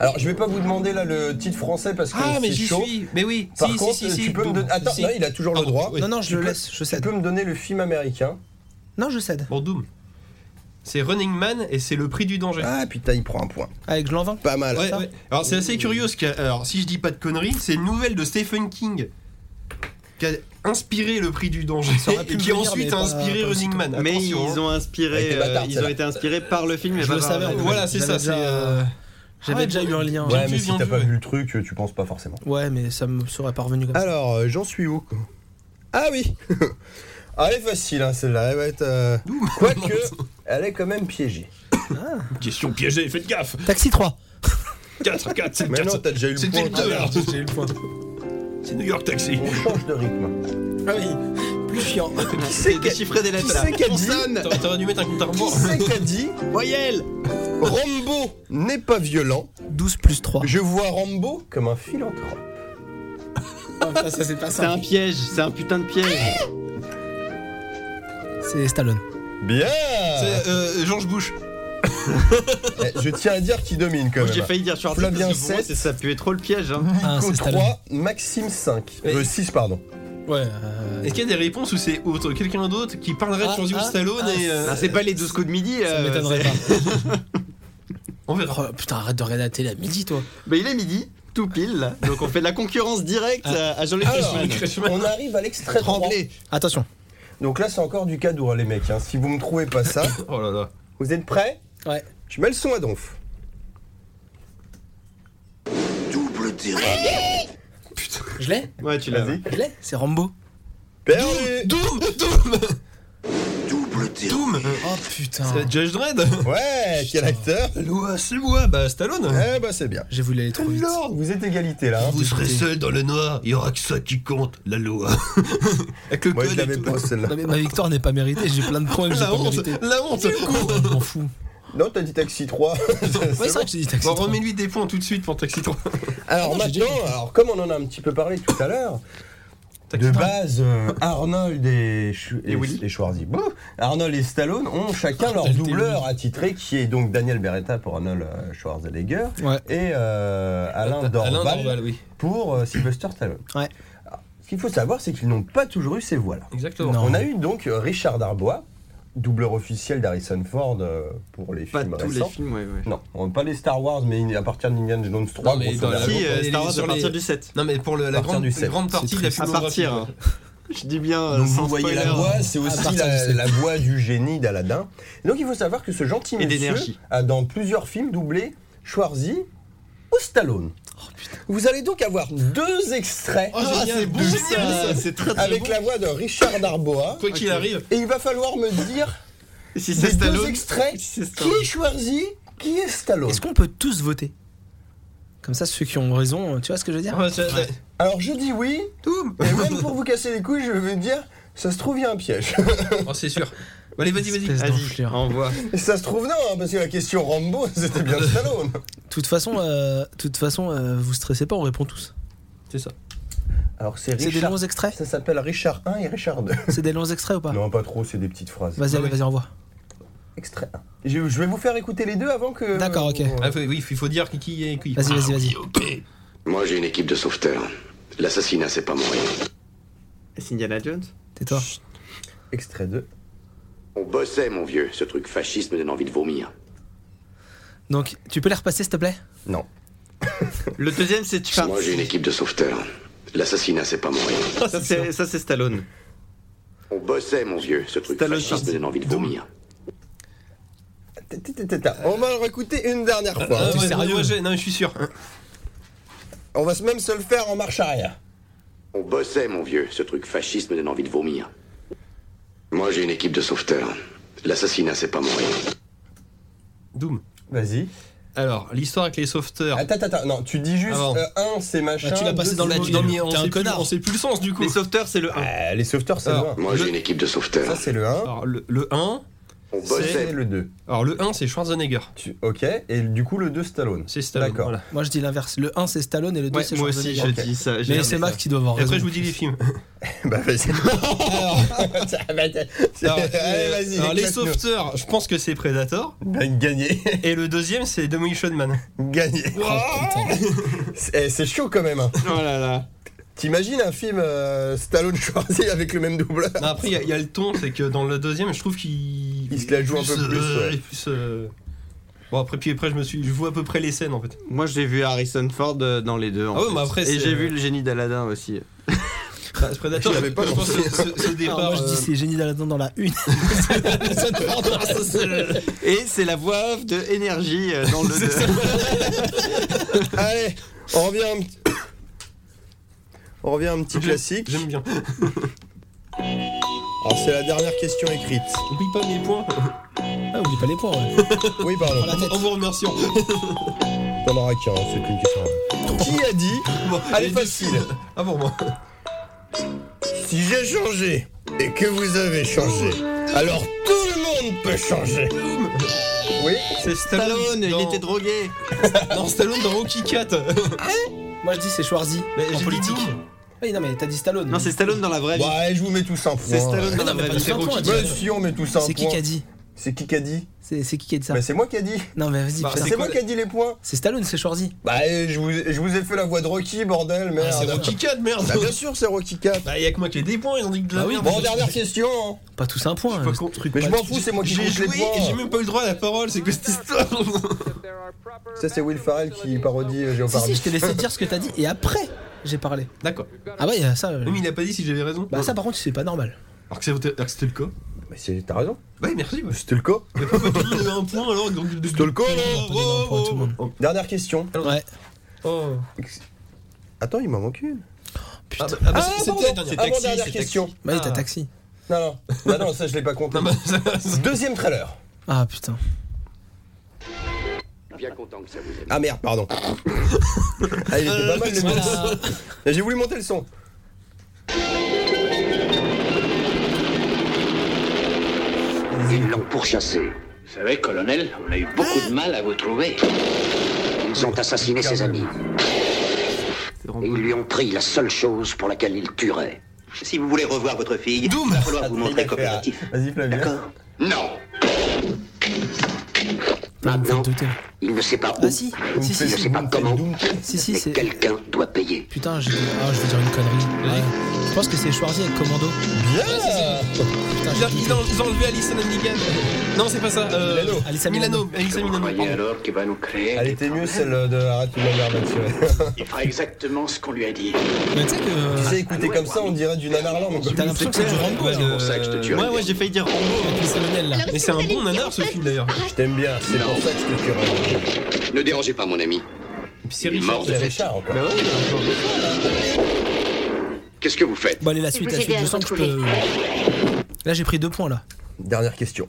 Speaker 4: Alors, je vais pas vous demander là le titre français parce que
Speaker 5: Ah, mais
Speaker 4: c'est
Speaker 5: j'y
Speaker 4: chaud.
Speaker 5: suis euh, Mais oui,
Speaker 4: Par
Speaker 5: si,
Speaker 4: contre,
Speaker 5: si, si,
Speaker 4: tu
Speaker 5: si.
Speaker 4: peux me
Speaker 5: Bon,
Speaker 4: donner. Attends,
Speaker 5: si.
Speaker 4: là, il a toujours le
Speaker 5: Pardon,
Speaker 4: droit.
Speaker 5: oui.
Speaker 3: Non, non, je le
Speaker 4: peux-
Speaker 3: laisse, je
Speaker 4: Tu
Speaker 3: cède.
Speaker 4: peux me donner le film américain.
Speaker 3: Non, je cède.
Speaker 5: Bon, Doom. C'est Running Man et c'est le prix du danger.
Speaker 4: Ah putain, il prend un point.
Speaker 3: Avec je l'envins.
Speaker 4: Pas mal.
Speaker 5: Ouais,
Speaker 3: ça.
Speaker 5: ouais. Alors c'est assez curieux, parce que, alors si je dis pas de conneries, c'est une nouvelle de Stephen King qui a inspiré le prix du danger
Speaker 3: Ça aurait pu
Speaker 5: et qui
Speaker 3: venir, mais
Speaker 5: ensuite a
Speaker 3: pas-
Speaker 5: inspiré
Speaker 3: pas
Speaker 5: Running Man.
Speaker 2: Mais
Speaker 5: Attention,
Speaker 2: ils
Speaker 5: hein.
Speaker 2: ont
Speaker 4: Avec
Speaker 2: inspiré,
Speaker 4: les bâtards,
Speaker 2: euh, ils
Speaker 4: celle-là.
Speaker 2: ont été inspirés par le film. et
Speaker 3: Je
Speaker 2: pas
Speaker 3: le
Speaker 2: par-
Speaker 3: savais, en fait.
Speaker 5: Voilà, c'est
Speaker 3: J'avais
Speaker 5: ça.
Speaker 3: déjà-
Speaker 5: c'est, euh,
Speaker 3: J'avais
Speaker 5: Ouais,
Speaker 3: déjà eu un lien.
Speaker 5: Bien
Speaker 4: Ouais,
Speaker 3: Ouais,
Speaker 5: vu,
Speaker 4: mais si t'as
Speaker 5: bien vu, hein.
Speaker 4: pas
Speaker 5: ouais.
Speaker 4: vu le truc, tu, tu penses pas forcément.
Speaker 3: mais ça me serait parvenu
Speaker 1: Ah.
Speaker 3: comme ça.
Speaker 4: Alors, euh, j'en suis où quoi Ah oui Ah, Elle est facile, hein, celle-là. Elle va être. euh, Quoique, elle est quand même piégée.
Speaker 10: Question piégée, faites gaffe.
Speaker 3: Taxi 3.
Speaker 10: 4, 4, 7,
Speaker 4: Mais
Speaker 10: 4.
Speaker 4: non, t'as déjà eu le
Speaker 10: C'était
Speaker 4: point.
Speaker 10: le 2 alors.
Speaker 3: J'ai eu le point.
Speaker 10: C'est New York Taxi.
Speaker 4: On change de rythme.
Speaker 3: Ah oui.
Speaker 4: Plus chiant. Qui
Speaker 2: C'est
Speaker 4: c'est qui
Speaker 2: déchiffrer des
Speaker 4: qui
Speaker 2: lettres.
Speaker 4: c'est qui a dit
Speaker 5: T'aurais t'aurais dû mettre un compte à
Speaker 4: Qui
Speaker 5: rebours.
Speaker 4: c'est qui a dit
Speaker 2: Voyelle
Speaker 4: Rambo n'est pas violent.
Speaker 3: 12 plus 3.
Speaker 4: Je vois Rambo comme un philanthrope.
Speaker 3: ça, ça c'est pas
Speaker 2: C'est un piège, c'est un putain de piège.
Speaker 3: C'est Stallone.
Speaker 4: Bien
Speaker 5: C'est euh, George Bush.
Speaker 4: Eh, Je tiens à dire qui domine quand
Speaker 2: J'ai
Speaker 4: même.
Speaker 2: failli dire Schwarzy
Speaker 4: Flavien
Speaker 2: parce que pour moi,
Speaker 4: 7.
Speaker 2: c'est- ça puait trop le piège. hein.
Speaker 3: Ah,
Speaker 4: Nico
Speaker 3: c'est Stallone.
Speaker 4: 3, Maxime 5. Euh, 6, pardon.
Speaker 3: Ouais. euh,
Speaker 5: Est-ce qu'il y a des réponses où c'est autre quelqu'un d'autre qui parlerait de
Speaker 3: Ah,
Speaker 5: George
Speaker 3: ah,
Speaker 5: Stallone
Speaker 3: ah,
Speaker 5: et euh,
Speaker 2: Ah, c'est pas les 12 coups de midi.
Speaker 3: ça
Speaker 2: euh,
Speaker 3: m'étonnerait pas.
Speaker 5: on verra.
Speaker 3: Oh, putain, arrête de regarder la télé à midi, toi.
Speaker 2: c'est- Mais il est midi, tout pile. là. Donc on fait de la concurrence directe à à Ah. Jean-Luc
Speaker 4: Alors,
Speaker 2: Reichmann.
Speaker 4: On arrive à l'extrait 3.
Speaker 2: Tremblay.
Speaker 3: Attention.
Speaker 4: Donc là, c'est encore du cadeau, hein, les mecs. hein. Si vous me trouvez pas ça,
Speaker 5: Oh là là.
Speaker 4: vous êtes prêts
Speaker 3: Ouais.
Speaker 4: Je mets le son à donf.
Speaker 6: Double terrain.
Speaker 3: Je l'ai
Speaker 2: Ouais, tu l'as.
Speaker 4: Vas-y.
Speaker 3: Je l'ai C'est Rambo.
Speaker 4: Perdu
Speaker 5: Doom, Doom,
Speaker 6: Double terrain.
Speaker 5: Doom.
Speaker 3: Oh putain.
Speaker 5: C'est Judge Dredd.
Speaker 4: Ouais, quel acteur
Speaker 5: Allô, c'est moi, bah Stallone.
Speaker 4: Eh bah, c'est bien.
Speaker 3: J'ai voulu aller trop vite.
Speaker 4: Lord, vous êtes égalité là. hein.
Speaker 5: Vous serez seul dans le noir, il y aura que ça qui compte, la loi. Avec le
Speaker 4: Moi, je
Speaker 5: code et
Speaker 4: l'avais
Speaker 5: tout.
Speaker 4: pas celle-là.
Speaker 3: Non, mais ma victoire n'est pas méritée, j'ai plein de points que j'ai
Speaker 5: La
Speaker 3: pas
Speaker 5: honte,
Speaker 3: mérité.
Speaker 5: la honte.
Speaker 3: Je m'en fous.
Speaker 4: Non, t'as dit Taxi 3.
Speaker 3: Ouais, c'est vrai que j'ai dit taxi.
Speaker 5: Bon,
Speaker 3: 3.
Speaker 5: remets-lui des points tout de suite pour Taxi 3.
Speaker 4: Alors maintenant, alors, comme on en a un petit peu parlé tout à l'heure, de base, euh, Arnold et, Sch- et, et Schwarzy, bouh, Arnold et Stallone ont chacun leur doubleur attitré, qui est donc Daniel Beretta pour Arnold euh, Schwarzenegger
Speaker 3: Ouais.
Speaker 4: et euh, Alain
Speaker 5: Alain
Speaker 4: Dorval
Speaker 5: Dorval, oui.
Speaker 4: pour euh, Sylvester Stallone.
Speaker 3: Ouais.
Speaker 4: Alors, Ce qu'il faut savoir, c'est qu'ils n'ont pas toujours eu ces voix-là.
Speaker 5: Exactement.
Speaker 3: Non.
Speaker 4: On a eu donc euh, Richard Darbois, doubleur officiel d'Harrison Ford euh, pour les
Speaker 2: Pas
Speaker 4: films
Speaker 2: tous les
Speaker 4: récents.
Speaker 2: films, ouais, ouais.
Speaker 4: Non, on- pas les Star Wars, mais à partir d'Indiana Jones 3,
Speaker 5: Non, mais
Speaker 4: grosso
Speaker 5: dans la-
Speaker 4: modo.
Speaker 2: Si, euh,
Speaker 5: les-
Speaker 2: Star Wars
Speaker 5: sur
Speaker 2: à partir
Speaker 5: les-
Speaker 2: du 7.
Speaker 5: Non mais pour le- la,
Speaker 4: Partir
Speaker 5: grande,
Speaker 4: du sept.
Speaker 5: grande partie de la euh,
Speaker 2: À
Speaker 5: filmographie.
Speaker 2: partir. hein. Je dis bien. euh,
Speaker 4: Donc vous
Speaker 2: sans
Speaker 4: voyez la
Speaker 2: spoiler.
Speaker 4: voix, c'est aussi
Speaker 3: partir
Speaker 4: la,
Speaker 3: du
Speaker 4: la voix du génie d'Aladin. Et Donc il faut savoir que ce gentil
Speaker 2: Et
Speaker 4: monsieur
Speaker 2: d'énergie.
Speaker 4: a dans plusieurs films doublé Schwarzy ou Stallone. Vous allez donc avoir deux extraits
Speaker 5: Oh,
Speaker 2: Ah,
Speaker 5: génial,
Speaker 2: c'est bon,
Speaker 5: de
Speaker 2: ça.
Speaker 5: ça. Ah,
Speaker 2: C'est très très
Speaker 4: avec
Speaker 2: bon.
Speaker 4: la voix de Richard Darboa.
Speaker 5: Quoi qu'il arrive,
Speaker 4: Et il va falloir me dire
Speaker 2: Si
Speaker 4: des
Speaker 2: c'est
Speaker 4: deux
Speaker 2: Stallone.
Speaker 4: extraits
Speaker 2: Si c'est
Speaker 4: qui
Speaker 2: Stallone.
Speaker 4: est Schwarzy, qui est Stallone.
Speaker 3: Est-ce qu'on peut tous voter Comme ça, ceux qui ont raison, tu vois ce que je veux dire
Speaker 5: Ouais, c'est-
Speaker 4: Alors je dis oui,
Speaker 5: Doom.
Speaker 4: et même pour vous casser les couilles, je vais dire ça se trouve il y a un piège.
Speaker 5: Oh, c'est sûr. Bon, Allez, vas-y, vas-y.
Speaker 3: Espèce
Speaker 2: Vas-y,
Speaker 3: d'enculé.
Speaker 2: envoie.
Speaker 4: Et ça se trouve non, hein, parce que la question Rambo, c'était bien Stallone.
Speaker 3: De toute façon, euh, toute façon euh, vous stressez pas, on répond tous.
Speaker 5: C'est ça.
Speaker 4: Alors c'est
Speaker 3: C'est des
Speaker 4: Richard.
Speaker 3: longs extraits
Speaker 4: Ça s'appelle Richard 1 et Richard 2.
Speaker 3: C'est des longs extraits ou pas
Speaker 4: Non, pas trop, c'est des petites phrases.
Speaker 3: Vas-y, allez, vas-y, envoie.
Speaker 4: Extrait 1. Je, je vais vous faire écouter les deux avant que.
Speaker 3: D'accord, ok.
Speaker 5: Ah, faut- oui, il faut dire qui- qui est qui.
Speaker 3: Vas-y, vas-y, vas-y.
Speaker 6: Moi, j'ai une équipe de sauveteurs. L'assassinat, c'est pas mon rien.
Speaker 2: C'est Indiana Jones.
Speaker 3: Tais-toi.
Speaker 4: Extrait 2.
Speaker 6: On bossait, mon vieux. Ce truc fasciste me donne envie de vomir.
Speaker 3: Donc, tu peux les repasser, s'il te plaît
Speaker 4: Non.
Speaker 2: Le deuxième, c'est enfin,
Speaker 6: Moi, j'ai une équipe de sauveteurs. L'assassinat, c'est pas mon rien.
Speaker 2: Ça, c'est ça, c'est Stallone.
Speaker 6: On bossait, mon vieux. Ce truc
Speaker 2: Stallone
Speaker 6: fasciste me donne envie de vomir.
Speaker 4: Ta- ta- ta- ta- ta. On va le réécouter une dernière fois.
Speaker 5: Ah,
Speaker 4: hein.
Speaker 5: ouais, moi, moi, j'ai- Non, je suis sûr.
Speaker 4: On va se- même se le faire en marche arrière.
Speaker 6: On bossait, mon vieux. Ce truc fasciste me donne envie de vomir. Moi, j'ai une équipe de sauveteurs. L'assassinat, c'est pas mon rien.
Speaker 5: Doom.
Speaker 4: Vas-y.
Speaker 5: Alors, l'histoire avec les sauveteurs.
Speaker 4: Attends, attends, attends, non, tu dis juste
Speaker 5: Ah bon.
Speaker 4: euh, un, c'est machin.
Speaker 5: Bah, tu l'as passé
Speaker 4: deux,
Speaker 5: dans le
Speaker 4: c'est
Speaker 5: mot,
Speaker 4: mobile.
Speaker 5: t'es un
Speaker 4: T'es
Speaker 5: connard. On sait plus le sens du coup.
Speaker 2: Les sauveteurs, c'est le 1.
Speaker 4: Ah, les sauveteurs, c'est
Speaker 5: Alors,
Speaker 4: le
Speaker 6: Moi, j'ai une équipe de
Speaker 4: un. Ça,
Speaker 6: sauveteurs.
Speaker 4: c'est le 1.
Speaker 5: Alors, le, le 1,
Speaker 6: On
Speaker 4: C'est
Speaker 6: bossait.
Speaker 4: le 2.
Speaker 5: alors le 1 c'est Schwarzenegger.
Speaker 4: Tu- Ok, et du coup, le 2, Stallone.
Speaker 5: C'est Stallone.
Speaker 4: D'accord.
Speaker 5: voilà.
Speaker 3: Moi je dis l'inverse. Le 1 c'est Stallone et le 2
Speaker 2: Ouais,
Speaker 3: c'est
Speaker 2: moi aussi, je
Speaker 3: Schwarzenegger.
Speaker 2: dis ça. j'ai-
Speaker 3: Mais c'est Max qui doit avoir
Speaker 5: Et
Speaker 3: raison.
Speaker 5: après je vous dis les films.
Speaker 4: bah, vas-y.
Speaker 5: Alors,
Speaker 4: Allez,
Speaker 5: euh,
Speaker 4: vas-y.
Speaker 5: alors, les
Speaker 4: éclate-nous.
Speaker 5: sauveteurs, je pense que c'est Predator.
Speaker 4: Bah, Gagné.
Speaker 5: Et le deuxième c'est Demolition Man.
Speaker 4: Gagné.
Speaker 3: Ah,
Speaker 4: C'est eh, c'est chaud quand même. hein.
Speaker 2: Oh là là.
Speaker 4: T'imagines un film euh, Stallone Schwarzy avec le même doubleur
Speaker 5: Non, après il y a- il y, a le ton, c'est que dans le deuxième je trouve qu'il
Speaker 4: Il se la joue un peu plus,
Speaker 5: euh,
Speaker 4: ouais.
Speaker 5: et plus, euh, Bon après puis après je me suis je vois à peu près les scènes en fait.
Speaker 2: Moi, j'ai vu Harrison Ford euh, dans les deux. en
Speaker 5: Ah ouais,
Speaker 2: fait.
Speaker 5: mais après, c'est-
Speaker 2: Et
Speaker 4: euh,
Speaker 2: j'ai vu le génie d'Aladin aussi.
Speaker 5: Bah, Predator,
Speaker 4: Je
Speaker 5: je,
Speaker 4: Ah, l'avais pas
Speaker 5: je pense que ce, ce départ.
Speaker 3: Alors, Ah, moi je dis
Speaker 5: euh,
Speaker 3: c'est génie d'Aladin dans la 1.
Speaker 2: Et c'est la voix off de Énergie euh, dans le 2.
Speaker 4: Allez, on revient un petit. On revient à un petit
Speaker 5: j'aime-
Speaker 4: classique.
Speaker 5: J'aime bien.
Speaker 4: Alors c'est la dernière question écrite.
Speaker 5: Oublie pas mes points.
Speaker 3: Ah, oublie pas les points, ouais.
Speaker 4: Oui pardon,
Speaker 3: Oh,
Speaker 5: En vous remerciant.
Speaker 4: t'en auras qu'un, hein, c'est une question. Qui a dit
Speaker 5: Bon,
Speaker 4: Allez
Speaker 5: les deux-
Speaker 4: facile
Speaker 5: Ah pour moi.
Speaker 4: Si j'ai changé et que vous avez changé, alors tout le monde peut changer. Oui,
Speaker 5: C'est Stallone.
Speaker 2: Stallone, il
Speaker 5: dans-
Speaker 2: était drogué.
Speaker 5: Non, Stallone dans Rocky 4.
Speaker 3: Moi je dis c'est Schwarzy
Speaker 5: j'ai
Speaker 3: en
Speaker 5: dit
Speaker 3: politique. Ah
Speaker 5: Doom.
Speaker 3: Oui, non mais t'as dit Stallone. Ah,
Speaker 2: Non, c'est Stallone dans la vraie
Speaker 4: bon
Speaker 2: vie.
Speaker 4: Bah, allez, je vous mets tous un point.
Speaker 2: C'est Stallone dans la
Speaker 3: mais
Speaker 2: vraie
Speaker 3: pas
Speaker 2: vie.
Speaker 3: du tout.
Speaker 5: Rocky.
Speaker 3: toi,
Speaker 4: Bah, si on met tous un
Speaker 3: C'est qui
Speaker 4: point.
Speaker 3: qui a dit
Speaker 4: C'est qui qui a dit
Speaker 3: C'est c'est qui qui a dit ça
Speaker 4: Bah c'est moi qui a dit.
Speaker 3: Non mais vas-y,
Speaker 5: Bah,
Speaker 3: putain.
Speaker 5: c'est
Speaker 4: C'est
Speaker 5: quoi
Speaker 4: moi qui a dit les points.
Speaker 3: c'est Stallone, c'est Schwarzy.
Speaker 4: Bah eh, je vous, je vous ai fait la voix de Rocky, bordel, merde.
Speaker 5: Ah, c'est Rocky 4, merde.
Speaker 4: Bah bien sûr c'est Rocky 4.
Speaker 5: Bah, y'a que moi qui ai des points, ils ont dit que de la
Speaker 3: Bah oui,
Speaker 5: merde.
Speaker 4: Bon dernière question. hein.
Speaker 3: Pas tous un point.
Speaker 5: J'ai pas
Speaker 3: hein.
Speaker 5: compris.
Speaker 4: Mais je m'en fous, c'est moi qui
Speaker 5: Bah, J'ai
Speaker 4: compte les
Speaker 5: joué et j'ai
Speaker 4: points.
Speaker 5: même pas eu le droit à la parole, c'est que cette
Speaker 3: Bah,
Speaker 5: histoire.
Speaker 4: Ça c'est Will Farrell qui parodie
Speaker 3: Si
Speaker 4: euh,
Speaker 3: si,
Speaker 4: Géopardie.
Speaker 3: je t'ai laissé dire ce que t'as dit et après j'ai parlé.
Speaker 5: D'accord.
Speaker 3: Ah bah il y a ça. euh,
Speaker 5: Oui, mais il a pas dit si j'avais raison.
Speaker 3: Bah ça par contre c'est pas normal.
Speaker 5: Alors que c'était alors que c'était le cas.
Speaker 4: Mais c'est- t'as raison.
Speaker 5: Ouais, merci. ouais.
Speaker 4: C'était le cas.
Speaker 5: Mais pourquoi tout le monde avait un point alors donc,
Speaker 4: C'était le cas,
Speaker 3: On
Speaker 4: non
Speaker 3: va pas donner un point à tout le monde.
Speaker 4: Dernière question.
Speaker 3: Ouais.
Speaker 5: Oh.
Speaker 4: Attends, il m'en manque une.
Speaker 5: Ah, bah, ah, bah,
Speaker 4: Ah,
Speaker 5: c'était
Speaker 4: pardon.
Speaker 5: la dernière.
Speaker 4: Avant
Speaker 5: Taxi,
Speaker 4: dernière
Speaker 5: c'est
Speaker 4: question.
Speaker 5: taxi.
Speaker 3: Bah oui,
Speaker 5: Ah.
Speaker 3: t'as taxi.
Speaker 4: Non, non. Non, non, ça je l'ai pas compté.
Speaker 5: Non, bah, ça-
Speaker 4: Deuxième trailer.
Speaker 3: Ah putain.
Speaker 6: Bien content que ça vous ait.
Speaker 4: Ah merde, pardon. Ah, il était pas mal le mec. J'ai voulu monter le son.
Speaker 6: Ils l'ont pourchassé. Vous savez, colonel, on a eu beaucoup de mal à vous trouver. Ils ont assassiné ses amis. Et ils lui ont pris la seule chose pour laquelle ils tueraient. Si vous voulez revoir votre fille, il va falloir vous montrer coopératif.
Speaker 4: Vas-y, Flavien.
Speaker 6: D'accord Non
Speaker 3: Putain, vous me
Speaker 6: Maintenant,
Speaker 3: faites douter. là.
Speaker 6: il ne sait pas où,
Speaker 3: Ah si,
Speaker 4: Vous
Speaker 3: si si
Speaker 4: me faites-
Speaker 3: si.
Speaker 6: sais pas
Speaker 4: vous me faites
Speaker 6: comment.
Speaker 4: Doom.
Speaker 3: Si si
Speaker 6: mais
Speaker 3: c'est.
Speaker 6: quelqu'un doit payer.
Speaker 3: Putain, j'ai. Ah, je vais dire une connerie. Ouais. Je pense que c'est Schwarzy avec Commando.
Speaker 4: Bien
Speaker 3: Putain,
Speaker 5: Ils
Speaker 3: j'ai
Speaker 5: ont- Ils ont, ils ont enlevé Alison Hannigan. Non, c'est pas ça. Euh,
Speaker 4: Milano.
Speaker 3: Alyssa
Speaker 5: Milano.
Speaker 6: Vous
Speaker 5: Alissa Milano.
Speaker 6: croyez
Speaker 5: pardon.
Speaker 6: alors qu'il va nous créer
Speaker 4: Elle
Speaker 6: des
Speaker 4: était mieux
Speaker 6: problèmes
Speaker 4: celle de Arrête de la merde là-dessus.
Speaker 6: Il fera exactement ce qu'on lui a dit.
Speaker 3: Mais tu sais
Speaker 4: Tu
Speaker 3: que. euh,
Speaker 4: sais, écouter comme ça, on dirait du nanarland. quoi.
Speaker 3: T'as l'impression que c'est du Rambo
Speaker 5: euh, Ouais,
Speaker 3: là.
Speaker 6: pour ça que je te tuerai.
Speaker 2: Ouais, ouais, j'ai failli dire Rambo.
Speaker 3: avec les salmonelles, là.
Speaker 5: Mais c'est un bon nanar ce film d'ailleurs.
Speaker 3: Ah,
Speaker 4: Je t'aime bien, c'est pour ça que je te tuerai.
Speaker 6: Ne dérangez pas mon ami.
Speaker 5: C'est
Speaker 6: Il est
Speaker 5: Richard.
Speaker 6: mort de
Speaker 4: C'est
Speaker 6: fait.
Speaker 4: Richard encore.
Speaker 6: Qu'est-ce que vous faites
Speaker 3: Bon allez la suite, la
Speaker 8: vous
Speaker 3: suite,
Speaker 8: aider
Speaker 3: je
Speaker 8: à
Speaker 3: sens que je peux. Là j'ai pris deux points là.
Speaker 4: Dernière question.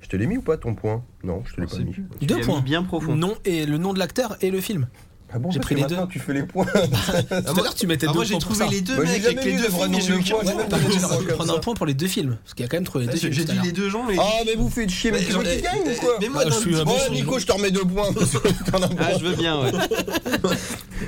Speaker 4: Je te l'ai mis ou pas ton point Non, je te l'ai pas mis.
Speaker 2: Tu
Speaker 3: Deux
Speaker 2: l'as
Speaker 3: points.
Speaker 2: mis bien profond.
Speaker 3: Non et le nom de l'acteur et le film.
Speaker 4: Ah bon,
Speaker 3: J'ai
Speaker 4: parce
Speaker 3: pris
Speaker 4: que
Speaker 3: les deux.
Speaker 4: maintenant, Tu fais les points.
Speaker 3: Tout à l'heure tu mettais
Speaker 5: Ah,
Speaker 3: deux
Speaker 5: moi
Speaker 3: points
Speaker 5: j'ai
Speaker 3: pour
Speaker 5: trouvé
Speaker 3: ça.
Speaker 5: les deux
Speaker 4: Moi, j'ai
Speaker 5: mecs
Speaker 4: jamais
Speaker 5: avec les
Speaker 4: vu le
Speaker 5: deux
Speaker 4: vrai
Speaker 5: films, mais
Speaker 4: nom
Speaker 5: j'ai
Speaker 4: du
Speaker 5: eu
Speaker 4: point,
Speaker 5: aucun
Speaker 4: j'ai même
Speaker 5: point.
Speaker 4: pas
Speaker 3: Par contre,
Speaker 4: Ça,
Speaker 3: j'aurais pu
Speaker 4: comme
Speaker 3: prendre
Speaker 4: ça.
Speaker 3: un point pour les deux films, parce qu'il y a quand même trouvé les deux
Speaker 5: Ah, J'ai
Speaker 3: films.
Speaker 5: j'ai
Speaker 3: tout à
Speaker 5: dit
Speaker 3: l'heure.
Speaker 5: les deux gens et
Speaker 4: Ah, mais vous faites chier, mais
Speaker 5: Mais
Speaker 4: qui
Speaker 5: j'en
Speaker 4: c'est
Speaker 5: ai-
Speaker 4: qui gagne ou quoi
Speaker 5: mais moi
Speaker 3: Ah,
Speaker 5: dans
Speaker 3: je
Speaker 5: le
Speaker 3: suis un
Speaker 5: petit-
Speaker 3: bon
Speaker 4: Ouais, Nico, je te remets deux points. parce que t'en as pas.
Speaker 2: Ah, je veux bien, ouais.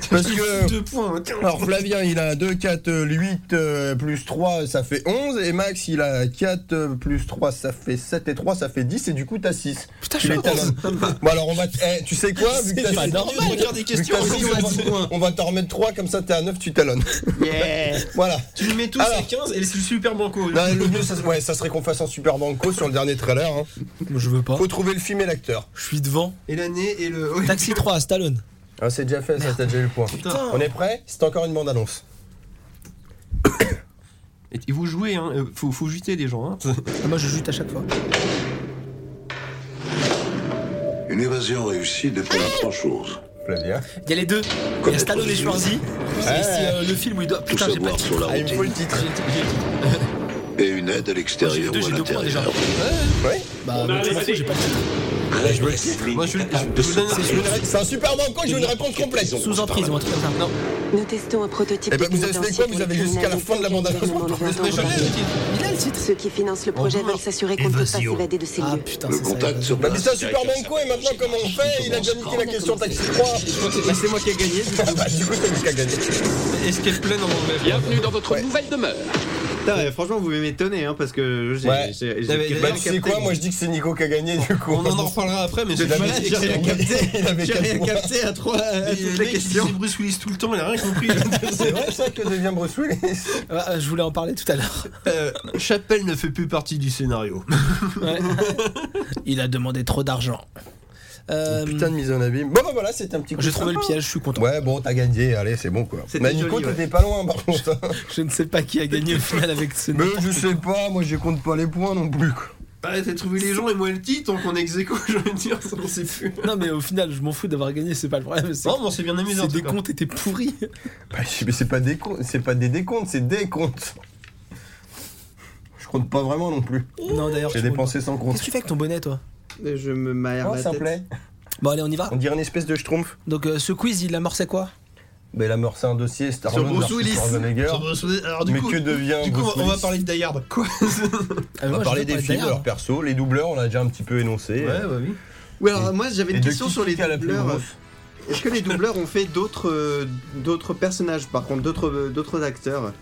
Speaker 4: Parce que.
Speaker 5: deux points. hein, tiens.
Speaker 4: Alors Flavien il a 2, 4, 8 euh, plus 3 ça fait 11 et Max il a 4 plus 3 ça fait 7 et 3 ça fait 10 et du coup t'as 6.
Speaker 3: Putain,
Speaker 4: Tu
Speaker 3: je suis
Speaker 4: l'étales. Bon alors on va... t- eh, tu sais quoi Vu que t'as
Speaker 5: pas normal.
Speaker 4: vu que
Speaker 5: Regarde des
Speaker 4: t'as
Speaker 5: questions,
Speaker 4: six,
Speaker 5: vas-y,
Speaker 4: on va-
Speaker 5: vas-y.
Speaker 4: On va t'en remettre 3 comme ça t'es à 9 tu talonnes.
Speaker 2: Yeah
Speaker 4: Voilà.
Speaker 5: Tu lui mets tous
Speaker 4: Alors.
Speaker 5: à 15 et c'est le super banco.
Speaker 4: Non, Bah, le mieux ça, ouais, ça serait qu'on fasse un super banco sur le dernier trailer. Hein.
Speaker 3: Moi, Je veux pas.
Speaker 4: Faut trouver le film et l'acteur.
Speaker 3: Je suis devant.
Speaker 5: Et l'année et le. ouais.
Speaker 3: Taxi 3 à Stallone.
Speaker 4: Ah, c'est déjà fait ça t'as déjà eu le point.
Speaker 5: Putain.
Speaker 4: On est prêt C'est encore une bande annonce.
Speaker 5: Et vous jouez, hein. euh, Faut, faut juter les gens, hein.
Speaker 3: Ah, moi je jute à chaque fois.
Speaker 10: Une évasion réussie dépend de trois choses.
Speaker 4: Flavien.
Speaker 3: Il y a les deux. Il y a Stallone et Schwarzy. Et c'est euh, le film où il doit.
Speaker 10: Tout
Speaker 3: Putain, j'ai
Speaker 10: savoir
Speaker 3: pas de
Speaker 10: sur la
Speaker 4: Ah, il me
Speaker 10: route
Speaker 4: faut le titre.
Speaker 10: et une aide à
Speaker 3: J'ai
Speaker 10: l'extérieur
Speaker 3: deux,
Speaker 10: ou à
Speaker 3: j'ai deux points déjà.
Speaker 10: l'intérieur.
Speaker 3: Bah, bah, tu m'en fous, j'ai pas de titre.
Speaker 5: Moi, je vais- je- je vous donne- je vous donne-
Speaker 11: C'est un super manco, je veux une réponse complète.
Speaker 3: Sous emprise, ou un truc comme ça. Non.
Speaker 12: Nous testons un prototype.
Speaker 11: Eh ben, vous
Speaker 12: technique
Speaker 11: avez fait
Speaker 12: avancé
Speaker 11: quoi
Speaker 12: pour
Speaker 11: Vous
Speaker 12: les
Speaker 11: avez jusqu'à la fin de la bande annonce pour trouver ce
Speaker 12: criminels
Speaker 11: méchant.
Speaker 3: Il a le titre.
Speaker 12: Ceux qui financent le projet veulent s'assurer qu'on ne peut pas s'évader de ces lieux.
Speaker 3: Ah, putain,
Speaker 10: Le contact sur
Speaker 11: Bah,
Speaker 10: place.
Speaker 11: mais c'est un super
Speaker 10: direct à
Speaker 11: manco et maintenant comment on fait Il a déjà niqué la question Taxi 3.
Speaker 2: c'est moi qui ai gagné.
Speaker 11: Bah, du coup, c'est lui qui a gagné.
Speaker 5: Escape plan en anglais.
Speaker 6: Bienvenue dans votre nouvelle demeure.
Speaker 2: Putain, euh, franchement, vous m'étonnez, hein, parce que j'ai.
Speaker 11: Ouais.
Speaker 2: j'ai- j'ai-
Speaker 5: Ah, mais-
Speaker 2: j'ai-
Speaker 11: Bah, tu sais quoi Moi, je dis que c'est Nico qui a gagné, du coup.
Speaker 5: On en en reparlera après, mais
Speaker 11: Je
Speaker 5: c'est
Speaker 11: l'avais
Speaker 5: malade,
Speaker 11: dit,
Speaker 5: il a rien capté.
Speaker 11: Il avait
Speaker 2: J'ai rien
Speaker 11: quatre points.
Speaker 2: capté à trois à
Speaker 5: Et
Speaker 2: toutes
Speaker 5: le
Speaker 2: les
Speaker 5: mec, il
Speaker 2: questions.
Speaker 5: disait Bruce Willis tout le temps, il a rien compris.
Speaker 11: C'est vrai, ça, que devient Bruce Willis
Speaker 3: Ah, euh, je voulais en parler tout à l'heure.
Speaker 5: Euh, Chapelle ne fait plus partie du scénario.
Speaker 3: Ouais. Il a demandé trop d'argent. Euh,
Speaker 4: Oh, Putain de mise en abîme.
Speaker 11: Bon, bah voilà, c'était un petit coup
Speaker 3: J'ai
Speaker 11: de
Speaker 3: trouvé le
Speaker 11: sympa.
Speaker 3: piège, je suis content.
Speaker 4: Ouais, bon, t'as gagné, allez, c'est bon quoi.
Speaker 2: C'était
Speaker 4: Mais Nico,
Speaker 2: joli, ouais.
Speaker 4: t'étais pas loin par contre.
Speaker 3: Je ne sais pas qui a gagné au final avec ce
Speaker 4: Mais je sais pas, moi je compte pas les points non plus. quoi.
Speaker 5: Bah, t'as trouvé les gens et moi le titre, donc on ex aequo, je veux dire, ça on sait plus.
Speaker 3: Non, mais au final, je m'en fous d'avoir gagné, c'est pas le problème. C'est
Speaker 5: Non, Oh, mais on s'est bien amusé en
Speaker 3: c'est
Speaker 5: tout
Speaker 3: des
Speaker 5: cas.
Speaker 3: comptes étaient pourris.
Speaker 4: Bah, je- mais c'est pas des comptes, c'est pas des décomptes, c'est des comptes. Je compte pas vraiment non plus.
Speaker 3: Non, d'ailleurs,
Speaker 4: J'ai
Speaker 3: tu-
Speaker 4: dépensé sans
Speaker 3: Qu'est-ce
Speaker 4: compte.
Speaker 3: que tu fais avec ton bonnet, toi
Speaker 2: Je me maille
Speaker 4: Comment
Speaker 2: la
Speaker 4: ça
Speaker 2: tête.
Speaker 4: plaît
Speaker 3: Bon, allez, on y va.
Speaker 4: On dirait une espèce de schtroumpf.
Speaker 3: Donc, euh, ce quiz, il amorçait quoi
Speaker 4: Bah, il a amorcé un dossier Star
Speaker 5: Sur
Speaker 4: Wars
Speaker 5: Bruce
Speaker 4: versus
Speaker 5: Willis.
Speaker 4: Schwarzenegger.
Speaker 5: Sur Bruce Willis. Alors, du
Speaker 4: Mais
Speaker 5: coup,
Speaker 4: que devient
Speaker 5: du coup,
Speaker 4: Bruce
Speaker 5: on va- on va
Speaker 4: Willis
Speaker 5: parler de Die Hard. Quoi
Speaker 3: Ah, mais
Speaker 4: On
Speaker 3: moi, je
Speaker 4: va parler
Speaker 3: veux
Speaker 4: des films, de
Speaker 3: d'ailleurs.
Speaker 4: leurs persos, les doubleurs, on l'a déjà un petit peu énoncé.
Speaker 5: bah oui.
Speaker 2: Ou alors, moi, j'avais
Speaker 4: Et
Speaker 2: une
Speaker 4: de
Speaker 2: question
Speaker 4: qui
Speaker 2: sur les
Speaker 4: pique à la plus
Speaker 2: doubleurs. euh.
Speaker 4: grosse.
Speaker 2: Est-ce que les doubleurs ont fait d'autres euh, d'autres personnages, par contre, d'autres euh, d'autres acteurs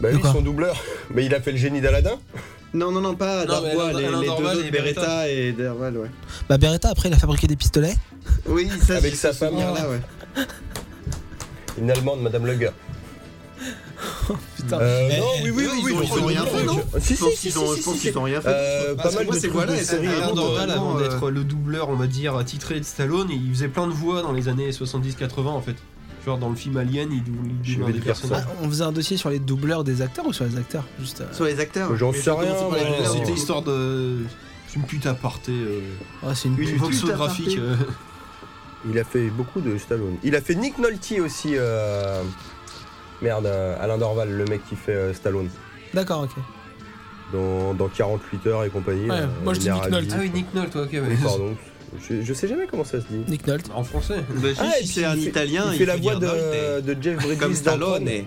Speaker 4: Bah
Speaker 3: De
Speaker 4: oui,
Speaker 3: quoi
Speaker 4: son doubleur. Mais il a fait le génie d'Aladin.
Speaker 2: Non, non, non, pas
Speaker 5: Non, mais
Speaker 2: Darbois,
Speaker 5: Alain-
Speaker 2: les,
Speaker 5: Alain
Speaker 2: les
Speaker 5: Darbois,
Speaker 2: deux
Speaker 5: j'ai
Speaker 2: autres, Beretta et Derval, ouais.
Speaker 3: Bah, Beretta, après, il a fabriqué des pistolets.
Speaker 2: Oui, ça,
Speaker 4: Avec
Speaker 2: j'ai
Speaker 4: sa
Speaker 2: ce
Speaker 4: femme.
Speaker 2: souvenir-là, ouais.
Speaker 4: Une allemande, Madame Luger.
Speaker 3: Putain.
Speaker 4: Euh,
Speaker 3: Eh,
Speaker 4: non,
Speaker 3: eh,
Speaker 4: oui, oui, oui,
Speaker 2: Ils ont-
Speaker 4: oui,
Speaker 2: ils ont
Speaker 4: oui,
Speaker 2: rien
Speaker 4: oui,
Speaker 2: fait,
Speaker 4: oui,
Speaker 2: non
Speaker 4: oui. Si,
Speaker 2: Je pense
Speaker 4: si,
Speaker 2: qu'ils
Speaker 4: si,
Speaker 2: ont-
Speaker 4: si,
Speaker 2: Je pense
Speaker 4: si.
Speaker 2: qu'ils ont rien fait.
Speaker 4: Euh, pas
Speaker 2: Parce que
Speaker 4: mal
Speaker 2: moi,
Speaker 4: de
Speaker 2: c'est
Speaker 4: trucs
Speaker 2: voilà,
Speaker 4: de
Speaker 2: c'est
Speaker 4: séries.
Speaker 2: Alain
Speaker 5: Alain
Speaker 2: Darbois,
Speaker 5: Dorval, avant
Speaker 2: euh,
Speaker 5: d'être le doubleur, on va dire, titré de Stallone, et il faisait plein de voix dans les années 70-80 en fait. Genre dans le film Alien, il dou- il
Speaker 4: Je
Speaker 5: doublait
Speaker 4: vais
Speaker 5: un des
Speaker 4: te faire ça.
Speaker 5: personnages.
Speaker 3: Ah, on faisait un dossier sur les doubleurs des acteurs ou sur les acteurs Juste. euh,
Speaker 2: Sur les acteurs.
Speaker 4: J'en
Speaker 2: Mais
Speaker 4: sais rien,
Speaker 2: surtout, c'est
Speaker 4: moi,
Speaker 2: pour les
Speaker 4: Ah,
Speaker 5: euh, C'était
Speaker 2: doubleurs.
Speaker 4: c'était
Speaker 5: histoire de. C'est une pute aparté. euh,
Speaker 3: ah, c'est une
Speaker 5: une
Speaker 3: pute.
Speaker 5: voxo
Speaker 2: pute
Speaker 5: graphique.
Speaker 2: aparté.
Speaker 5: euh.
Speaker 4: Il a fait beaucoup de Stallone. Il a fait Nick Nolte aussi. euh, Merde, euh, Alain Dorval, le mec qui fait euh, Stallone.
Speaker 3: D'accord, ok.
Speaker 4: Dans, dans 48 heures et compagnie. euh,
Speaker 3: Ouais, moi, je dis Nick Nolte.
Speaker 5: Ah oui, Nick Nolte, ok,
Speaker 4: Oui,
Speaker 5: ouais.
Speaker 4: pardon. Je, je sais jamais comment ça se dit.
Speaker 3: Nick Nolte.
Speaker 5: En français.
Speaker 2: Bah, si,
Speaker 4: Ah, et
Speaker 2: si
Speaker 4: puis
Speaker 2: c'est un
Speaker 4: il fait-
Speaker 2: italien,
Speaker 4: il
Speaker 2: il
Speaker 4: fait la
Speaker 2: faut
Speaker 4: voix
Speaker 2: dire Nolte,
Speaker 4: de, de Jeff Bridges.
Speaker 2: Comme
Speaker 4: dans
Speaker 2: Stallone.
Speaker 4: Tron.
Speaker 2: et-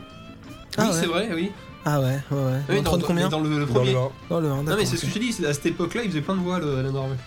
Speaker 3: Ah
Speaker 5: oui,
Speaker 3: ouais.
Speaker 5: c'est vrai, oui.
Speaker 3: Ah ouais, ouais, ouais.
Speaker 5: Oui,
Speaker 3: On
Speaker 5: dans,
Speaker 3: prend de combien
Speaker 5: dans le,
Speaker 4: Dans
Speaker 5: le
Speaker 4: le
Speaker 5: premier.
Speaker 4: vin.
Speaker 3: Dans le 1,
Speaker 5: non, mais c'est ce que je te dis, c'est- à cette époque-là, il faisait plein de voix, le Alain Dorval.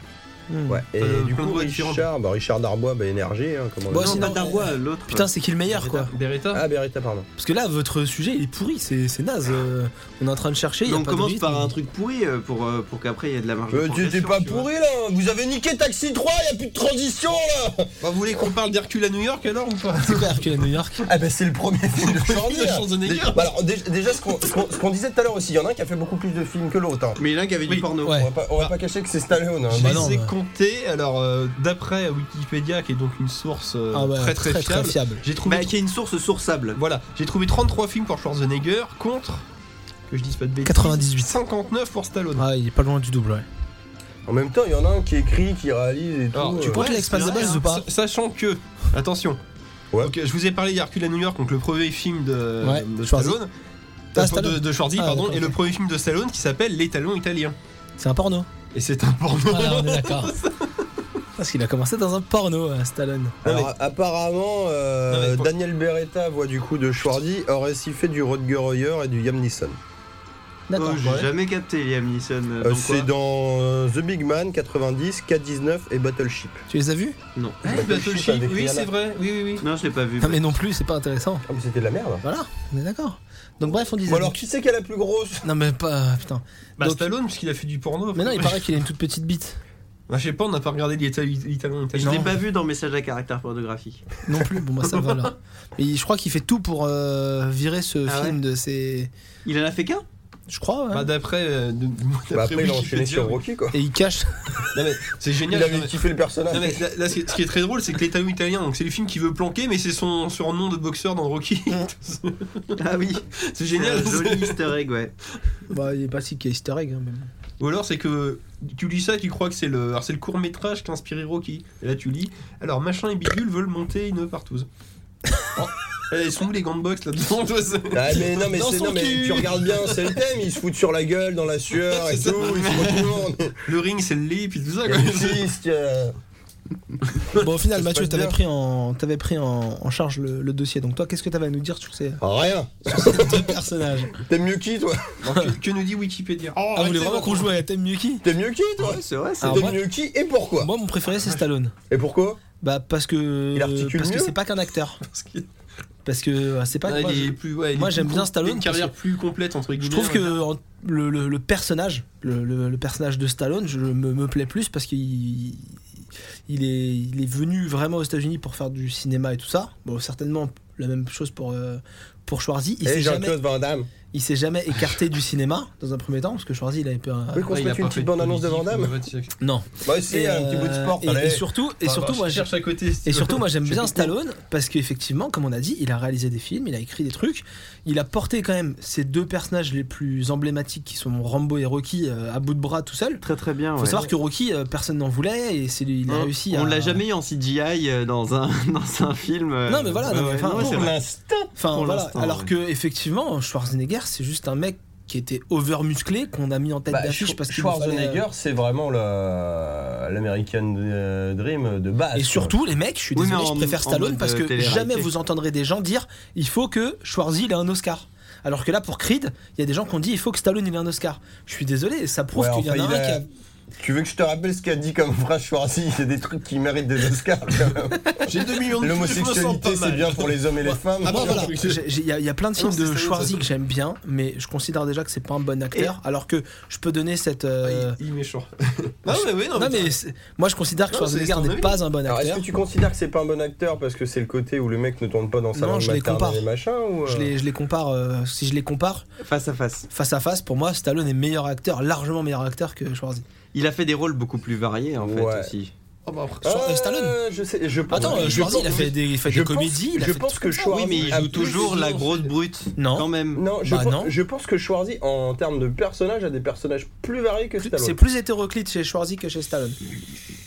Speaker 3: Hmm.
Speaker 4: Ouais. Et
Speaker 5: Euh,
Speaker 4: du
Speaker 5: plein de
Speaker 4: coup,
Speaker 5: voix différentes.
Speaker 4: Richard, bah, Richard Darbois, bah, énergie. Hein, comment on
Speaker 3: Bon,
Speaker 4: dit.
Speaker 3: aussi,
Speaker 2: Non, pas
Speaker 3: non,
Speaker 2: Darbois, l'autre.
Speaker 3: Putain, c'est qui le meilleur, quoi
Speaker 5: Beretta
Speaker 4: Ah, Beretta, pardon.
Speaker 3: Parce que là, votre sujet, il est pourri, c'est c'est naze. euh, on est en train de chercher. il y a
Speaker 2: on
Speaker 3: pas de
Speaker 2: commence
Speaker 3: rythme.
Speaker 2: par un truc pourri euh, pour, euh, pour qu'après il y ait de la marge. de
Speaker 4: Euh, tu t'es
Speaker 2: progression,
Speaker 4: pas
Speaker 2: tu vois.
Speaker 4: pourri là Vous avez niqué Taxi 3, y a plus de transition là
Speaker 5: Bah, vous voulez qu'on parle d'Hercule à New York alors ou pas
Speaker 3: C'est quoi Hercule à New York
Speaker 4: Ah bah c'est le premier film de
Speaker 5: de Schwarzenegger.
Speaker 4: Dé- bah alors, dé- déjà, ce qu'on ce qu'on- ce qu'on disait tout à l'heure aussi, il y en a un qui a fait beaucoup plus de films que l'autre. hein.
Speaker 2: Mais il y en a un qui avait du
Speaker 5: Oui.
Speaker 2: porno.
Speaker 3: Ouais.
Speaker 4: On va pas, on va
Speaker 5: Ah.
Speaker 4: pas cacher que c'est Stallone. hein.
Speaker 5: Je
Speaker 2: Ah,
Speaker 3: bah
Speaker 5: les
Speaker 3: non,
Speaker 5: ai
Speaker 3: bah.
Speaker 5: comptés, alors euh, d'après Wikipédia, qui est donc une source euh,
Speaker 3: Ah ouais,
Speaker 5: très, très fiable,
Speaker 3: fiable.
Speaker 5: j'ai trouvé,
Speaker 2: Bah, qui est une source sourçable.
Speaker 5: voilà, j'ai trouvé 33 films pour Schwarzenegger contre, que je dise pas de bêtises,
Speaker 3: 98.
Speaker 5: 59 pour Stallone.
Speaker 3: Ah, il est pas loin du double, ouais.
Speaker 4: En même temps, il y en a un qui écrit, qui réalise et tout.
Speaker 5: Alors, tu
Speaker 4: euh.
Speaker 3: crois que
Speaker 5: Ouais,
Speaker 3: l'Expendables
Speaker 5: c'est
Speaker 3: ou pas
Speaker 5: vrai, hein. Sa- Sachant que, attention,
Speaker 4: Ouais.
Speaker 5: donc, euh, je vous ai parlé d'Hercule à New York, donc le premier film de,
Speaker 3: Ouais,
Speaker 5: de
Speaker 3: Schwarzy.
Speaker 5: Stallone,
Speaker 3: Ah,
Speaker 5: euh,
Speaker 3: Stallone.
Speaker 5: de, de Schwarzy,
Speaker 3: Ah,
Speaker 5: pardon,
Speaker 3: d'accord,
Speaker 5: et le
Speaker 3: ok.
Speaker 5: premier film de Stallone qui s'appelle Les Talons Italiens.
Speaker 3: C'est un porno.
Speaker 5: Et c'est un porno.
Speaker 3: Voilà, on est d'accord. Parce qu'il a commencé dans un porno, euh, Stallone.
Speaker 4: Alors, apparemment, euh,
Speaker 5: Non, mais-
Speaker 4: Daniel Beretta, voix du coup de Schwardy, aurait aussi fait du Rodger Hoyer et du Liam Neeson.
Speaker 3: D'accord.
Speaker 2: Oh, j'ai jamais capté Liam Neeson. euh,
Speaker 4: Euh,
Speaker 2: dans quoi
Speaker 4: c'est dans euh, The Big Man 90, K19 et Battleship.
Speaker 3: Tu les as vus
Speaker 2: Non.
Speaker 5: Ah,
Speaker 4: Battleship
Speaker 5: Battleship,
Speaker 4: avec
Speaker 5: oui,
Speaker 4: Rihanna.
Speaker 5: c'est vrai, oui, oui, oui.
Speaker 2: Non, je l'ai pas vu.
Speaker 3: Non, mais non plus, c'est pas intéressant.
Speaker 4: Ah, mais c'était de la merde.
Speaker 3: Voilà, on est d'accord. Donc, bref, on disait.
Speaker 4: Ou alors, qui c'est qui a la plus grosse
Speaker 3: Non, mais pas. Putain.
Speaker 5: Bah,
Speaker 3: Donc-
Speaker 5: Stallone, puisqu'il a fait du porno.
Speaker 3: Mais non, il paraît qu'il a une toute petite bite.
Speaker 5: Bah, je sais pas, on n'a pas regardé les Itali- les Italiens. les
Speaker 2: Je
Speaker 5: Italiens.
Speaker 2: l'ai pas vu dans Message à caractère pornographique.
Speaker 3: Non plus, bon, bah ça va alors. Mais je crois qu'il fait tout pour euh, virer ce
Speaker 2: Ah
Speaker 3: film de ses.
Speaker 2: Il en a fait qu'un
Speaker 3: Je crois, ouais.
Speaker 5: Bah, d'après. euh, de- d'après
Speaker 4: bah, Après, il a enchaîné
Speaker 5: Wikipédia,
Speaker 4: sur
Speaker 5: oui.
Speaker 4: Rocky, quoi.
Speaker 3: Et il cache.
Speaker 5: Non, mais c'est
Speaker 4: Il
Speaker 5: génial. non,
Speaker 4: avait
Speaker 5: mais-
Speaker 4: kiffé le personnage.
Speaker 5: non, mais là, là, ce qui est- ce qui est très drôle, c'est que les Talons Italiens, donc c'est le film qui veut planquer, mais c'est son surnom de boxeur dans Rocky.
Speaker 2: Ah oui.
Speaker 5: c'est
Speaker 2: C'est un
Speaker 5: génial.
Speaker 2: joli easter egg, ouais.
Speaker 3: Bah, il est pas si qu'il y a easter egg, hein, mais bon.
Speaker 5: Ou alors c'est que tu lis ça, tu crois que c'est le, alors, c'est le court métrage qui a inspiré Rocky. Et là tu lis, alors machin et bidule veulent monter une partouze. Oh. Eh, Ils sont où les gants de boxe là-dedans
Speaker 4: Ah, mais non, mais, c'est- non, mais tu regardes bien, c'est le thème, ils se foutent sur la gueule, dans la sueur et
Speaker 5: C'est ça.
Speaker 4: tout, ils se retournent.
Speaker 5: Le ring, c'est le lit, puis tout ça.
Speaker 4: Il y a
Speaker 5: Quoi.
Speaker 4: le fisc, euh,
Speaker 3: Bon, au final,
Speaker 4: Ça se
Speaker 3: Mathieu,
Speaker 4: passe
Speaker 3: t'avais
Speaker 4: bien.
Speaker 3: pris, en, t'avais pris en, en charge le, le dossier. Donc, toi, qu'est-ce que t'avais à nous dire sur ces
Speaker 4: Ah, Rien.
Speaker 3: deux personnages
Speaker 4: T'aimes mieux qui, toi
Speaker 5: que, que nous dit Wikipédia
Speaker 3: Ah, vous voulez vraiment qu'on joue à T'aimes mieux qui
Speaker 4: T'aimes mieux qui, toi
Speaker 2: Ouais, c'est vrai, c'est
Speaker 3: Alors,
Speaker 4: T'aimes
Speaker 3: moi-
Speaker 4: mieux qui et pourquoi
Speaker 3: Moi, mon préféré, c'est Stallone.
Speaker 4: Et pourquoi
Speaker 3: Bah, parce que.
Speaker 4: Il articule
Speaker 3: Parce que
Speaker 4: mieux
Speaker 3: c'est pas qu'un acteur.
Speaker 5: Parce que-
Speaker 3: Parce que euh, c'est pas.
Speaker 5: Ouais,
Speaker 3: moi,
Speaker 5: Ah, il est
Speaker 3: je-
Speaker 5: plus- ouais, il est
Speaker 3: moi,
Speaker 5: plus
Speaker 3: j'aime
Speaker 5: com-
Speaker 3: bien Stallone
Speaker 5: il a Une
Speaker 3: parce
Speaker 5: carrière
Speaker 3: que-
Speaker 5: plus complète, entre guillemets.
Speaker 3: Je
Speaker 5: Ah,
Speaker 3: trouve
Speaker 5: on
Speaker 3: que
Speaker 5: va dire.
Speaker 3: en- le, le- le personnage, le, le- le personnage de Stallone, je me, me plaît plus parce qu'il il est, il est venu vraiment aux États-Unis pour faire du cinéma et tout ça. Bon, certainement la même chose pour euh, pour Schwarzy. Il s'est
Speaker 4: Et
Speaker 3: jamais,
Speaker 4: Eh, Jean-Claude Van Damme.
Speaker 3: il s'est jamais écarté du cinéma dans un premier temps parce que Schwarzy il avait peu. un-
Speaker 4: Vous voulez qu'on
Speaker 5: Ouais,
Speaker 4: se
Speaker 5: il a
Speaker 4: mette
Speaker 5: pas
Speaker 4: une
Speaker 5: fait
Speaker 4: petite
Speaker 5: de
Speaker 4: bande-annonce de
Speaker 5: politique,
Speaker 4: Van
Speaker 5: on
Speaker 4: Damme
Speaker 5: va dire-
Speaker 3: Non.
Speaker 4: Bah, c'est un petit bout de sport,
Speaker 3: Et,
Speaker 4: allez.
Speaker 3: et surtout, et
Speaker 5: Enfin,
Speaker 3: surtout,
Speaker 5: bah,
Speaker 3: moi,
Speaker 5: je
Speaker 3: j'aime-
Speaker 5: cherche à côté. si tu
Speaker 3: Et
Speaker 5: veux.
Speaker 3: surtout, moi j'aime bien
Speaker 5: J'ai-
Speaker 3: Stallone parce qu'effectivement, comme on a dit, il a réalisé des films, il a écrit des trucs, il a porté quand même ces deux personnages les plus emblématiques qui sont Rambo et Rocky euh, à bout de bras tout seul.
Speaker 2: Très très bien.
Speaker 3: Faut
Speaker 2: ouais.
Speaker 3: savoir que Rocky, euh, personne n'en voulait et c'est lui, il a
Speaker 2: On-
Speaker 3: réussi.
Speaker 2: On
Speaker 3: à-
Speaker 2: l'a jamais eu en CGI euh, dans un, dans un film. euh,
Speaker 3: Non, mais voilà, non, mais
Speaker 2: ouais,
Speaker 3: enfin,
Speaker 2: ouais, c'est
Speaker 3: pour
Speaker 2: vrai.
Speaker 3: Enfin
Speaker 2: pour
Speaker 3: voilà.
Speaker 2: l'instant,
Speaker 3: Alors
Speaker 2: ouais.
Speaker 3: que effectivement, Schwarzenegger, c'est juste un mec qui était over musclé qu'on a mis en tête
Speaker 4: Bah,
Speaker 3: d'affiche parce qu'il nous fallait, euh,
Speaker 4: Schwarzenegger, c'est vraiment la- l'American euh, Dream de base.
Speaker 3: Et
Speaker 4: quoi.
Speaker 3: surtout, les mecs, je suis
Speaker 2: Oui,
Speaker 3: désolé,
Speaker 2: mais en-
Speaker 3: je préfère
Speaker 2: en
Speaker 3: Stallone
Speaker 2: mode,
Speaker 3: parce
Speaker 2: euh,
Speaker 3: que
Speaker 2: télé-réalité.
Speaker 3: jamais vous entendrez des gens dire il faut que Schwarzy il ait un Oscar. Alors que là, pour Creed, il y a des gens qui ont dit il faut que Stallone il ait un Oscar. Je suis désolé, ça prouve
Speaker 4: Ouais,
Speaker 3: qu'il y en
Speaker 4: enfin,
Speaker 3: a un
Speaker 4: il a-
Speaker 3: qui a.
Speaker 4: Tu veux que je te rappelle ce qu'a dit comme phrase Schwarzy C'est des trucs qui méritent des Oscars. quand même.
Speaker 5: J'ai 2 millions de plus, je me sens
Speaker 4: L'homosexualité,
Speaker 5: pas
Speaker 4: c'est
Speaker 5: mal.
Speaker 4: bien pour les hommes et les femmes.
Speaker 3: Moi, Ah, bah, voilà, j'ai- j'ai- il y, a- il y a plein de
Speaker 5: Ah non,
Speaker 3: films
Speaker 5: c'est
Speaker 3: de
Speaker 5: Stallone,
Speaker 3: Schwarzy
Speaker 5: ça.
Speaker 3: que j'aime bien, mais je considère déjà que c'est pas un bon acteur. Alors que je peux donner cette. euh,
Speaker 5: Ah, Il il est méchant. Non, mais oui, non,
Speaker 3: non,
Speaker 5: mais.
Speaker 3: mais c'est- moi je considère que
Speaker 5: Non, c'est
Speaker 3: Schwarzenegger
Speaker 5: ton
Speaker 3: n'est
Speaker 5: avis.
Speaker 3: pas un bon
Speaker 4: Alors, est-ce
Speaker 3: acteur.
Speaker 4: que tu considères que c'est pas un bon acteur parce que c'est le côté où le mec ne tourne pas dans sa
Speaker 3: Non,
Speaker 4: langue
Speaker 3: je les
Speaker 4: maternelle
Speaker 3: compare.
Speaker 4: et machin ou, euh,
Speaker 3: Je les, je les compare. euh, si je les compare
Speaker 2: Face à face.
Speaker 3: face à face, pour moi, Stallone est meilleur acteur, largement meilleur acteur que Schwarzy.
Speaker 2: Il a fait des rôles beaucoup plus variés en fait
Speaker 4: Ouais.
Speaker 2: aussi.
Speaker 5: Oh, bah, après,
Speaker 4: Ah,
Speaker 3: Schwar- euh, Stallone
Speaker 4: Je sais, je pense.
Speaker 3: Attends, euh,
Speaker 4: je
Speaker 3: Schwarzy, il a
Speaker 4: pense-
Speaker 3: fait des, il fait
Speaker 4: je
Speaker 3: des
Speaker 4: pense-
Speaker 3: comédies. il a
Speaker 4: je
Speaker 3: fait
Speaker 4: pense
Speaker 3: tout
Speaker 4: que
Speaker 3: ça. hein.
Speaker 4: Schwarzy
Speaker 2: Oui, mais il
Speaker 4: a
Speaker 2: joue
Speaker 4: plus-
Speaker 2: toujours la grosse brute.
Speaker 3: Non.
Speaker 2: Quand même.
Speaker 4: Non, je,
Speaker 3: Bah,
Speaker 4: pense,
Speaker 3: non.
Speaker 4: je pense que Schwarzy, en termes de personnages, a des personnages plus variés que
Speaker 3: Plus- C'est
Speaker 4: Stallone.
Speaker 3: plus hétéroclite chez Schwarzy que chez Stallone.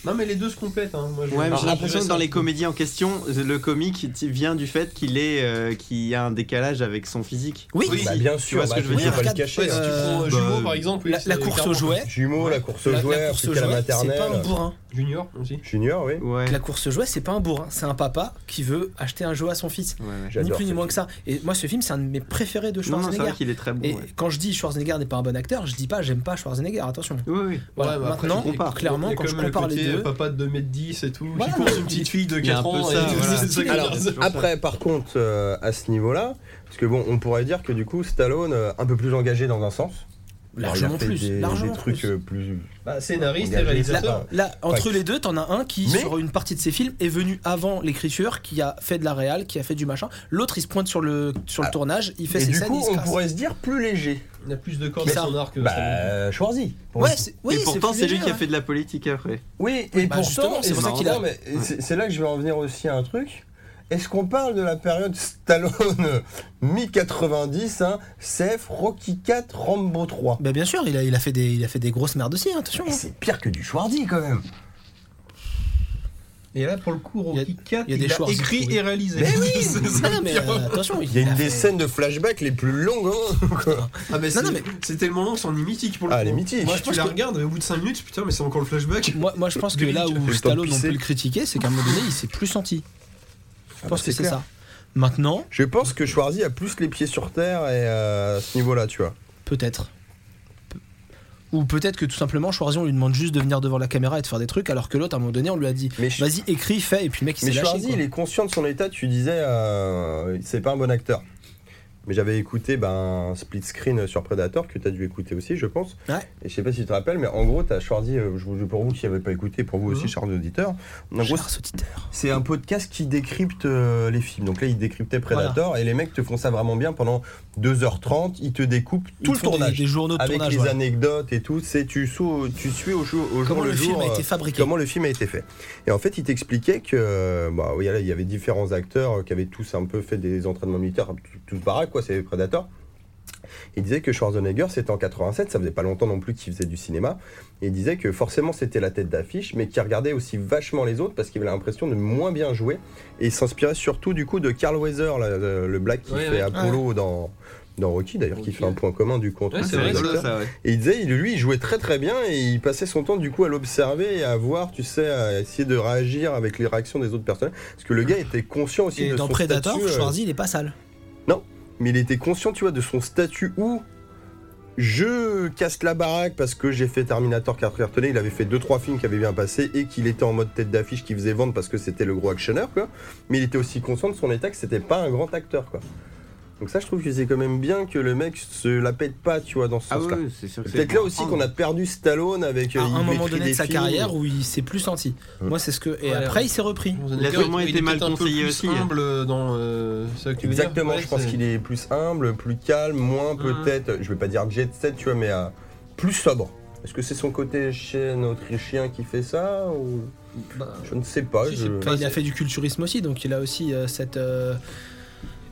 Speaker 5: Non, mais les deux se complètent. Hein. Moi, je-
Speaker 2: Ouais, mais
Speaker 5: Alors,
Speaker 2: j'ai l'impression que dans les
Speaker 5: ça.
Speaker 2: comédies en question, le comique t- vient du fait qu'il est, euh, qu'il y a un décalage avec son physique.
Speaker 3: Oui.
Speaker 2: Aussi.
Speaker 4: Bah, bien
Speaker 2: Tu
Speaker 4: sûr,
Speaker 2: vois ce
Speaker 4: bah,
Speaker 2: que je veux
Speaker 4: faut
Speaker 2: dire
Speaker 4: pas le
Speaker 3: Regarde,
Speaker 4: cacher. hein.
Speaker 5: Ouais, si tu prends euh,
Speaker 2: Bah,
Speaker 5: Jumeau,
Speaker 2: euh,
Speaker 5: par exemple, oui,
Speaker 3: La,
Speaker 5: c'est
Speaker 3: la course aux
Speaker 5: clairement-
Speaker 3: jouets,
Speaker 4: Jumeaux, la course aux
Speaker 3: la, la
Speaker 4: jouets,
Speaker 3: course aux
Speaker 4: la
Speaker 3: jouets, c'est pas un
Speaker 4: maternelle.
Speaker 3: bourrin.
Speaker 5: Junior aussi.
Speaker 4: Junior, oui.
Speaker 2: Ouais.
Speaker 3: La course aux jouets, c'est pas un bourrin. C'est un papa qui veut acheter un jouet à son fils.
Speaker 2: Ouais, ouais.
Speaker 3: Ni
Speaker 4: J'adore
Speaker 3: plus ni
Speaker 4: ce
Speaker 3: moins que ça. Et moi, ce film, c'est un de mes préférés de
Speaker 2: Non, non, c'est
Speaker 3: Schwarzenegger.
Speaker 2: vrai qu'il est très bon.
Speaker 3: Et
Speaker 2: ouais.
Speaker 3: quand je dis Schwarzenegger n'est pas un bon acteur, je dis pas j'aime pas Schwarzenegger. Attention.
Speaker 2: Oui, oui.
Speaker 3: Voilà,
Speaker 5: mais après,
Speaker 3: bah, maintenant,
Speaker 5: tu compares. Il y
Speaker 3: clairement,
Speaker 5: a
Speaker 3: quand je
Speaker 5: même le
Speaker 3: compare les
Speaker 5: côté, euh,
Speaker 3: deux,
Speaker 5: Papa de 2m10 et tout,
Speaker 3: Voilà,
Speaker 5: qui court
Speaker 3: il-
Speaker 5: une petite fille de
Speaker 2: il y a un
Speaker 5: 4
Speaker 2: peu
Speaker 5: ans.
Speaker 2: ça,
Speaker 5: et tout,
Speaker 2: voilà.
Speaker 5: c'est ça qui
Speaker 4: Alors,
Speaker 5: est bizarre.
Speaker 4: après, par contre, euh, à ce niveau-là, parce que bon, on pourrait dire que du coup, Stallone, euh, un peu plus engagé dans un sens.
Speaker 3: largement
Speaker 4: Alors, il a fait
Speaker 3: plus.
Speaker 4: Des,
Speaker 3: largement
Speaker 4: des trucs
Speaker 3: plus.
Speaker 4: euh, plus.
Speaker 5: Bah, Scénariste et
Speaker 4: Engagé,
Speaker 5: réalisateur.
Speaker 4: ça.
Speaker 3: Là, entre les deux, t'en as un qui,
Speaker 4: Mais-
Speaker 3: sur une partie de ses films, est venu avant l'écriture, qui a fait de la réal, qui a fait du machin. L'autre, il se pointe sur le, sur le tournage, il fait
Speaker 4: Ah. Et
Speaker 3: ses
Speaker 4: du
Speaker 3: scènes, il
Speaker 4: coup,
Speaker 3: se
Speaker 4: on
Speaker 3: casse.
Speaker 4: pourrait se dire plus léger.
Speaker 5: Il a plus de cordes
Speaker 3: Mais
Speaker 5: dans
Speaker 3: ça-
Speaker 5: son arc que
Speaker 4: Bah,
Speaker 5: Stallone.
Speaker 4: euh, Schwarzy. pour le
Speaker 3: Ouais,
Speaker 4: coup.
Speaker 3: c'est- hein. oui,
Speaker 2: et pourtant,
Speaker 3: plus
Speaker 2: c'est lui
Speaker 3: léger,
Speaker 2: qui a
Speaker 3: ouais.
Speaker 2: fait de la politique après.
Speaker 4: Oui, et
Speaker 3: bah, justement,
Speaker 4: pourtant,
Speaker 3: c'est
Speaker 4: et
Speaker 3: pour ça
Speaker 4: c'est-
Speaker 3: qu'il a-
Speaker 4: non, mais c'est- C'est là que je vais en venir aussi à un truc. Est-ce qu'on parle de la période Stallone mi-90, hein, Cef, Rocky 4, Rambo 3
Speaker 3: Bah, bien sûr, il a, il, a fait des, il a fait des grosses merdes aussi, hein, attention.
Speaker 4: Et
Speaker 3: hein.
Speaker 4: c'est pire que du Schwarzy quand même.
Speaker 5: Et là, pour le coup,
Speaker 3: Il y a-
Speaker 5: Rocky 4,
Speaker 3: il y a des
Speaker 5: il a
Speaker 3: choix, c'est
Speaker 5: écrit
Speaker 3: trouvé.
Speaker 5: et réalisé.
Speaker 4: Mais oui,
Speaker 5: C'est
Speaker 3: Ah
Speaker 5: ça.
Speaker 3: non, mais euh, attention,
Speaker 4: Il y a une
Speaker 3: a
Speaker 4: des
Speaker 3: fait-
Speaker 4: scènes de flashback les plus longues. hein, quoi.
Speaker 5: Ah, mais
Speaker 3: Non, non, mais-
Speaker 5: c'est- c'est tellement long, c'en est mythique pour le
Speaker 4: Ah,
Speaker 5: coup.
Speaker 4: elle est mythique.
Speaker 5: Moi,
Speaker 4: Je
Speaker 5: tu
Speaker 4: pense
Speaker 5: la
Speaker 4: que-
Speaker 5: regardes, mais au bout de 5 minutes, putain, mais c'est encore le flashback.
Speaker 3: Moi, moi, je pense que là
Speaker 5: J'ai eu
Speaker 3: où
Speaker 4: de
Speaker 3: Stallone, on
Speaker 4: pisser.
Speaker 3: peut le critiquer, c'est qu'à un moment donné, il s'est plus senti. Je
Speaker 4: Ah
Speaker 3: pense
Speaker 4: bah,
Speaker 3: que
Speaker 4: c'est
Speaker 3: c'est
Speaker 4: clair.
Speaker 3: ça. Maintenant,
Speaker 4: Je pense que Schwarzy a plus les pieds sur terre et euh, à ce niveau-là, tu vois.
Speaker 3: peut-être. Pe- Ou peut-être que tout simplement, Schwarzy, on lui demande juste de venir devant la caméra et de faire des trucs, alors que l'autre, à un moment donné, on lui a dit
Speaker 4: Mais, Sch-
Speaker 3: vas-y, écris, fais, et puis le mec, il
Speaker 4: mais
Speaker 3: s'est lâché.
Speaker 4: Schwarzy,
Speaker 3: quoi.
Speaker 4: il est conscient de son état. Tu disais, euh, c'est pas un bon acteur. Mais j'avais écouté ben, un split screen sur Predator que tu as dû écouter aussi, je pense.
Speaker 3: Ouais.
Speaker 4: Et je sais pas si tu te rappelles, mais en gros, tu as Schwarzy, euh, je vous- je- pour vous qui n'avez pas écouté, pour vous aussi,
Speaker 5: Mhm.
Speaker 4: chers auditeurs. En gros,
Speaker 3: Chers auditeurs.
Speaker 4: c'est un podcast qui décrypte euh, les films. Donc là, il décryptait Predator et les mecs te font ça vraiment bien pendant 2h30. Ils te découpent
Speaker 3: Ils
Speaker 4: tout le
Speaker 3: font des-
Speaker 4: tournage.
Speaker 3: Des, journaux de
Speaker 4: avec
Speaker 3: tournage.
Speaker 4: les
Speaker 3: voilà.
Speaker 4: anecdotes et tout, c'est tu, sou- tu suis au, jour- au jour
Speaker 3: Comment
Speaker 4: le,
Speaker 3: le
Speaker 4: jour
Speaker 3: film a été
Speaker 4: euh,
Speaker 3: fabriqué.
Speaker 4: comment le film a été fait. Et en fait, il t'expliquait que euh, bah, oui, là, il y avait différents acteurs euh, qui avaient tous un peu fait des entraînements militaires, tous pareils quoi, c'est Predator. Il disait que Schwarzenegger, c'était en 87, ça faisait pas longtemps non plus qu'il faisait du cinéma. Et il disait que forcément, c'était la tête d'affiche, mais qu'il regardait aussi vachement les autres parce qu'il avait l'impression de moins bien jouer. Et il s'inspirait surtout du coup de Carl Weather, là, euh, le, le black qui
Speaker 5: Ouais,
Speaker 4: fait
Speaker 5: ouais.
Speaker 4: Apollo dans. Dans Rocky d'ailleurs, qui fait un point commun du contre.
Speaker 5: Ouais, c'est vrai, ça, ouais.
Speaker 4: Et il disait, il- lui, il jouait très très bien et il passait son temps du coup à l'observer et à voir, tu sais, à essayer de réagir avec les réactions des autres personnes. Parce que le gars était conscient aussi
Speaker 3: Et
Speaker 4: de
Speaker 3: dans
Speaker 4: son
Speaker 3: Predator,
Speaker 4: statut. euh,
Speaker 3: Schwarzy, il est pas sale.
Speaker 4: Non, mais il était conscient, tu vois, de son statut où je casse la baraque parce que j'ai fait Terminator 4 cartonné, il avait fait 2-3 films qui avaient bien passé et qu'il était en mode tête d'affiche qui faisait vendre parce que c'était le gros actionneur, quoi. Mais il était aussi conscient de son état que c'était pas un grand acteur, quoi. Donc ça, je trouve que c'est quand même bien que le mec se la pète pas, tu vois, dans ce
Speaker 2: Ah
Speaker 4: sens-là.
Speaker 2: oui, c'est sûr que c'est
Speaker 4: Peut-être là
Speaker 2: bon.
Speaker 4: aussi qu'on a perdu Stallone avec... euh,
Speaker 3: à
Speaker 4: il
Speaker 3: un moment
Speaker 4: écrit
Speaker 3: donné
Speaker 4: des
Speaker 3: de sa
Speaker 4: films. euh.
Speaker 3: carrière où il s'est plus senti. Moi, c'est ce que. Et
Speaker 5: Ouais,
Speaker 3: après,
Speaker 5: ouais.
Speaker 3: il s'est repris.
Speaker 5: Il a sûrement été mal conseillé aussi. humble dans euh, ça que tu veux dire.
Speaker 4: Exactement,
Speaker 5: Ouais,
Speaker 4: je pense
Speaker 5: c'est-
Speaker 4: qu'il est plus humble, plus calme,
Speaker 3: Hein.
Speaker 4: moins peut-être, je vais pas dire jet set, tu vois, mais euh, plus sobre. Est-ce que c'est son côté chien autrichien qui fait ça ou... Je ne sais pas. je-
Speaker 3: Bah, Enfin, il a fait du culturisme aussi, donc il a aussi euh, cette. euh,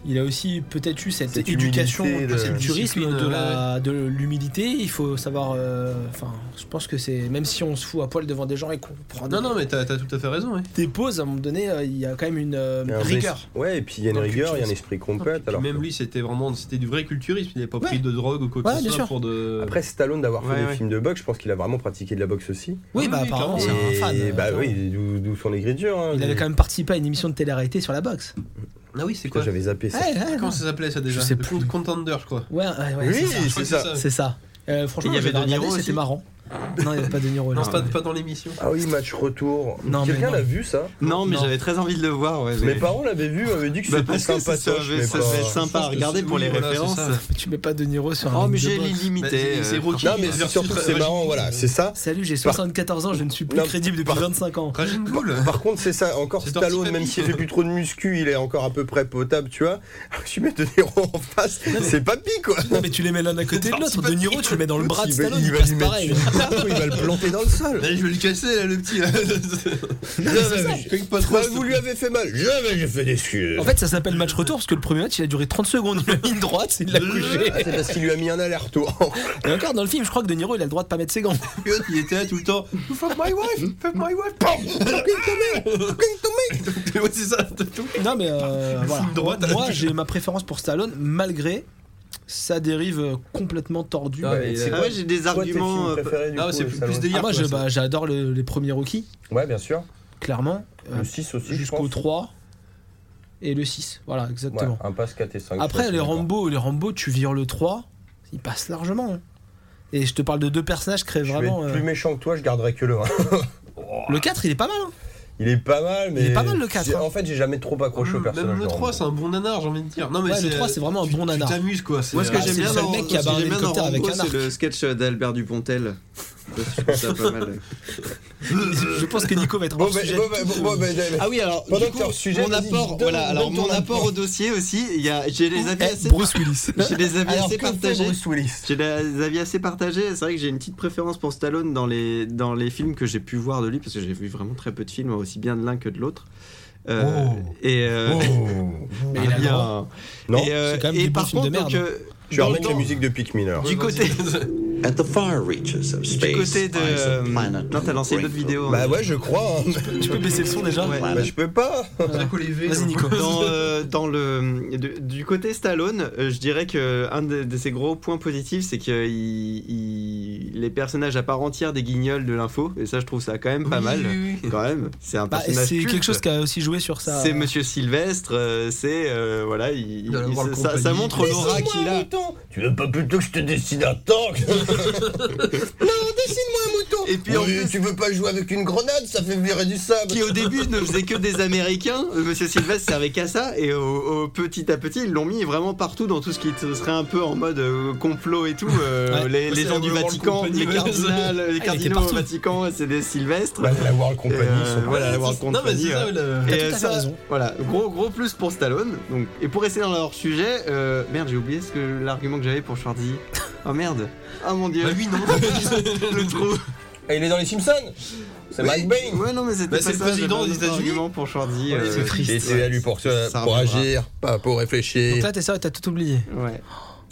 Speaker 3: Il a aussi peut-être eu cette,
Speaker 4: Cette
Speaker 3: éducation
Speaker 4: humilité
Speaker 3: de
Speaker 4: de-
Speaker 3: cette culturisme,
Speaker 5: Discipline,
Speaker 3: de la- de l'humilité. Il faut savoir. euh, Enfin, je pense que c'est. Même si on se fout à poil devant des gens et qu'on prend des,
Speaker 5: Non, non, mais t'as t'as tout à fait raison. ouais.
Speaker 3: des pauses, à un moment donné, euh, il y a quand même une euh,
Speaker 4: il y a un
Speaker 3: rigueur.
Speaker 4: es- Ouais, et puis il y a une
Speaker 5: Dans le
Speaker 4: rigueur, il y a un
Speaker 5: culturisme.
Speaker 4: esprit compète. Alors...
Speaker 5: Même lui, c'était vraiment c'était du vrai culturisme. Il n'avait pas pris de drogue ou quoi que
Speaker 3: Ouais,
Speaker 5: ce
Speaker 3: bien
Speaker 5: soit
Speaker 3: sûr.
Speaker 5: pour de.
Speaker 4: Après Stallone d'avoir fait
Speaker 5: Euh, Ouais,
Speaker 4: des
Speaker 5: ouais.
Speaker 4: films de boxe, je pense qu'il a vraiment pratiqué de la boxe aussi.
Speaker 3: Oui, bah
Speaker 5: Ah oui,
Speaker 3: apparemment, c'est
Speaker 4: Et
Speaker 3: un fan. euh,
Speaker 4: bah
Speaker 3: genre.
Speaker 4: oui, d'où d'où sont les grilles dures. hein.
Speaker 3: Il avait quand même participé à une émission de télé-réalité sur la boxe.
Speaker 5: Ah oui, c'est
Speaker 4: Putain,
Speaker 5: quoi
Speaker 4: J'avais zappé ça.
Speaker 3: Ouais, ouais,
Speaker 5: Comment
Speaker 3: non.
Speaker 5: ça s'appelait ça déjà
Speaker 3: Je sais
Speaker 5: Le
Speaker 3: plus.
Speaker 5: Cont- Contender, je crois.
Speaker 3: Ouais, ouais, ouais,
Speaker 4: oui,
Speaker 3: c'est ça.
Speaker 5: Je crois
Speaker 4: c'est
Speaker 5: que
Speaker 4: ça.
Speaker 3: C'est ça. Euh, franchement,
Speaker 5: Et il y
Speaker 3: j'avais
Speaker 5: avait De Niro
Speaker 3: regardé,
Speaker 5: aussi
Speaker 3: c'était marrant. Non, il n'y avait pas de Niro. là.
Speaker 5: Non, c'est pas, pas dans l'émission.
Speaker 4: Ah oui, match retour.
Speaker 3: Non, mais
Speaker 4: Quelqu'un
Speaker 3: non.
Speaker 4: l'a vu ça
Speaker 2: Non, mais
Speaker 3: Non.
Speaker 2: j'avais très envie de le voir. Ouais,
Speaker 4: Mes
Speaker 2: j'ai-
Speaker 4: parents l'avaient vu, avaient dit que
Speaker 2: Bah,
Speaker 4: c'était
Speaker 2: parce que ça,
Speaker 4: sympatoche. mais
Speaker 2: devait- ça
Speaker 4: pas-
Speaker 2: devait être
Speaker 5: Je pense
Speaker 2: sympa
Speaker 5: que
Speaker 2: à regarder
Speaker 5: c'est-
Speaker 2: pour
Speaker 5: oui,
Speaker 2: les
Speaker 5: voilà, c'est
Speaker 2: références.
Speaker 5: ça.
Speaker 3: Tu mets pas de Niro sur un.
Speaker 2: Oh, mais
Speaker 3: mec de
Speaker 2: j'ai
Speaker 3: boxe.
Speaker 2: l'illimité.
Speaker 5: Bah, c'est- c'est
Speaker 2: euh,
Speaker 5: Rocky.
Speaker 4: Non, mais
Speaker 5: Versus
Speaker 4: surtout que c'est
Speaker 5: Rajin
Speaker 4: marrant,
Speaker 5: Gul.
Speaker 4: voilà, c'est ça.
Speaker 3: Salut, j'ai
Speaker 4: Par-
Speaker 3: 74 ans, je ne suis plus
Speaker 4: Non,
Speaker 3: crédible depuis 25 ans.
Speaker 5: Raging Bull
Speaker 4: Par contre, c'est ça, encore
Speaker 5: C'est
Speaker 4: Stallone,
Speaker 5: Dirty
Speaker 4: même
Speaker 5: Papi.
Speaker 4: s'il fait plus trop de muscu, il est encore à peu près potable, tu vois. Je mets De Niro en face, c'est papy, quoi.
Speaker 3: Non, mais tu les mets l'un à côté de l'autre. De Niro, tu le mets dans le bras de
Speaker 4: il va,
Speaker 3: Stallone,
Speaker 4: il
Speaker 3: il
Speaker 4: va
Speaker 3: passe
Speaker 4: lui mettre
Speaker 3: pareil.
Speaker 4: une tape, il va le planter dans le sol.
Speaker 5: Allez, je vais le casser là, le petit. là. Je fais que pas trop,
Speaker 4: Bah,
Speaker 5: s'il te
Speaker 4: vous lui avez fait mal. Jamais j'ai fait d'excuses.
Speaker 3: En fait, ça s'appelle match retour parce que le premier match, il a duré 30 secondes. Il a mis une droite, il l'a couché.
Speaker 4: Ah, c'est parce qu'il lui a mis un aller-retour.
Speaker 3: Et encore dans le film, je crois que De Niro, il a le droit de pas mettre ses gants.
Speaker 5: plaît. Il était là tout le temps. You fuck my wife, fuck my wife. Ouais, c'est ça.
Speaker 3: Non, mais euh,
Speaker 5: Le
Speaker 3: voilà.
Speaker 5: film droite à la
Speaker 3: Moi,
Speaker 5: gueule.
Speaker 3: j'ai ma préférence pour Stallone malgré sa dérive complètement tordue.
Speaker 5: Ah, mais,
Speaker 4: c'est
Speaker 5: euh,
Speaker 2: Ah ouais, j'ai des
Speaker 4: Toi, tes
Speaker 2: arguments.
Speaker 4: films
Speaker 2: euh,
Speaker 4: préférés, du
Speaker 5: Non,
Speaker 4: coup,
Speaker 5: c'est plus-
Speaker 4: Stallone
Speaker 5: plus délire.
Speaker 3: Ah, moi,
Speaker 5: quoi,
Speaker 3: je-
Speaker 5: ça.
Speaker 3: bah, j'adore le- les premiers Rocky,
Speaker 4: Ouais, bien sûr.
Speaker 3: clairement. Euh,
Speaker 4: Le 6 aussi. je
Speaker 3: Jusqu'au
Speaker 4: pense.
Speaker 3: 3 et le 6. Voilà,
Speaker 4: Ouais,
Speaker 3: exactement.
Speaker 4: un pass 4 et 5.
Speaker 3: Après, les Rambo, les Rambo, tu vires le 3, ils passent largement. hein. Et je te parle de deux personnages créés
Speaker 4: Je vais
Speaker 3: vraiment.
Speaker 4: être plus
Speaker 3: euh,
Speaker 4: méchant que toi, je garderai que le 1.
Speaker 3: Le 4, il est pas mal. hein.
Speaker 4: Il est pas mal, mais.
Speaker 3: est pas mal, le quatre,
Speaker 4: j'ai-
Speaker 3: hein.
Speaker 4: En fait, j'ai jamais trop accroché au personnage.
Speaker 5: Même le
Speaker 4: de Rambo.
Speaker 5: 3, c'est un bon nanar, j'ai envie de dire. Non, mais euh,
Speaker 3: Ouais, le 3,
Speaker 2: euh,
Speaker 3: c'est vraiment un
Speaker 5: tu-
Speaker 3: Oh, bon nanar.
Speaker 5: Tu t'amuses quoi. c'est-
Speaker 2: Moi, ce que
Speaker 3: Ah,
Speaker 2: j'aime
Speaker 3: c'est
Speaker 2: bien
Speaker 3: le seul
Speaker 2: dans
Speaker 3: mec qui a
Speaker 2: ce que
Speaker 3: barré
Speaker 2: j'aime bien dans
Speaker 3: l'hélicoptère avec
Speaker 2: Rambo,
Speaker 3: un
Speaker 2: c'est le sketch d'Albert Dupontel. Ça, je trouve ça pas mal.
Speaker 3: je pense que Nico va être
Speaker 4: Bon,
Speaker 3: hors
Speaker 4: bah,
Speaker 3: sujet.
Speaker 4: bon, bah, bon, bon, bah,
Speaker 2: Ah oui, alors,
Speaker 4: Pendant
Speaker 2: du
Speaker 4: que
Speaker 2: coup,
Speaker 4: t'es hors sujet,
Speaker 2: mon
Speaker 4: vas-y,
Speaker 2: apport,
Speaker 4: donne-
Speaker 2: voilà, alors
Speaker 4: donne ton
Speaker 2: mon apport
Speaker 4: apport.
Speaker 2: au dossier aussi, il y a, j'ai les avis
Speaker 3: Eh,
Speaker 2: assez,
Speaker 3: Bruce Willis.
Speaker 2: j'ai des avis
Speaker 4: Alors,
Speaker 2: assez
Speaker 4: que fait
Speaker 2: partagés.
Speaker 4: Bruce Willis
Speaker 2: J'ai des avis assez partagés. C'est vrai que j'ai une petite préférence pour Stallone dans les, dans les films que j'ai pu voir de lui, parce que j'ai vu vraiment très peu de films, aussi bien de l'un que de l'autre. Euh,
Speaker 4: Oh.
Speaker 2: Et euh,
Speaker 3: Mais il a le
Speaker 2: bien.
Speaker 3: droit.
Speaker 4: Non,
Speaker 2: Et, euh,
Speaker 3: c'est quand même
Speaker 2: et
Speaker 3: des bons
Speaker 2: par
Speaker 3: films
Speaker 2: contre,
Speaker 3: de
Speaker 2: donc,
Speaker 3: merde.
Speaker 2: euh,
Speaker 4: Tu
Speaker 2: dans le
Speaker 4: remets la
Speaker 2: temps-
Speaker 4: musique de Pic Mineur.
Speaker 2: Du côté,
Speaker 6: At the far reaches of
Speaker 2: du
Speaker 6: space,
Speaker 2: côté de. euh,
Speaker 6: lies a planet
Speaker 2: non, t'as lancé une autre
Speaker 6: grateful.
Speaker 2: vidéo. hein.
Speaker 4: Bah ouais, je crois. hein.
Speaker 3: Tu peux baisser le son déjà
Speaker 2: Ouais.
Speaker 4: Bah, je peux pas.
Speaker 5: Très collévé,
Speaker 3: Vas-y,
Speaker 5: donc.
Speaker 3: Nico.
Speaker 2: dans, euh, dans le de- du côté Stallone, euh, je dirais que un de, de ses gros points positifs, c'est que il- il- les personnages à part entière des guignols de l'info, et ça je trouve ça quand même pas
Speaker 5: Oui,
Speaker 2: mal.
Speaker 5: oui, oui.
Speaker 2: Quand même, c'est un
Speaker 3: Bah,
Speaker 2: personnage.
Speaker 3: c'est
Speaker 2: culte.
Speaker 3: quelque chose qui a aussi joué sur ça.
Speaker 2: C'est Monsieur Sylvestre, euh, c'est euh, voilà, il-
Speaker 5: Il doit
Speaker 2: il-
Speaker 5: avoir le
Speaker 2: ça, ça
Speaker 5: compagnie.
Speaker 2: montre l'aura qu'il a.
Speaker 4: Tu veux pas plutôt que je te dessine un tank
Speaker 2: Et puis en plus,
Speaker 4: tu veux pas jouer avec une grenade, ça fait virer du sable.
Speaker 2: qui au début ne faisait que des Américains, euh, Monsieur Sylvestre servait qu'à ça, et au, au petit à petit, ils l'ont mis vraiment partout dans tout ce qui t- serait un peu en mode euh, complot et tout. euh,
Speaker 3: Ouais.
Speaker 2: les les
Speaker 5: C'est
Speaker 2: gens
Speaker 5: la
Speaker 2: du
Speaker 5: World
Speaker 2: Vatican,
Speaker 5: Company,
Speaker 2: les
Speaker 5: ouais.
Speaker 2: cardinals, les
Speaker 3: Ah, était
Speaker 2: cardinaux au
Speaker 3: partout.
Speaker 2: Vatican, c'est des Sylvestres.
Speaker 4: Bah, la World
Speaker 2: Et,
Speaker 4: Company,
Speaker 2: euh,
Speaker 4: ils sont-
Speaker 2: voilà, la World
Speaker 5: Non, mais
Speaker 2: Company.
Speaker 5: c'est ça,
Speaker 2: ouais.
Speaker 5: le-
Speaker 3: T'as
Speaker 2: Et,
Speaker 3: tout
Speaker 2: euh,
Speaker 3: à fait
Speaker 2: ça,
Speaker 3: raison.
Speaker 2: Voilà, gros gros plus pour Stallone. Donc, et pour rester dans leur sujet, euh, merde, j'ai oublié ce que l'argument que j'avais pour Schwarzy. Oh merde. Oh mon dieu.
Speaker 5: Bah, lui, non.
Speaker 2: le trou.
Speaker 4: Ah, il est dans les Simpsons C'est Mike Bain
Speaker 2: Ouais, non, mais c'était
Speaker 5: Bah,
Speaker 2: pas
Speaker 5: c'est le
Speaker 2: ça,
Speaker 5: président
Speaker 2: j'avais
Speaker 5: des
Speaker 2: un autre
Speaker 5: États-Unis.
Speaker 2: argument pour Schwarzy. euh,
Speaker 4: J'ai été élu pour, ça,
Speaker 2: Ça
Speaker 4: pour
Speaker 2: reviendra.
Speaker 4: agir, pas pour
Speaker 3: Donc
Speaker 4: réfléchir.
Speaker 3: là, t'es ça, t'as tout oublié.
Speaker 2: Ouais.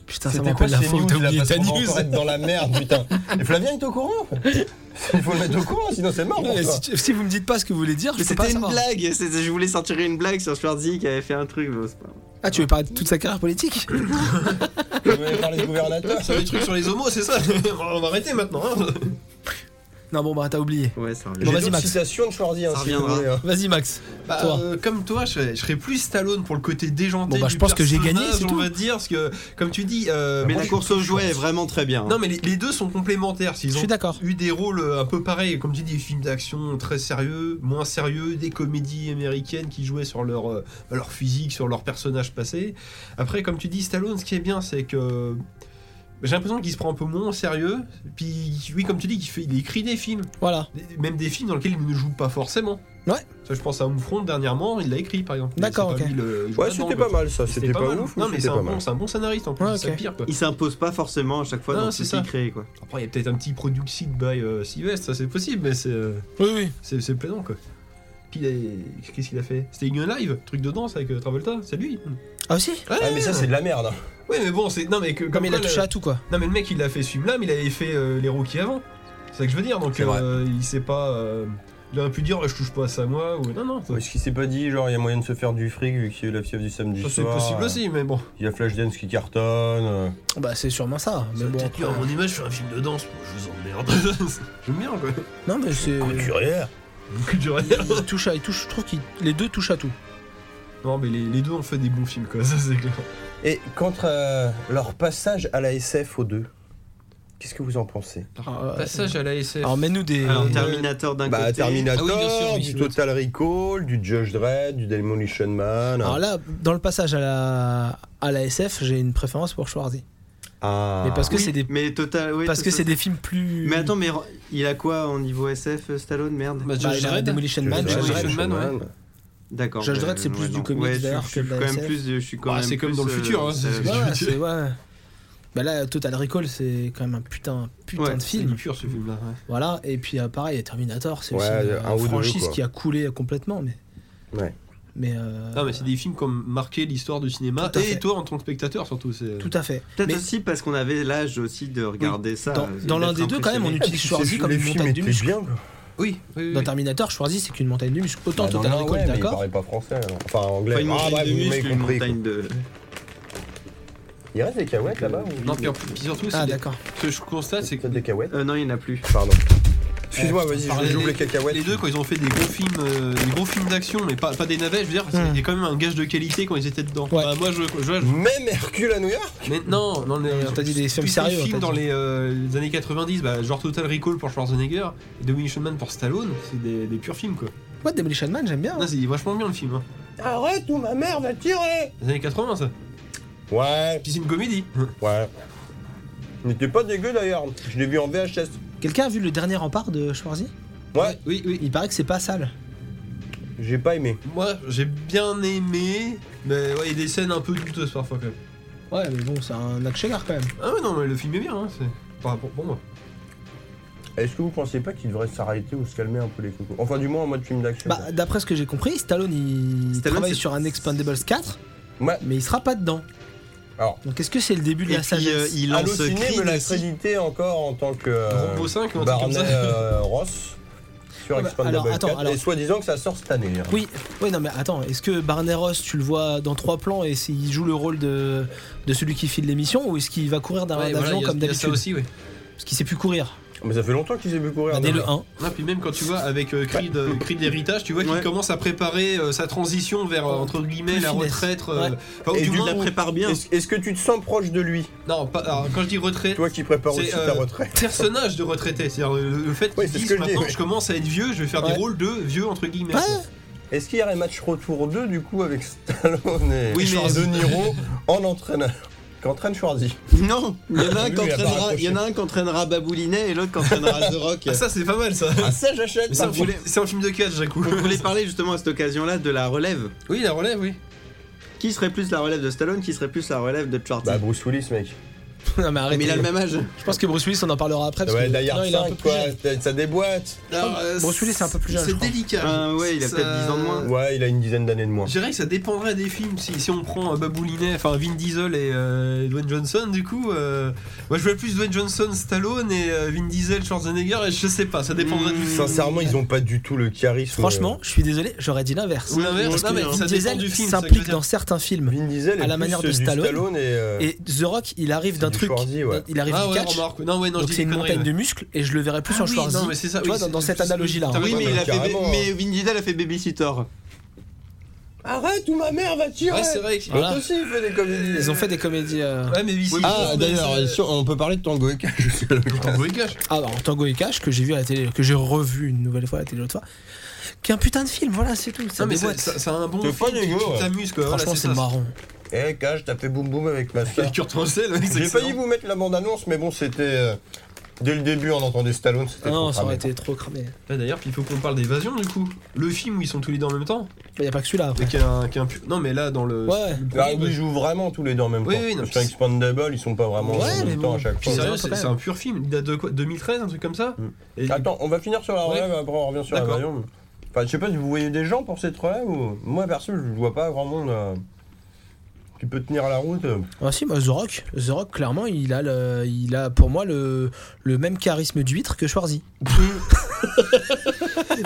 Speaker 3: Putain, ça
Speaker 11: C'était
Speaker 3: m'appelle la
Speaker 11: ces
Speaker 3: faute,
Speaker 11: news,
Speaker 3: t'as
Speaker 11: là,
Speaker 3: oublié
Speaker 11: parce
Speaker 3: ta
Speaker 11: qu'on va
Speaker 3: news.
Speaker 11: encore être dans la merde, putain. Et Flavien est au courant. en fait. Il faut le mettre au courant, sinon c'est mort.
Speaker 3: Non,
Speaker 11: pour
Speaker 3: mais
Speaker 11: toi.
Speaker 3: Eh, si, tu- si vous me dites pas ce que vous voulez dire, je peux pas
Speaker 2: C'était une
Speaker 3: savoir.
Speaker 2: blague, c'était- je voulais sortir une blague sur Schwarzy qui avait fait un truc. bon, c'est pas-
Speaker 3: Ah, tu veux parler de toute sa carrière politique
Speaker 11: Vous avez parlé de gouvernateur.
Speaker 5: Sur les trucs sur les homos, c'est ça On va arrêter maintenant. hein.
Speaker 3: Non, bon, bah, t'as oublié.
Speaker 2: Ouais, ça revient.
Speaker 11: J'ai
Speaker 3: Bon, vas-y,
Speaker 11: d'autres
Speaker 3: Max.
Speaker 11: citations de Schwarzy. hein,
Speaker 2: Ça
Speaker 11: si vous
Speaker 2: reviendra.
Speaker 11: voulez, hein.
Speaker 3: Vas-y, Max.
Speaker 5: Bah,
Speaker 3: Toi.
Speaker 5: euh, comme toi, je serais, je serais plus Stallone pour le côté déjanté.
Speaker 3: Bon, bah,
Speaker 5: du
Speaker 3: je pense que j'ai gagné,
Speaker 5: personnage,
Speaker 3: c'est
Speaker 5: on
Speaker 3: tout.
Speaker 5: va dire, parce que, comme tu dis. euh,
Speaker 2: Mais
Speaker 5: moi,
Speaker 2: la
Speaker 5: je-
Speaker 2: course au jouet est vraiment très bien. hein.
Speaker 5: Non, mais les, les deux sont complémentaires. S'ils
Speaker 3: Je
Speaker 5: ont
Speaker 3: suis d'accord.
Speaker 5: eu des rôles euh, un peu pareils, comme tu dis, des films d'action très sérieux, moins sérieux, des comédies américaines qui jouaient sur leur, euh, leur physique, sur leur personnage passé. Après, comme tu dis, Stallone, ce qui est bien, c'est que. J'ai l'impression qu'il se prend un peu moins au sérieux. Puis, oui, comme tu dis, qu'il fait, il écrit des films.
Speaker 3: Voilà.
Speaker 5: Des- même des films dans lesquels il ne joue pas forcément.
Speaker 3: Ouais.
Speaker 5: Ça, je pense à Homefront dernièrement, il l'a écrit par exemple. Il
Speaker 3: D'accord,
Speaker 5: s'est pas
Speaker 3: ok.
Speaker 5: mis le- il joue
Speaker 4: Ouais,
Speaker 5: dedans,
Speaker 4: c'était
Speaker 5: quoi.
Speaker 4: pas mal ça, c'était pas,
Speaker 5: mal.
Speaker 4: ouf,
Speaker 5: Non, mais
Speaker 4: mais
Speaker 5: c'est
Speaker 4: c'était pas
Speaker 5: un,
Speaker 4: mal.
Speaker 5: bon, c'est un bon scénariste en plus,
Speaker 3: Ouais,
Speaker 5: c'est
Speaker 3: ok.
Speaker 5: pire quoi.
Speaker 2: Il s'impose pas forcément à chaque fois
Speaker 5: Non,
Speaker 2: dans
Speaker 5: c'est
Speaker 2: ce
Speaker 5: ça.
Speaker 2: qu'il crée, quoi.
Speaker 5: Après, il y a peut-être un petit producted by euh, Sylvestre, ça c'est possible, mais c'est euh,
Speaker 3: Oui, oui.
Speaker 5: c'est c'est plaisant quoi. Puis il a- qu'est-ce qu'il a fait C'était une live, truc de danse avec euh, Travolta, c'est lui.
Speaker 3: Ah, aussi
Speaker 5: Ouais,
Speaker 11: Ah, mais ça, c'est de la merde. hein.
Speaker 5: Ouais, mais bon, c'est non mais que,
Speaker 3: Comme il a
Speaker 5: quoi,
Speaker 3: touché
Speaker 5: le-
Speaker 3: à tout, quoi.
Speaker 5: Non mais le mec, il a fait ce film-là, mais il avait fait euh, les Rocky avant. C'est ça que je veux dire. Donc
Speaker 4: C'est vrai.
Speaker 5: euh, il sait pas. euh, il aurait pu dire, je touche pas à ça moi ou non non. ça-
Speaker 4: Est-ce qu'il s'est pas dit, genre, il y a moyen de se faire du fric vu qu'il y a eu la fièvre du samedi
Speaker 5: Ça c'est
Speaker 4: soir
Speaker 5: possible
Speaker 4: euh,
Speaker 5: aussi, mais bon.
Speaker 4: Il y a Flashdance qui cartonne. euh.
Speaker 3: Bah, c'est sûrement ça. Mais bon. après-
Speaker 2: hein.
Speaker 5: mon image, je fais un film de danse, je vous emmerde. J'aime bien quoi.
Speaker 3: Non, mais c'est.
Speaker 4: Couturière.
Speaker 3: Il touche à, il touche, je trouve que les deux touchent à tout.
Speaker 5: Non mais les, les deux ont fait des bons films quoi, ça c'est clair.
Speaker 4: Et contre euh, leur passage à la SF aux deux, qu'est-ce que vous en pensez
Speaker 3: Alors, euh,
Speaker 5: à la SF.
Speaker 3: alors mets-nous des.
Speaker 2: Alors, Terminator d'un
Speaker 4: Bah,
Speaker 2: côté.
Speaker 4: Terminator,
Speaker 13: Ah oui, bien sûr, oui,
Speaker 4: du
Speaker 13: oui.
Speaker 4: Total Recall, du Judge Dredd, du Demolition Man.
Speaker 3: Alors là, dans le passage à la, à la SF, j'ai une préférence pour Schwarzy.
Speaker 4: ah.
Speaker 3: Mais parce que
Speaker 2: Oui,
Speaker 3: c'est des,
Speaker 2: Mais total. oui,
Speaker 3: parce que
Speaker 2: total-
Speaker 3: c'est des films plus.
Speaker 2: Mais attends, mais re- il a quoi au niveau SF, euh, Stallone Merde.
Speaker 3: Bah, il a Demolition Man,
Speaker 4: Judge
Speaker 3: Judge
Speaker 4: Dredd,
Speaker 3: Dredd.
Speaker 5: Man,
Speaker 4: Man,
Speaker 2: D'accord.
Speaker 3: Judge
Speaker 2: bah,
Speaker 3: Dredd, c'est
Speaker 2: ouais,
Speaker 3: plus du
Speaker 2: non.
Speaker 3: comics,
Speaker 2: Ouais, je-
Speaker 3: d'ailleurs,
Speaker 2: je
Speaker 3: que
Speaker 2: suis
Speaker 3: de la
Speaker 2: quand même
Speaker 3: SF.
Speaker 2: plus. de- Je suis quand
Speaker 5: Bah,
Speaker 2: même.
Speaker 5: c'est comme
Speaker 2: plus,
Speaker 5: dans le
Speaker 2: euh,
Speaker 5: futur, hein, c'est-
Speaker 2: SF.
Speaker 3: Ouais, c'est- ouais. Bah là, Total Recall, c'est quand même un putain, putain
Speaker 2: Ouais,
Speaker 3: de film.
Speaker 5: pur ce film là.
Speaker 3: Voilà, et puis euh, pareil, il y a Terminator, c'est
Speaker 4: Ouais,
Speaker 3: aussi une
Speaker 4: un
Speaker 3: euh,
Speaker 4: ou deux,
Speaker 3: franchise
Speaker 4: quoi.
Speaker 3: qui a coulé complètement, mais.
Speaker 4: Ouais.
Speaker 3: Mais. euh,
Speaker 5: Non mais c'est des films comme marqué l'histoire du cinéma
Speaker 3: Tout à
Speaker 5: et
Speaker 3: fait.
Speaker 5: toi en tant que spectateur surtout. C'est...
Speaker 3: Tout à fait.
Speaker 2: Peut-être
Speaker 3: Mais
Speaker 2: aussi parce qu'on avait l'âge aussi de regarder ça.
Speaker 3: dans-
Speaker 2: euh,
Speaker 3: dans l'un
Speaker 2: d'être
Speaker 3: des deux, quand même,
Speaker 2: impressionné.
Speaker 3: on
Speaker 4: Ah, puis
Speaker 3: utilise
Speaker 4: c'est-
Speaker 3: Schwarzy comme
Speaker 4: les
Speaker 3: une
Speaker 4: films
Speaker 3: montagne du
Speaker 4: étaient
Speaker 3: muscle.
Speaker 4: bien, quoi.
Speaker 5: Oui. oui,
Speaker 3: Dans Terminator, Schwarzy, c'est qu'une montagne de muscles. Autant
Speaker 4: Bah, dans
Speaker 3: Total
Speaker 4: le un,
Speaker 3: Recall,
Speaker 4: ouais, mais il
Speaker 3: d'accord.
Speaker 4: parlait pas français. alors. Enfin, anglais.
Speaker 2: Pas une
Speaker 4: ah,
Speaker 2: montagne
Speaker 4: bref,
Speaker 2: de
Speaker 4: vous m'avez
Speaker 2: muscles, une
Speaker 4: compris. quoi.
Speaker 2: montagne de.
Speaker 4: Il reste des cahuètes là-bas ou-
Speaker 5: Non puis, en- puis surtout, c'est
Speaker 3: Ah,
Speaker 5: des-
Speaker 3: d'accord.
Speaker 5: ce que je constate c'est que
Speaker 4: Peut-être des cahuètes
Speaker 2: Euh, non, il n'y en a plus.
Speaker 4: Pardon. Excuse-moi, vas-y,
Speaker 5: parlez-
Speaker 4: je- j'oublie les cacahuètes.
Speaker 5: les deux quand ils ont fait des gros films, euh, des gros films d'action mais pas, pas des navets, je veux dire, c'est- il y a quand même un gage de qualité quand ils étaient dedans.
Speaker 3: Hmm. Ouais.
Speaker 5: Bah, moi je, je,
Speaker 4: Même Hercule à New York
Speaker 5: Mais non, non, mais
Speaker 3: t'as dit des films
Speaker 5: plus
Speaker 3: sérieux,
Speaker 5: Les films
Speaker 3: t'as
Speaker 5: dans
Speaker 3: dit.
Speaker 5: les, euh, les années 90, bah, genre Total Recall pour Schwarzenegger, et Demolition Man pour Stallone, c'est des, des purs films quoi.
Speaker 3: Ouais, Demolition Man, j'aime bien.
Speaker 5: Non, c'est vachement bien le film. Hein.
Speaker 4: Arrête ou ma mère va tirer
Speaker 5: Les années 80 ça.
Speaker 4: Ouais,
Speaker 5: Puis c'est une comédie.
Speaker 4: ouais. N'était pas dégueu d'ailleurs, je l'ai vu en VHS.
Speaker 3: Quelqu'un a vu le dernier rempart de Schwarzy
Speaker 4: Ouais,
Speaker 5: Oui, oui.
Speaker 3: Il paraît que c'est pas sale.
Speaker 4: j'ai pas aimé.
Speaker 5: Moi j'ai bien aimé, mais ouais, il y a des scènes un peu douteuses parfois quand même.
Speaker 3: Ouais, mais bon, c'est un Akshagar quand même.
Speaker 5: Ah mais non, mais le film est bien, hein, c'est. Par rapport pour moi.
Speaker 4: Est-ce que vous pensez pas qu'il devrait s'arrêter ou se calmer un peu les cocos Enfin, du moins en mode film d'action.
Speaker 3: Bah, d'après ce que j'ai compris, Stallone il
Speaker 2: Stallone,
Speaker 3: travaille
Speaker 2: c'est-
Speaker 3: sur un Expendables 4,
Speaker 4: Ouais.
Speaker 3: mais il sera pas dedans.
Speaker 4: Alors.
Speaker 3: Donc est-ce que c'est le début de
Speaker 2: Et
Speaker 3: la
Speaker 2: puis, euh,
Speaker 3: sagesse
Speaker 2: il lance
Speaker 4: Allociné me
Speaker 2: Creed
Speaker 4: l'a
Speaker 2: aussi. Bah,
Speaker 4: crédité encore en tant que euh,
Speaker 5: Rambo 5 ou un truc comme
Speaker 4: Barney
Speaker 5: ça.
Speaker 4: euh, Ross sur
Speaker 3: Ah bah,
Speaker 4: Expendables
Speaker 3: alors, attends,
Speaker 4: 4,
Speaker 3: alors.
Speaker 4: et soi-disant que ça sort cette année. hein.
Speaker 3: Oui, oui, non mais attends, est-ce que Barneros, tu le vois dans trois plans et c'est- il joue le rôle de, de celui qui file l'émission ou est-ce qu'il va courir derrière
Speaker 5: Ouais,
Speaker 3: un
Speaker 5: voilà,
Speaker 3: avion
Speaker 5: il y a-
Speaker 3: comme
Speaker 5: il y a ça
Speaker 3: d'habitude
Speaker 5: aussi, ouais.
Speaker 3: Parce qu'il sait plus courir. Bah,
Speaker 4: Mais ça fait longtemps qu'ils s'est plus courir.
Speaker 3: dès
Speaker 4: non
Speaker 3: le 1.
Speaker 5: Non, puis même quand tu vois avec euh, Creed, euh, Creed Héritage, tu vois qu'il
Speaker 2: Ouais.
Speaker 5: commence à préparer euh, sa transition vers euh, entre guillemets
Speaker 3: Plus
Speaker 5: la
Speaker 3: finesse.
Speaker 5: retraite. euh,
Speaker 3: Ouais.
Speaker 5: enfin, ou
Speaker 4: Et
Speaker 5: du
Speaker 4: du
Speaker 2: Il
Speaker 5: moins,
Speaker 2: la prépare bien.
Speaker 4: Est-ce est-ce que tu te sens proche de lui
Speaker 5: non, pas- alors, quand je dis retraite,
Speaker 4: Toi qui prépares
Speaker 5: C'est,
Speaker 4: aussi ta
Speaker 5: euh,
Speaker 4: retraite.
Speaker 5: personnage de retraité. C'est-à-dire euh, le, le fait qu'ils
Speaker 4: Oui, c'est ce
Speaker 5: disent
Speaker 4: que je dis,
Speaker 5: maintenant
Speaker 4: oui.
Speaker 5: je commence à être vieux, je vais faire
Speaker 3: Ouais.
Speaker 5: des rôles de vieux entre guillemets.
Speaker 3: Ouais.
Speaker 4: Est-ce qu'il y aurait match retour 2 du coup avec Stallone et
Speaker 5: Oui, mais-
Speaker 4: De Niro en entraîneur Qu'entraîne Schwarzy
Speaker 2: Non, il y en a un
Speaker 4: Lui,
Speaker 2: qui
Speaker 4: il a pas
Speaker 2: entraînera,
Speaker 4: raccroché.
Speaker 2: il y en a un qui entraînera Baboulinet et l'autre qui entraînera The Rock.
Speaker 5: Ah, ça c'est pas mal ça.
Speaker 4: Ah ça j'achète
Speaker 5: Mais C'est un, film- c'est un film de catch, d'un coup.
Speaker 2: On voulait parler justement à cette occasion-là de la relève.
Speaker 5: Oui, la relève, oui.
Speaker 2: Qui serait plus la relève de Stallone, qui serait plus la relève de Schwarzenegger
Speaker 4: Bah Bruce Willis mec.
Speaker 3: non, mais arrêtez.
Speaker 2: Mais il a le même âge.
Speaker 3: Je pense que Bruce Willis, on en parlera après.
Speaker 4: Ça
Speaker 3: parce
Speaker 4: va
Speaker 3: que-
Speaker 4: être
Speaker 3: non, il est un peu plus
Speaker 4: quoi.
Speaker 3: jeune.
Speaker 4: Ça déboîte.
Speaker 3: Alors, euh, Bruce Willis, c'est un peu plus jeune, je
Speaker 5: C'est
Speaker 3: crois.
Speaker 5: délicat.
Speaker 2: Ah ouais, il a
Speaker 5: Ça-
Speaker 2: peut-être 10 ans de moins.
Speaker 4: Ouais, il a une dizaine d'années de moins.
Speaker 5: Je dirais que ça dépendrait des films. Si, si on prend euh, Baboulinet, enfin Vin Diesel et euh, Dwayne Johnson, du coup, euh, moi je vois plus Dwayne Johnson, Stallone et euh, Vin Diesel, Schwarzenegger, et je sais pas, ça dépendrait
Speaker 3: Mmh.
Speaker 5: du film.
Speaker 4: Sincèrement, ils ont pas du tout le charisme. euh,
Speaker 3: Franchement, je suis désolé, j'aurais dit l'inverse.
Speaker 5: Ou l'inverse,
Speaker 3: Parce
Speaker 5: non,
Speaker 3: que
Speaker 5: mais
Speaker 3: Vin
Speaker 5: ça dépend
Speaker 3: Diesel
Speaker 5: du film, c'est ça que
Speaker 3: s'implique
Speaker 5: je veux
Speaker 3: dans certains films.
Speaker 4: Vin Diesel est
Speaker 3: à la
Speaker 4: plus
Speaker 3: manière de
Speaker 4: du
Speaker 3: Stallone.
Speaker 4: et, euh,
Speaker 3: Et The Rock, il arrive d'un
Speaker 4: du
Speaker 3: truc.
Speaker 4: Schwarzy, ouais.
Speaker 3: Il arrive
Speaker 5: Ah
Speaker 3: du
Speaker 5: ouais,
Speaker 3: catch.
Speaker 5: remarque. Non, ouais, non, je
Speaker 3: donc
Speaker 5: dis
Speaker 3: c'est une
Speaker 5: des conneries,
Speaker 3: montagne de
Speaker 5: ouais.
Speaker 3: muscles et je le verrais plus
Speaker 5: Ah
Speaker 3: sur
Speaker 5: oui,
Speaker 3: Schwarzy.
Speaker 5: non, mais c'est ça,
Speaker 3: tu
Speaker 5: oui,
Speaker 3: vois, dans,
Speaker 5: c'est-
Speaker 3: dans cette
Speaker 5: c'est-
Speaker 3: analogie-là.
Speaker 5: t'as
Speaker 2: Oui, mais,
Speaker 5: Ouais,
Speaker 2: il a fait
Speaker 4: carrément, hein.
Speaker 2: mais Vin Diesel a fait Babysitter.
Speaker 4: Arrête ou ma mère va tirer
Speaker 5: Ouais, c'est vrai que.
Speaker 3: Voilà.
Speaker 4: Toi aussi, il fait des comédies.
Speaker 3: Ils ont fait des comédies. euh,
Speaker 5: Ouais, mais oui,
Speaker 4: Ah, d'ailleurs, sur- on peut parler de Tango et Cash aussi. à la place.
Speaker 3: Alors, Ah, Tango et Cash, que j'ai vu à la télé, que j'ai revu une nouvelle fois à la télé l'autre fois, qui est un putain de film, voilà, c'est tout. Ça
Speaker 5: Non, mais ça-
Speaker 3: déboîte.
Speaker 5: ça- c'est un bon
Speaker 4: C'est pas
Speaker 5: film.
Speaker 4: dégueu,
Speaker 5: tu-
Speaker 4: ouais.
Speaker 5: Tu t'amuses quoi.
Speaker 3: Franchement, c'est
Speaker 5: marrant.
Speaker 3: marrant.
Speaker 4: Eh, Cash, t'as fait boum boum avec ma soeur.
Speaker 5: Avec Kurt Russell, ouais, c'est
Speaker 4: J'ai failli
Speaker 5: excellent.
Speaker 4: vous mettre la bande-annonce, mais bon, c'était. euh, Dès le début, on entendait Stallone,
Speaker 3: Ah
Speaker 4: c'était
Speaker 3: non,
Speaker 4: trop
Speaker 3: ça aurait
Speaker 4: cramé.
Speaker 3: été trop cramé.
Speaker 5: Ouais, D'ailleurs, il faut qu'on parle d'évasion du coup. Le film où ils sont tous les deux en même temps.
Speaker 3: Il n'y a pas que celui-là. après.
Speaker 5: Et qu'un. qu'un pu- Non, mais là, dans le.
Speaker 3: Ouais.
Speaker 4: Ah, ils jouent vraiment tous les deux en même
Speaker 5: Oui,
Speaker 4: temps.
Speaker 5: oui, non,
Speaker 4: Parce qu'un
Speaker 5: puis-
Speaker 4: Expandable, ils sont pas vraiment
Speaker 3: Ouais,
Speaker 4: en
Speaker 3: mais
Speaker 4: même temps
Speaker 3: bon.
Speaker 4: à chaque
Speaker 5: Puis
Speaker 4: fois.
Speaker 5: sérieux,
Speaker 3: Ouais,
Speaker 5: c'est
Speaker 3: quand
Speaker 5: c'est
Speaker 3: même.
Speaker 5: un pur film. Il date de quoi 2013, un truc comme ça
Speaker 4: Mm.
Speaker 5: Et-
Speaker 4: Attends, on va finir sur la
Speaker 5: Ouais.
Speaker 4: relève, après on revient sur la
Speaker 5: D'accord.
Speaker 4: relève. Enfin, je sais pas si vous voyez des gens pour cette relève ou. Moi, perso, je vois pas grand monde euh, qui peut tenir la route. euh.
Speaker 3: Ah si, moi, The Rock, The Rock, clairement, il a, le, il a pour moi le, le même charisme d'huître que Schwarzy.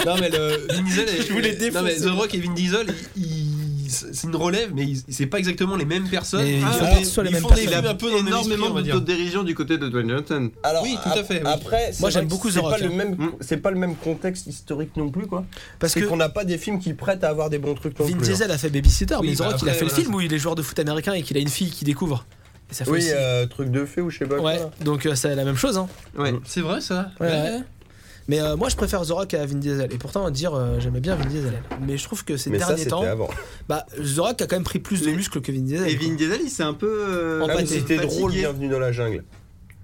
Speaker 5: Non mais le Vin Diesel et,
Speaker 3: Je voulais
Speaker 5: non, mais
Speaker 3: défoncer.
Speaker 5: The Rock et Vin Diesel ils- ils- c'est une relève mais ils- c'est pas exactement les mêmes personnes.
Speaker 3: Mais ils
Speaker 5: Ah,
Speaker 3: font
Speaker 5: mais
Speaker 3: pas soit les
Speaker 5: ils
Speaker 3: mêmes
Speaker 5: font
Speaker 3: personnes.
Speaker 5: des films un peu dans le même esprit,
Speaker 2: Énormément
Speaker 5: on va dire.
Speaker 2: d'autodérision du côté de Dwayne Johnson.
Speaker 4: Alors,
Speaker 5: Oui, tout à
Speaker 4: ap-
Speaker 5: fait, oui.
Speaker 4: Après, c'est
Speaker 3: Moi,
Speaker 4: vrai
Speaker 3: j'aime
Speaker 4: que
Speaker 3: beaucoup The
Speaker 4: C'est pas
Speaker 3: Rock,
Speaker 4: le
Speaker 3: hein.
Speaker 4: même,
Speaker 2: Mm.
Speaker 4: c'est pas le même contexte historique non plus, quoi.
Speaker 3: Parce
Speaker 4: C'est
Speaker 3: que
Speaker 4: qu'on n'a pas des films qui prêtent à avoir des bons trucs non
Speaker 3: Vin
Speaker 4: plus. hein.
Speaker 3: Diesel a fait Babysitter,
Speaker 5: Oui,
Speaker 3: mais The
Speaker 5: bah
Speaker 3: Rock, il
Speaker 5: après,
Speaker 3: a fait le
Speaker 5: voilà.
Speaker 3: film où il est joueur de foot américain et qu'il a une fille qui découvre. Et ça fait
Speaker 4: Oui,
Speaker 3: aussi-
Speaker 4: euh, truc de feu ou je sais pas
Speaker 3: Ouais,
Speaker 4: quoi.
Speaker 3: donc euh, c'est la même chose, hein.
Speaker 2: Ouais.
Speaker 5: C'est vrai ça.
Speaker 3: Ouais, ouais. Mais euh, moi je préfère The Rock à Vin Diesel et pourtant dire euh, j'aimais bien Vin Diesel. Mais je trouve que ces
Speaker 4: Mais ça,
Speaker 3: derniers
Speaker 4: c'était
Speaker 3: temps,
Speaker 4: avant.
Speaker 3: bah, The Rock a quand même pris plus de
Speaker 2: Mais-
Speaker 3: muscles que Vin Diesel.
Speaker 2: Et
Speaker 3: quoi.
Speaker 2: Vin Diesel, il s'est un peu. euh,
Speaker 3: En
Speaker 4: Ah, mais
Speaker 3: pâté.
Speaker 4: C'était drôle,
Speaker 2: fatigué.
Speaker 4: bienvenue dans la jungle.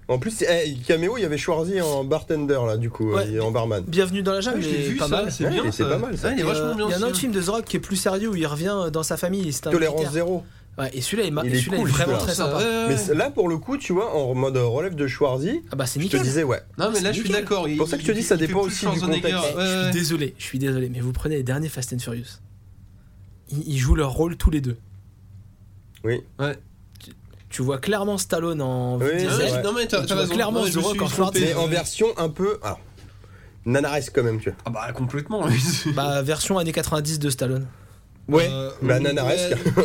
Speaker 4: En plus, eh, caméo, il y avait Schwarzy en bartender là, du coup,
Speaker 3: Ouais.
Speaker 4: euh, en barman.
Speaker 3: Bienvenue dans la jungle,
Speaker 5: Ouais, je
Speaker 3: il
Speaker 5: l'ai
Speaker 3: est
Speaker 5: vu
Speaker 3: pas
Speaker 5: ça,
Speaker 3: mal.
Speaker 5: c'est
Speaker 4: Ouais,
Speaker 5: bien
Speaker 4: mais c'est
Speaker 5: ça.
Speaker 4: pas mal, ça.
Speaker 5: Ouais, il est vachement
Speaker 3: Euh,
Speaker 5: bien.
Speaker 3: Il y a un
Speaker 5: ce
Speaker 3: autre film de The Rock qui est plus sérieux où il revient euh, dans sa famille. et c'est un
Speaker 4: hein. Tolérance
Speaker 3: militaire.
Speaker 4: zéro.
Speaker 3: Ouais, et celui-là est, ma-
Speaker 4: Il
Speaker 3: et
Speaker 4: est
Speaker 3: celui-là
Speaker 4: cool,
Speaker 3: est vraiment
Speaker 4: celui-là.
Speaker 3: très
Speaker 5: Ça,
Speaker 3: sympa.
Speaker 5: ouais, ouais,
Speaker 4: Mais
Speaker 5: ouais.
Speaker 4: c'est- là, pour le coup, tu vois, en mode relève de Schwarzy,
Speaker 3: Ah bah c'est
Speaker 4: je te
Speaker 3: nickel.
Speaker 4: disais, ouais.
Speaker 5: Non mais
Speaker 3: C'est
Speaker 5: là je suis
Speaker 3: nickel.
Speaker 5: d'accord. il-
Speaker 4: pour ça que je te
Speaker 5: il-
Speaker 4: dis, ça
Speaker 5: il fait
Speaker 4: dépend
Speaker 5: plus
Speaker 4: aussi du
Speaker 5: Schwarzenegger,
Speaker 4: contexte.
Speaker 5: ouais,
Speaker 3: Je
Speaker 5: ouais.
Speaker 3: suis désolé, je suis désolé, mais vous prenez les derniers Fast and Furious. Ils, ils jouent leur rôle tous les deux.
Speaker 4: Oui.
Speaker 5: Ouais.
Speaker 3: Tu, tu vois clairement Stallone en Vin
Speaker 4: Oui,
Speaker 5: Ouais,
Speaker 3: Diesel.
Speaker 4: c'est vrai.
Speaker 5: Non mais t'as
Speaker 3: Tu
Speaker 5: t'as
Speaker 3: vois
Speaker 5: raison.
Speaker 3: clairement
Speaker 5: Non, mais
Speaker 3: The
Speaker 5: je me
Speaker 3: Rock
Speaker 5: suis
Speaker 3: en
Speaker 5: trompé.
Speaker 3: Schwarzenegger.
Speaker 4: Mais en version un peu. Alors, nanaresque quand même, tu vois.
Speaker 5: Ah bah complètement.
Speaker 3: Bah version années 90 de Stallone.
Speaker 4: Ouais,
Speaker 5: Euh,
Speaker 4: bah, nanaresque.
Speaker 5: ouais.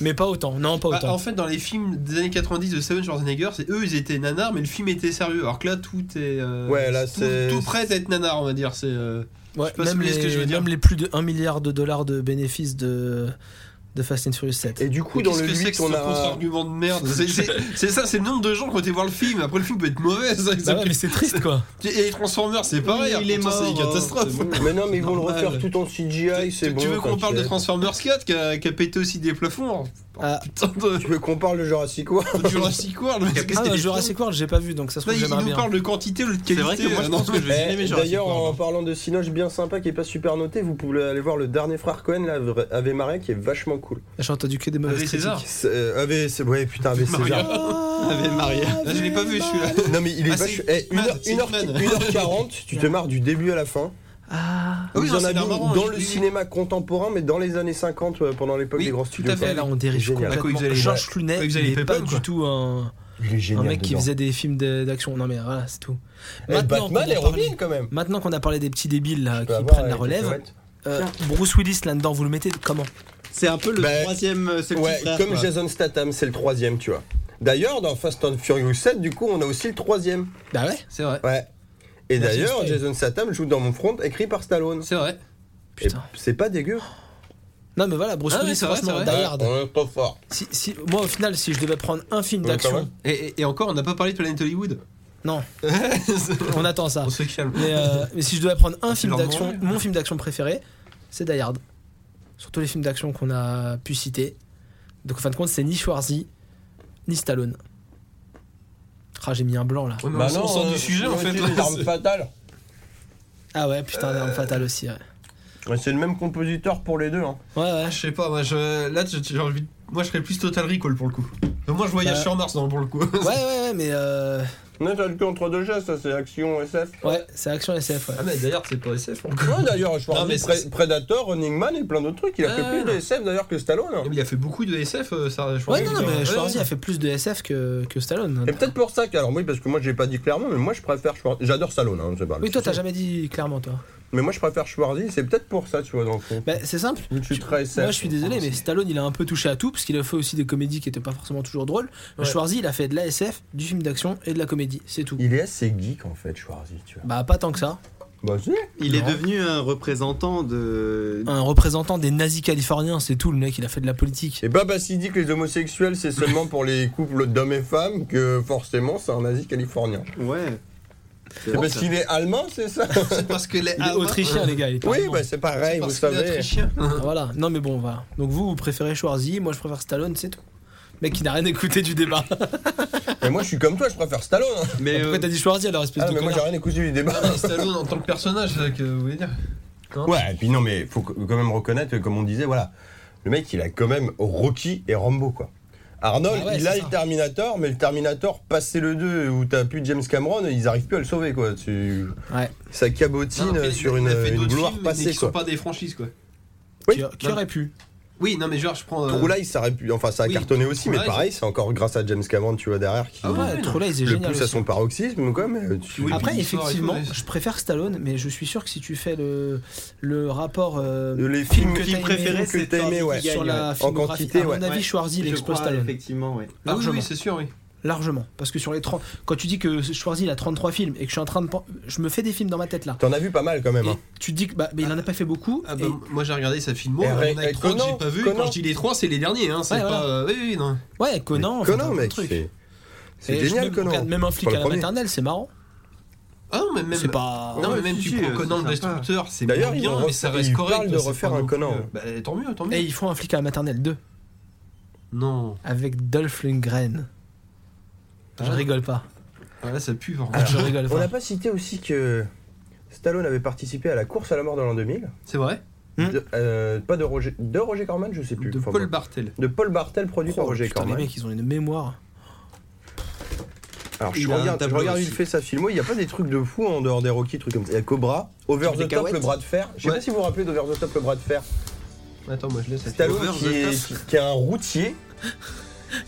Speaker 3: Mais pas autant, non pas
Speaker 5: Bah,
Speaker 3: autant.
Speaker 5: en fait, dans les films des années 90 de Steven Schwarzenegger, c'est eux, ils étaient nanars, mais le film était sérieux. Alors que là, tout est. euh,
Speaker 4: Ouais, là,
Speaker 5: tout-
Speaker 4: c'est-
Speaker 5: Tout prêt à être nanar, on va dire. C'est. euh,
Speaker 3: Ouais,
Speaker 5: je sais pas si
Speaker 3: même,
Speaker 5: vous voyez
Speaker 3: les,
Speaker 5: ce que je veux dire.
Speaker 3: même les plus de 1 milliard de dollars de bénéfices de, de Fast and Furious 7.
Speaker 4: Et du coup,
Speaker 5: mais
Speaker 4: dans
Speaker 5: qu'est-ce
Speaker 4: le
Speaker 5: que c'est que
Speaker 4: 8,
Speaker 5: ce
Speaker 4: on a.
Speaker 5: contre-argument de merde C'est- C'est c'est ça, c'est le nombre de gens qui ont été voir le film. Après, le film peut être mauvais. ça,
Speaker 3: Bah
Speaker 5: ça
Speaker 3: ouais,
Speaker 5: peut-
Speaker 3: mais c'est triste quoi.
Speaker 5: Et les Transformers, c'est pareil.
Speaker 2: Il est
Speaker 5: pourtant,
Speaker 2: mort,
Speaker 5: C'est une catastrophe.
Speaker 2: c'est bon.
Speaker 4: Mais non, mais ils vont le
Speaker 5: Normal.
Speaker 4: refaire tout en CGI, c'est
Speaker 5: Tu-
Speaker 4: bon.
Speaker 5: tu veux qu'on parle de
Speaker 4: t'inquiète.
Speaker 5: Transformers 4 qui a, qui a pété aussi des plafonds Oh,
Speaker 3: Ah.
Speaker 5: Putain de,
Speaker 4: Tu veux qu'on parle de Jurassic World
Speaker 5: de Jurassic World parce que
Speaker 3: Ah,
Speaker 5: c'était
Speaker 3: non,
Speaker 5: des
Speaker 3: Jurassic World, j'ai pas vu donc ça se
Speaker 5: films-
Speaker 3: trouve
Speaker 5: Là,
Speaker 3: j'aimerais
Speaker 5: il
Speaker 3: bien.
Speaker 5: nous parle de quantité au lieu de
Speaker 2: C'est
Speaker 5: qualité.
Speaker 2: vrai que moi, je
Speaker 5: euh,
Speaker 2: pense
Speaker 5: non.
Speaker 2: que je vais
Speaker 4: Eh,
Speaker 2: aimer Jurassic
Speaker 4: D'ailleurs,
Speaker 2: World.
Speaker 4: en parlant de Cinoche bien sympa qui est pas super noté, vous pouvez aller voir le dernier frère Cohen, là, Ave Marais, qui est vachement cool.
Speaker 3: J'ai entendu que des mauvaises
Speaker 5: Avec César.
Speaker 3: critiques.
Speaker 4: C'est- euh, Ave, c'est- ouais, putain, Ave César.
Speaker 2: Avec Maria.
Speaker 5: Ah, je l'ai pas vu celui-là.
Speaker 4: Non, mais il est
Speaker 5: Ah, c'est
Speaker 4: vachement. Eh,
Speaker 5: Hitman,
Speaker 4: 1h40,
Speaker 5: c'est Hitman.
Speaker 4: tu te marres du début à la fin.
Speaker 3: Ah,
Speaker 5: Ah oui,
Speaker 4: Ils
Speaker 5: non,
Speaker 4: en
Speaker 5: ça a
Speaker 4: avaient
Speaker 5: l'air marrant,
Speaker 4: dans
Speaker 5: je
Speaker 4: le
Speaker 5: l'ai vu.
Speaker 4: cinéma contemporain, mais dans les années 50, euh, pendant l'époque
Speaker 5: Oui,
Speaker 4: des grands
Speaker 5: tout
Speaker 4: studios.
Speaker 5: à fait.
Speaker 4: quoi.
Speaker 3: là on dérive
Speaker 4: Génial.
Speaker 3: complètement.
Speaker 5: Bah, quand ils allaient-
Speaker 3: Georges Clooney,
Speaker 5: quand ils allaient
Speaker 3: il est
Speaker 5: les
Speaker 3: pas
Speaker 5: pépins,
Speaker 3: du
Speaker 5: quoi.
Speaker 3: tout un,
Speaker 4: Il est
Speaker 3: un
Speaker 4: génial.
Speaker 3: mec qui
Speaker 4: dedans.
Speaker 3: faisait des films de- d'action. Non mais voilà, c'est tout.
Speaker 4: Eh,
Speaker 3: Maintenant qu'on
Speaker 4: Batman
Speaker 3: a
Speaker 4: et
Speaker 3: parlé-
Speaker 4: Robin, quand même. Bah,
Speaker 3: Maintenant qu'on a parlé des petits débiles là,
Speaker 4: Tu
Speaker 3: qui
Speaker 4: peux avoir
Speaker 3: prennent la
Speaker 4: avec les
Speaker 3: relève,
Speaker 4: tomates.
Speaker 3: euh, Bruce Willis là-dedans, vous le mettez comment
Speaker 2: C'est un peu le
Speaker 4: Bah,
Speaker 2: troisième. euh, c'est le
Speaker 4: Ouais,
Speaker 2: petit frère,
Speaker 4: comme
Speaker 2: quoi.
Speaker 4: Jason Statham, c'est le troisième, tu vois. D'ailleurs, dans Fast and Furious 7, du coup, on a aussi le troisième.
Speaker 3: Bah ouais.
Speaker 5: C'est vrai.
Speaker 4: Ouais. Et
Speaker 3: Merci,
Speaker 4: d'ailleurs,
Speaker 3: Stallone.
Speaker 4: Jason Statham joue dans mon front, écrit par Stallone.
Speaker 5: C'est vrai.
Speaker 4: Et
Speaker 3: Putain.
Speaker 4: C'est pas dégueu.
Speaker 3: Non mais voilà, Bruce
Speaker 5: Ah ouais,
Speaker 3: Willis,
Speaker 5: c'est vrai,
Speaker 3: franchement,
Speaker 5: c'est
Speaker 3: Die
Speaker 5: vrai.
Speaker 3: Hard.
Speaker 4: on est pas fort.
Speaker 3: Si, si- moi au final, si je devais prendre un film
Speaker 4: Ouais, pas
Speaker 3: d'action,
Speaker 4: mal.
Speaker 5: Et, et- et encore, on n'a pas parlé de Planet Hollywood.
Speaker 3: Non.
Speaker 5: on
Speaker 3: on attend ça.
Speaker 5: se calme.
Speaker 3: Mais, euh, mais si je devais prendre un
Speaker 5: C'est
Speaker 3: film
Speaker 5: leur
Speaker 3: d'action,
Speaker 5: manger.
Speaker 3: mon film d'action préféré, c'est Die Hard. Surtout les films d'action qu'on a pu citer. Donc en fin de compte, c'est ni Schwarzy, ni Stallone. Ah, j'ai mis un blanc là.
Speaker 5: Ouais, mais
Speaker 4: Bah euh,
Speaker 5: on sort- on sort du sujet en fait. là.
Speaker 4: Arme fatale.
Speaker 3: Ah ouais, putain, Arme Fatale aussi. ouais.
Speaker 4: Ouais, c'est le même compositeur pour les deux. Hein.
Speaker 3: Ouais, ouais.
Speaker 5: Ah, Je sais pas, moi, je, là, j'ai j'ai envie de- Moi, je serais plus Total Recall pour le coup. Donc, moi, je voyage
Speaker 3: Bah.
Speaker 5: sur Mars, non, pour le coup.
Speaker 3: Ouais, ouais, ouais, mais. euh,
Speaker 4: Non, t'as le cul entre deux gestes, ça c'est action SF.
Speaker 3: Ouais, c'est Action SF, ouais.
Speaker 5: Ah, mais d'ailleurs, c'est pas SF. encore.
Speaker 4: Ouais, Ah, d'ailleurs, je
Speaker 5: Non,
Speaker 4: parle
Speaker 5: mais
Speaker 4: de
Speaker 5: c'est-
Speaker 4: Predator, Running Man et plein d'autres trucs. Il a
Speaker 5: Ah,
Speaker 4: fait
Speaker 5: ouais,
Speaker 4: plus de
Speaker 5: non.
Speaker 4: SF d'ailleurs que Stallone. hein.
Speaker 5: Mais Il a fait beaucoup de SF, euh, ça, je
Speaker 3: Ouais, non, non, mais Schwarzy a fait plus de SF que, que Stallone.
Speaker 4: Et peut-être pour ça que, alors oui, parce que moi j'ai pas dit clairement, mais moi je préfère Schwarzy. J'adore Stallone, hein, c'est pas le
Speaker 3: Oui, toi, t'as
Speaker 4: souci.
Speaker 3: jamais dit clairement, toi.
Speaker 4: Mais moi je préfère Schwarzy, c'est peut-être pour ça, tu vois, dans le fond.
Speaker 3: Bah, c'est simple.
Speaker 4: Je suis très hein, SF.
Speaker 3: Moi, je suis désolé, mais Stallone, il a un peu touché à tout, parce qu'il a fait aussi des comédies qui étaient pas forcément toujours drôles.
Speaker 5: Ouais.
Speaker 3: Schwarzy, il a fait de la SF, du film d'action et de la comédie, c'est tout.
Speaker 4: Il est assez geek en fait, Schwarzy, tu vois.
Speaker 3: Bah, pas tant que ça.
Speaker 4: Bah, si.
Speaker 2: Il est
Speaker 3: Non.
Speaker 2: devenu un représentant de.
Speaker 3: Un représentant des nazis californiens, c'est tout, le mec, il a fait de la politique.
Speaker 4: Et bah, bah, s'il dit que les homosexuels c'est seulement pour les couples d'hommes et femmes, que forcément c'est un nazi californien.
Speaker 2: Ouais.
Speaker 4: C'est parce qu'il est allemand, c'est ça
Speaker 5: C'est parce que les.
Speaker 3: Il est autrichien, les gars, il est pas
Speaker 4: Oui,
Speaker 3: allemand.
Speaker 4: bah c'est pareil, vous
Speaker 5: Parce qu'il est
Speaker 4: savez.
Speaker 5: autrichien.
Speaker 3: Voilà, non, mais bon, voilà. Donc, vous, vous préférez Schwarzy, moi, je préfère Stallone, c'est tout. Mec, il n'a rien écouté du débat.
Speaker 4: Mais moi je suis comme toi, je préfère Stallone. hein.
Speaker 2: Mais euh,
Speaker 3: Pourquoi t'as dit Schwarzy alors, espèce
Speaker 4: Ah,
Speaker 3: de
Speaker 4: mais moi j'ai
Speaker 3: connard
Speaker 4: rien écouté du débat.
Speaker 5: Ah, mais Stallone en tant que personnage, c'est ça que vous voulez dire
Speaker 4: Ouais, et puis non, mais faut qu- quand même reconnaître, que, comme on disait, voilà, le mec, il a quand même Rocky et Rambo, quoi. Arnold,
Speaker 3: Ah ouais,
Speaker 4: il
Speaker 3: c'est
Speaker 4: a
Speaker 3: ça.
Speaker 4: le Terminator, mais le Terminator, passé le 2, où t'as plus James Cameron, ils arrivent plus à le sauver, quoi. Tu...
Speaker 3: Ouais.
Speaker 4: Ça
Speaker 5: Non,
Speaker 4: cabotine
Speaker 5: après,
Speaker 4: euh, sur
Speaker 5: il a
Speaker 4: une,
Speaker 5: fait
Speaker 4: une
Speaker 5: d'autres
Speaker 4: gloire
Speaker 5: films, mais
Speaker 4: passée,
Speaker 5: qui sont
Speaker 4: quoi.
Speaker 5: pas des franchises, quoi.
Speaker 4: Oui.
Speaker 3: Qui, qui aurait pu
Speaker 5: Oui, non, mais genre, je prends. euh,
Speaker 4: Troulaï, ça aurait pu... Enfin, ça a
Speaker 5: Oui,
Speaker 4: cartonné aussi, mais
Speaker 5: Troulaï,
Speaker 4: pareil, c'est encore grâce à James Cameron, tu vois, derrière, qui
Speaker 5: Ah ouais,
Speaker 3: Ouais,
Speaker 5: non.
Speaker 3: Trolley, il est
Speaker 4: le
Speaker 3: génial.
Speaker 4: pousse à
Speaker 3: aussi.
Speaker 4: son paroxysme, quoi, mais... tu-
Speaker 5: Oui,
Speaker 3: Après,
Speaker 5: puis l'histoire et
Speaker 3: effectivement,
Speaker 5: tout, ouais.
Speaker 3: je préfère Stallone, mais je suis sûr que si tu fais le, le rapport euh,
Speaker 4: Les films,
Speaker 3: que
Speaker 4: films
Speaker 3: t'as
Speaker 4: préférés
Speaker 3: aimé,
Speaker 4: que t'as aimé, ouais.
Speaker 3: sur la
Speaker 4: En
Speaker 3: filmographie,
Speaker 4: quantité,
Speaker 3: à
Speaker 4: ouais.
Speaker 3: mon avis,
Speaker 2: Ouais.
Speaker 3: Schwarzy, il
Speaker 2: je
Speaker 3: expose
Speaker 2: crois,
Speaker 3: Stallone.
Speaker 2: effectivement, ouais.
Speaker 5: Ah oui,
Speaker 3: largement.
Speaker 5: oui, c'est sûr, oui.
Speaker 3: Largement. Parce que sur les 30... Quand tu dis que Schwarzy, il a 33 films et que je suis en train de... pen- Je me fais des films dans ma tête, là.
Speaker 4: T'en as vu pas mal, quand même,
Speaker 3: Et
Speaker 4: hein.
Speaker 3: tu te dis que bah, mais il en a pas fait beaucoup.
Speaker 5: Ah
Speaker 3: et- Eh,
Speaker 5: bah, moi j'ai regardé sa filmo,
Speaker 4: Et
Speaker 5: il y en
Speaker 4: Ray-
Speaker 5: a que
Speaker 4: et
Speaker 5: trois que j'ai
Speaker 4: Conan,
Speaker 5: pas vu.
Speaker 4: Conan.
Speaker 5: Quand je dis les trois, c'est les derniers, hein. C'est
Speaker 3: Ouais,
Speaker 5: pas.
Speaker 3: voilà.
Speaker 5: euh, oui, oui, non.
Speaker 3: Ouais, Conan. enfin,
Speaker 4: Conan,
Speaker 3: plein de
Speaker 4: mec,
Speaker 3: trucs.
Speaker 4: c'est...
Speaker 3: Et
Speaker 4: C'est
Speaker 3: je
Speaker 4: génial,
Speaker 3: me-
Speaker 4: Conan.
Speaker 3: regarde, Même un flic
Speaker 4: Pas
Speaker 3: à
Speaker 4: le
Speaker 3: la
Speaker 4: premier.
Speaker 3: maternelle, c'est marrant.
Speaker 5: Ah non, mais même.
Speaker 3: C'est pas.
Speaker 5: Non, mais même
Speaker 2: si,
Speaker 5: tu
Speaker 2: si,
Speaker 5: prends
Speaker 2: euh,
Speaker 5: Conan
Speaker 2: c'est
Speaker 5: le
Speaker 2: sympa.
Speaker 5: Destructeur, c'est
Speaker 4: D'ailleurs,
Speaker 5: moins
Speaker 4: ils
Speaker 5: bien,
Speaker 4: ont
Speaker 5: mais ça
Speaker 4: refait-
Speaker 5: reste
Speaker 4: ils
Speaker 5: correct.
Speaker 4: parlent de
Speaker 5: c'est
Speaker 4: refaire
Speaker 5: pas
Speaker 4: un
Speaker 5: non plus,
Speaker 4: Conan.
Speaker 5: euh, Bah tant mieux, tant mieux.
Speaker 3: Et ils font Eh, un flic à la maternelle 2
Speaker 5: Non.
Speaker 3: avec Dolph Lundgren. Je
Speaker 5: Ah.
Speaker 3: rigole pas.
Speaker 5: Ah, là ça pue, vraiment.
Speaker 3: Je rigole
Speaker 4: On
Speaker 3: pas.
Speaker 4: n'a pas cité aussi que Stallone avait participé à la course à la mort dans l'an 2000.
Speaker 5: C'est vrai
Speaker 3: Hmm.
Speaker 4: De- euh, pas de Roger, de Roger Corman, je sais plus.
Speaker 5: De
Speaker 4: Enfin,
Speaker 5: Paul
Speaker 4: bon.
Speaker 5: Bartel.
Speaker 4: de Paul Bartel, produit par
Speaker 3: Oh,
Speaker 4: Roger
Speaker 3: putain, les
Speaker 4: Corman.
Speaker 3: mecs, ils ont une mémoire.
Speaker 4: Alors je
Speaker 2: Il a un
Speaker 4: regarde, je
Speaker 2: tableau
Speaker 4: regarde
Speaker 2: aussi.
Speaker 4: il fait sa filmo. Il n'y a pas des trucs de fou en dehors des Rocky, trucs comme ça. Il y a Cobra, Over
Speaker 2: Des
Speaker 4: the Top,
Speaker 2: cacahuètes.
Speaker 4: le bras de fer. Je sais
Speaker 5: Ouais.
Speaker 4: pas si vous vous rappelez d'Over the Top, le bras de fer.
Speaker 5: Attends, moi je laisse. cette
Speaker 4: Stallone
Speaker 2: Over
Speaker 4: qui
Speaker 2: the
Speaker 4: est,
Speaker 2: Top.
Speaker 4: qui- qui est un routier.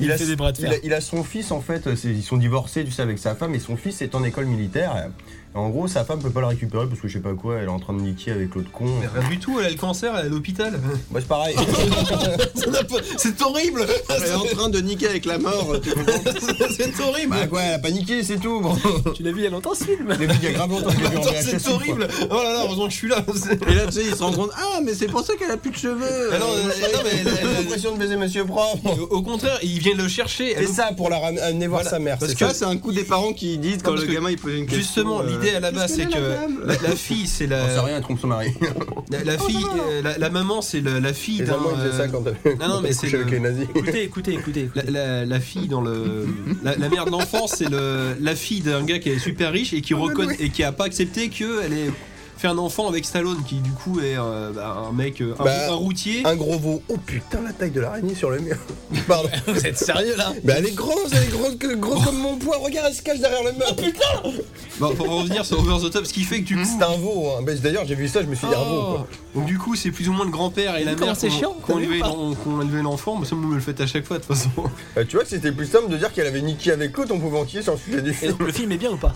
Speaker 3: Il fait des bras de fer.
Speaker 4: il a- il a son fils en fait, c'est- ils sont divorcés, tu sais, avec sa femme, et son fils est en école militaire. Et en gros, sa femme peut pas le récupérer parce que je sais pas quoi, elle est en train de niquer avec l'autre con.
Speaker 5: Mais Rien du tout, elle a le cancer, elle est à l'hôpital.
Speaker 4: Moi c'est pareil.
Speaker 5: Ça n'a pas- c'est horrible
Speaker 2: Elle est en train de niquer avec la mort. tu comprends
Speaker 5: C'est horrible
Speaker 4: Bah quoi, elle a paniqué, c'est tout. Bon.
Speaker 3: Tu l'as vu il y a longtemps ce film
Speaker 4: Depuis il y a grave longtemps que j'ai vu en
Speaker 5: Attends,
Speaker 4: VHS.
Speaker 5: C'est horrible Oh là là, heureusement que je suis là C'est-
Speaker 2: Et là, tu sais, il se rend compte Ah, mais c'est pour ça qu'elle a plus de cheveux.
Speaker 5: Ah non, euh, non, mais elle-
Speaker 4: J'ai
Speaker 5: elle-
Speaker 4: l'impression de baiser Monsieur Propre.
Speaker 5: elle- Au contraire, il vient le chercher.
Speaker 4: Fais
Speaker 5: elle-
Speaker 4: ça pour la ram- amener voir
Speaker 5: Voilà, Euh,
Speaker 4: sa mère.
Speaker 2: Parce
Speaker 4: c'est
Speaker 2: que
Speaker 4: ça.
Speaker 2: ça, c'est un coup des parents qui disent quand
Speaker 5: parce
Speaker 2: le
Speaker 5: que
Speaker 2: gamin il pose une question.
Speaker 5: Justement,
Speaker 2: euh,
Speaker 5: l'idée à la base, c'est
Speaker 2: qu'elle
Speaker 5: que
Speaker 2: est, la dame
Speaker 5: la, la fille, c'est
Speaker 4: On sait
Speaker 5: la,
Speaker 4: rien, elle trompe son mari.
Speaker 5: la, la
Speaker 3: Oh
Speaker 5: fille, euh, la, la maman, c'est le- la fille
Speaker 4: Les
Speaker 5: d'un.
Speaker 4: Allemands ils faisaient ça
Speaker 5: euh,
Speaker 4: quand
Speaker 5: Ah non, mais c'est
Speaker 4: couché avec
Speaker 5: le-
Speaker 4: les nazis.
Speaker 3: Écoutez, écoutez, écoutez.
Speaker 5: la,
Speaker 3: écoutez.
Speaker 5: la- la fille dans le la, la mère de l'enfant c'est le la fille d'un gars qui est super riche et qui
Speaker 3: Oh
Speaker 5: reconnaît et qui a pas accepté que elle ait fait un enfant avec Stallone qui du coup est euh, bah, un mec euh, un,
Speaker 4: Bah,
Speaker 5: un routier
Speaker 4: Un gros veau. Oh putain, la taille de l'araignée sur le mur. Pardon.
Speaker 3: Vous êtes sérieux là
Speaker 4: Bah elle est grosse, elle est grosse, que- grosse comme mon poids. Regarde, elle se cache derrière le
Speaker 5: Oh,
Speaker 4: mur. Putain,
Speaker 5: Bon, pour en revenir sur Over the Top ce qui fait que du coup
Speaker 4: c'est un veau. hein. Mais D'ailleurs, j'ai vu ça, je me suis dit un veau.
Speaker 5: Oh.
Speaker 4: quoi.
Speaker 5: Donc du coup, c'est plus ou moins le grand-père et la
Speaker 3: Comment
Speaker 5: mère
Speaker 3: c'est
Speaker 5: qui
Speaker 3: chiant,
Speaker 5: ont qui ont
Speaker 3: t'as vu
Speaker 5: élevé
Speaker 3: pas
Speaker 5: l'en- qui ont élevé l'enfant. Mais ça, vous me le faites à chaque fois de toute façon.
Speaker 4: Euh, tu vois, c'était plus simple de dire qu'elle avait niqué avec l'autre. On pouvait enquiller sur le sujet du
Speaker 3: Et
Speaker 4: film.
Speaker 3: donc, le film est bien ou pas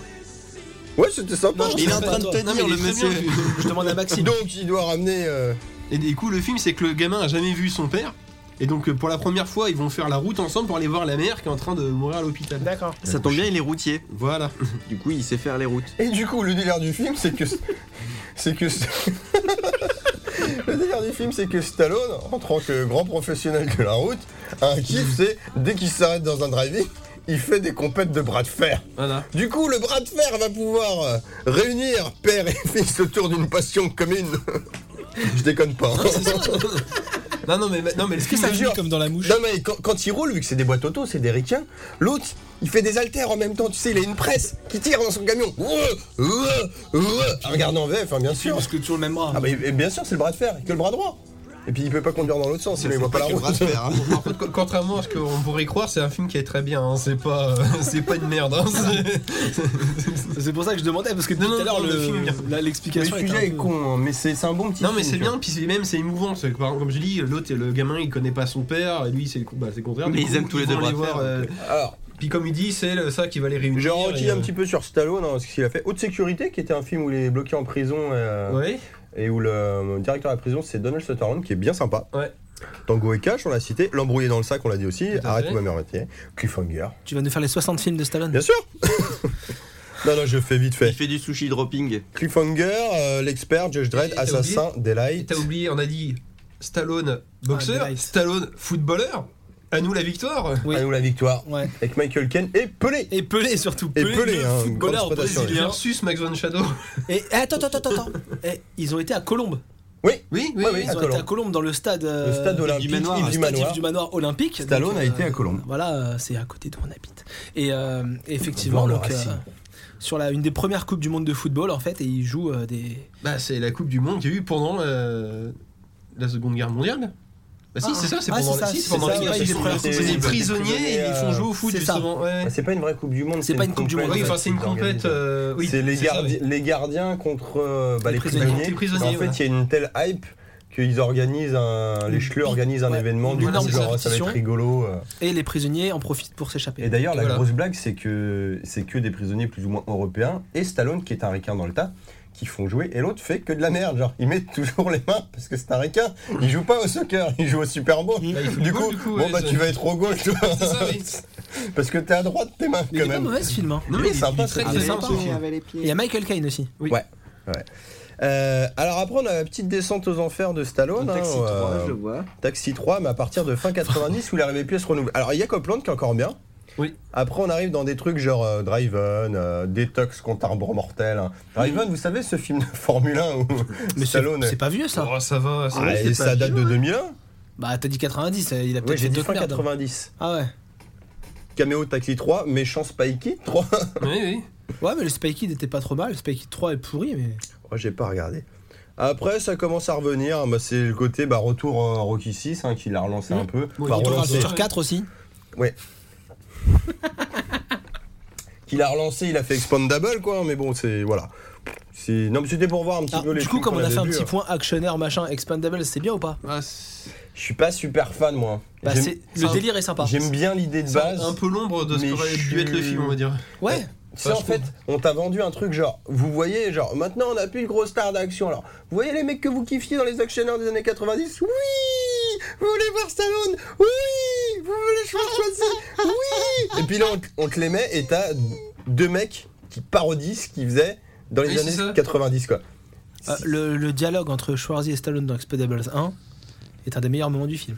Speaker 4: Ouais, c'était sympa.
Speaker 3: Non, je
Speaker 2: Il est en
Speaker 3: sais
Speaker 2: train
Speaker 3: pas,
Speaker 2: de
Speaker 3: toi.
Speaker 2: tenir le monsieur.
Speaker 3: Je demande à Maxime.
Speaker 4: Donc, il doit ramener. euh,
Speaker 5: Et du coup, le film, c'est que le gamin a jamais vu son père. Et donc, euh, pour la première fois, ils vont faire la route ensemble pour aller voir la mère qui est en train de mourir à l'hôpital.
Speaker 3: D'accord.
Speaker 2: Ça tombe bien, il est routier.
Speaker 5: Voilà.
Speaker 2: Du coup, il sait faire les routes.
Speaker 4: Et du coup, le délire du film, c'est que. C'est que. le délire du film, c'est que Stallone, en tant que grand professionnel de la route, a un kiff, c'est dès qu'il s'arrête dans un drive-in, il fait des compètes de bras de fer.
Speaker 5: Voilà.
Speaker 4: Du coup, le bras de fer va pouvoir euh, réunir père et fils autour d'une passion commune. Je déconne pas. hein.
Speaker 5: Non, non, mais, non, mais le
Speaker 3: Est-ce que
Speaker 5: film
Speaker 3: ça
Speaker 5: est
Speaker 3: vit
Speaker 5: dur.
Speaker 3: comme dans la mouche
Speaker 4: Non mais quand, quand il roule, vu que c'est des boîtes auto, c'est des ricains, l'autre, il fait des haltères en même temps, tu sais, il a une presse qui tire dans son camion. Ouah, ouah, ouah. Ah, Regarde en VF, hein, bien sûr.
Speaker 3: Parce que toujours le même bras.
Speaker 4: Ah bah, et bien sûr, c'est le bras de fer, que le bras droit. Et puis il peut pas conduire dans l'autre sens, sinon il voit pas la route.
Speaker 5: Par contre, co- contrairement à ce qu'on pourrait croire, c'est un film qui est très bien. hein. C'est pas, euh, c'est pas une merde. hein. C'est-
Speaker 3: C'est pour ça que je demandais, parce que
Speaker 5: Non,
Speaker 3: tout
Speaker 5: non,
Speaker 3: à l'heure,
Speaker 5: non, le
Speaker 3: le-
Speaker 5: film est bien.
Speaker 3: la-
Speaker 4: Le
Speaker 3: l'explication était un
Speaker 4: sujet est
Speaker 3: peu-
Speaker 4: con, hein, mais c'est c'est un bon petit
Speaker 5: Non mais
Speaker 4: film,
Speaker 5: c'est
Speaker 4: tu vois.
Speaker 5: bien, puis c'est- même c'est émouvant. c'est que, par exemple, comme je dis, l'autre, le gamin, il connaît pas son père, et lui, c'est le co- bah, c'est le contraire.
Speaker 2: Mais
Speaker 5: Du
Speaker 2: ils
Speaker 5: coup,
Speaker 2: aiment tous les deux
Speaker 5: vont
Speaker 2: le
Speaker 5: aller
Speaker 2: bras de
Speaker 5: voir,
Speaker 2: fer,
Speaker 5: euh,
Speaker 4: Alors,
Speaker 5: Puis comme il dit, c'est le- ça qui va les réunir.
Speaker 4: j'ai
Speaker 5: et,
Speaker 4: renti
Speaker 5: euh,
Speaker 4: un petit peu sur Stallone, hein, ce qu'il a fait. Haute sécurité, qui était un film où il est bloqué en prison. euh,
Speaker 5: Ouais.
Speaker 4: Et où le euh, directeur de la prison, c'est Donald Sutherland, qui est bien sympa.
Speaker 5: Ouais.
Speaker 4: Tango et Cash, on l'a cité. L'embrouillé dans le sac, on l'a dit aussi.
Speaker 5: à
Speaker 4: Arrête
Speaker 5: fait.
Speaker 4: ou ma mère me tient. Cliffhanger.
Speaker 3: Tu vas nous faire les 60 films de Stallone
Speaker 4: Bien sûr Non, non, je fais vite
Speaker 2: Il
Speaker 4: fait.
Speaker 2: fait du sushi dropping.
Speaker 4: Cliffhanger, euh, l'expert, Judge Dredd,
Speaker 5: Et t'as
Speaker 4: assassin,
Speaker 5: Et
Speaker 4: Delight.
Speaker 5: t'as oublié, on a dit Stallone boxeur,
Speaker 3: Ah, nice.
Speaker 5: Stallone footballeur. À nous la victoire.
Speaker 3: Oui.
Speaker 4: À Ah, nous la victoire.
Speaker 3: Ouais.
Speaker 4: Avec Michael Ken et Pelé.
Speaker 3: Et Pelé surtout.
Speaker 4: Et
Speaker 3: Pelé,
Speaker 4: Pelé,
Speaker 3: le
Speaker 4: hein,
Speaker 3: footballeur
Speaker 4: grande exploitation,
Speaker 3: brésilien.
Speaker 5: Versus Max von Shadow.
Speaker 3: Et eh, attends, attends, attends, attends. Eh, ils ont été à Colombes.
Speaker 5: Oui, oui.
Speaker 4: Ouais,
Speaker 5: oui.
Speaker 4: oui.
Speaker 3: Ils
Speaker 4: À
Speaker 3: ont été
Speaker 4: Colombes.
Speaker 3: à Colombes dans le stade. euh,
Speaker 4: Le stade olympique,
Speaker 2: manoir,
Speaker 4: Yves
Speaker 3: le
Speaker 4: du
Speaker 3: stade
Speaker 4: manoir.
Speaker 3: du manoir olympique.
Speaker 4: Stallone a été à Colombes.
Speaker 3: Voilà, euh, c'est à côté d'où on habite. Et euh, effectivement,
Speaker 4: Voir le
Speaker 3: donc, euh,
Speaker 4: Racing.
Speaker 3: sur la, une des premières coupes du monde de football, en fait, et ils jouent euh, des.
Speaker 5: Bah, c'est la Coupe du Monde qu'il y a eu pendant euh, la Seconde Guerre mondiale. Bah, si,
Speaker 3: Ah.
Speaker 5: c'est ça, c'est
Speaker 3: Ah,
Speaker 5: pendant
Speaker 3: c'est
Speaker 5: la
Speaker 3: ça,
Speaker 5: si,
Speaker 3: c'est
Speaker 5: c'est pendant
Speaker 3: ça,
Speaker 5: la guerre.
Speaker 3: ouais,
Speaker 5: c'est
Speaker 3: ils
Speaker 5: des
Speaker 3: sont
Speaker 5: prisonniers,
Speaker 3: restés-
Speaker 5: c'est des
Speaker 3: des euh,
Speaker 5: prisonniers et ils font jouer au foot,
Speaker 3: c'est ça.
Speaker 5: justement. ouais.
Speaker 4: Ah, C'est pas une vraie Coupe du Monde.
Speaker 3: C'est pas une Coupe du Monde,
Speaker 5: Oui, enfin,
Speaker 4: ouais,
Speaker 5: c'est une compète.
Speaker 4: organisée.
Speaker 5: euh, oui,
Speaker 4: c'est les,
Speaker 5: ça,
Speaker 4: gardi-
Speaker 5: oui.
Speaker 4: les gardiens contre euh, bah,
Speaker 3: Les
Speaker 4: les,
Speaker 3: prisonniers.
Speaker 4: prisonniers.
Speaker 5: Les prisonniers,
Speaker 4: en fait, il
Speaker 5: voilà.
Speaker 4: y a une telle hype qu'ils organisent un. Les Schleux organisent un
Speaker 3: Ouais,
Speaker 4: événement
Speaker 3: une
Speaker 4: du
Speaker 3: énorme
Speaker 4: coup, genre, ça va être
Speaker 3: compétition.
Speaker 4: rigolo. euh.
Speaker 3: Et les prisonniers en profitent pour s'échapper.
Speaker 4: Et d'ailleurs, la
Speaker 5: Voilà.
Speaker 4: grosse blague, c'est que c'est que des prisonniers plus ou moins européens et Stallone, qui est un requin dans le tas, qui font jouer. Et l'autre fait que de la merde. Genre, il met toujours les mains parce que c'est un requin. Il joue pas au soccer, il joue au Super Bowl.
Speaker 5: Bah, ils font
Speaker 4: Du
Speaker 5: goal,
Speaker 4: coup,
Speaker 5: coup,
Speaker 4: bon
Speaker 5: ouais,
Speaker 4: bah
Speaker 5: ça-
Speaker 4: tu vas être au gauche, toi.
Speaker 5: C'est ça, oui.
Speaker 4: Parce que t'es à droite, tes mains
Speaker 3: Mais il
Speaker 4: quand
Speaker 3: est pas
Speaker 4: même.
Speaker 3: mauvais ce film. hein.
Speaker 5: Non,
Speaker 4: Il
Speaker 5: mais
Speaker 4: est
Speaker 5: il
Speaker 4: sympa,
Speaker 5: est très
Speaker 4: ce
Speaker 5: très
Speaker 4: film.
Speaker 5: sympa. ce film.
Speaker 3: Et il y a Michael Caine aussi.
Speaker 4: Euh, alors après, on a la petite descente aux enfers de Stallone.
Speaker 2: Taxi
Speaker 4: hein,
Speaker 2: 3,
Speaker 4: euh,
Speaker 2: je le vois.
Speaker 4: Taxi 3, mais à partir de fin 90, où les RVP se renouvellent. Alors il y a Copland qui est encore bien.
Speaker 5: Oui.
Speaker 4: Après, on arrive dans des trucs genre euh, Driven, euh, Detox contre Arbre Mortel. hein. Driven, vous savez, ce film de Formule 1 où
Speaker 3: Mais c'est
Speaker 4: Stallone.
Speaker 3: c'est pas vieux ça.
Speaker 5: Oh, ça va, ça
Speaker 4: Ah,
Speaker 5: va,
Speaker 4: et
Speaker 5: c'est pas
Speaker 4: ça date de 2001
Speaker 3: Bah t'as dit 90, euh, il a
Speaker 4: Oui,
Speaker 3: peut-être
Speaker 4: j'ai
Speaker 3: fait
Speaker 4: dit
Speaker 3: d'autres
Speaker 4: fin
Speaker 3: merdes.
Speaker 4: 90.
Speaker 3: Ah ouais.
Speaker 4: Caméo Taxi 3, Méchant Spikey 3.
Speaker 5: Oui, oui.
Speaker 3: Ouais, mais le Spike Kid était pas trop mal. Le Spike Kid 3 est pourri, mais.
Speaker 4: Oh, j'ai pas regardé. Après, ça commence à revenir. Bah, c'est le côté bah, retour euh, Rocky 6 qui l'a relancé un peu.
Speaker 3: Bon,
Speaker 4: Enfin,
Speaker 3: il
Speaker 4: relancé.
Speaker 3: sur 4 aussi.
Speaker 4: qu'il a relancé, il a fait Expandable quoi, mais bon c'est voilà. C'est non mais c'était pour voir un petit
Speaker 3: Ah,
Speaker 4: peu les
Speaker 3: du coup,
Speaker 4: films
Speaker 3: comme
Speaker 4: qu'on
Speaker 3: on a
Speaker 4: avait
Speaker 3: fait un
Speaker 4: vus,
Speaker 3: petit
Speaker 4: hein.
Speaker 3: point actionneur, machin, expandable, c'est bien ou pas
Speaker 5: Ah, c'est
Speaker 4: Je suis pas super fan moi.
Speaker 3: Bah,
Speaker 4: J'aime-
Speaker 3: c'est- le
Speaker 5: un-
Speaker 3: délire est sympa.
Speaker 4: J'aime bien l'idée de
Speaker 5: c'est
Speaker 4: base.
Speaker 5: un peu l'ombre de ce
Speaker 4: mais
Speaker 5: qu'aurait
Speaker 4: je
Speaker 5: dû être le
Speaker 4: suis-
Speaker 5: film, on va dire.
Speaker 3: Ouais.
Speaker 4: Tu sais, en fait, on t'a vendu un truc genre, vous voyez, genre, maintenant on a plus le gros star d'action. Alors, vous voyez les mecs que vous kiffiez dans les actionneurs des années 90 Oui Vous voulez voir Stallone Oui Vous voulez Schwarzenegger Oui Et puis là, on te- on te les met et t'as deux mecs qui parodient ce qu'ils faisaient dans les
Speaker 5: Oui, c'est
Speaker 4: années
Speaker 5: ça.
Speaker 4: 90, quoi.
Speaker 3: Euh, le, le dialogue entre Schwarzy et Stallone dans Expendables 1 est un des meilleurs moments du film.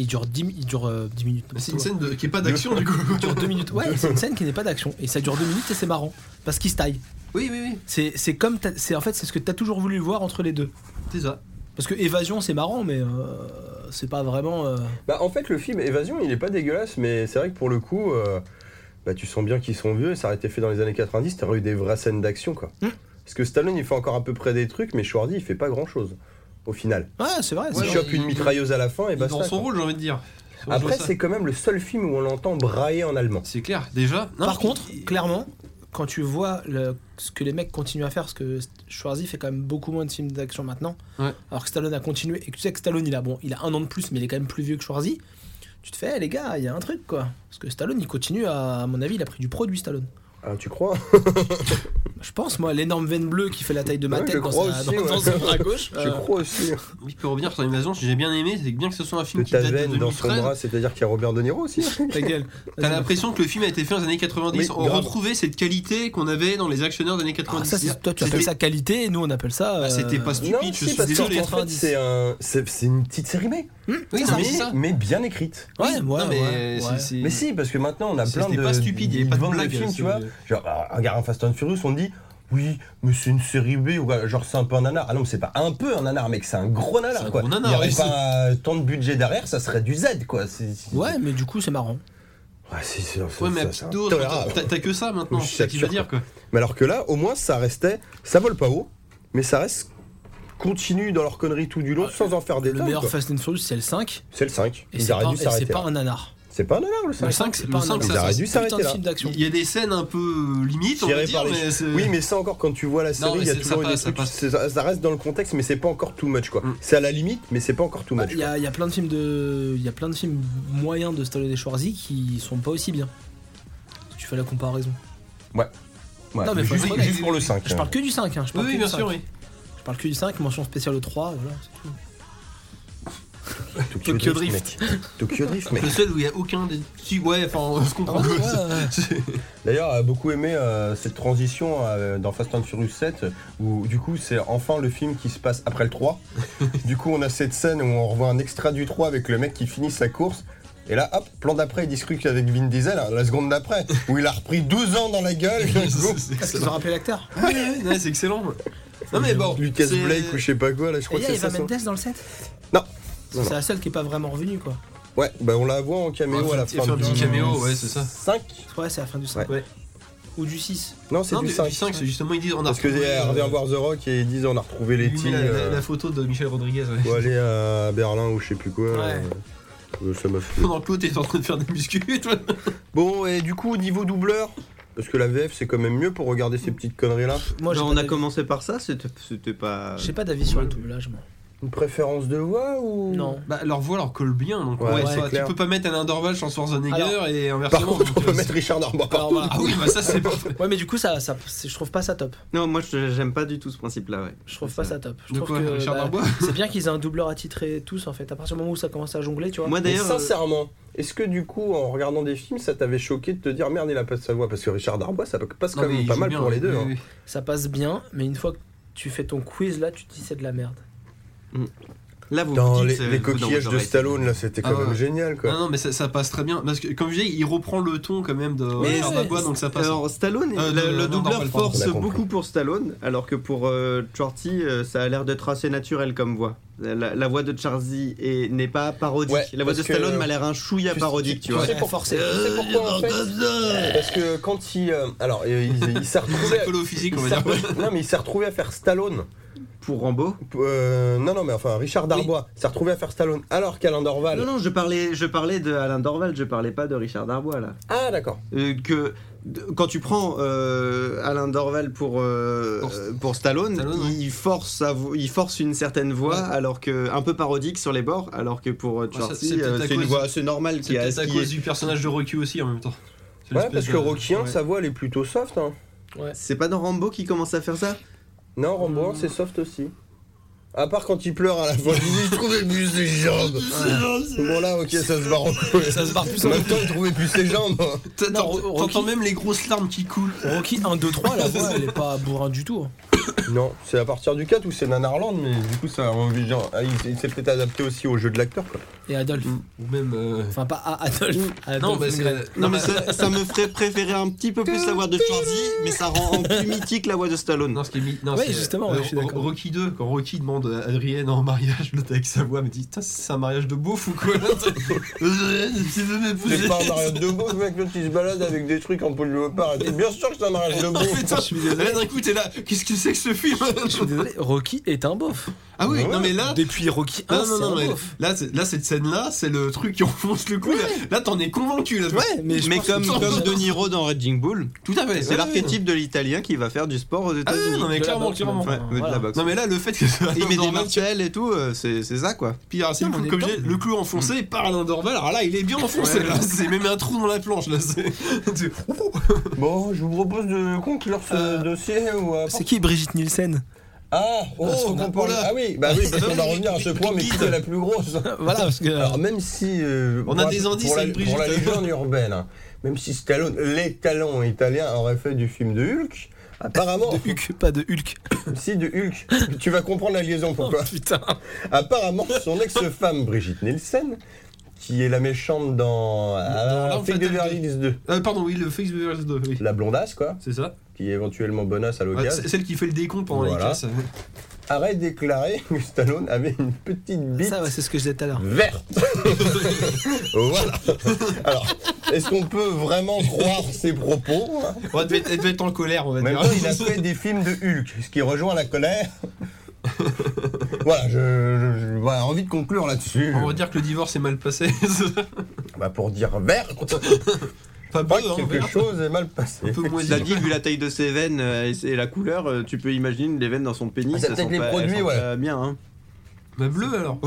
Speaker 3: Il dure 10, mi- il dure, euh, 10 minutes.
Speaker 4: Bah,
Speaker 5: C'est une scène de- qui est pas d'action, du coup.
Speaker 3: Il dure 2 minutes. Ouais, c'est une scène qui n'est pas d'action. Et ça dure 2 minutes et c'est marrant. Parce qu'il se taille.
Speaker 5: Oui, oui, oui.
Speaker 3: C'est c'est comme. t'as- c'est- En fait, c'est ce que t'as toujours voulu voir entre les deux.
Speaker 5: C'est ça.
Speaker 3: Parce que Évasion, c'est marrant, mais euh, c'est pas vraiment. euh,
Speaker 4: Bah en fait le film Évasion il est pas dégueulasse mais c'est vrai que pour le coup euh, bah, tu sens bien qu'ils sont vieux et ça aurait été fait dans les années 90 t'aurais eu des vraies scènes d'action quoi.
Speaker 5: Hein
Speaker 3: Hmm.
Speaker 4: Parce que Stallone il fait encore à peu près des trucs mais Schwarzy il fait pas grand chose au final.
Speaker 3: Ouais, c'est vrai. c'est
Speaker 5: Ouais,
Speaker 4: il
Speaker 3: vrai.
Speaker 4: chope
Speaker 5: Ah, il-
Speaker 4: une mitrailleuse à la fin et
Speaker 5: Il est
Speaker 4: basta.
Speaker 5: Dans Bah, son
Speaker 4: Bah, quoi.
Speaker 5: rôle, j'ai envie de dire. Sur-
Speaker 4: Après
Speaker 5: sur ça.
Speaker 4: c'est quand même le seul film où on l'entend brailler en allemand.
Speaker 5: C'est clair, déjà. Non,
Speaker 3: Par
Speaker 5: puis-
Speaker 3: contre, clairement, quand tu vois le- ce que les mecs continuent à faire, parce que Schwarzy fait quand même beaucoup moins de films d'action maintenant,
Speaker 5: Ouais.
Speaker 3: alors que Stallone a continué, et que tu sais que Stallone, il a, bon, il a un an de plus, mais il est quand même plus vieux que Schwarzy, tu te fais, Eh, les gars, il y a un truc, quoi. Parce que Stallone, il continue, à, à mon avis, il a pris du produit, Stallone.
Speaker 4: Ah, tu crois
Speaker 3: Je pense, moi, l'énorme veine bleue qui fait la taille de ma
Speaker 4: Ouais, je
Speaker 3: tête dans,
Speaker 4: crois
Speaker 3: sa-
Speaker 4: aussi,
Speaker 3: dans-
Speaker 4: ouais.
Speaker 3: dans son bras gauche.
Speaker 4: Je
Speaker 3: euh,
Speaker 4: crois aussi.
Speaker 5: Oui, pour revenir sur Invasion, ce que j'ai bien aimé, c'est que bien que ce soit un
Speaker 4: Que
Speaker 5: film qui
Speaker 4: ta
Speaker 5: date de
Speaker 4: veine dans son
Speaker 5: 2013,
Speaker 4: bras c'est-à-dire qu'il y a Robert De Niro aussi. hein.
Speaker 3: Ta gueule.
Speaker 5: T'as l'impression que le film a été fait dans les années 90.
Speaker 4: Oui,
Speaker 5: on
Speaker 4: grave.
Speaker 5: retrouvait cette qualité qu'on avait dans les actionneurs des années
Speaker 3: Ah,
Speaker 5: 90.
Speaker 3: ça, c'est- toi, tu appelles
Speaker 5: C'était-
Speaker 3: ça qualité, et nous, on appelle ça.
Speaker 5: Ah, c'était
Speaker 3: euh,
Speaker 5: pas
Speaker 4: non
Speaker 5: stupide, je
Speaker 4: si
Speaker 5: suis
Speaker 4: parce
Speaker 5: désolé.
Speaker 4: qu'en fait c'est un- c'est- c'est une petite série B.
Speaker 5: Oui, non, mais c'est ça.
Speaker 4: mais bien écrite.
Speaker 3: Ouais, ouais,
Speaker 5: Non, mais
Speaker 3: ouais,
Speaker 5: c'est-
Speaker 3: ouais.
Speaker 5: c'est-
Speaker 4: Mais si, parce que maintenant on a
Speaker 5: c'est-
Speaker 4: plein de.
Speaker 5: C'était pas stupide,
Speaker 4: ils
Speaker 5: il y avait pas de
Speaker 4: vendent le
Speaker 5: blague.
Speaker 4: film, tu
Speaker 5: c'est-
Speaker 4: vois. Genre, ah, regarde un Fast and Furious, on dit oui, mais c'est une série B, ou quoi, genre c'est un peu un nanar. Ah non, mais c'est pas un peu un nanar, mec, c'est un gros nanar,
Speaker 5: un
Speaker 4: quoi.
Speaker 5: gros nanar,
Speaker 4: Il y aurait
Speaker 5: oui,
Speaker 4: pas euh, tant de budget derrière, ça serait du Z, quoi. C'est- c'est-
Speaker 3: Ouais, mais du coup, c'est marrant.
Speaker 4: Ouais, si, c'est- c'est-
Speaker 5: Ouais, mais à
Speaker 4: c'est-
Speaker 5: petite
Speaker 4: c'est
Speaker 5: dose,
Speaker 4: intolérable.
Speaker 5: t'as- t'as que ça maintenant,
Speaker 4: Oui,
Speaker 5: c'est ça qui veut
Speaker 4: sûr,
Speaker 5: dire quoi.
Speaker 4: Mais alors que là, au moins, ça restait, ça vole pas haut, mais ça reste continu dans leur connerie tout du long, sans en faire des
Speaker 3: Le
Speaker 4: tonnes,
Speaker 3: meilleur
Speaker 4: quoi.
Speaker 3: Fast and Furious, c'est le 5.
Speaker 4: C'est le 5.
Speaker 3: Et
Speaker 4: Ils
Speaker 3: c'est
Speaker 4: auraient
Speaker 3: pas,
Speaker 4: dû
Speaker 3: et c'est
Speaker 4: s'arrêter
Speaker 3: pas
Speaker 4: là.
Speaker 3: un nanar.
Speaker 4: C'est pas un nanar, le 5.
Speaker 3: Le cinq, c'est
Speaker 5: le
Speaker 3: pas un
Speaker 5: cinq,
Speaker 3: nanar.
Speaker 4: Ils
Speaker 5: ça,
Speaker 4: auraient
Speaker 5: ça,
Speaker 4: dû
Speaker 3: C'est un
Speaker 4: s'arrêter
Speaker 3: putain de
Speaker 4: là.
Speaker 3: film d'action.
Speaker 5: Il y a des scènes un peu euh, limites, on va
Speaker 4: Tiré
Speaker 5: dire,
Speaker 4: par les
Speaker 5: mais
Speaker 4: cheveux.
Speaker 5: c'est-
Speaker 4: Oui, mais ça encore, quand tu vois la série,
Speaker 5: mais
Speaker 4: il y a
Speaker 5: c'est- ça
Speaker 4: toujours eu des
Speaker 5: passe, ça
Speaker 4: trucs.
Speaker 5: passe. Mm.
Speaker 4: c'est- Ça, ça reste dans le contexte, mais c'est pas encore too much, quoi. C'est à la limite, mais c'est pas encore too
Speaker 3: Bah,
Speaker 4: much.
Speaker 3: Il y, a il y a plein de films de, il y a plein de films moyens de Stallone et Schwarzy qui sont pas aussi bien. Tu fais la comparaison.
Speaker 5: Bah,
Speaker 4: Ouais,
Speaker 3: non, mais faut
Speaker 4: juste,
Speaker 3: être honnête.
Speaker 4: juste pour le 5.
Speaker 3: Je parle que du 5, hein. je,
Speaker 5: Oui,
Speaker 3: parle
Speaker 5: oui,
Speaker 3: que
Speaker 5: bien
Speaker 3: du 5.
Speaker 5: sûr, oui.
Speaker 3: je parle que du 5, mention spéciale au 3, voilà, c'est tout.
Speaker 4: Tokyo,
Speaker 5: Tokyo
Speaker 4: Drift. mec. Tokyo Drift, mec.
Speaker 5: Le seul où il y a aucun des. Si, ouais, enfin, on se comprend.
Speaker 3: Ouais, ouais, ouais.
Speaker 4: D'ailleurs, a beaucoup aimé euh, cette transition euh, dans Fast and Furious 7, où du coup, c'est enfin le film qui se passe après le 3. du coup, on a cette scène où on revoit un extrait du 3 avec le mec qui finit sa course. Et là, hop, plan d'après, il discute avec Vin Diesel, hein, la seconde d'après, où il a repris 12 ans dans la gueule. d'un coup.
Speaker 5: C'est
Speaker 3: Est-ce qu'ils ont
Speaker 5: excellent.
Speaker 3: rappelé l'acteur
Speaker 4: Ah,
Speaker 5: Ouais, ouais, ouais, c'est excellent. ouais. Non, mais bon.
Speaker 4: Lucas
Speaker 5: c'est-
Speaker 4: Blake ou je sais pas quoi, là, je
Speaker 3: Et
Speaker 4: crois
Speaker 3: il y
Speaker 4: que
Speaker 3: a
Speaker 4: c'est
Speaker 3: Eva
Speaker 4: ça. son-
Speaker 3: Mendes dans le 7
Speaker 4: Non. Non,
Speaker 3: C'est la seule qui est pas vraiment revenue quoi.
Speaker 4: Ouais, bah on la voit en caméo
Speaker 5: Ouais,
Speaker 4: à la
Speaker 5: fait-
Speaker 4: fin.
Speaker 5: fait un
Speaker 4: du
Speaker 5: petit caméo, ouais, c'est ça.
Speaker 4: 5
Speaker 3: Ouais, c'est la fin du 5.
Speaker 5: Ouais.
Speaker 3: Ou du 6.
Speaker 4: Non, c'est
Speaker 5: Non,
Speaker 4: du
Speaker 5: mais
Speaker 4: 5.
Speaker 5: du 5, c'est justement, ils disent on a
Speaker 4: Parce que
Speaker 5: retrouvé,
Speaker 4: derrière,
Speaker 5: euh,
Speaker 4: revient voir The Rock et ils disent on a retrouvé les
Speaker 5: la-
Speaker 4: teams.
Speaker 5: la-
Speaker 4: euh,
Speaker 5: La photo de Michel Rodriguez, ouais.
Speaker 4: Ou aller à Berlin ou je sais plus quoi.
Speaker 3: Ouais.
Speaker 4: euh, ça m'a fait-
Speaker 5: Pendant que l'autre est en train de faire des muscu, toi.
Speaker 4: Bon, et du coup, au niveau doubleur Parce que la VF, c'est quand même mieux pour regarder ces petites conneries-là.
Speaker 3: Moi j'ai
Speaker 2: Genre, on
Speaker 3: pas
Speaker 2: a
Speaker 3: d'avis-
Speaker 2: commencé par ça, c'était c'était pas.
Speaker 3: j'ai pas d'avis sur le doublage moi.
Speaker 4: Une préférence de voix ou
Speaker 3: Non.
Speaker 5: Bah, leur voix leur colle bien, donc euh,
Speaker 4: Ouais,
Speaker 5: ouais,
Speaker 4: c'est
Speaker 5: ça- tu
Speaker 4: clair.
Speaker 5: peux pas mettre Alain Dorval sans Schwarzenegger
Speaker 3: Alors,
Speaker 5: et
Speaker 4: Par
Speaker 5: inversement.
Speaker 4: contre, on
Speaker 5: donc,
Speaker 4: peut
Speaker 5: euh,
Speaker 4: mettre Richard Darbois
Speaker 3: Alors
Speaker 4: partout.
Speaker 3: voilà.
Speaker 5: Ah oui, bah ça c'est pas
Speaker 3: Ouais mais du coup ça, ça c'est- je trouve pas ça top.
Speaker 2: Non, moi je- j'aime pas du tout ce principe-là, ouais.
Speaker 3: Je trouve pas ça top. Je
Speaker 5: De
Speaker 3: trouve
Speaker 5: quoi,
Speaker 3: que
Speaker 5: Richard
Speaker 3: bah,
Speaker 5: euh, Darbois
Speaker 3: c'est bien qu'ils aient un doubleur attitré tous en fait. À partir du moment où ça commence à jongler, tu vois.
Speaker 2: Moi
Speaker 4: Mais
Speaker 2: d'ailleurs. euh,
Speaker 4: sincèrement, est-ce que du coup, en regardant des films, ça t'avait choqué de te dire merde, il a pas de sa voix Parce que Richard Darbois, ça passe
Speaker 5: Non,
Speaker 4: quand
Speaker 5: mais
Speaker 4: même
Speaker 5: ils
Speaker 4: pas
Speaker 5: jouent
Speaker 4: mal
Speaker 5: bien,
Speaker 4: pour
Speaker 5: ouais,
Speaker 4: les deux.
Speaker 5: oui,
Speaker 4: hein.
Speaker 5: oui.
Speaker 3: ça passe bien, mais une fois que tu fais ton quiz là, tu te dis c'est de la merde.
Speaker 2: Là, vous
Speaker 4: Dans
Speaker 2: vous
Speaker 4: les,
Speaker 2: dites, euh,
Speaker 4: les
Speaker 2: vous, dans vos
Speaker 4: coquillages de
Speaker 2: oreilles,
Speaker 4: Stallone, là, c'était quand
Speaker 5: Ah
Speaker 4: même
Speaker 5: ouais.
Speaker 4: génial, quoi.
Speaker 5: Ah non, mais ça, ça passe très bien. Parce que, comme je disais, il reprend le ton quand même de
Speaker 2: Mais
Speaker 5: Richard
Speaker 2: ouais,
Speaker 5: Darbois, donc ça passe.
Speaker 2: Alors Stallone,
Speaker 5: Euh,
Speaker 2: le,
Speaker 5: de-
Speaker 2: le
Speaker 5: non,
Speaker 2: doubleur
Speaker 5: Norman, pardon.
Speaker 4: On a
Speaker 2: force
Speaker 4: compris.
Speaker 2: beaucoup pour Stallone, alors que pour euh, Schwarzy, euh, ça a l'air d'être assez naturel comme voix. La, la voix de Schwarzy est- n'est pas parodique.
Speaker 4: Ouais,
Speaker 2: la voix de
Speaker 4: parce que-
Speaker 2: Stallone m'a l'air un chouïa parodique, tu, vois.
Speaker 4: sais pour-
Speaker 3: forcé.
Speaker 4: tu sais
Speaker 5: Euh,
Speaker 4: pourquoi, en fait Parce que quand il. euh, alors, il, il- il s'est retrouvé. à-
Speaker 5: Colo physique,
Speaker 4: il
Speaker 5: on va
Speaker 4: s'est
Speaker 5: dire.
Speaker 4: retrouvé- non, mais il s'est retrouvé à faire Stallone.
Speaker 2: Pour Rambo.
Speaker 4: Euh, non, non, mais enfin, Richard Darbois s'est retrouvé à faire Stallone alors qu'Alain Dorval.
Speaker 2: Non, non, je parlais, je parlais de Alain Dorval, je parlais pas de Richard Darbois là.
Speaker 4: Ah, d'accord.
Speaker 2: Euh, que de- quand tu prends euh, Alain Dorval pour euh,
Speaker 5: Pour-
Speaker 2: euh, pour Stallone,
Speaker 5: Stallone, ouais.
Speaker 2: il force sa vo- il force une certaine voix alors que un peu parodique sur les bords alors que pour euh,
Speaker 5: ça,
Speaker 2: Schwarzy,
Speaker 5: c'est peut-être
Speaker 2: euh,
Speaker 5: à
Speaker 2: c'est une
Speaker 5: cause-
Speaker 2: voix assez normale
Speaker 5: C'est
Speaker 2: qui a
Speaker 5: peut-être à
Speaker 2: qui est-
Speaker 5: cause du personnage de Rocky aussi en même temps. C'est
Speaker 4: Ouais,
Speaker 5: l'espèce
Speaker 4: parce
Speaker 5: de-
Speaker 4: que Rocky 1,
Speaker 5: ouais.
Speaker 4: sa voix, elle est plutôt soft. Hein.
Speaker 2: C'est pas dans Rambo qui commence à faire ça
Speaker 4: Non, Rambo 1, c'est soft aussi. À part quand il pleure à la fin, il dit il trouvait plus ses jambes. Bon, là, ok, ça se barre en couille.
Speaker 3: Ça se barre plus
Speaker 4: En
Speaker 3: en
Speaker 4: même temps, il trouvait plus ses jambes.
Speaker 5: T'as-
Speaker 3: Non,
Speaker 5: t'en-
Speaker 3: Rocky-
Speaker 5: T'entends même les grosses larmes qui coulent.
Speaker 3: Rocky 1, 2, 3, la voix elle est pas bourrin du tout. hein.
Speaker 4: Non, c'est à partir du 4 où c'est Nanarland, mais du coup, ça, on vit genre- ah, il, il s'est peut-être adapté aussi au jeu de l'acteur. quoi.
Speaker 3: Et Adolphe.
Speaker 5: Ou même. euh,
Speaker 3: Enfin pas à Adolphe. Adolphe
Speaker 5: Non, parce
Speaker 3: Lundgren.
Speaker 5: que.
Speaker 2: Non mais ça, ça me ferait préférer un petit peu plus la voix de Schwarzy, mais ça rend en plus mythique la voix de Stallone.
Speaker 5: Non, ce qui est mi- non,
Speaker 3: Ouais,
Speaker 5: c'est- euh,
Speaker 3: justement, ouais, je suis
Speaker 5: Ro-
Speaker 3: d'accord.
Speaker 5: Rocky 2, quand Rocky demande à Adrienne en mariage, l'autre avec sa voix me dit Putain, c'est un mariage de beauf ou quoi Adrienne, tu veux m'épouser
Speaker 4: C'est pas un mariage de beau, mec, l'autre il se balade avec des trucs en peau de léopard. et tout. Bien sûr que c'est un mariage de beau.
Speaker 5: Putain, je suis désolé. D'un coup, t'es là. Qu'est-ce que c'est que ce film
Speaker 3: Je suis désolé, Rocky est un beauf.
Speaker 5: Ah oui, non mais là.
Speaker 3: Depuis Rocky 1,
Speaker 5: Ah, non,
Speaker 3: c'est
Speaker 5: non,
Speaker 3: un
Speaker 5: non, mais
Speaker 3: beauf.
Speaker 5: là, c'est- là, cette scène-là, c'est le truc qui enfonce le cou. là. Là, t'en es convaincu. Là,
Speaker 3: Ouais, mais, je
Speaker 2: Mais
Speaker 3: pense
Speaker 2: comme,
Speaker 3: que-
Speaker 2: comme De Niro dans Raging Bull,
Speaker 5: tout à fait.
Speaker 2: c'est
Speaker 5: ouais,
Speaker 2: l'archétype de l'italien qui va faire du sport aux
Speaker 5: Ah,
Speaker 2: États-Unis.
Speaker 5: ouais, non, mais
Speaker 3: De la
Speaker 5: clairement,
Speaker 3: boxe,
Speaker 5: clairement.
Speaker 2: Ouais,
Speaker 3: enfin,
Speaker 2: mais de
Speaker 3: voilà.
Speaker 2: la boxe.
Speaker 5: Non, mais là, le fait que ça.
Speaker 2: Il met des
Speaker 5: Dorval,
Speaker 2: martels et tout, euh, c'est c'est ça quoi.
Speaker 5: Puis, alors, c'est
Speaker 3: Putain,
Speaker 5: le
Speaker 3: mais
Speaker 5: coup,
Speaker 3: on
Speaker 5: comme
Speaker 3: est
Speaker 5: j'ai- le clou enfoncé par Alain Dorval. Alors là, il est bien enfoncé. là. C'est même un trou dans la planche. Là, c'est. c'est-
Speaker 4: Bon, je vous propose de conclure ce
Speaker 3: Euh,
Speaker 4: dossier ou à-
Speaker 3: C'est qui Brigitte Nielsen
Speaker 4: Ah, oh,
Speaker 3: Parce qu'on
Speaker 4: qu'on
Speaker 3: a-
Speaker 4: parle-
Speaker 5: voilà.
Speaker 4: Ah oui, bah oui, parce
Speaker 5: Ah
Speaker 4: qu'on va
Speaker 5: oui,
Speaker 4: revenir à ce point, mais qui
Speaker 5: guide.
Speaker 4: est la plus grosse
Speaker 3: Voilà, parce que.
Speaker 4: Alors même si... euh,
Speaker 5: On
Speaker 4: pour
Speaker 5: a
Speaker 4: la-
Speaker 5: des indices
Speaker 4: pour la,
Speaker 5: avec
Speaker 4: pour la
Speaker 5: Brigitte.
Speaker 4: légende urbaine, hein, même si Stallone, les talents italiens auraient fait du film de Hulk, apparemment...
Speaker 3: de euh, Hulk, pas de Hulk.
Speaker 4: si, de Hulk. tu vas comprendre la liaison, pourquoi.
Speaker 3: Putain.
Speaker 4: Apparemment, son ex-femme, Brigitte Nielsen, qui est la méchante dans,
Speaker 5: Dans
Speaker 4: ah,
Speaker 5: L'Arme
Speaker 4: Fake
Speaker 5: Fatale
Speaker 4: Beverly Hills 2.
Speaker 5: Euh, pardon, oui, le Fix Beverly Hills 2, oui.
Speaker 4: La blondasse, quoi.
Speaker 5: C'est ça.
Speaker 4: Qui est éventuellement bonasse à
Speaker 5: Ouais,
Speaker 4: l'occasion.
Speaker 5: c'est- celle qui fait le décompte pendant les
Speaker 4: Voilà.
Speaker 5: casses.
Speaker 4: Arrête de déclarer que Stallone avait une petite bite
Speaker 3: Ah, Ça, ouais, c'est ce que je disais tout à l'heure.
Speaker 4: verte. voilà. Alors, est-ce qu'on peut vraiment croire ses propos hein
Speaker 5: On devait, être- elle devait être en colère, on va
Speaker 4: En Même
Speaker 5: dire.
Speaker 4: temps, il a fait des films de Hulk, ce qui rejoint la colère. voilà, je- je- je- voilà, envie de conclure là-dessus.
Speaker 5: On va dire que le divorce est mal passé.
Speaker 4: Bah, pour dire verte,
Speaker 5: Pas beau,
Speaker 4: pas
Speaker 5: hein,
Speaker 4: que quelque
Speaker 5: verte.
Speaker 4: chose est mal passé.
Speaker 5: Un peu moins de
Speaker 2: Cela dit, vu la taille de ses veines euh, et la couleur, euh, tu peux imaginer les veines dans son pénis.
Speaker 4: Ah, c'est
Speaker 2: elles
Speaker 4: peut-être
Speaker 2: sont
Speaker 4: les
Speaker 2: pas- elles
Speaker 4: produits,
Speaker 2: sont
Speaker 4: ouais.
Speaker 2: pas bien, hein.
Speaker 5: Bah, bleu alors.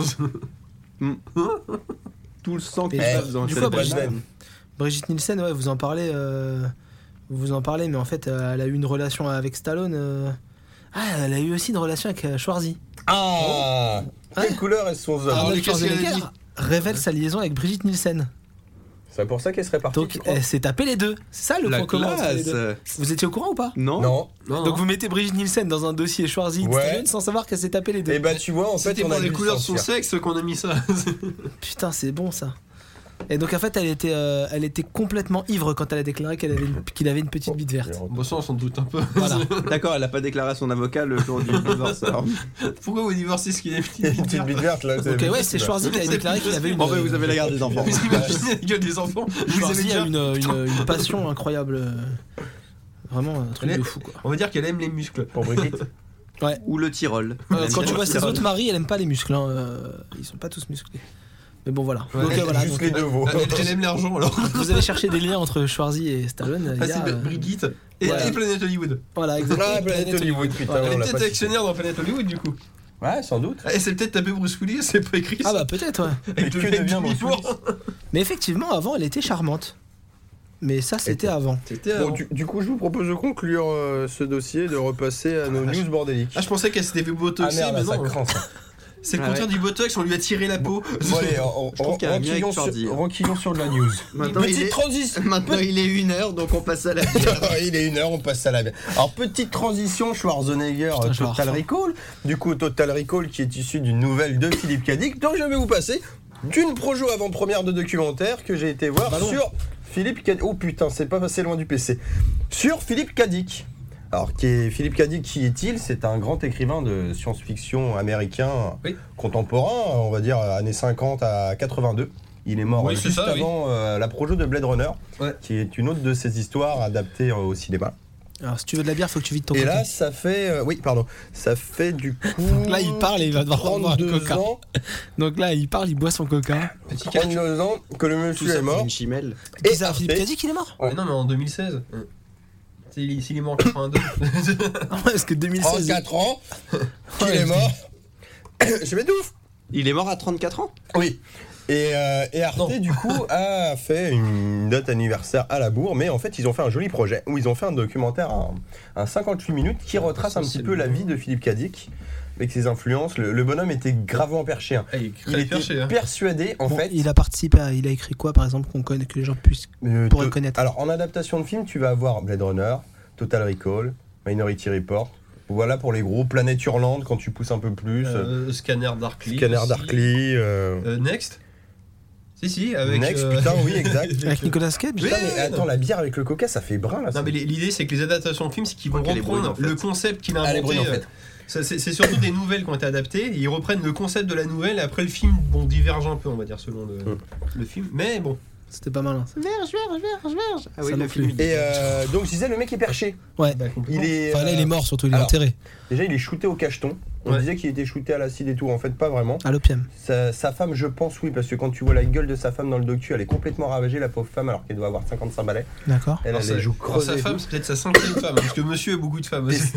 Speaker 2: Tout le sang qui
Speaker 3: Et
Speaker 2: passe
Speaker 3: du
Speaker 2: dans
Speaker 3: coup,
Speaker 2: cette
Speaker 3: après,
Speaker 2: veine.
Speaker 3: je- Brigitte Nielsen, ouais, vous en parlez, euh, vous en parlez, mais en fait, euh, elle a eu une relation avec Stallone. euh, Ah, elle a eu aussi une relation avec euh, Schwarzy.
Speaker 4: Ah Quelle couleur est son
Speaker 5: Alors,
Speaker 4: homme
Speaker 5: les
Speaker 3: Arnold
Speaker 5: qu'est-ce qu'elle a
Speaker 3: Schwarzenegger révèle sa liaison avec Brigitte Nielsen.
Speaker 4: C'est pour ça qu'elle serait partie.
Speaker 3: Donc,
Speaker 4: tu crois
Speaker 3: elle s'est tapée les deux. C'est ça le
Speaker 2: La
Speaker 3: point commun entre les
Speaker 2: classe. euh,
Speaker 3: deux. Vous étiez au courant ou pas
Speaker 2: Non.
Speaker 4: Non.
Speaker 3: Donc, vous mettez Brigitte Nielsen dans un dossier Schwarzy et
Speaker 4: Ouais.
Speaker 3: Stallone sans savoir qu'elle s'est tapée les deux.
Speaker 4: Et bah, tu vois, en fait,
Speaker 5: C'était
Speaker 4: on
Speaker 5: pour
Speaker 4: a
Speaker 5: les
Speaker 4: dû
Speaker 5: couleurs de son
Speaker 4: sortir.
Speaker 5: sexe qu'on a mis ça.
Speaker 3: Putain, c'est bon ça. Et donc en fait, elle était, euh, elle était complètement ivre quand elle a déclaré qu'elle avait une- qu'il avait une petite bite verte.
Speaker 5: bon, ça, on s'en doute un peu.
Speaker 3: Voilà.
Speaker 2: D'accord, elle a pas déclaré à son avocat le jour du divorce. alors.
Speaker 5: Pourquoi vous divorcez ce qu'il est petit
Speaker 4: Il y a Une petite bite verte là.
Speaker 3: Donc euh, ouais, c'est Schwarzy qui avait déclaré qu'il avait une.
Speaker 2: En fait, vous avez la garde des enfants.
Speaker 5: Vous imaginez la gueule des enfants Vous avez
Speaker 3: Schwarzy a
Speaker 5: déjà...
Speaker 3: une, une- une passion incroyable. euh, Vraiment un truc
Speaker 5: Elle est-
Speaker 3: de fou quoi.
Speaker 5: On va dire qu'elle aime les muscles.
Speaker 4: Pour Brigitte.
Speaker 2: Ou le Tyrol.
Speaker 3: Euh, quand tu vois ses autres maris, elle aime pas les muscles. hein, euh, ils sont pas tous musclés. Mais bon voilà.
Speaker 5: Ouais,
Speaker 3: donc, euh, voilà
Speaker 4: Juste
Speaker 3: donc,
Speaker 4: les deux veaux.
Speaker 5: Elle, elle aime l'argent alors.
Speaker 3: euh, vous avez cherché des liens entre Schwarzy et Stallone.
Speaker 5: Ah,
Speaker 3: il y a,
Speaker 5: c'est
Speaker 3: euh,
Speaker 5: Brigitte et,
Speaker 3: voilà.
Speaker 5: et Planète Hollywood.
Speaker 3: voilà exactement.
Speaker 4: Ah,
Speaker 2: bah,
Speaker 4: Planète Hollywood, putain,
Speaker 5: Elle
Speaker 4: on
Speaker 5: est
Speaker 4: l'a
Speaker 5: peut-être
Speaker 4: pas cité.
Speaker 5: actionnaire dans Planète Hollywood du coup.
Speaker 4: Ouais, sans doute.
Speaker 5: Ah, Et c'est peut-être tapé Bruce Willis, c'est pas écrit.
Speaker 3: Ah bah peut-être ouais.
Speaker 5: ça, avec
Speaker 4: mais
Speaker 5: le
Speaker 4: que
Speaker 5: mec
Speaker 4: devient
Speaker 5: du
Speaker 4: Bruce
Speaker 5: Before.
Speaker 3: Mais effectivement avant elle était charmante. Mais ça c'était avant.
Speaker 5: C'était
Speaker 4: Bon,
Speaker 5: avant.
Speaker 4: du, du coup, je vous propose de conclure euh, ce dossier et de repasser à nos news bordéliques.
Speaker 5: Ah, je pensais qu'elle s'était fait botoxer, mais
Speaker 4: Ah, bah, ça
Speaker 5: non.
Speaker 4: craint, ça.
Speaker 5: C'est le
Speaker 2: Ah
Speaker 5: contraire du botox, on lui a tiré la peau.
Speaker 4: Bon, allez, on- on-
Speaker 2: Je trouve qu'il y a un hein. lien
Speaker 4: renquillons
Speaker 2: avec Jordi.
Speaker 4: sur- renquillons sur de la news.
Speaker 2: Maintenant, il est-
Speaker 4: transition.
Speaker 2: Maintenant, il est une heure, donc on passe à la.
Speaker 4: Il est une heure, on passe à la bière. Alors, petite transition, Schwarzenegger,
Speaker 3: Putain, je vais
Speaker 4: Total
Speaker 3: avoir faim.
Speaker 4: Recall. Du coup, Total Recall qui est issu d'une nouvelle de Philippe Cadic. Donc, je vais vous passer d'une projo avant-première de documentaire que j'ai été
Speaker 5: Bah
Speaker 4: voir sur Philippe Cadic. Oh putain, c'est pas passé loin du PC. Sur Philippe Cadic. Alors, qui est Philippe Cadic, qui est-il C'est un grand écrivain de science-fiction américain
Speaker 5: Oui.
Speaker 4: contemporain, on va dire années 50 à 82. Il est mort
Speaker 5: Oui, c'est
Speaker 4: juste
Speaker 5: ça, oui.
Speaker 4: avant euh, la projo de Blade Runner,
Speaker 5: Ouais.
Speaker 4: qui est une autre de ses histoires adaptées euh, au cinéma.
Speaker 3: Alors si tu veux de la bière faut que tu vides ton.
Speaker 4: Et
Speaker 3: coca.
Speaker 4: là, ça fait. euh, oui, pardon. Ça fait du coup.
Speaker 3: Là, il parle et il va devoir prendre un
Speaker 4: 32
Speaker 3: coca.
Speaker 4: ans,
Speaker 3: Donc là, il parle, il boit son coca.
Speaker 5: Petit calcul.
Speaker 4: 32 ans que le
Speaker 2: Tout
Speaker 4: monsieur
Speaker 2: ça
Speaker 4: est
Speaker 2: pour
Speaker 4: mort.
Speaker 2: une chimelle.
Speaker 3: Et
Speaker 4: Et
Speaker 3: ça, Philippe
Speaker 4: et-
Speaker 3: Cadic, il est mort
Speaker 5: Mais Non, mais en 2016. S'il s'il est mort en 82.
Speaker 3: Ah ouais, Parce que
Speaker 1: Oh,
Speaker 4: En
Speaker 3: 2016.
Speaker 4: 4 ans, qu'il est mort. Je m'étouffe.
Speaker 2: Il est mort à 34 ans
Speaker 4: Oui. Et, euh, et Arte,
Speaker 5: Non.
Speaker 4: du coup, a fait une date anniversaire à la bourre, mais en fait, ils ont fait un joli projet où ils ont fait un documentaire, un, un 58 minutes, qui retrace un
Speaker 5: c'est
Speaker 4: petit
Speaker 5: le
Speaker 4: peu la vie de Philippe Cadic, avec ses influences. Le, le bonhomme était gravement perché. hein.
Speaker 5: Ah, il est
Speaker 4: Il
Speaker 5: très
Speaker 4: était
Speaker 5: perché. hein.
Speaker 4: persuadé, en
Speaker 3: Bon,
Speaker 4: fait.
Speaker 3: Il a participé à. Il a écrit quoi, par exemple, qu'on connaît, que les gens puissent.
Speaker 4: Euh,
Speaker 3: Pour
Speaker 4: to-
Speaker 3: reconnaître.
Speaker 4: Alors, en adaptation de film, tu vas avoir Blade Runner, Total Recall, Minority Report. Voilà pour les gros. Planète Hurlante, quand tu pousses un peu plus.
Speaker 5: Euh, Scanner Darkly.
Speaker 4: Scanner
Speaker 5: aussi.
Speaker 4: Darkly. euh,
Speaker 5: Euh, Next Si, si, avec.
Speaker 4: Next,
Speaker 5: euh,
Speaker 4: putain, oui, exact.
Speaker 5: avec,
Speaker 3: Avec
Speaker 5: euh,
Speaker 3: Nicolas Cage
Speaker 5: Oui.
Speaker 4: Putain, mais attends, la bière avec le coca, ça fait brun, là. ça.
Speaker 5: Non, mais les- l'idée, c'est que les adaptations de films, c'est qu'ils vont
Speaker 2: crois qu'elle est
Speaker 5: reprendre
Speaker 2: brune, en fait.
Speaker 5: le concept qu'il a
Speaker 4: Ah, elle
Speaker 5: inventé.
Speaker 4: est brune, en
Speaker 5: euh,
Speaker 4: fait.
Speaker 5: ça, C'est c'est surtout des nouvelles qui ont été adaptées. et ils reprennent le concept de la nouvelle et après le film, bon, diverge un peu, on va dire, selon le,
Speaker 4: Mm.
Speaker 5: le film. Mais bon.
Speaker 3: C'était pas mal. hein.
Speaker 2: Ah oui,
Speaker 3: Ça
Speaker 2: le
Speaker 3: non
Speaker 2: film.
Speaker 3: plus.
Speaker 4: Et euh, donc, je disais, le mec est perché.
Speaker 3: Ouais.
Speaker 5: bah, complètement.
Speaker 4: Il est,
Speaker 3: Enfin, là, il est
Speaker 4: euh,
Speaker 3: mort surtout, il est
Speaker 4: alors.
Speaker 3: enterré
Speaker 4: Déjà, il est shooté au cacheton. On
Speaker 5: Ouais.
Speaker 4: disait qu'il était shooté à l'acide et tout. En fait, pas vraiment.
Speaker 3: à l'opium.
Speaker 4: Sa, sa femme, je pense, oui, parce que quand tu vois la gueule de sa femme dans le docu, elle est complètement ravagée, la pauvre femme, alors qu'elle doit avoir 55 balais.
Speaker 3: D'accord.
Speaker 4: Elle a
Speaker 5: Alors, sa-
Speaker 4: les joues
Speaker 5: alors, sa
Speaker 4: creusées. et
Speaker 5: femme,
Speaker 4: tout.
Speaker 5: c'est peut-être sa cinquième femme, hein, parce que monsieur a beaucoup de femmes aussi.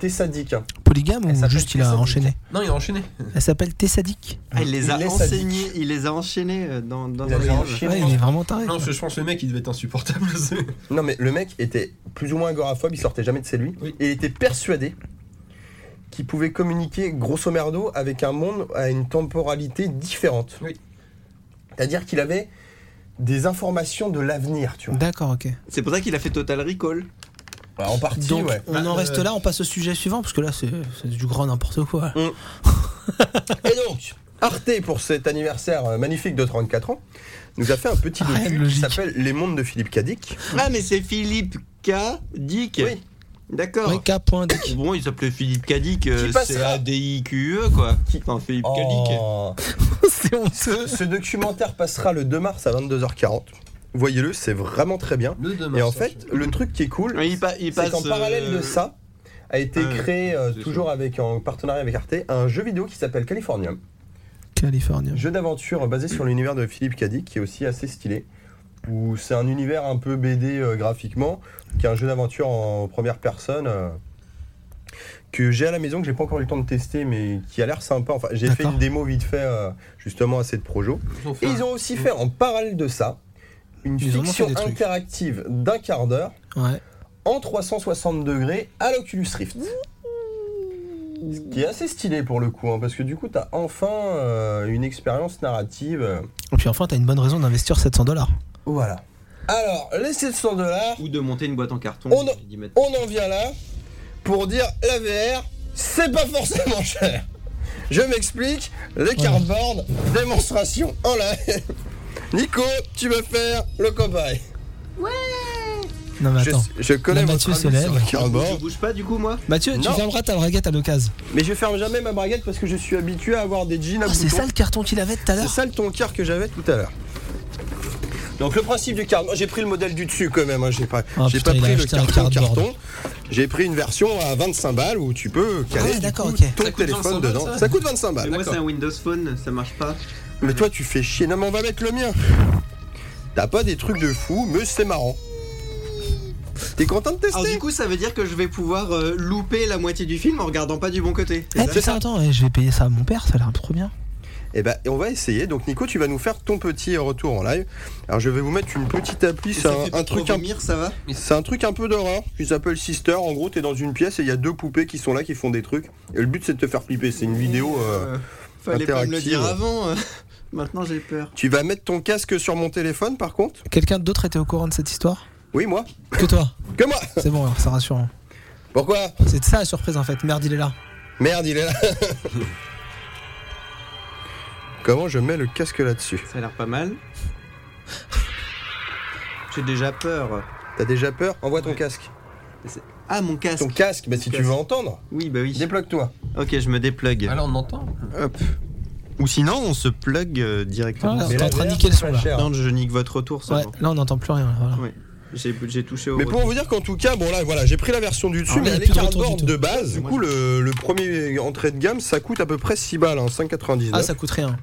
Speaker 4: T'es sadique. hein.
Speaker 3: Polygame
Speaker 4: Elle
Speaker 3: ou
Speaker 4: s'appelle
Speaker 3: juste il a
Speaker 4: Tessa
Speaker 3: enchaîné
Speaker 5: Non, il est enchaîné.
Speaker 3: Elle s'appelle Tessadic.
Speaker 2: Ah, il les a
Speaker 4: Il laisse sa
Speaker 2: enseignés, il les a enchaînés euh, dans, dans
Speaker 4: Il
Speaker 2: un
Speaker 4: a les
Speaker 2: livre.
Speaker 4: enchaînés.
Speaker 3: Ouais, il est vraiment taré.
Speaker 5: Non,
Speaker 3: quoi.
Speaker 5: parce que je pense que le mec, il devait être insupportable. c'est-
Speaker 4: Non mais le mec était plus ou moins agoraphobe, il sortait jamais de chez lui.
Speaker 5: Oui.
Speaker 4: Et il était persuadé qu'il pouvait communiquer grosso merdo avec un monde à une temporalité différente.
Speaker 5: Oui.
Speaker 4: C'est-à-dire qu'il avait des informations de l'avenir, tu vois.
Speaker 3: D'accord, ok.
Speaker 2: C'est pour ça qu'il a fait Total Recall.
Speaker 4: Bah, en partie,
Speaker 3: Donc,
Speaker 4: ouais.
Speaker 3: on
Speaker 5: Bah,
Speaker 3: en
Speaker 5: euh,
Speaker 3: reste là, on passe au sujet suivant, parce que là, c'est c'est du grand n'importe quoi.
Speaker 4: Et donc,
Speaker 1: Arte, pour cet
Speaker 4: euh,
Speaker 1: anniversaire magnifique de 34 ans, nous a fait un petit docu qui s'appelle Les mondes de Philippe Cadic.
Speaker 2: Ah, mais c'est Philippe Cadic
Speaker 1: Oui.
Speaker 2: D'accord.
Speaker 3: Oui, K.Dic.
Speaker 2: Bon, il s'appelait Philippe Cadic,
Speaker 1: Qui
Speaker 2: euh, c'est
Speaker 1: passera.
Speaker 2: A-D-I-Q-E, E, quoi. Enfin, Philippe
Speaker 1: Oh.
Speaker 3: C'est honteux.
Speaker 1: Ce documentaire passera le 2 mars à 22h40. Voyez-le, c'est vraiment très bien.
Speaker 5: Le 2
Speaker 1: Et
Speaker 5: mars,
Speaker 1: en
Speaker 5: ça,
Speaker 1: fait, le truc qui est cool,
Speaker 2: Cadic. Il, pa- il
Speaker 1: c'est
Speaker 2: passe.
Speaker 1: qu'en parallèle de
Speaker 2: euh,
Speaker 1: ça, a été
Speaker 2: Ah,
Speaker 1: créé, euh,
Speaker 2: c'est
Speaker 1: toujours avec, en partenariat avec Arte, un jeu vidéo qui s'appelle Californium.
Speaker 3: Californie.
Speaker 1: Jeu d'aventure basé sur l'univers de Philippe Cadic, qui est aussi assez stylé. Où c'est un univers un peu BD euh, graphiquement, qui est un jeu d'aventure en première personne. euh, que j'ai à la maison, que j'ai pas encore eu le temps de tester, mais qui a l'air sympa. Enfin, j'ai fait
Speaker 3: D'accord.
Speaker 1: une démo vite fait, euh, justement, à cette projo.
Speaker 5: Ils ont fait
Speaker 1: Et
Speaker 5: un-
Speaker 1: ils ont aussi fait, en parallèle de ça, une
Speaker 3: Ils en ont
Speaker 1: fiction
Speaker 3: fait des trucs.
Speaker 1: interactive d'un quart d'heure
Speaker 3: Ouais.
Speaker 1: en 360 degrés à l'Oculus Rift. Ce qui est assez stylé pour le coup, hein, parce que du coup, t'as enfin euh, une expérience narrative. euh,
Speaker 3: Et puis enfin, t'as une bonne raison d'investir 700 dollars.
Speaker 1: Voilà. Alors, les 700 dollars,
Speaker 2: Ou de monter une boîte en carton.
Speaker 1: On a-
Speaker 2: et d'y mettre-
Speaker 1: on en vient là pour dire la VR, c'est pas forcément cher. Je m'explique, les cardboard, démonstration en live. Nico, tu vas faire le cobaye.
Speaker 3: Non, mais
Speaker 1: Je,
Speaker 3: attends.
Speaker 1: je connais
Speaker 3: Là,
Speaker 1: votre
Speaker 3: Mathieu
Speaker 1: avis
Speaker 3: se lève.
Speaker 1: sur le
Speaker 2: Je
Speaker 1: cardboard,
Speaker 2: bouge pas, du coup, moi
Speaker 3: Mathieu, tu
Speaker 1: Non.
Speaker 3: fermeras ta braguette à l'occasion.
Speaker 1: mais je ferme jamais ma braguette parce que je suis habitué à avoir des jeans à
Speaker 3: Ah, c'est
Speaker 1: boutons.
Speaker 3: ça le carton qu'il avait tout à
Speaker 1: C'est
Speaker 3: l'heure
Speaker 1: ça le tonker que j'avais tout à l'heure. Donc le principe du cardboard, j'ai pris le modèle du dessus quand même, hein, j'ai pas,
Speaker 3: Ah,
Speaker 1: j'ai
Speaker 3: putain,
Speaker 1: pas
Speaker 3: il a
Speaker 1: pris le
Speaker 3: acheté un
Speaker 1: carton,
Speaker 3: cardboard.
Speaker 1: carton. J'ai pris une version à 25 balles où tu peux
Speaker 3: Ah
Speaker 1: caler
Speaker 3: ouais,
Speaker 1: du
Speaker 3: d'accord,
Speaker 1: coup
Speaker 3: ok.
Speaker 1: ton
Speaker 5: Ça coûte
Speaker 1: téléphone
Speaker 5: 25
Speaker 1: dedans.
Speaker 5: balles, ça
Speaker 1: ça coûte 25
Speaker 2: Mais
Speaker 1: balles.
Speaker 2: moi,
Speaker 1: d'accord.
Speaker 2: c'est un Windows Phone, ça marche pas.
Speaker 1: Mais toi tu fais chier, non mais on va mettre le mien. T'as pas des trucs de fou, mais c'est marrant. T'es content de
Speaker 3: Ah,
Speaker 2: Alors,
Speaker 1: tester
Speaker 2: du coup, ça veut dire que je vais pouvoir euh, louper la moitié du film en regardant pas du bon côté.
Speaker 3: Eh, putain, attends, eh, je vais payer ça à mon père, ça a l'air trop bien.
Speaker 1: Et ben on va essayer. Donc Nico, tu vas nous faire ton petit retour en live. Alors je vais vous mettre une petite appli,
Speaker 2: Et
Speaker 1: c'est
Speaker 2: fait
Speaker 1: un,
Speaker 2: pas
Speaker 1: un
Speaker 2: trop
Speaker 1: truc un
Speaker 2: vomir, ça va
Speaker 1: C'est un truc un peu d'horreur qui s'appelle Sister. En gros, t'es dans une pièce et il y a deux poupées qui sont là qui font des trucs. Et le but, c'est de te faire flipper. C'est une vidéo. euh,
Speaker 2: Euh, Fallait pas me le
Speaker 1: interactive.
Speaker 2: dire avant. euh. Maintenant, j'ai peur.
Speaker 1: Tu vas mettre ton casque sur mon téléphone, par contre
Speaker 3: Quelqu'un d'autre était au courant de cette histoire
Speaker 1: Oui, moi
Speaker 3: Que toi
Speaker 1: Que moi
Speaker 3: C'est bon, alors, c'est rassurant.
Speaker 1: Pourquoi
Speaker 3: C'est ça la surprise en fait, merde, il est là.
Speaker 1: Merde, il est là. Comment je mets le casque là-dessus
Speaker 2: Ça a l'air pas mal. J'ai déjà peur.
Speaker 1: T'as déjà peur Envoie ton casque.
Speaker 2: Ah, mon casque.
Speaker 1: Ton casque, bah, si
Speaker 2: Mon
Speaker 1: tu veux
Speaker 2: casque.
Speaker 1: entendre,
Speaker 2: Oui, bah oui.
Speaker 1: débloque-toi.
Speaker 2: Ok, je me déplug.
Speaker 5: Alors Ah, on entend.
Speaker 2: Hop. Ou sinon, on se plug euh, directement.
Speaker 5: Ah.
Speaker 3: Voilà.
Speaker 1: Mais
Speaker 3: T'es en
Speaker 1: la
Speaker 3: train de
Speaker 1: VR,
Speaker 3: niquer le
Speaker 1: c'est
Speaker 3: son,
Speaker 1: pas
Speaker 3: là.
Speaker 1: cher.
Speaker 2: Non, je nique votre retour
Speaker 3: Ouais,
Speaker 2: seulement.
Speaker 3: là on n'entend plus rien. là, Voilà.
Speaker 2: Ouais. J'ai j'ai touché au.
Speaker 1: Mais pour
Speaker 2: retour.
Speaker 1: vous dire qu'en tout cas, bon là voilà, j'ai pris la version du dessus, mais
Speaker 3: bah, Ah, il y a
Speaker 1: elle est
Speaker 3: plus de retour
Speaker 1: cardboard
Speaker 3: du tout.
Speaker 1: de base. Du coup, le, le premier entrée de gamme, ça coûte à peu près 6 balles, hein, 5,99.
Speaker 3: Ah,
Speaker 1: ça...
Speaker 3: ça coûte rien.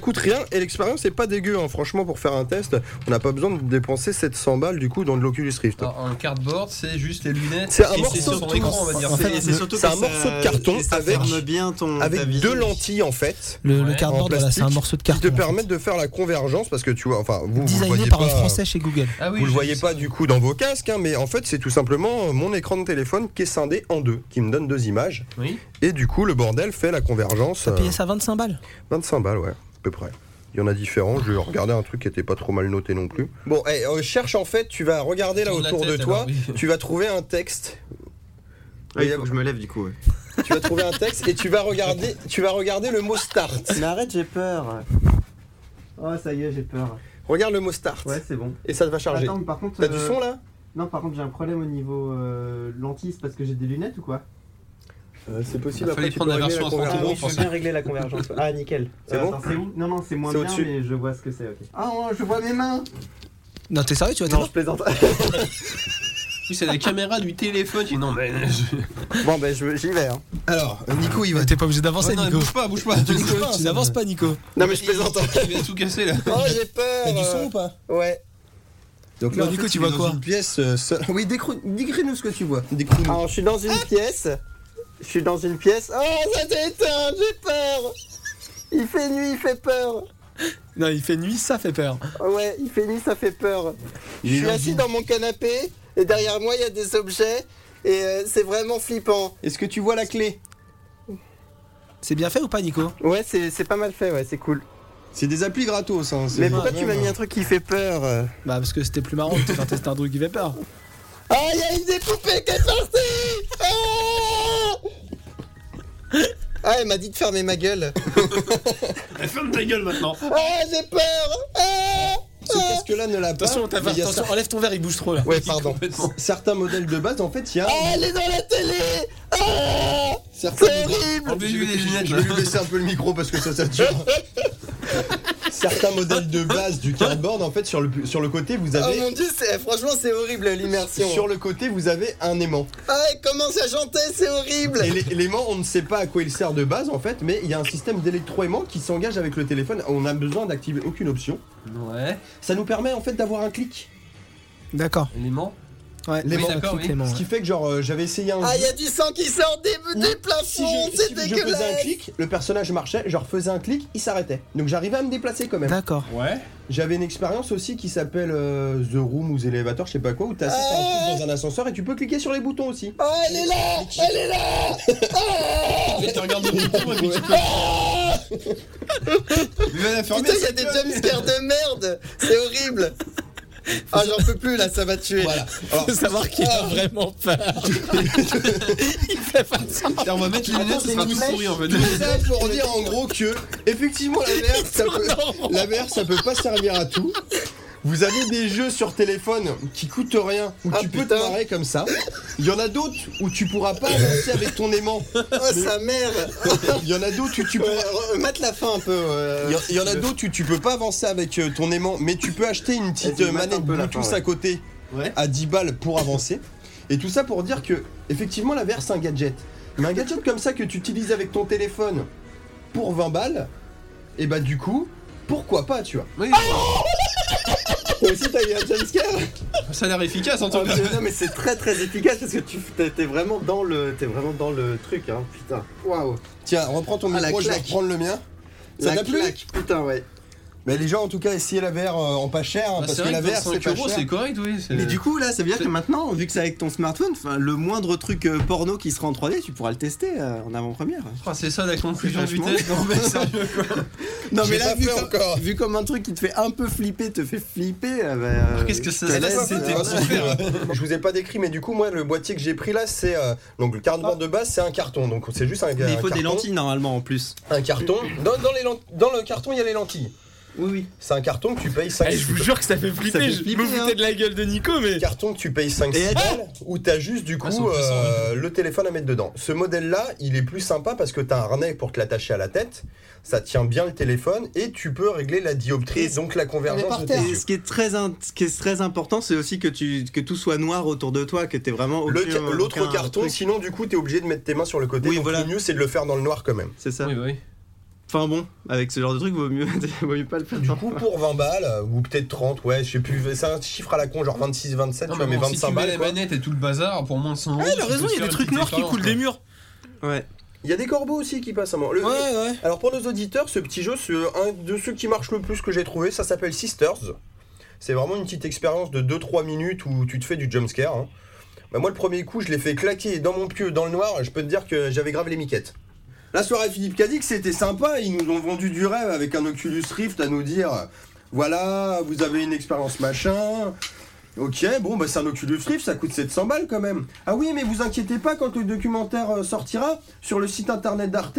Speaker 1: coûte rien et l'expérience est pas dégueu, hein. franchement, pour faire un test, on n'a pas besoin de dépenser 700 balles du coup dans de l'Oculus Rift.
Speaker 5: Alors, un cardboard, c'est juste les lunettes.
Speaker 1: C'est un
Speaker 5: et
Speaker 1: morceau
Speaker 5: sur
Speaker 1: de
Speaker 5: ton
Speaker 1: tout.
Speaker 5: écran, on va dire.
Speaker 3: En fait,
Speaker 2: C'est- c'est
Speaker 3: le-
Speaker 2: surtout
Speaker 1: c'est
Speaker 2: que
Speaker 1: un
Speaker 2: ça-
Speaker 1: morceau de carton
Speaker 2: ça
Speaker 1: avec-
Speaker 2: ferme bien ton, ta
Speaker 1: Avec
Speaker 2: vision.
Speaker 1: deux lentilles en fait.
Speaker 3: Le, le
Speaker 5: Ouais, en
Speaker 3: cardboard, voilà, c'est un
Speaker 1: plastique,
Speaker 3: morceau de
Speaker 1: Qui te
Speaker 3: carton. en fait.
Speaker 1: permettent de faire la convergence parce que tu vois, enfin, vous, vous le
Speaker 3: Designé
Speaker 1: voyez
Speaker 3: par
Speaker 1: pas, euh,
Speaker 3: un français chez Google.
Speaker 5: Ah oui,
Speaker 1: vous le
Speaker 5: j'ai
Speaker 1: voyez
Speaker 5: vu
Speaker 1: pas
Speaker 5: ça.
Speaker 1: du coup dans vos casques, hein, mais en fait c'est tout simplement euh, mon écran de téléphone qui est scindé en deux, qui me donne deux images,
Speaker 5: Oui.
Speaker 1: et du coup le bordel fait la convergence.
Speaker 3: T'as
Speaker 1: euh,
Speaker 3: payé ça 25 balles
Speaker 1: 25 balles, ouais, à peu près. Il y en a différents, je regardais un truc qui était pas trop mal noté non plus. Bon, eh, euh, cherche en fait, tu vas regarder là
Speaker 5: Tourne la
Speaker 1: autour de
Speaker 5: tête,
Speaker 1: toi,
Speaker 5: alors, oui.
Speaker 1: tu vas trouver un texte.
Speaker 2: Ah, il faut que je me lève du coup. ouais.
Speaker 1: Tu vas trouver un texte et tu vas regarder, tu vas regarder le mot start.
Speaker 2: Mais arrête, j'ai peur. Oh, ça y est, j'ai peur.
Speaker 1: Regarde le mot start
Speaker 2: Ouais, c'est bon.
Speaker 1: et ça va charger.
Speaker 2: Attends, mais par contre.
Speaker 1: T'as
Speaker 2: euh,
Speaker 1: du son là
Speaker 2: Non, par contre, j'ai un problème au niveau euh, lentilles, c'est parce que j'ai des lunettes ou quoi
Speaker 1: C'est possible.
Speaker 5: Fallait prendre la version à 30
Speaker 2: Ah
Speaker 5: euros
Speaker 2: oui,
Speaker 5: pour
Speaker 2: je
Speaker 5: ça.
Speaker 2: viens régler la convergence. Ah, nickel.
Speaker 1: C'est bon
Speaker 2: attends, C'est où Non, non, c'est moins
Speaker 1: C'est
Speaker 2: bien,
Speaker 1: au-dessus.
Speaker 2: mais je vois ce que c'est, ok. Ah, oh, je vois mes mains
Speaker 3: Non, t'es sérieux, tu vas
Speaker 2: Non,
Speaker 3: t'en
Speaker 2: je plaisante.
Speaker 5: Oui, c'est la caméra du téléphone. Non, mais.
Speaker 2: bon, ben, je- j'y vais. hein.
Speaker 1: Alors, Nico, il va.
Speaker 3: T'es pas obligé
Speaker 5: Ouais,
Speaker 3: d'avancer,
Speaker 5: non, mais
Speaker 3: Nico.
Speaker 5: bouge pas, bouge pas.
Speaker 3: Nico, tu n'avances pas, Nico.
Speaker 1: Non, mais je plaisante.
Speaker 5: Il vient tout casser là.
Speaker 1: Oh, j'ai peur.
Speaker 3: T'as du son ou pas
Speaker 1: euh, Ouais. Donc
Speaker 3: Bon, du coup, tu
Speaker 1: il
Speaker 3: vois
Speaker 1: est dans
Speaker 3: quoi
Speaker 1: une pièce euh, seule. Oui, décris- décris-nous ce que tu vois. Décris-nous.
Speaker 2: Alors, je suis dans une pièce. Je suis dans une pièce. Oh, ça s'éteint, j'ai peur. Il fait nuit, il fait peur.
Speaker 3: Non, il fait nuit, ça fait peur.
Speaker 2: Ouais, il fait nuit, ça fait peur.
Speaker 1: Il
Speaker 2: Je
Speaker 1: est
Speaker 2: suis
Speaker 1: dans
Speaker 2: assis
Speaker 1: une-
Speaker 2: dans mon canapé et derrière moi, il y a des objets et euh, c'est vraiment flippant.
Speaker 1: Est-ce que tu vois la clé
Speaker 3: C'est bien fait ou pas, Nico
Speaker 2: Ouais, c'est c'est pas mal fait, ouais, c'est cool.
Speaker 1: C'est des applis gratos. Hein, c'est-
Speaker 2: Mais pourquoi tu m'as mis un truc qui fait peur euh
Speaker 3: Bah, parce que c'était plus marrant de te faire tester un truc qui fait peur.
Speaker 2: Ah, il y a une des poupées qui est sortie Ah
Speaker 14: Ah, elle m'a dit de fermer ma gueule.
Speaker 5: Ferme ta gueule maintenant.
Speaker 14: Ah, j'ai peur. Ah
Speaker 4: ce casque-là ne l'a pas.
Speaker 3: Attention,
Speaker 4: mais il y a
Speaker 3: attention,
Speaker 4: ça-
Speaker 3: enlève ton verre, il bouge trop là.
Speaker 4: Ouais, pardon. Certains modèles de base, en fait, il y a.
Speaker 14: Ah, elle est dans la télé. Ah,
Speaker 4: Certains
Speaker 14: c'est
Speaker 4: modèles-
Speaker 14: horrible.
Speaker 4: Je vais- Je vais lui baisser un peu le micro parce que ça sature. Certains modèles de base du cardboard, en fait, sur le, sur le côté, vous
Speaker 14: Oh
Speaker 4: avez.
Speaker 14: mon dieu, c'est- eh, franchement, c'est horrible l'immersion.
Speaker 4: Sur le côté, vous avez un aimant.
Speaker 14: Ah, elle commence à chanter, c'est horrible.
Speaker 4: Et l'é- l'aimant, on ne sait pas à quoi il sert de base en fait, mais il y a un système d'électroaimant qui s'engage avec le téléphone. On n'a besoin d'activer aucune option.
Speaker 3: Ouais.
Speaker 4: Ça nous permet en fait d'avoir un clic.
Speaker 3: D'accord.
Speaker 5: L'aimant
Speaker 3: Ouais,
Speaker 4: L'aimant.
Speaker 3: d'accord, oui.
Speaker 4: Ce qui fait que genre euh, j'avais essayé un.
Speaker 14: Ah, il
Speaker 4: jeu-
Speaker 14: y a du sang qui sort des, des
Speaker 4: si
Speaker 14: plafonds,
Speaker 4: je,
Speaker 14: c'est
Speaker 4: si je
Speaker 14: dégueulasse.
Speaker 4: faisais un clic, le personnage marchait, je refaisais un clic, il s'arrêtait. Donc j'arrivais à me déplacer quand même.
Speaker 3: D'accord.
Speaker 5: Ouais.
Speaker 4: J'avais une expérience aussi qui s'appelle euh, The Room ou The Elevator, je sais pas quoi, où t'as un truc dans un ascenseur et tu peux cliquer sur les boutons aussi.
Speaker 14: Ah, elle est là Elle est là
Speaker 5: Et tu regardes le bouton et puis tu peux. Mais va la
Speaker 14: Putain,
Speaker 5: fermer,
Speaker 14: il y a
Speaker 5: cette
Speaker 14: des
Speaker 5: gueule.
Speaker 14: jumpscares de merde C'est horrible Ah, j'en peux plus, là, ça va tuer. Voilà.
Speaker 3: Faut savoir qu'il a vraiment peur. il fait pas ça.
Speaker 5: Tiens, on va mettre les lunettes, ça sera tout pourri en fait.
Speaker 4: Tout ça pour dire en gros que effectivement la VR, ça peut, la VR, ça peut pas servir à tout. Vous avez des jeux sur téléphone qui coûtent rien où
Speaker 14: Ah,
Speaker 4: tu peux
Speaker 14: putain.
Speaker 4: te marrer comme ça. Il y en a d'autres où tu pourras pas avancer avec ton aimant.
Speaker 14: Oh, sa
Speaker 2: Euh,
Speaker 14: mère
Speaker 4: Il y en a d'autres où tu
Speaker 14: Ouais,
Speaker 4: pourras
Speaker 14: re- Mate la fin un peu. euh.
Speaker 4: il y en- il y, en a d'autres où tu peux pas avancer avec euh, ton aimant, mais tu peux acheter une petite euh, manette Bluetooth à côté à 10 balles pour avancer. Et tout ça pour dire que, effectivement, la VR c'est un gadget. Mais un gadget comme ça que tu utilises avec ton téléphone pour 20 balles, et bah du coup, pourquoi pas, tu vois. Ah
Speaker 5: Oui,
Speaker 4: Toi aussi t'as eu un jumpscare
Speaker 5: ça a l'air efficace
Speaker 3: hein,
Speaker 5: en
Speaker 2: Ah,
Speaker 5: tout cas.
Speaker 2: mais- non mais c'est très très efficace parce que tu t'es t'es vraiment dans le t'es vraiment dans le truc hein putain waouh
Speaker 4: Tiens, reprends ton
Speaker 2: Ah, la
Speaker 4: micro, je vais
Speaker 2: claque.
Speaker 4: reprendre le mien. Ça
Speaker 2: La
Speaker 4: t'a plu
Speaker 2: claque, putain ouais
Speaker 4: Mais les gens, en tout cas, essayez la VR euh, en pas cher, hein,
Speaker 5: Bah,
Speaker 4: parce
Speaker 5: c'est
Speaker 4: que
Speaker 5: vrai
Speaker 4: la
Speaker 5: que
Speaker 4: VR c'est
Speaker 5: 25
Speaker 4: pas
Speaker 5: euros,
Speaker 4: cher.
Speaker 5: c'est correct, oui. c'est-
Speaker 2: mais du coup là ça veut dire que maintenant vu que c'est avec ton smartphone enfin, le moindre truc euh, porno qui sera en 3D tu pourras le tester euh, en avant-première
Speaker 5: Ah, c'est ça la conclusion du
Speaker 2: Franchement.
Speaker 5: test, non mais sérieux quoi.
Speaker 2: non
Speaker 4: J'ai
Speaker 2: mais là
Speaker 4: pas
Speaker 2: vu
Speaker 4: peur
Speaker 2: comme,
Speaker 4: encore.
Speaker 2: vu comme un truc qui te fait un peu flipper te fait flipper euh, bah, euh,
Speaker 5: Qu'est-ce que ça
Speaker 2: je te
Speaker 5: se
Speaker 2: laisse,
Speaker 5: passe, c'était
Speaker 2: euh,
Speaker 4: Ah, c'est- Je vous ai pas décrit, mais du coup, moi, le boîtier que j'ai pris là, c'est euh, donc le cardboard de base, c'est un carton. Donc c'est juste un,
Speaker 2: mais il
Speaker 4: un
Speaker 2: faut des
Speaker 4: carton.
Speaker 2: lentilles normalement en plus
Speaker 4: Un carton. Dans, dans les len- dans le carton, il y a les lentilles.
Speaker 2: oui oui
Speaker 4: C'est un carton que tu payes 5
Speaker 3: Eh, je vous jure que ça fait flipper.
Speaker 2: fait
Speaker 3: je
Speaker 2: flipper,
Speaker 3: me foutais
Speaker 2: hein.
Speaker 3: de la gueule de Nico, mais.
Speaker 4: carton que tu payes 5
Speaker 2: Et-
Speaker 4: balles où t'as juste du
Speaker 5: Ah, c'est
Speaker 4: coup
Speaker 5: en plus,
Speaker 4: euh,
Speaker 2: hein.
Speaker 4: le téléphone à mettre dedans. Ce modèle là, il est plus sympa parce que t'as un harnais pour te l'attacher à la tête, ça tient bien le téléphone et tu peux régler la dioptrie,
Speaker 2: Et-
Speaker 4: donc la
Speaker 3: Ah,
Speaker 2: Et
Speaker 4: convergence de tes yeux.
Speaker 2: ce qui est très in- ce qui est très important c'est aussi que tu que tout soit noir autour de toi que t'es vraiment
Speaker 4: Le
Speaker 2: aucun-
Speaker 4: ca- L'autre
Speaker 2: aucun
Speaker 4: carton,
Speaker 2: truc.
Speaker 4: sinon du coup t'es obligé de mettre tes mains sur le côté.
Speaker 2: Oui,
Speaker 4: donc
Speaker 2: voilà.
Speaker 4: le mieux c'est de le faire dans le noir quand même.
Speaker 2: c'est ça
Speaker 5: Oui, oui.
Speaker 2: Enfin bon, avec ce genre de truc, vaut mieux, vaut mieux pas le faire.
Speaker 4: Du coup, pour 20 balles, ou peut-être 30, ouais, je sais plus, c'est un chiffre à la con, genre 26, 27,
Speaker 5: Non,
Speaker 4: tu vois,
Speaker 5: mais
Speaker 4: mais
Speaker 5: bon, si
Speaker 4: 25
Speaker 5: tu mets
Speaker 4: balles.
Speaker 5: la
Speaker 4: quoi.
Speaker 5: manette et tout le bazar pour moins de 100 euros.
Speaker 3: Ouais, il a
Speaker 5: tu
Speaker 3: raison,
Speaker 5: peux
Speaker 3: il y a
Speaker 5: faire
Speaker 3: des
Speaker 5: une
Speaker 3: trucs
Speaker 5: petite
Speaker 3: noirs qui
Speaker 5: expérience,
Speaker 3: coulent des
Speaker 5: quoi.
Speaker 3: murs.
Speaker 2: ouais.
Speaker 4: Il y a des corbeaux aussi qui passent à moi. Le-
Speaker 3: Ouais, ouais.
Speaker 4: Alors, pour nos auditeurs, ce petit jeu, c'est euh, un de ceux qui marche le plus que j'ai trouvé, ça s'appelle Sisters. C'est vraiment une petite expérience de 2-3 minutes où tu te fais du jumpscare. hein. Bah, moi, le premier coup, je l'ai fait claquer dans mon pieu, dans le noir, je peux te dire que j'avais grave les miquettes. La soirée Philippe Cadix, c'était sympa, ils nous ont vendu du rêve avec un Oculus Rift à nous dire voilà, vous avez une expérience machin. Ok, bon, bah c'est un Oculus Rift, ça coûte 700 balles quand même. Ah oui, mais vous inquiétez pas, quand le documentaire euh, sortira sur le site internet d'Arte,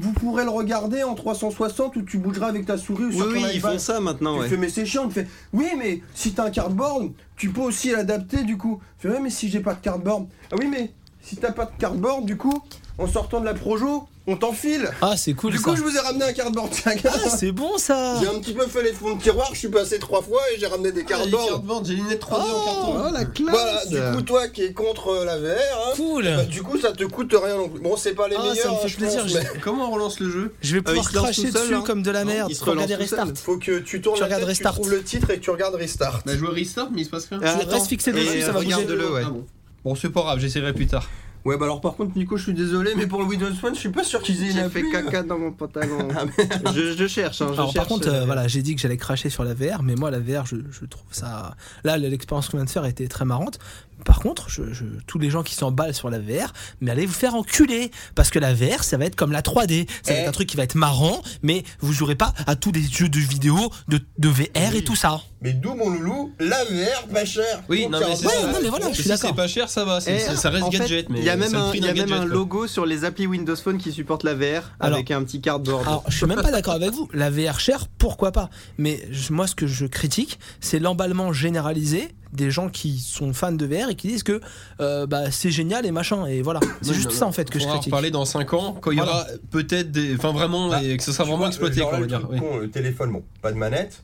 Speaker 4: vous pourrez le regarder en 360 où tu bougeras avec ta souris ou
Speaker 2: Oui,
Speaker 4: sur ton
Speaker 2: oui, ils
Speaker 4: iPad.
Speaker 2: font ça maintenant,
Speaker 4: Tu
Speaker 2: ouais.
Speaker 4: fais, mais c'est chiant. Tu fais, oui, mais si t'as un cardboard, tu peux aussi l'adapter du coup. Tu fais, ouais, mais si j'ai pas de cardboard. Ah oui, mais si t'as pas de cardboard, du coup, en sortant de la Projo, on t'enfile.
Speaker 3: Ah, c'est cool
Speaker 4: Du
Speaker 3: ça.
Speaker 4: coup, je vous ai ramené un cardboard, tiens, gars.
Speaker 3: Ah, c'est bon ça.
Speaker 4: J'ai un petit peu fait les fonds de tiroir, je suis passé trois fois et j'ai ramené des
Speaker 5: Ah, les
Speaker 4: cardboards.
Speaker 5: cardboards, j'ai les lunettes 3D en carton.
Speaker 3: hein.
Speaker 2: Oh la classe
Speaker 4: Voilà, du coup, toi qui es contre euh, la VR, hein,
Speaker 3: Cool.
Speaker 4: bah, du coup, ça te coûte rien non plus. Bon, c'est pas les
Speaker 3: Ah, ça
Speaker 4: meilleurs,
Speaker 3: me fait
Speaker 4: hein, je
Speaker 3: plaisir, Ah,
Speaker 4: pense,
Speaker 3: j'ai-
Speaker 4: mais
Speaker 5: Comment on relance le jeu
Speaker 3: Je vais pouvoir
Speaker 2: il se lance
Speaker 3: cracher
Speaker 2: tout seul,
Speaker 3: dessus
Speaker 2: hein.
Speaker 3: comme de la
Speaker 2: Non,
Speaker 3: merde.
Speaker 2: il se
Speaker 3: Faut
Speaker 2: relance
Speaker 3: regarder
Speaker 2: tout seul.
Speaker 3: Restart.
Speaker 4: faut que tu tournes
Speaker 3: Tu
Speaker 4: la
Speaker 3: regardes
Speaker 4: tête,
Speaker 3: Restart.
Speaker 4: tu trouves le titre et que tu regardes Restart.
Speaker 5: Bah, je vois restart, mais il se passe rien.
Speaker 2: Ah,
Speaker 3: Tu restes fixé dessus,
Speaker 2: Et,
Speaker 3: ça va bouger.
Speaker 2: regarde-le, ouais.
Speaker 5: Ah bon. Bon, c'est pas grave, j'essaierai plus tard.
Speaker 4: Ouais, bah alors par contre, Nico, je suis désolé, mais pour le Windows Phone, je suis pas sûr qu'ils aient
Speaker 2: J'ai
Speaker 4: une
Speaker 2: fait
Speaker 4: appli,
Speaker 2: caca dans mon pantalon.
Speaker 3: Ah,
Speaker 2: je, je cherche, hein, je
Speaker 3: Alors, par
Speaker 2: cherche,
Speaker 3: contre,
Speaker 2: euh,
Speaker 3: euh, voilà, j'ai dit que j'allais cracher sur la VR, mais moi, la VR, je, je trouve ça. Là, l'expérience qu'on vient de faire était très marrante. Par contre, je, je- tous les gens qui s'emballent sur la VR, mais allez vous faire enculer parce que la VR, ça va être comme la 3D. Ça va être un truc qui va être marrant, mais vous jouerez pas à tous les jeux de vidéo, de, de VR et tout ça.
Speaker 4: Mais d'où mon loulou, la VR pas cher.
Speaker 5: Oui, non, mais c'est
Speaker 3: ouais, non, mais voilà, je suis
Speaker 5: Si
Speaker 3: d'accord.
Speaker 5: c'est pas cher, ça va. c'est-
Speaker 2: Eh,
Speaker 5: ça, ça reste
Speaker 2: en fait,
Speaker 5: gadget. mais
Speaker 2: Il y a
Speaker 5: c'est
Speaker 2: même
Speaker 5: le
Speaker 2: un,
Speaker 5: prix
Speaker 2: il y
Speaker 5: d'un
Speaker 2: a même
Speaker 5: gadget,
Speaker 2: un
Speaker 5: quoi.
Speaker 2: logo sur les applis Windows Phone qui supportent la VR
Speaker 3: Alors- Ah,
Speaker 2: avec un petit cardboard.
Speaker 3: Alors, je suis même pas d'accord avec vous. La VR chère, pourquoi pas Mais je- moi, ce que je critique, c'est l'emballement généralisé des gens qui sont fans de VR et qui disent que euh, bah, c'est génial et machin. Et voilà. C'est
Speaker 5: Oui,
Speaker 3: juste
Speaker 5: non,
Speaker 3: ça, en fait, que je
Speaker 5: faudra en
Speaker 3: critique.
Speaker 5: reparler dans 5 ans, quand il y aura peut-être des. Enfin, vraiment, et que ce sera vraiment exploité,
Speaker 4: euh, Genre
Speaker 5: quoi,
Speaker 4: là,
Speaker 5: on va
Speaker 4: le,
Speaker 5: dire.
Speaker 4: truc
Speaker 5: oui.
Speaker 4: con, le téléphone, bon, pas de manette.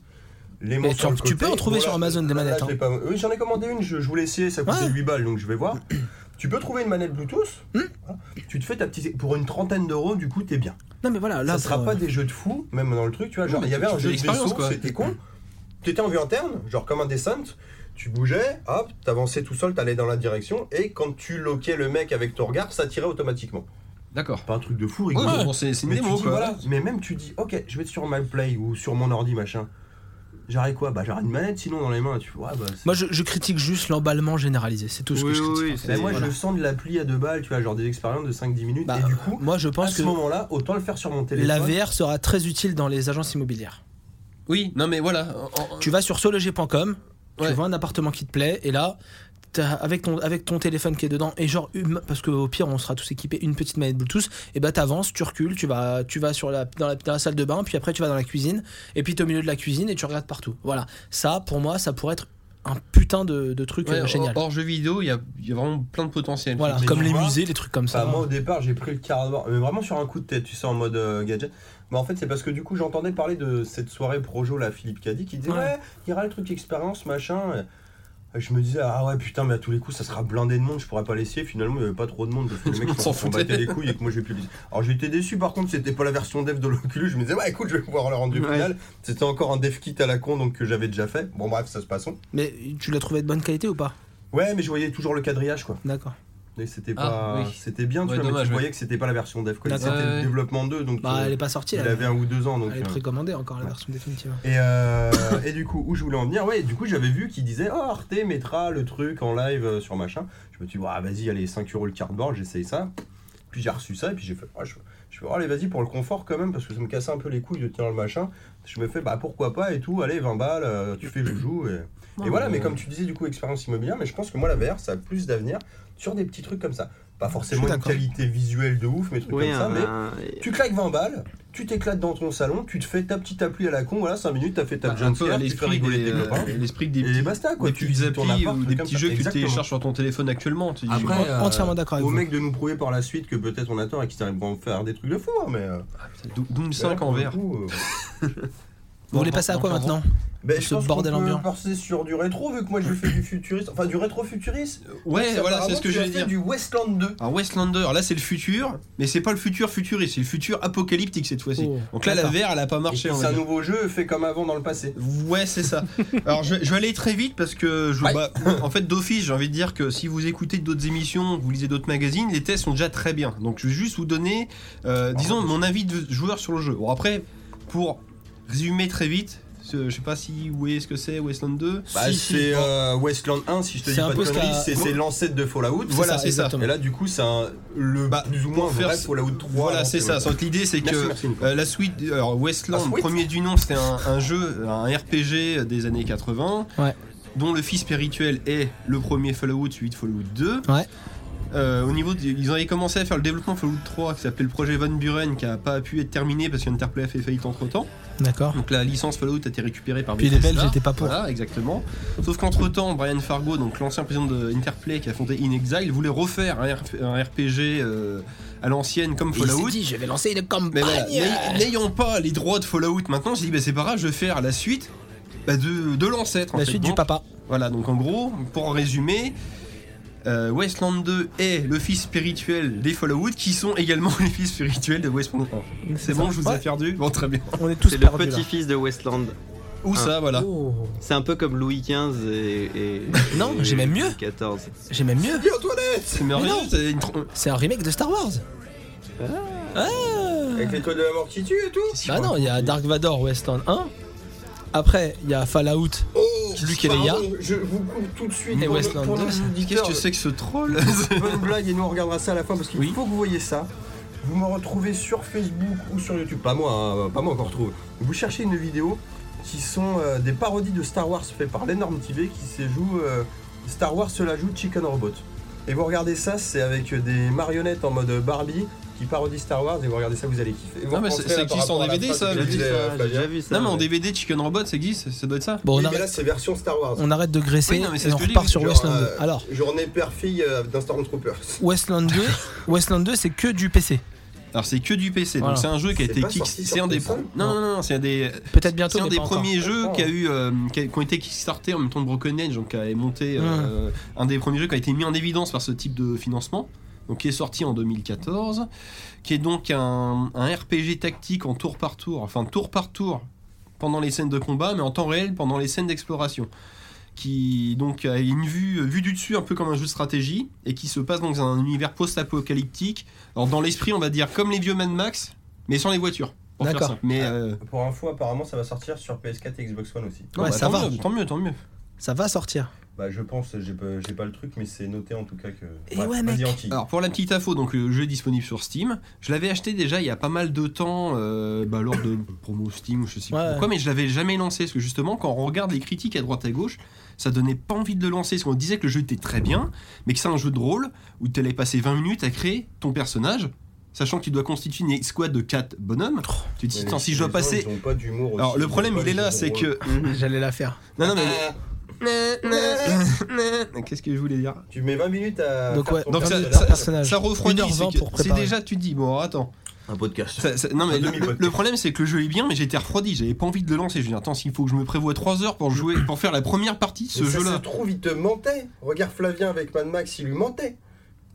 Speaker 4: Les
Speaker 3: Mais
Speaker 4: mains sur
Speaker 3: tu-
Speaker 4: le
Speaker 3: tu peux
Speaker 4: côté.
Speaker 3: en trouver sur
Speaker 4: là,
Speaker 3: Amazon des
Speaker 4: là,
Speaker 3: manettes,
Speaker 4: je l'ai
Speaker 3: hein.
Speaker 4: pas- Oui, j'en ai commandé une, je, je voulais essayer, ça coûtait
Speaker 3: Ouais.
Speaker 4: 8 balles, donc je vais voir. Tu peux trouver une manette Bluetooth, voilà. tu te fais ta petite. Pour une trentaine d'euros, du coup, t'es bien.
Speaker 3: Non, mais voilà. Là,
Speaker 4: ça sera
Speaker 3: pour,
Speaker 4: pas
Speaker 3: euh,
Speaker 4: des jeux de fous, même dans le truc, tu vois.
Speaker 5: Non,
Speaker 4: Genre,
Speaker 5: mais
Speaker 4: il y avait
Speaker 5: tu
Speaker 4: un
Speaker 5: fais
Speaker 4: jeu de
Speaker 5: l'expérience,
Speaker 4: vaisseau,
Speaker 5: quoi.
Speaker 4: c'était con. T'étais en vue interne, genre comme un descent, tu bougeais, hop, t'avançais tout seul, t'allais dans la direction, et quand tu loquais le mec avec ton regard, ça tirait automatiquement.
Speaker 5: D'accord.
Speaker 4: Pas un truc de fou,
Speaker 5: Ouais,
Speaker 4: rigolo.
Speaker 5: bon, c'est c'est une
Speaker 4: Mais, tu
Speaker 5: démo,
Speaker 4: dis,
Speaker 5: quoi.
Speaker 4: voilà, mais même tu dis, ok, je vais être sur my play ou sur mon ordi machin. J'aurai quoi Bah j'aurai une manette sinon dans les mains. Tu vois, bah, c'est-
Speaker 3: Moi, je, je critique juste l'emballement généralisé. C'est tout ce
Speaker 2: Oui,
Speaker 3: que je
Speaker 2: oui,
Speaker 3: critique.
Speaker 2: oui,
Speaker 3: en fait.
Speaker 4: Mais Bah, moi
Speaker 3: Voilà.
Speaker 4: je sens de l'appli à deux balles, tu vois, genre des expériences de 5-10 minutes.
Speaker 3: Bah,
Speaker 4: et du coup,
Speaker 3: moi, je
Speaker 4: à
Speaker 3: pense
Speaker 4: ce
Speaker 3: que
Speaker 4: moment-là, autant le faire sur mon téléphone.
Speaker 3: la VR sera très utile dans les agences immobilières.
Speaker 5: Oui, non, mais voilà. en- en-
Speaker 3: Tu vas sur sologer.com,
Speaker 5: Ouais.
Speaker 3: tu vois un appartement qui te plaît, et là, t'as- avec ton, avec ton téléphone qui est dedans, et genre, une- parce qu'au pire, on sera tous équipés, une petite manette Bluetooth, et bah t'avances, tu recules, tu vas, tu vas sur la, dans, la, dans la salle de bain, puis après tu vas dans la cuisine, et puis t'es au milieu de la cuisine et tu regardes partout. Voilà. Ça, pour moi, ça pourrait être un putain de, de truc
Speaker 5: Ouais,
Speaker 3: euh,
Speaker 5: hors-
Speaker 3: génial.
Speaker 5: Hors jeu vidéo, il y a, il y a vraiment plein de potentiel.
Speaker 3: Voilà,
Speaker 4: oh, Mais
Speaker 3: comme
Speaker 4: tu
Speaker 3: les
Speaker 4: vois,
Speaker 3: musées, les trucs comme ça.
Speaker 4: Bah, moi au départ j'ai pris le cardboard, mais vraiment sur un coup de tête, tu sais, en mode euh, gadget. Mais en fait c'est parce que du coup j'entendais parler de cette soirée Projo là, Philippe Caddy, qui disait
Speaker 3: Ouais.
Speaker 4: ouais, il y aura le truc expérience machin. Et je me disais ah ouais putain mais à tous les coups ça sera blindé de monde, je pourrais pas l'essayer. Finalement il y avait pas trop de monde parce que les mecs
Speaker 5: On s'en
Speaker 4: s'en s'en
Speaker 5: foutait.
Speaker 4: battaient les couilles et que moi j'ai pu. le- Alors j'étais déçu par contre c'était pas la version dev de l'Oculus. Je me disais ouais écoute je vais pouvoir le rendu
Speaker 2: Ouais.
Speaker 4: final. C'était encore un dev kit à la con donc que j'avais déjà fait. Bon bref ça se passons.
Speaker 3: Mais tu l'as trouvé de bonne qualité ou pas
Speaker 4: Ouais mais je voyais toujours le quadrillage quoi.
Speaker 3: D'accord.
Speaker 4: Mais c'était
Speaker 5: Ah,
Speaker 4: pas,
Speaker 5: oui.
Speaker 4: c'était bien, tu
Speaker 5: Ouais,
Speaker 4: vois, mais
Speaker 5: dommage,
Speaker 4: tu
Speaker 5: ouais.
Speaker 4: voyais que c'était pas la version dev, quoi. C'était
Speaker 3: D'accord.
Speaker 4: le
Speaker 5: Ouais.
Speaker 4: développement 2, donc
Speaker 3: Bah,
Speaker 4: euh,
Speaker 3: elle est pas sortie,
Speaker 4: il
Speaker 3: elle,
Speaker 4: avait un ou deux ans, donc.
Speaker 3: elle est
Speaker 4: euh,
Speaker 3: précommandée encore, la version définitive.
Speaker 4: Et, euh, et du coup, où je voulais en venir, ouais, du coup, j'avais vu qu'il disait, oh, Arte mettra le truc en live euh, sur machin. Je me suis dit, bah, vas-y, allez, 5 euros le cardboard, j'essaye ça. Puis j'ai reçu ça, et puis j'ai fait, ah, je, je fais, oh, allez, vas-y, pour le confort quand même, parce que ça me cassait un peu les couilles de tenir le machin. Je me fais, bah, pourquoi pas, et tout, allez, 20 balles, euh, tu fais joujou. Et, et voilà, mais comme tu disais, du coup, expérience immobilière, mais je pense que moi, la VR, ça a plus d'avenir sur des petits trucs comme ça. Pas forcément une
Speaker 3: d'accord.
Speaker 4: qualité visuelle de ouf, mais trucs
Speaker 2: Oui, hein,
Speaker 4: comme ça,
Speaker 2: un-
Speaker 4: mais
Speaker 2: un-
Speaker 4: tu claques 20 balles, tu t'éclates dans ton salon, tu te fais ta petite appli à la con, voilà, 5 minutes, t'as fait ta
Speaker 5: Bah,
Speaker 4: petite
Speaker 5: un peu
Speaker 4: jumpscare, tu
Speaker 5: à
Speaker 4: fais
Speaker 5: l'esprit
Speaker 4: rigoler
Speaker 5: des,
Speaker 4: tes copains.
Speaker 5: euh, l'esprit des
Speaker 4: hein. Et
Speaker 5: petits,
Speaker 4: basta, quoi.
Speaker 5: des
Speaker 4: tu
Speaker 5: petites
Speaker 4: visites ton
Speaker 5: applis
Speaker 4: appart,
Speaker 5: ou
Speaker 4: truc
Speaker 5: des
Speaker 4: comme
Speaker 5: petits
Speaker 4: ça.
Speaker 5: jeux que tu
Speaker 4: Exactement.
Speaker 5: télécharges sur ton téléphone actuellement. Tu dis,
Speaker 4: Après,
Speaker 5: bon,
Speaker 4: euh,
Speaker 3: Entièrement d'accord avec
Speaker 4: Au
Speaker 3: vous.
Speaker 4: mec de nous prouver par la suite que peut-être on a tort et qu'ils arriveront à en faire des trucs de fou, hein, mais. euh,
Speaker 5: Doom- Doom
Speaker 4: là,
Speaker 5: 5
Speaker 4: pour
Speaker 5: en
Speaker 4: le
Speaker 5: vert.
Speaker 4: coup, euh,
Speaker 3: Vous voulez passer à quoi
Speaker 5: Dans- dans-
Speaker 3: maintenant
Speaker 4: ben, je
Speaker 3: Ce
Speaker 4: pense
Speaker 3: bordel
Speaker 4: qu'on peut
Speaker 3: ambiant.
Speaker 4: passer sur du rétro, vu que moi je fais du futuriste, enfin du rétro-futuriste.
Speaker 5: Ouais,
Speaker 4: Ça,
Speaker 5: voilà, c'est
Speaker 4: apparemment,
Speaker 5: ce que
Speaker 4: tu as
Speaker 5: j'allais
Speaker 4: fait
Speaker 5: dire.
Speaker 4: du Westland 2.
Speaker 5: Alors Westlander, là c'est le futur, mais c'est pas le futur futuriste, c'est le futur apocalyptique cette fois-ci.
Speaker 3: Oh,
Speaker 5: Donc là la
Speaker 3: d'accord.
Speaker 5: VR elle a pas
Speaker 4: Et
Speaker 5: marché.
Speaker 4: C'est
Speaker 5: on va
Speaker 4: un
Speaker 5: dire.
Speaker 4: nouveau jeu fait comme avant dans le passé.
Speaker 5: Ouais c'est ça. Alors je, je vais aller très vite parce que je, bah, en fait d'office j'ai envie de dire que si vous écoutez d'autres émissions, vous lisez d'autres magazines, les tests sont déjà très bien. Donc je vais juste vous donner, euh, disons mon avis de joueur sur le jeu. Bon après pour résumer très vite, ce- je sais pas si vous voyez ce que c'est Westland 2.
Speaker 4: Bah,
Speaker 3: Si, si.
Speaker 4: c'est euh, Westland 1, si je te
Speaker 3: C'est
Speaker 4: dis pas
Speaker 3: un
Speaker 4: de
Speaker 3: peu ce
Speaker 4: conneries,
Speaker 3: qu'a-
Speaker 4: c'est c'est l'ancêtre de Fallout.
Speaker 5: Voilà, c'est ça.
Speaker 3: exactement.
Speaker 4: Et là, du coup, c'est un- le
Speaker 5: Bah,
Speaker 4: plus ou moins
Speaker 5: pour faire
Speaker 4: vrai
Speaker 5: ce-
Speaker 4: Fallout 3.
Speaker 5: Voilà,
Speaker 4: alors
Speaker 5: c'est
Speaker 4: que-
Speaker 5: ça. Donc l'idée, c'est que
Speaker 4: Merci, merci, Nicolas.
Speaker 5: euh, la suite, alors Westland,
Speaker 4: La suite.
Speaker 5: premier du nom, c'était un, un jeu, un RPG des années 80,
Speaker 3: Ouais.
Speaker 5: dont le fils spirituel est le premier Fallout, suite Fallout 2.
Speaker 3: Ouais.
Speaker 5: Euh, au niveau, de- ils avaient commencé à faire le développement de Fallout 3, qui s'appelait le projet Van Buren, qui a pas pu être terminé parce qu'Interplay a fait faillite entre temps.
Speaker 3: D'accord.
Speaker 5: Donc la licence Fallout a été récupérée par
Speaker 3: Puis les
Speaker 5: Bethesda.
Speaker 3: Belges n'étaient pas pour.
Speaker 5: Voilà, exactement. Sauf qu'entre temps, Brian Fargo, donc l'ancien président de Interplay qui a fondé In Exile, voulait refaire un, RP- un RPG euh, à l'ancienne comme
Speaker 3: Il s'est
Speaker 5: Fallout.
Speaker 3: dit, je vais lancer une campagne.
Speaker 5: Mais voilà, n'ay- n'ayant pas les droits de Fallout maintenant, j'ai dit bah, c'est pas grave, je vais faire la suite bah, de, de l'ancêtre. en
Speaker 3: La
Speaker 5: fait.
Speaker 3: suite du
Speaker 5: Donc,
Speaker 3: papa.
Speaker 5: Voilà, donc en gros, pour en résumer, euh, Westland 2 est le fils spirituel des Fallout qui sont également les fils spirituels de Westland 1. C'est bon, je vous ai
Speaker 3: Ouais.
Speaker 5: perdu Bon, très bien.
Speaker 3: On est tous
Speaker 2: C'est le
Speaker 3: perdus. là.
Speaker 2: petit-fils de Westland.
Speaker 4: Ah.
Speaker 5: Où ça, voilà
Speaker 3: Oh.
Speaker 2: C'est un peu comme Louis XV et. et-
Speaker 3: Non,
Speaker 2: et
Speaker 3: j'ai même mieux.
Speaker 2: 14.
Speaker 3: J'ai même mieux.
Speaker 5: C'est merveilleux.
Speaker 3: non.
Speaker 5: c'est une tr-
Speaker 3: C'est un remake de Star Wars.
Speaker 4: Avec l'étoile de la mort qui tue et tout.
Speaker 3: Bah non, il y a Dark Vador Westland 1. Après, il y a Fallout.
Speaker 4: Oh,
Speaker 3: Luke et Leia.
Speaker 4: pardon, Je vous coupe tout de suite.
Speaker 3: Et
Speaker 4: Pour nos-
Speaker 3: Westland
Speaker 4: pour nos
Speaker 3: 2, ça.
Speaker 4: auditeurs,
Speaker 5: Qu'est-ce que c'est que ce troll
Speaker 4: bonne blague et nous on regardera ça à la fin parce qu'il
Speaker 5: Oui.
Speaker 4: faut que vous voyez ça. Vous me retrouvez sur Facebook ou sur YouTube. Pas moi, hein, pas moi encore trouve. Vous cherchez une vidéo qui sont euh, des parodies de Star Wars fait par l'énorme TV qui se joue euh, Star Wars se la joue Chicken Robot. Et vous regardez ça, c'est avec des marionnettes en mode Barbie qui parodie Star Wars et vous regardez ça, vous allez kiffer.
Speaker 5: Non, mais ça existe en DVD, ça. Non, mais en DVD, Chicken Robot, ça existe, ça doit être ça.
Speaker 4: Bon, on oui, mais là, c'est version Star Wars.
Speaker 15: On arrête de graisser oui, non, et on repart sur
Speaker 4: genre,
Speaker 15: Westland 2.
Speaker 4: Euh,
Speaker 15: Alors,
Speaker 4: journée père-fille euh, d'un Stormtrooper.
Speaker 15: Westland 2, Westland 2 c'est que du PC.
Speaker 5: Alors c'est que du PC, donc
Speaker 15: Voilà.
Speaker 5: c'est un jeu qui a
Speaker 4: C'est
Speaker 5: été
Speaker 4: pas
Speaker 5: kick,
Speaker 4: sorti sur
Speaker 5: c'est un des
Speaker 4: console
Speaker 5: pro- non non non, c'est un des
Speaker 15: Peut-être bientôt,
Speaker 5: c'est un
Speaker 15: mais
Speaker 5: des
Speaker 15: pas encore.
Speaker 5: premiers jeux qui a eu euh, qui, a- qui ont été kickstartés en même temps de Broken Age, donc qui a monté euh, un des premiers jeux qui a été mis en évidence par ce type de financement. Donc qui est sorti en 2014, qui est donc un, un RPG tactique en tour par tour, enfin tour par tour pendant les scènes de combat, mais en temps réel pendant les scènes d'exploration qui donc a une vue, vue du dessus un peu comme un jeu de stratégie et qui se passe donc dans un univers post-apocalyptique. Alors dans l'esprit on va dire comme les vieux Mad Max mais sans les voitures. pour faire
Speaker 15: D'accord.
Speaker 5: simple. Mais euh,
Speaker 4: Pour info, apparemment, ça va sortir sur PS4 et Xbox One aussi.
Speaker 5: non,
Speaker 15: Ouais,
Speaker 5: bah,
Speaker 15: ça
Speaker 5: tant
Speaker 15: va.
Speaker 5: mieux, tant mieux, tant mieux.
Speaker 15: Ça va sortir.
Speaker 4: Bah, je pense, j'ai pas, j'ai pas le truc, mais c'est noté en tout cas que.
Speaker 15: Et
Speaker 4: Bref,
Speaker 15: ouais,
Speaker 4: vas-y,
Speaker 15: mec.
Speaker 4: Anki.
Speaker 5: Alors pour la petite info, donc le jeu est disponible sur Steam. Je l'avais acheté déjà il y a pas mal de temps, euh, bah, lors de promo Steam ou je sais plus
Speaker 15: Ouais.
Speaker 5: pourquoi, mais je l'avais jamais lancé parce que justement quand on regarde les critiques à droite à gauche, ça donnait pas envie de le lancer parce qu'on disait que le jeu était très bien, mais que c'est un jeu de rôle où tu allais passer 20 minutes à créer ton personnage. Sachant que tu dois constituer une squad de 4 bonhommes, tu te dis,
Speaker 4: Mais
Speaker 5: Tiens,
Speaker 4: les-
Speaker 5: si je dois
Speaker 4: les gens,
Speaker 5: passer.
Speaker 4: ils ont pas d'humour
Speaker 5: Alors,
Speaker 4: aussi,
Speaker 5: le
Speaker 4: ils ont
Speaker 5: problème,
Speaker 4: pas
Speaker 5: il est
Speaker 4: de
Speaker 5: là,
Speaker 4: jeu
Speaker 5: c'est
Speaker 4: de
Speaker 5: que.
Speaker 15: J'allais la faire.
Speaker 5: Non, non, mais. Qu'est-ce que je voulais dire
Speaker 4: Tu mets 20 minutes à.
Speaker 15: Donc,
Speaker 4: faire
Speaker 15: ouais,
Speaker 4: ton
Speaker 5: Donc ça,
Speaker 4: personnage.
Speaker 5: ça,
Speaker 15: personnage.
Speaker 5: ça refroidit,
Speaker 15: 1h20
Speaker 5: c'est que-
Speaker 15: pour
Speaker 5: c'est
Speaker 15: préparer.
Speaker 5: déjà tu te dis bon attends.
Speaker 4: Un podcast.
Speaker 5: Ça- ça- non mais
Speaker 4: Un
Speaker 5: le,
Speaker 4: demi-podcast.
Speaker 5: le problème c'est que le jeu est bien mais j'étais refroidi, j'avais pas envie de le lancer. Je dis attends s'il faut que je me prévoie 3 heures pour jouer pour faire la première partie de ce
Speaker 4: Mais ça
Speaker 5: jeu
Speaker 4: se
Speaker 5: là.
Speaker 4: trouve, il te mentait. Regarde Flavien avec Mad Max, il lui mentait.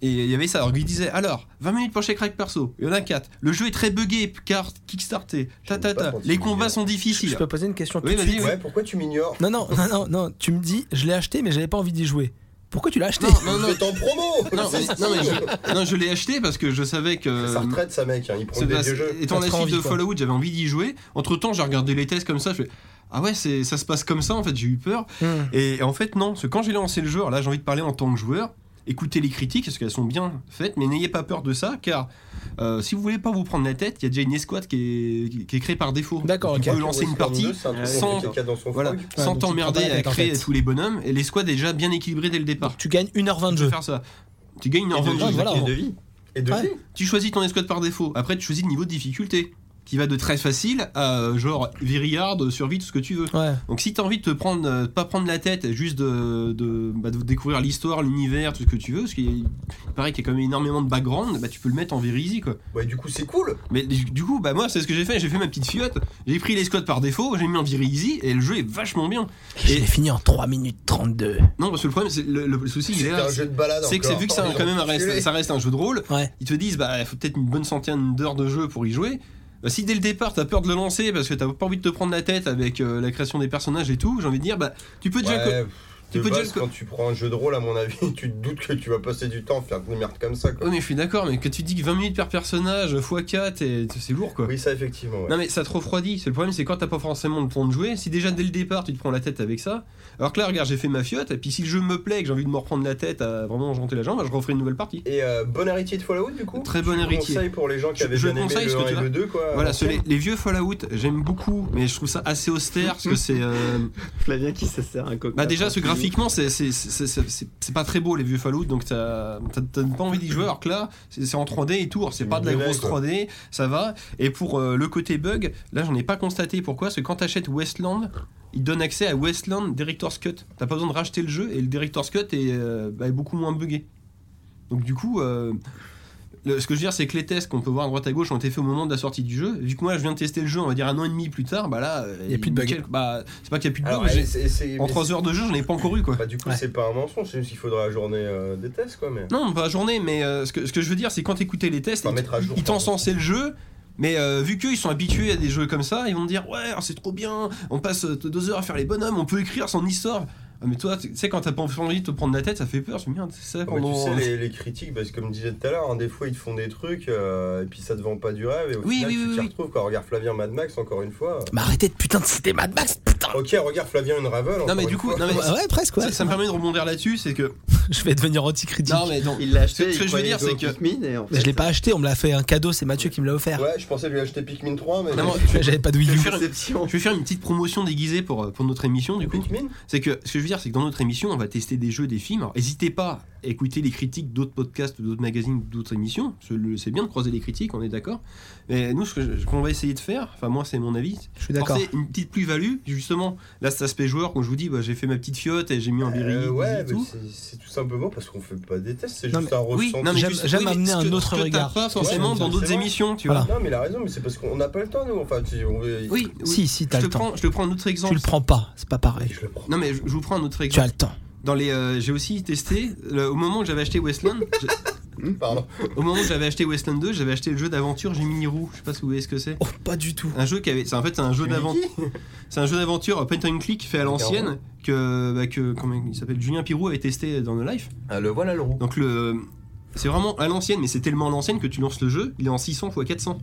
Speaker 5: Et il y avait ça, alors il disait alors 20 minutes pour chaque crack perso, il y en a 4. Le jeu est très buggé car kickstarté. Ta ta
Speaker 4: pas
Speaker 5: ta.
Speaker 4: quand tu
Speaker 5: Les
Speaker 4: me
Speaker 5: combats
Speaker 4: dis.
Speaker 5: sont difficiles.
Speaker 15: Je peux poser une question tout
Speaker 5: Oui,
Speaker 15: de
Speaker 5: vas-y,
Speaker 15: suite.
Speaker 5: oui.
Speaker 4: Ouais, pourquoi tu m'ignores
Speaker 15: Non, non, non, non, non, tu me dis, je l'ai acheté, mais j'avais pas envie d'y jouer. Pourquoi tu l'as acheté
Speaker 5: Non non
Speaker 4: Vous êtes en promo
Speaker 5: non, mais- non, mais je, Euh, non, je l'ai acheté parce que je savais que
Speaker 4: C'est Sa retraite, ça, mec, hein, il prend
Speaker 5: C'est
Speaker 4: des
Speaker 5: parce-
Speaker 4: vieux jeux.
Speaker 5: étant
Speaker 15: Ça te
Speaker 5: la suite
Speaker 15: rend
Speaker 5: de
Speaker 15: envie, quoi.
Speaker 5: Fallout, j'avais envie d'y jouer. Entre temps, j'ai regardé les tests comme ça, je fais Ah ouais, c'est- ça se passe comme ça, en fait, j'ai eu peur.
Speaker 15: Hmm.
Speaker 5: Et en fait, non, parce que quand j'ai lancé le jeu, alors là, j'ai envie de parler en tant que joueur. Écoutez les critiques, parce qu'elles sont bien faites, mais n'ayez pas peur de ça, car euh, si vous voulez pas vous prendre la tête, il y a déjà une escouade qui est, qui- qui est créée par défaut.
Speaker 15: D'accord,
Speaker 5: Donc, Tu
Speaker 15: ok.
Speaker 5: peux lancer une partie
Speaker 4: hein,
Speaker 5: sans, voilà,
Speaker 15: donc
Speaker 5: sans
Speaker 15: tu
Speaker 5: t'emmerder
Speaker 15: prends pas la
Speaker 5: à
Speaker 15: tête, en
Speaker 5: créer
Speaker 15: fait.
Speaker 5: tous les bonhommes, et l'escouade est déjà bien équilibrée dès le départ.
Speaker 15: Tu gagnes 1h20 de
Speaker 5: Tu peux
Speaker 15: jeu.
Speaker 5: faire ça. Tu gagnes une heure
Speaker 15: de
Speaker 5: de
Speaker 15: jeu,
Speaker 5: jeu.
Speaker 15: voilà.
Speaker 2: Et de vie.
Speaker 4: Et de
Speaker 15: Ouais.
Speaker 4: vie.
Speaker 5: Tu choisis ton escouade par défaut. Après, tu choisis le niveau de difficulté qui va de très facile à euh, genre virillard, de survie, tout ce que tu veux.
Speaker 15: Ouais.
Speaker 5: Donc si t'as envie de te prendre, euh, de pas prendre la tête, juste de, de- bah, de découvrir l'histoire, l'univers, tout ce que tu veux, parce qu'il y a- il paraît qu'il y a quand même énormément de background, bah tu peux le mettre en very easy quoi.
Speaker 4: Ouais, du coup, c'est cool.
Speaker 5: Mais du du coup, bah moi c'est ce que j'ai fait, j'ai fait ma petite fiotte, j'ai pris l'escouade par défaut, j'ai mis en very easy et le jeu est vachement bien.
Speaker 15: Et je l'ai fini en 3 minutes 32.
Speaker 5: Non parce que le problème, c'est le, le souci il est
Speaker 4: C'est
Speaker 5: là.
Speaker 4: un jeu de balade.
Speaker 5: C'est que c'est
Speaker 4: encore.
Speaker 5: vu que ça,
Speaker 4: Ils
Speaker 5: quand
Speaker 4: ont
Speaker 5: même, un reste,
Speaker 4: enculé.
Speaker 5: ça reste un jeu de rôle,
Speaker 15: Ouais.
Speaker 5: ils te disent bah il faut peut-être une bonne centaine d'heures de jeu pour y jouer. Bah, si dès le départ t'as peur de le lancer parce que t'as pas envie de te prendre la tête avec euh, la création des personnages et tout, j'ai envie de dire bah tu peux déjà.
Speaker 4: Ouais,
Speaker 5: tu
Speaker 4: de
Speaker 5: peux déjà
Speaker 4: base,
Speaker 5: le-
Speaker 4: quand tu prends un jeu de rôle, à mon avis, tu te doutes que tu vas passer du temps à faire des merdes comme ça. Quoi.
Speaker 5: Ouais, mais je suis d'accord, mais que tu dis que 20 minutes par personnage x4 et c'est lourd quoi.
Speaker 4: Oui, ça, effectivement. ouais.
Speaker 5: Non mais ça te refroidit, c'est le problème c'est quand t'as pas forcément le temps de jouer, si déjà dès le départ tu te prends la tête avec ça, alors que là regarde j'ai fait ma fiotte, et puis si le jeu me plaît et que j'ai envie de me reprendre la tête à vraiment janter la jambe, je referai une nouvelle partie.
Speaker 4: Et euh, bon héritier de Fallout, du coup
Speaker 5: Très bon
Speaker 4: Je
Speaker 5: héritier.
Speaker 4: conseille euh, pour les gens qui
Speaker 5: Je-
Speaker 4: avaient
Speaker 5: je
Speaker 4: bien aimé
Speaker 5: conseille ce
Speaker 4: le 1
Speaker 5: que tu
Speaker 4: et
Speaker 5: as.
Speaker 4: le 2, quoi.
Speaker 5: Voilà,
Speaker 4: c'est
Speaker 5: ce- les, les vieux Fallout, j'aime beaucoup, mais je trouve ça assez austère parce que c'est. euh,
Speaker 2: Flavien qui se sert un coca.
Speaker 5: Bah, déjà, ce graphiquement, c'est c'est- c'est- c'est- c'est- c'est pas très beau les vieux Fallout, donc t'as t'as- t'as pas envie d'y jouer. Alors que là, c'est c'est en 3D et tout, alors c'est
Speaker 4: C'est
Speaker 5: pas de la
Speaker 4: mignonnet,
Speaker 5: grosse
Speaker 4: quoi.
Speaker 5: 3D, ça va. Et pour euh, le côté bug, là, j'en ai pas constaté. Pourquoi Parce que quand t'achètes Westland, il donne accès à Westland Director's Cut. T'as pas besoin de racheter le jeu et le Director's Cut est, euh, bah, est beaucoup moins buggé. Donc, du coup. euh, le- ce que je veux dire, c'est que les tests qu'on peut voir à droite à gauche ont été faits au moment de la sortie du jeu. Vu que moi, je viens de tester le jeu, on va dire un an et demi plus tard, bah là, euh,
Speaker 15: Il y a plus de bug.
Speaker 5: quelques- bah, c'est pas qu'il y a plus de bug,
Speaker 4: Alors,
Speaker 5: mais j'ai-
Speaker 4: eh, c'est- c'est-
Speaker 5: en
Speaker 4: mais
Speaker 5: 3 heures de jeu, j'en ai pas encore eu quoi.
Speaker 4: Bah, du coup,
Speaker 15: Ouais.
Speaker 4: c'est pas un mensonge, c'est juste qu'il faudra la journée euh, des tests, quoi. Mais...
Speaker 5: Non, pas la journée, mais euh, ce, que, ce que je veux dire, c'est quand t'écoutais les tests,
Speaker 4: Enfin,
Speaker 5: ils-
Speaker 4: mettre à jour,
Speaker 5: ils
Speaker 4: pardon.
Speaker 5: t'encensaient le jeu. Mais euh, vu qu'ils sont habitués à des jeux comme ça, ils vont te dire Ouais, alors c'est trop bien, on passe euh, deux heures à faire les bonhommes, on peut écrire son histoire. Ah, mais toi, tu sais, quand t'as pas envie de te prendre la tête, ça fait peur. Je me dis, Merde, c'est ça
Speaker 4: Ah, mais
Speaker 5: pendant.
Speaker 4: tu sais, les, les critiques, parce que comme je disais tout à l'heure, hein, des fois ils te font des trucs euh, et puis ça te vend pas du rêve et au
Speaker 5: Oui,
Speaker 4: final
Speaker 5: oui,
Speaker 4: tu
Speaker 5: oui,
Speaker 4: t'y
Speaker 5: oui.
Speaker 4: retrouves. Quoi. Regarde Flavien Mad Max, encore une fois.
Speaker 15: Mais arrêtez de putain de citer Mad Max, putain
Speaker 4: Ok, regarde Flavien Unravel.
Speaker 5: Non, mais
Speaker 4: encore
Speaker 5: du
Speaker 4: une
Speaker 5: coup,
Speaker 4: fois.
Speaker 5: non, mais-
Speaker 15: Ouais, presque, ouais.
Speaker 5: ça, ça me permet de rebondir là-dessus, c'est que
Speaker 3: je vais devenir anticritique.
Speaker 2: Non, mais donc, il l'a acheté.
Speaker 5: Ce que je veux dire, c'est que.
Speaker 3: Mais je l'ai pas acheté, on me l'a fait un cadeau, c'est Mathieu qui me l'a offert.
Speaker 4: Ouais, je pensais lui acheter Pikmin 3,
Speaker 3: Non,
Speaker 4: mais.
Speaker 3: j'avais pas de Wii U.
Speaker 5: Je vais faire une petite promotion déguisée pour, euh, pour notre émission, du coup. C'est que ce que je veux dire, c'est que dans notre émission, on va tester des jeux, des films. Alors, n'hésitez pas à écouter les critiques d'autres podcasts, d'autres magazines, d'autres émissions. C'est bien de croiser les critiques, on est d'accord. Mais nous, ce qu'on va essayer de faire, enfin, moi, c'est mon avis.
Speaker 3: Je suis d'accord.
Speaker 5: C'est une petite plus-value, justement. Là, cet aspect joueur, quand je vous dis, bah, j'ai fait ma petite fiotte et j'ai mis un
Speaker 4: euh, Ouais, mais c'est tout simplement parce qu'on fait pas des tests, c'est juste un
Speaker 3: Oui,
Speaker 4: ressenti.
Speaker 3: non, mais j'aime amener un autre regard.
Speaker 5: pas forcément dans d'autres émissions, tu vois.
Speaker 4: Non, mais il a raison, mais c'est parce qu'on n'a pas le temps, nous. Enfin, tu- on veut-
Speaker 5: Oui,
Speaker 3: Si, si, t'as
Speaker 5: je
Speaker 3: le
Speaker 5: te
Speaker 3: temps.
Speaker 5: prends, je te prends un autre
Speaker 3: Tu
Speaker 5: exemple.
Speaker 3: le prends pas, c'est pas pareil.
Speaker 4: Je le prends.
Speaker 5: Non mais je je vous prends un autre
Speaker 3: Tu as
Speaker 5: exemple.
Speaker 3: le temps.
Speaker 5: Dans les, euh, j'ai aussi testé le- au moment où j'avais acheté Westland. je-
Speaker 4: Pardon.
Speaker 5: Au moment où j'avais acheté Westland 2, j'avais acheté le jeu d'aventure Jiminy Roux. Je sais pas si vous voyez ce que c'est.
Speaker 3: Oh, pas du tout.
Speaker 5: Un jeu qui avait, c'est en fait c'est un jeu d'aventure, c'est un jeu d'aventure euh, point and click fait à l'ancienne que bah, que comment il s'appelle Julien Pirou avait testé dans le live.
Speaker 4: Ah, le voilà le roux.
Speaker 5: Donc le c'est vraiment à l'ancienne, mais c'est tellement à l'ancienne que tu lances le jeu, il est en 600 x 400.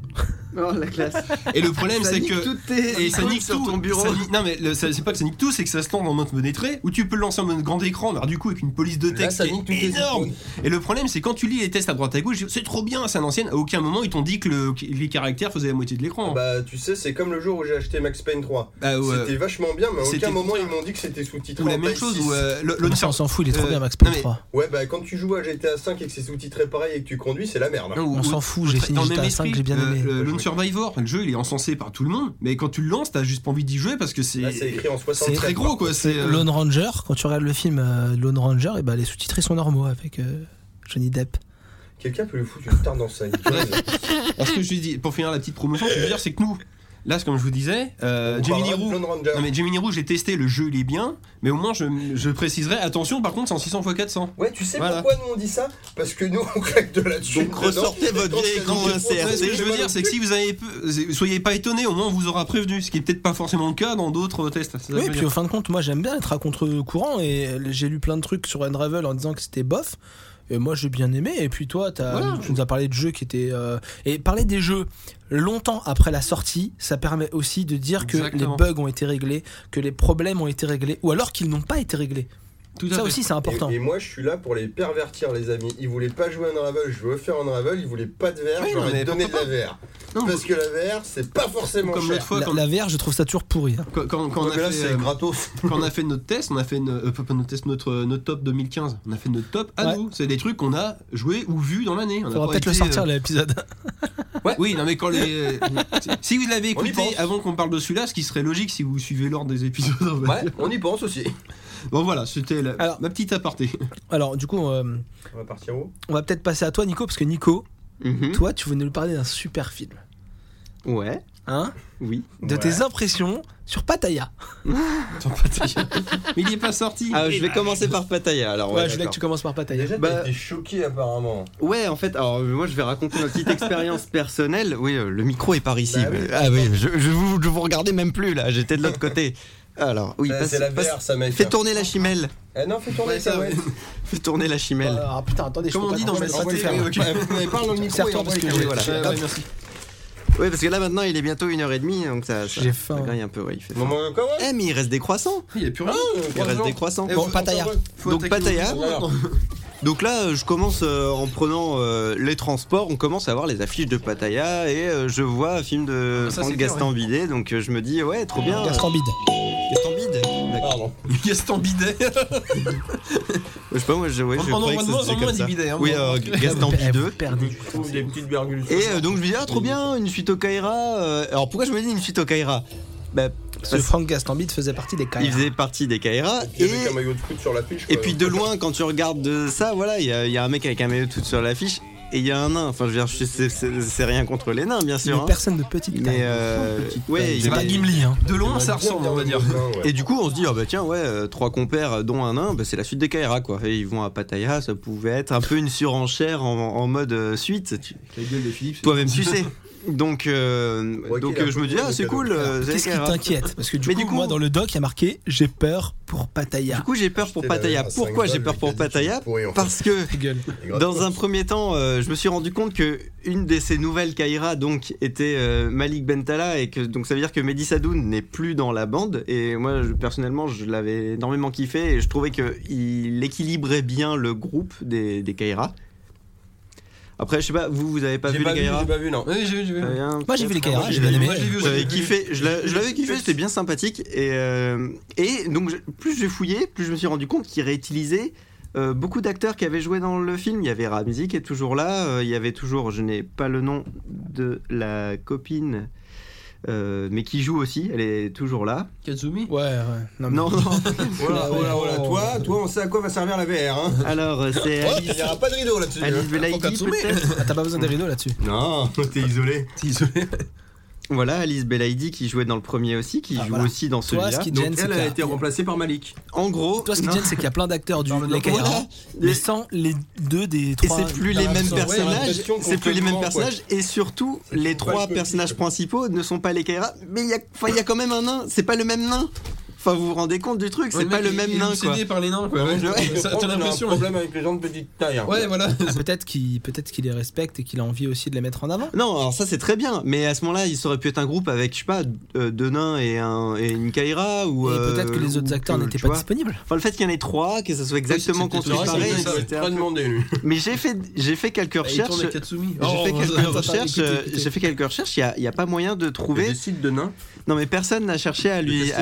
Speaker 2: Oh, la classe.
Speaker 5: Et le problème,
Speaker 2: Ça
Speaker 5: c'est
Speaker 2: nique
Speaker 5: que.
Speaker 2: toutes tes
Speaker 5: et ça
Speaker 2: icônes
Speaker 5: nique
Speaker 2: sur
Speaker 5: tout.
Speaker 2: ton bureau.
Speaker 5: ça nique- non, mais le- ça- c'est pas que ça nique tout, c'est que ça se lance en mode monétré, où tu peux le lancer en mode grand écran, alors du coup, avec une police de texte
Speaker 4: ça
Speaker 5: qui est
Speaker 4: nique toutes tes
Speaker 5: énorme.
Speaker 4: icônes.
Speaker 5: Et le problème, c'est quand tu lis les tests à droite à gauche, c'est trop bien, c'est à l'ancienne. À aucun moment, ils t'ont dit que le- que les caractères faisaient la moitié de l'écran.
Speaker 4: Bah, tu sais, c'est comme le jour où j'ai acheté Max Payne 3.
Speaker 5: Ah ouais.
Speaker 4: C'était vachement bien, mais à
Speaker 5: C'était-
Speaker 4: aucun moment ils m'ont dit que c'était sous-titré.
Speaker 5: Ou la
Speaker 4: en
Speaker 5: même
Speaker 4: taille
Speaker 5: chose,
Speaker 4: 6.
Speaker 5: ou euh, le-
Speaker 3: Mais
Speaker 5: l'autre
Speaker 3: ça, on s'en fout, il est trop
Speaker 5: euh,
Speaker 3: bien, Max
Speaker 5: non,
Speaker 3: Payne
Speaker 5: mais-
Speaker 3: 3.
Speaker 4: Ouais, bah quand tu joues à GTA 5 et que c'est sous-titré pareil et que tu conduis, c'est la merde.
Speaker 5: Non, ou-
Speaker 3: On
Speaker 5: ou-
Speaker 3: s'en fout, j'ai
Speaker 5: dans
Speaker 3: fini
Speaker 5: le même
Speaker 3: GTA
Speaker 5: esprit,
Speaker 3: 5, j'ai bien
Speaker 5: euh,
Speaker 3: aimé.
Speaker 5: Le Lone Survivor, le jeu, il est encensé par tout le monde, mais quand tu le lances, t'as juste pas envie d'y jouer parce que c'est.
Speaker 4: Là, c'est écrit en
Speaker 5: C'est
Speaker 4: 60
Speaker 5: très gros, quoi. C'est. euh,
Speaker 3: Lone Ranger, quand tu regardes le film euh, Lone Ranger, et ben les sous-titrés sont normaux avec euh, Johnny Depp.
Speaker 4: Quelqu'un peut lui foutre une tarte dans sa gueule.
Speaker 5: Alors, ce que je dis, pour finir la petite promotion, ce que je veux dire, c'est que nous, là, c'est comme je vous disais, euh,
Speaker 4: On
Speaker 5: Gemini
Speaker 4: parlera de
Speaker 5: Roux.
Speaker 4: Lone Ranger.
Speaker 5: Non, mais Gemini Roux, j'ai testé, le jeu, il est bien, mais au moins, je, je préciserai, attention, par contre, c'est en 600 x 400.
Speaker 4: Ouais, tu sais
Speaker 5: Voilà.
Speaker 4: pourquoi nous on dit ça Parce que nous on claque de la thune.
Speaker 2: Donc, ressortez
Speaker 4: dedans.
Speaker 2: votre
Speaker 4: Quand
Speaker 2: vieille
Speaker 4: c'est
Speaker 2: grande
Speaker 4: du-
Speaker 2: CRT.
Speaker 5: Ce que je veux dire, c'est que si vous avez peu- soyez pas étonnés, au moins on vous aura prévenu, ce qui est peut-être pas forcément le cas dans d'autres tests. C'est ça que
Speaker 3: Oui,
Speaker 5: je veux
Speaker 3: puis
Speaker 5: dire.
Speaker 3: au fin de compte, moi j'aime bien être à contre-courant et euh, j'ai lu plein de trucs sur Unravel en disant que c'était bof. Et moi j'ai bien aimé. Et puis toi, t'as-
Speaker 5: Voilà.
Speaker 3: tu nous as parlé de jeux qui étaient. euh, Et parler des jeux longtemps après la sortie, ça permet aussi de dire
Speaker 5: Exactement.
Speaker 3: que les bugs ont été réglés, que les problèmes ont été réglés, ou alors qu'ils n'ont pas été réglés.
Speaker 5: Tout à
Speaker 3: ça
Speaker 5: fait.
Speaker 3: aussi c'est important.
Speaker 4: Et, et moi je suis là pour les pervertir les amis. Ils voulaient pas jouer à Unravel, je veux faire Unravel, ils voulaient pas de verre,
Speaker 5: Oui,
Speaker 4: je
Speaker 5: non,
Speaker 4: leur
Speaker 5: mais
Speaker 4: ai donné de
Speaker 5: pourquoi
Speaker 4: la verre.
Speaker 5: Non,
Speaker 4: Parce que la verre c'est pas forcément
Speaker 5: comme l'autre
Speaker 4: cher.
Speaker 5: fois,
Speaker 3: la,
Speaker 5: quand,
Speaker 3: la VR, je trouve ça toujours pourri. hein.
Speaker 5: quand- quand- quand on
Speaker 4: Ouais,
Speaker 5: a
Speaker 4: mais là
Speaker 5: fait,
Speaker 4: c'est
Speaker 5: euh,
Speaker 4: gratos.
Speaker 5: quand on a fait notre test, on a fait une- euh, pas notre test, notre, notre top 2015. On a fait notre top à
Speaker 3: Ouais.
Speaker 5: nous. C'est des trucs qu'on a joué ou vu dans l'année. On a
Speaker 3: Faudra
Speaker 5: pas
Speaker 3: peut-être le
Speaker 5: été,
Speaker 3: sortir
Speaker 5: euh,
Speaker 3: l'épisode.
Speaker 5: Ouais. Oui, non mais quand les euh, si vous
Speaker 4: On
Speaker 5: l'avez
Speaker 4: y
Speaker 5: écouté
Speaker 4: pense.
Speaker 5: avant qu'on parle de celui-là, ce qui serait logique si vous suivez l'ordre des épisodes. on va
Speaker 4: Ouais,
Speaker 5: dire.
Speaker 4: on y pense aussi.
Speaker 5: Bon voilà, c'était la-
Speaker 3: Alors-
Speaker 5: ma petite aparté.
Speaker 3: Alors du coup, euh,
Speaker 4: On va partir où
Speaker 3: on va peut-être passer à toi Nico, parce que Nico,
Speaker 2: Mhm.
Speaker 3: toi tu venais nous parler d'un super film.
Speaker 2: Ouais,
Speaker 3: Hein
Speaker 2: oui.
Speaker 3: De
Speaker 4: Ouais.
Speaker 3: tes impressions sur Pattaya.
Speaker 5: mais il est pas sorti.
Speaker 2: Ah, je vais commencer par Pattaya. Alors,
Speaker 3: Ouais,
Speaker 2: ouais,
Speaker 3: je voulais que
Speaker 2: d'accord.
Speaker 3: tu commences par Pattaya.
Speaker 4: Déjà
Speaker 2: Bah-
Speaker 4: t'as été choqué apparemment.
Speaker 2: Ouais, en fait, alors moi je vais raconter ma petite expérience personnelle. Oui, euh, le micro est par ici.
Speaker 4: Bah oui.
Speaker 2: Euh, Ah oui, je, je vous, je vous regardais même plus là, j'étais de l'autre côté. Alors, oui,
Speaker 4: Ah,
Speaker 2: passe-
Speaker 4: c'est la
Speaker 2: passe-
Speaker 4: verre ça mec.
Speaker 2: Fais tourner la chimelle.
Speaker 4: Eh non, fais tourner
Speaker 2: Ouais,
Speaker 4: ça
Speaker 2: ça,
Speaker 4: ouais.
Speaker 2: Fais tourner la chimelle.
Speaker 3: Ah putain, attendez, je
Speaker 5: Comme
Speaker 3: peux
Speaker 5: on
Speaker 3: pas
Speaker 5: dit dans
Speaker 3: trop
Speaker 5: ma
Speaker 3: mettre ça.
Speaker 5: santé.
Speaker 3: Ouais,
Speaker 5: oui, ok.
Speaker 4: Mais parle dans le micro
Speaker 3: Serre-toi
Speaker 4: et
Speaker 3: parce
Speaker 4: envoie
Speaker 3: que
Speaker 4: les
Speaker 3: j'ai-
Speaker 4: couilles, voilà.
Speaker 5: Ouais, ouais, merci.
Speaker 2: Oui, parce que là maintenant il est bientôt 1h30, donc ça, ça,
Speaker 3: J'ai
Speaker 2: ça
Speaker 3: faim.
Speaker 2: graille un peu. Ouais, il fait faim.
Speaker 4: Moment comment
Speaker 2: Eh, mais il reste des croissants.
Speaker 5: Il y a plus rien.
Speaker 2: Il reste des croissants.
Speaker 4: Eh,
Speaker 3: Bon, Pattaya.
Speaker 5: Faut
Speaker 2: Donc,
Speaker 5: attaquer le
Speaker 2: Pattaya.
Speaker 5: micro.
Speaker 2: Donc là, euh, je commence euh, en prenant euh, les transports, on commence à voir les affiches de Pattaya et euh, je vois un film de
Speaker 5: Ah, ça,
Speaker 2: Franck
Speaker 5: c'est clair,
Speaker 2: Gastambide, donc euh, je me dis ouais, trop bien.
Speaker 3: Gastrambide.
Speaker 2: Gastambide. D'accord.
Speaker 4: Pardon.
Speaker 5: Gaston Bidet.
Speaker 2: Je sais pas, moi, je, ouais,
Speaker 5: On-
Speaker 2: je
Speaker 5: on en
Speaker 2: croyais
Speaker 5: voit
Speaker 2: que
Speaker 5: de moins
Speaker 2: c'était
Speaker 5: en moins
Speaker 2: comme ça.
Speaker 5: des bidets, hein,
Speaker 2: oui,
Speaker 5: moi.
Speaker 2: euh,
Speaker 3: Eh, vous
Speaker 2: Gastambide.
Speaker 3: perdez.
Speaker 4: Des petites virgules.
Speaker 2: Et euh, donc je me dis ah trop bien, une suite au Kaira. euh, alors pourquoi je me dis une suite au Kaira Bah,
Speaker 3: Ce Franck Gastambide faisait partie des
Speaker 2: il
Speaker 3: Kaira.
Speaker 2: faisait partie des Kaira
Speaker 4: Il
Speaker 2: et
Speaker 4: y avait qu'un maillot de foot sur l'affiche.
Speaker 2: Et
Speaker 4: quoi.
Speaker 2: puis de loin, quand tu regardes de ça, voilà, il y, a- il y a un mec avec un maillot tout sur l'affiche et il y a un nain. Enfin, je veux dire, je- c'est- c'est c'est rien contre les nains, bien
Speaker 3: Mais
Speaker 2: sûr. hein.
Speaker 3: personne de petite
Speaker 2: Mais
Speaker 3: taille.
Speaker 2: euh, ouais, il
Speaker 3: C'est
Speaker 2: y a-
Speaker 3: pas Gimli, hein.
Speaker 5: De loin, ça ressemble, on va dire.
Speaker 2: Et du coup, on se dit, ah bah tiens, ouais, euh, trois compères, dont un nain, bah, c'est la suite des Kaira, quoi. Et ils vont à Pattaya, ça pouvait être un peu une surenchère en, en mode euh, suite. Tu-
Speaker 5: La gueule de Philippe.
Speaker 2: Toi-même, tu sais. Donc, euh, ouais, donc euh, je me dis, ah, c'est cool.
Speaker 3: Qu'est-ce qui t'inquiète Parce que du, mais coup, du coup, moi, dans le doc, il y a marqué J'ai peur pour Pattaya.
Speaker 2: Du coup, j'ai peur pour
Speaker 4: euh,
Speaker 2: Pattaya. Pourquoi j'ai peur pour Pattaya Parce que, dans un premier temps, euh, je me suis rendu compte que une de ces nouvelles Kaira donc, était euh, Malik Bentala. Et que, donc, ça veut dire que Mehdi Sadoun n'est plus dans la bande. Et moi, je, personnellement, je l'avais énormément kiffé. Et je trouvais qu'il équilibrait bien le groupe des, des Kaira. Après, je sais pas, vous, vous avez pas vu
Speaker 4: pas
Speaker 2: les Gaïra
Speaker 4: J'ai pas vu, non.
Speaker 5: Oui, j'ai vu, j'ai vu.
Speaker 3: Un... Moi, j'ai vu les Gaïra, j'ai bien aimé. Moi,
Speaker 2: vu, j'avais kiffé, je l'avais kiffé, c'était bien sympathique. Et, euh, et donc, je, plus j'ai fouillé, plus je me suis rendu compte qu'ils réutilisaient euh, beaucoup d'acteurs qui avaient joué dans le film. Il y avait Ramsey qui est toujours là, euh, il y avait toujours, je n'ai pas le nom de la copine. Euh, mais qui joue aussi, elle est toujours là.
Speaker 5: Kazumi
Speaker 3: Ouais, ouais.
Speaker 2: Non, non. non.
Speaker 4: voilà, voilà, voilà. Toi, toi, on sait à quoi va servir la VR. Hein.
Speaker 2: Alors, c'est.
Speaker 4: Oh, il n'y aura pas de rideau là-dessus. hein.
Speaker 2: Alice Belaïdi,
Speaker 3: ah, T'as pas besoin des rideaux là-dessus.
Speaker 4: Non, t'es isolé.
Speaker 5: T'es isolé.
Speaker 2: Voilà, Alice Belaïdi qui jouait dans le premier aussi, qui ah, joue voilà. aussi dans celui-là.
Speaker 4: Ce Donc gêne, elle a été remplacée par Malik.
Speaker 2: En gros,
Speaker 3: toi ce qui non. gêne c'est qu'il y a plein d'acteurs du les Kaira, mais sans les deux des trois.
Speaker 2: Et c'est plus les mêmes personnages, ouais, c'est plus les mêmes personnages et surtout les trois personnages principaux ne sont pas les Kaira, mais il y a enfin il y a quand même un nain, c'est pas le même nain. Enfin, vous vous rendez compte du truc, c'est ouais, pas le même nain quoi.
Speaker 5: par les nains quoi. Ouais,
Speaker 4: T'as l'impression. hein. problème avec les gens de petite taille. Hein.
Speaker 5: Ouais, voilà.
Speaker 3: Ah, peut-être qu'il peut-être qu'il les respecte et qu'il a envie aussi de les mettre en avant.
Speaker 2: Non, alors ça c'est très bien, mais à ce moment-là, il aurait pu être un groupe avec je sais pas euh, deux nains et, un, et une Kaira ou.
Speaker 3: Et peut-être que les autres acteurs n'étaient pas vois. disponibles.
Speaker 2: Enfin, le fait qu'il y en ait trois, que ça soit exactement construit pareil. Mais j'ai fait j'ai fait quelques
Speaker 3: Bah,
Speaker 2: recherches. J'ai
Speaker 3: Oh,
Speaker 2: fait quelques recherches. euh, J'ai fait quelques recherches. Il y a pas moyen de trouver.
Speaker 4: Des sites de nains.
Speaker 2: Non, mais personne n'a cherché à lui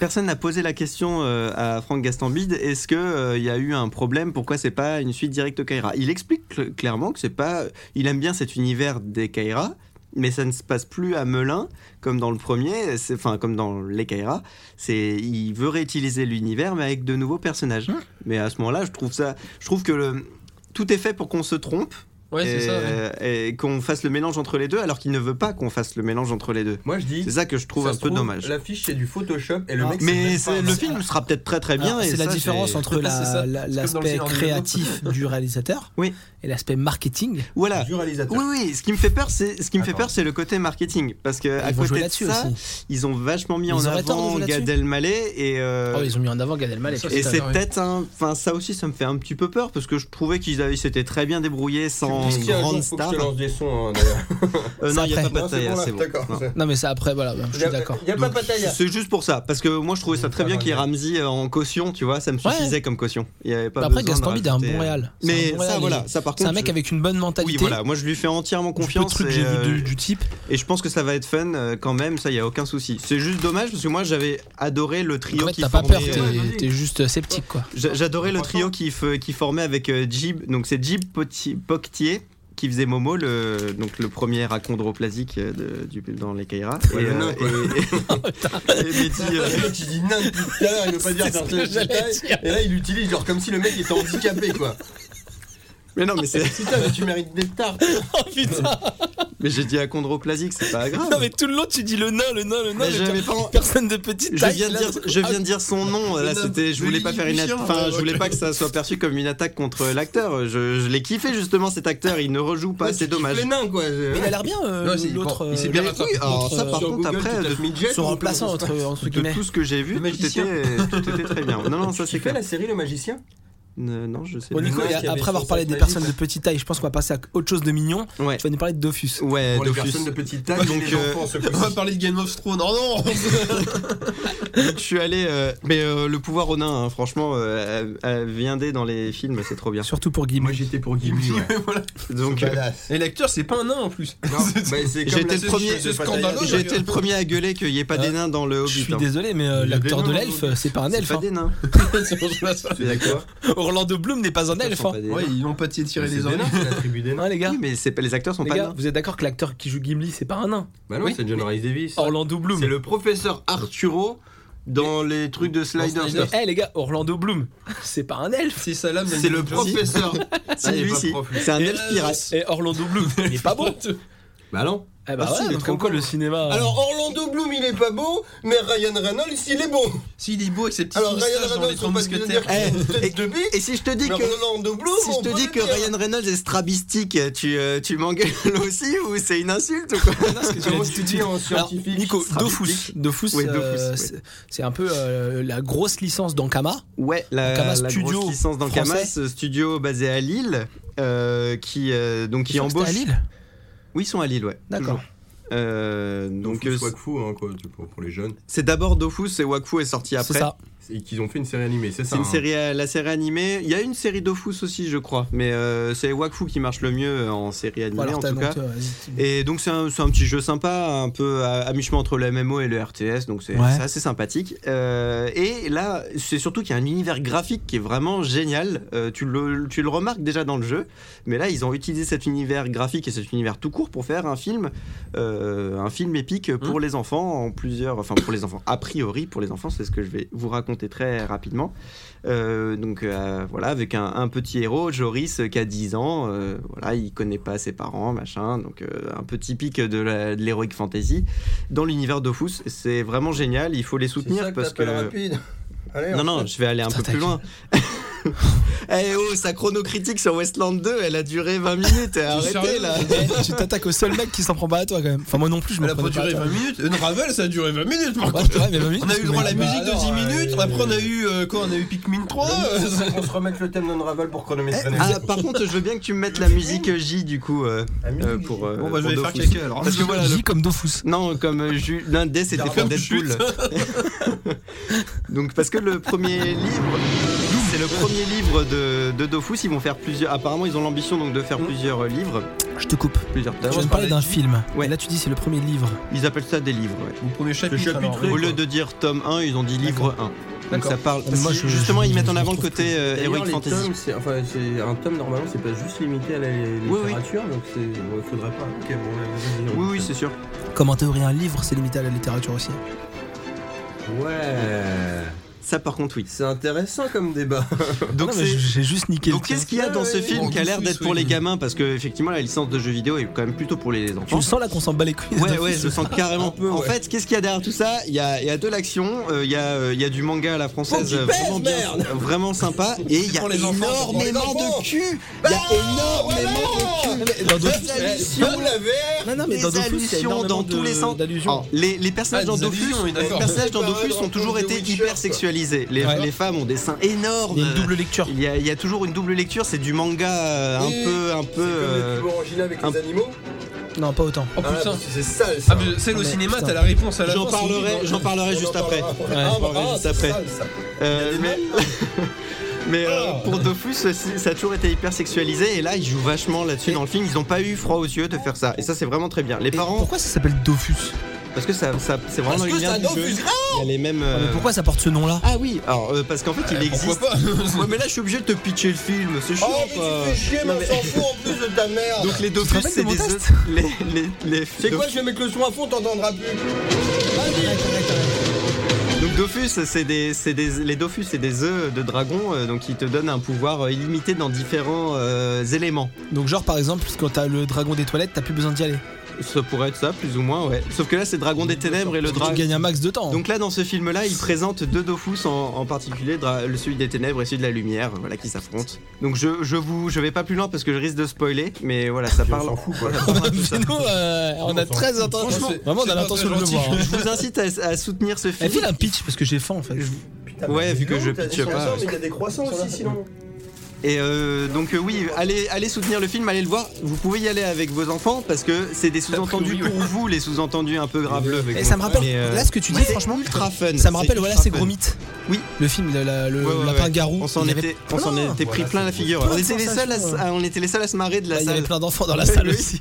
Speaker 2: personne n'a posé la question euh, à Franck Gastambide est-ce qu'il euh, y a eu un problème Pourquoi c'est pas une suite directe au Kaira Il explique cl clairement que c'est pas. Il aime bien cet univers des Kaira, mais ça ne se passe plus à Melun comme dans le premier, enfin comme dans les Kaira. C'est il veut réutiliser l'univers mais avec de nouveaux personnages.
Speaker 5: Hein?
Speaker 2: Mmh. Mais à ce moment-là, je trouve ça, je trouve que le, tout est fait pour qu'on se trompe.
Speaker 5: Ouais,
Speaker 2: et,
Speaker 5: ouais.
Speaker 2: et qu'on fasse le mélange entre les deux, alors qu'il ne veut pas qu'on fasse le mélange entre les deux.
Speaker 4: Moi, je dis.
Speaker 2: C'est ça que je trouve un peu trouve, dommage.
Speaker 4: L'affiche, c'est du Photoshop et le
Speaker 2: ah,
Speaker 4: mec.
Speaker 2: Mais le film sera peut-être très très eh bien.
Speaker 3: C'est la différence entre l'aspect la, créatif du réalisateur
Speaker 2: oui.
Speaker 3: et l'aspect marketing
Speaker 2: voilà.
Speaker 4: du réalisateur.
Speaker 2: Oui, oui. Ce qui me fait peur, c'est ce qui me fait peur, c'est le côté marketing, parce que à côté de ça, ils ont vachement mis en avant Gad Elmaleh et. euh,
Speaker 3: Oh, Ils ont mis en avant Gad Elmaleh.
Speaker 2: Et c'est peut-être, enfin, ça aussi, ça me fait un petit peu peur, parce que je trouvais qu'ils s'étaient très bien débrouillés sans
Speaker 4: Puisqu'il y a un jour, faut que je te lance des sons hein, d'ailleurs.
Speaker 2: euh, non, il n'y a pas Pataya, c'est bon.
Speaker 3: bon. Non. non. mais ça après, voilà, je suis d'accord.
Speaker 4: Il n'y a pas Pataya.
Speaker 2: C'est juste pour ça, parce que moi je trouvais ça très bien qu'il y ait Ramsey euh, en caution, tu vois, ça me suffisait ouais. comme caution. Il y avait pas
Speaker 3: après, Gaston Bide est un bon réal.
Speaker 2: euh, Mais ça, réal, voilà, ça par contre.
Speaker 3: C'est un mec avec une bonne mentalité.
Speaker 2: Oui, voilà, moi je lui fais entièrement confiance. euh,
Speaker 3: Le truc j'ai vu du type.
Speaker 2: Et je pense que ça va être fun euh, quand même, ça, il n'y a aucun souci. C'est juste dommage parce que moi j'avais adoré le trio qui euh,
Speaker 3: T'as pas peur, t'es juste sceptique quoi.
Speaker 2: J'adorais le trio qui formait avec euh, Jib, donc c'est Jib Pokti qui faisait Momo, le, donc le premier achondroplasique euh, de, du, dans les Kaira.
Speaker 4: Ouais, et, non, euh, et, et, et Mehdi, euh... Tu dis nain depuis tout à l'heure, il veut pas dire faire le Et là, il utilise genre comme si le mec était handicapé, quoi.
Speaker 2: Mais non, mais c'est.
Speaker 4: Putain, mais tu mérites des tartes.
Speaker 3: oh putain.
Speaker 2: Mais j'ai dit achondroplasique, c'est pas grave.
Speaker 3: Non, mais tout le long, tu dis le nain, le nain, le nain. Mais pas... Personne de petite
Speaker 2: taille. Je viens, de dire, je viens de dire son nom. Là, c'était. Je voulais pas faire une. Enfin, je voulais pas que ça soit perçu comme une attaque contre l'acteur. Je, je l'ai kiffé justement cet acteur. Il ne rejoue pas. c'est dommage.
Speaker 4: Le nain, quoi.
Speaker 3: Mais Ah, il a l'air bien. euh, L'autre.
Speaker 4: Il s'est bien rattrapé.
Speaker 2: Alors
Speaker 3: Euh,
Speaker 2: ça, par contre, après,
Speaker 3: son remplaçant entre
Speaker 2: De tout ce que j'ai vu, tout était très bien. Non, non, ça c'est
Speaker 4: clair. la série Le Magicien.
Speaker 2: Euh, non, je sais
Speaker 3: bon, Nico, après avoir parlé des magique, personnes de petite taille, je pense qu'on va passer à autre chose de mignon.
Speaker 2: Ouais.
Speaker 3: Tu vas nous parler de Dofus.
Speaker 2: Ouais,
Speaker 4: Pour
Speaker 2: Dofus.
Speaker 4: Les personnes de petite taille, donc, les
Speaker 5: euh... enfants, on va parler de Game of Thrones. Oh
Speaker 2: non donc, Je suis allé. Euh... mais le pouvoir aux nains, hein, franchement, viendait dans les films, c'est trop bien.
Speaker 3: Surtout pour Guillaume.
Speaker 4: Moi j'étais pour Guillaume. Ouais.
Speaker 5: voilà.
Speaker 2: donc, euh,
Speaker 5: et l'acteur, c'est pas un nain en plus.
Speaker 4: Bah,
Speaker 2: J'étais le, premier... le premier à gueuler qu'il n'y ait pas des nains dans le Hobbit. hein.
Speaker 3: Je suis désolé, mais euh, l'acteur de l'elfe, c'est pas un elfe. hein.
Speaker 2: C'est pas des nains.
Speaker 4: C'est d'accord.
Speaker 3: Orlando Bloom n'est pas un elfe. Hein.
Speaker 5: Ouais, ils n'ont pas tiré les oreilles.
Speaker 4: C'est la tribu des nains.
Speaker 3: Ah, les gars.
Speaker 2: Oui, mais c'est pas, les acteurs sont
Speaker 3: les
Speaker 2: pas
Speaker 3: gars,
Speaker 2: nains.
Speaker 3: Vous êtes d'accord que l'acteur qui joue Gimli, c'est pas un nain
Speaker 4: Bah non, oui, c'est John Rhys Davis.
Speaker 1: Oh.
Speaker 3: Orlando Bloom.
Speaker 4: C'est le professeur Arturo dans mais... les trucs de Slider.
Speaker 3: Eh hey, les gars, Orlando Bloom, c'est pas un elfe.
Speaker 5: C'est ça là,
Speaker 4: C'est le professeur.
Speaker 2: c'est lui, si. C'est un elfe
Speaker 3: euh,
Speaker 2: pirate.
Speaker 3: Et Orlando Bloom, il est pas bon.
Speaker 4: Bah non.
Speaker 3: Eh bah, ah ouais, si, donc comme quoi le cinéma.
Speaker 4: Alors Orlando
Speaker 1: Orlando Bloom, il est pas beau, mais Ryan Reynolds, il est beau.
Speaker 5: S'il est beau avec ses petites moustaches dans les trois mousquetaires.
Speaker 2: Eh, Et, et si je te dis que si je te dis que Ryan Reynolds est strabistique, tu euh, tu m'engueules aussi ou c'est une insulte ou quoi
Speaker 1: non, ce que tu as dit en scientifique.
Speaker 3: Nico, Dofus, Dofus,
Speaker 2: Ouais, Dofus,
Speaker 3: euh,
Speaker 2: ouais.
Speaker 3: c'est- c'est un peu euh, la grosse licence d'Ankama.
Speaker 2: Ouais, la,
Speaker 3: Ankama
Speaker 2: la
Speaker 3: Studio
Speaker 2: grosse licence d'Ankama,
Speaker 3: français.
Speaker 2: ce studio basé à Lille, euh, qui euh, donc qui
Speaker 3: Je crois que
Speaker 2: embauche.
Speaker 3: c'était à Lille
Speaker 2: Oui, ils sont à Lille, ouais.
Speaker 3: D'accord.
Speaker 2: toujours. Euh, donc
Speaker 1: Donc,
Speaker 2: euh,
Speaker 1: Swagfu, hein, quoi, tu- pour, pour les jeunes.
Speaker 2: c'est d'abord Dofus et Wakfu est sorti après.
Speaker 3: C'est ça.
Speaker 1: Et qu'ils ont fait une série animée, c'est ça
Speaker 2: C'est une
Speaker 1: hein.
Speaker 2: série, euh, la série animée. Il y a une série Dofus aussi, je crois, mais euh, c'est Wakfu qui marche le mieux en série animée
Speaker 3: Voilà,
Speaker 2: en
Speaker 3: t'as-
Speaker 2: tout cas.
Speaker 3: donc, euh, vas-y.
Speaker 2: Et donc c'est un, c'est un petit jeu sympa, un peu à, à mi-chemin entre le MMO et le RTS, donc c'est
Speaker 3: Ouais.
Speaker 2: c'est assez sympathique. Euh, et là, c'est surtout qu'il y a un univers graphique qui est vraiment génial. Euh, tu, le, tu le remarques déjà dans le jeu, mais là ils ont utilisé cet univers graphique et cet univers tout court pour faire un film, euh, un film épique pour les enfants en plusieurs, enfin pour les enfants a priori pour les enfants, c'est ce que je vais vous raconter très rapidement. Euh, donc euh, voilà, avec un, un petit héros, Joris, euh, qui a 10 ans, euh, voilà, il connaît pas ses parents, machin, donc euh, un peu typique de la- de l'heroic fantasy. Dans l'univers d'Ofus, c'est vraiment génial, il faut les soutenir
Speaker 1: ça que
Speaker 2: parce que.
Speaker 1: t'appelles rapide. Allez,
Speaker 2: non,
Speaker 1: on
Speaker 2: non, je vais aller un peu plus loin. Eh oh, sa chronocritique sur Westland 2, elle a duré 20 minutes, arrêtez
Speaker 5: sérieux
Speaker 2: là
Speaker 3: Eh, tu t'attaques au seul mec qui s'en prend pas à toi quand même. Enfin, moi non plus, je me
Speaker 5: Elle a pas
Speaker 3: prenais pas à
Speaker 5: duré
Speaker 3: toi.
Speaker 5: 20 minutes. Unravel, ça a duré 20 minutes par
Speaker 3: Ouais,
Speaker 5: contre.
Speaker 3: c'est vrai, mais 20 minutes,
Speaker 5: On a eu le droit à la
Speaker 3: bah,
Speaker 5: musique de
Speaker 3: alors,
Speaker 5: 10
Speaker 3: euh,
Speaker 5: minutes.
Speaker 3: euh,
Speaker 5: Après, on a eu euh, quoi On a eu Pikmin 3.
Speaker 1: On se remettre le thème d'Unravel pour chronométrer.
Speaker 2: Ah, par contre, je veux bien que tu me mettes la musique J du coup euh,
Speaker 1: musique
Speaker 2: euh, pour. euh,
Speaker 5: Bon, bah, je
Speaker 2: pour
Speaker 5: vais faire
Speaker 2: Dofus.
Speaker 5: caca alors.
Speaker 2: Parce que voilà, le
Speaker 3: J comme Dofus.
Speaker 2: Non, comme euh, Ju- l'un des c'était pour
Speaker 5: Comme
Speaker 2: Deadpool. Donc parce que le premier livre, c'est le premier livre de, de Dofus. Ils vont faire plusieurs. Apparemment, ils ont l'ambition donc de faire plusieurs euh, livres,
Speaker 3: Je te coupe.
Speaker 2: plusieurs
Speaker 3: Tu
Speaker 2: tomes.
Speaker 3: viens de parler d'un film.
Speaker 2: Ouais.
Speaker 3: Ouais. Là, tu dis c'est le premier livre.
Speaker 2: Ils appellent ça des livres. ouais.
Speaker 5: Mon premier chapitre.
Speaker 1: chapitre
Speaker 5: alors,
Speaker 1: est-
Speaker 5: oui.
Speaker 2: Au lieu de dire tome 1, ils ont dit livre 1. Donc
Speaker 5: D'accord.
Speaker 2: ça parle.
Speaker 3: Euh, moi,
Speaker 2: si,
Speaker 3: je-
Speaker 2: justement,
Speaker 3: je-
Speaker 2: ils mettent en
Speaker 3: je
Speaker 2: avant le
Speaker 3: trouve
Speaker 2: côté euh,
Speaker 4: D'ailleurs,
Speaker 2: heroic
Speaker 4: les
Speaker 2: fantasy.
Speaker 4: tomes, c'est- enfin, c'est- un tome normalement, c'est pas juste limité à la
Speaker 2: Oui, oui.
Speaker 4: littérature, donc c'est, ouais, faudrait pas. Ok, bon, vas-y, on
Speaker 2: Oui, oui,
Speaker 4: fait.
Speaker 2: c'est sûr.
Speaker 3: Comme en théorie, un livre, c'est limité à la littérature aussi.
Speaker 4: Ouais.
Speaker 2: Ça, par contre, oui.
Speaker 4: C'est intéressant comme débat.
Speaker 2: Donc
Speaker 3: Non, mais
Speaker 2: c'est-
Speaker 3: j'ai juste niqué
Speaker 2: Donc
Speaker 3: le tien.
Speaker 2: qu'est-ce qu'il y a dans ce film
Speaker 5: Bon,
Speaker 2: qui a l'air
Speaker 5: Dofus,
Speaker 2: d'être pour
Speaker 5: oui.
Speaker 2: les gamins Parce que effectivement, la licence de jeux vidéo est quand même plutôt pour les enfants.
Speaker 3: Tu sens là qu'on s'en bat les couilles.
Speaker 2: Ouais,
Speaker 3: de
Speaker 2: ouais,
Speaker 3: Dofus.
Speaker 2: je le sens carrément. En fait, qu'est-ce qu'il y a derrière tout ça Il y a, il y a de l'action, euh, il y, a, euh, il y a du manga à la française euh, vraiment, bien- euh, vraiment sympa, et il y a
Speaker 5: pour les enfants, Bah, c'est
Speaker 2: énormément
Speaker 5: pour les
Speaker 2: de cul Il y a énormément de cul
Speaker 3: Dans Dofus-
Speaker 2: Des allusions,
Speaker 3: Non, non, mais
Speaker 2: des
Speaker 3: dans Dofus, il y a
Speaker 2: allusions dans
Speaker 3: énormément de-
Speaker 2: tous les sens.
Speaker 3: d'allusions.
Speaker 2: Alors, les, les personnages
Speaker 5: Ah,
Speaker 2: dans
Speaker 5: des
Speaker 2: Dofus,
Speaker 5: allusions, oui,
Speaker 2: les
Speaker 5: d'accord.
Speaker 2: personnages dans
Speaker 1: Ouais,
Speaker 2: Dofus
Speaker 1: dans
Speaker 2: ont toujours
Speaker 1: The
Speaker 2: été
Speaker 1: Witcher,
Speaker 2: hyper
Speaker 1: quoi.
Speaker 2: sexualisés. Les,
Speaker 3: Ouais.
Speaker 2: les femmes ont des seins énormes.
Speaker 3: Il y a une double lecture.
Speaker 2: Il y a, il y a toujours une double lecture, c'est du manga euh, un
Speaker 1: Et
Speaker 2: peu, un peu. euh,
Speaker 1: Orangina avec
Speaker 2: un-
Speaker 1: les animaux
Speaker 3: Non, pas autant.
Speaker 5: Oh
Speaker 1: Ah,
Speaker 5: putain.
Speaker 1: parce que C'est sale
Speaker 5: Ah,
Speaker 1: ça.
Speaker 5: mais celle au
Speaker 3: mais
Speaker 5: cinéma,
Speaker 3: putain.
Speaker 5: t'as la réponse à la
Speaker 2: J'en
Speaker 5: fin,
Speaker 2: parlerai,
Speaker 5: c'est-
Speaker 2: j'en parlerai
Speaker 1: On en
Speaker 2: juste après.
Speaker 1: parlera
Speaker 3: Ouais,
Speaker 1: Ah,
Speaker 2: on parlera
Speaker 1: ah,
Speaker 2: juste
Speaker 1: c'est
Speaker 2: après.
Speaker 1: sale, ça.
Speaker 2: Euh,
Speaker 1: Il y a
Speaker 2: mais mais euh, pour Dofus, c'est- ça a toujours été hyper sexualisé et là ils jouent vachement là-dessus
Speaker 3: Et-
Speaker 2: dans le film. Ils ont pas eu froid aux yeux de faire ça et ça c'est vraiment très bien. Les
Speaker 3: Et
Speaker 2: parents,
Speaker 3: Pourquoi ça s'appelle Dofus
Speaker 2: parce que ça, ça- c'est vraiment
Speaker 4: Parce
Speaker 2: dans
Speaker 4: que
Speaker 2: l'univers
Speaker 4: ça
Speaker 2: du
Speaker 4: Dofus,
Speaker 2: jeu. Il y a les mêmes.
Speaker 3: Ah,
Speaker 2: euh,
Speaker 3: mais Pourquoi ça porte ce nom-là
Speaker 2: Ah oui, alors euh, parce qu'en fait il existe.
Speaker 5: Pourquoi pas
Speaker 2: Ouais, mais là je suis obligé de te pitcher le film, c'est chiant.
Speaker 1: Oh, mais tu
Speaker 2: quoi.
Speaker 1: fais chier, mais
Speaker 2: Non,
Speaker 1: on
Speaker 2: mais-
Speaker 1: s'en fout en plus de ta merde.
Speaker 2: Donc les Dofus,
Speaker 3: rappelles
Speaker 2: c'est
Speaker 3: de mon
Speaker 2: des
Speaker 3: test
Speaker 2: les les les.
Speaker 1: C'est quoi, je vais mettre le son à fond, t'entendras plus.
Speaker 2: Donc Dofus, c'est des, c'est des- les Dofus, c'est des œufs de dragon, euh, donc ils te donnent un pouvoir euh, illimité dans différents euh, éléments.
Speaker 3: Donc, genre, par exemple, quand t'as le dragon des toilettes, t'as plus besoin d'y aller.
Speaker 2: Ça pourrait être ça, plus ou moins, ouais. Sauf que là, c'est Dragon des Ténèbres et le
Speaker 3: Tu
Speaker 2: dragon.
Speaker 3: gagnes un max de temps.
Speaker 2: Donc là, dans ce film-là, ils présentent deux Dofus en, en particulier, dra- le celui des Ténèbres et celui de la Lumière, voilà, qui s'affrontent. Donc je, je vous, je vais pas plus loin parce que je risque de spoiler, mais voilà, ça parle. ça parle de ça.
Speaker 3: Mais nous, euh, on a très intention. Vraiment, on
Speaker 5: c'est
Speaker 3: a
Speaker 5: pas
Speaker 3: l'intention de
Speaker 5: très
Speaker 3: le voir.
Speaker 5: gentil.
Speaker 3: hein.
Speaker 2: Je vous incite à, à soutenir ce
Speaker 3: Eh,
Speaker 2: film.
Speaker 3: file un pitch parce que j'ai faim en fait.
Speaker 1: Putain,
Speaker 2: Ouais,
Speaker 1: mais
Speaker 2: vu que
Speaker 1: non,
Speaker 2: je
Speaker 1: t'as des
Speaker 2: pitche pas.
Speaker 1: croissants, mais Il y a des croissants aussi, sinon.
Speaker 2: Et euh, donc euh, oui, allez, allez soutenir le film, allez le voir. Vous pouvez y aller avec vos enfants parce que c'est des sous-entendus pour vous, les sous-entendus un peu graveleux.
Speaker 3: Et ça me rappelle,
Speaker 2: Mais, euh,
Speaker 3: là ce que tu dis,
Speaker 2: ouais, c'est
Speaker 3: franchement,
Speaker 2: ultra fun.
Speaker 3: ça me rappelle,
Speaker 2: C'est
Speaker 3: voilà,
Speaker 2: ultra
Speaker 3: ces
Speaker 2: fun.
Speaker 3: gros mythes.
Speaker 2: Oui.
Speaker 3: Le film, le, la- le
Speaker 2: Ouais, ouais, ouais.
Speaker 3: garou.
Speaker 2: On s'en était,
Speaker 3: Ah
Speaker 2: on s'en était pris plein la figure.
Speaker 3: plein
Speaker 2: On
Speaker 3: de
Speaker 2: était, les seuls à,
Speaker 3: sensations,
Speaker 2: se- à- on était les seuls à se marrer de la
Speaker 3: Là, il y avait
Speaker 2: salle.
Speaker 3: plein d'enfants dans la
Speaker 2: Oui,
Speaker 3: salle
Speaker 2: oui.
Speaker 3: aussi.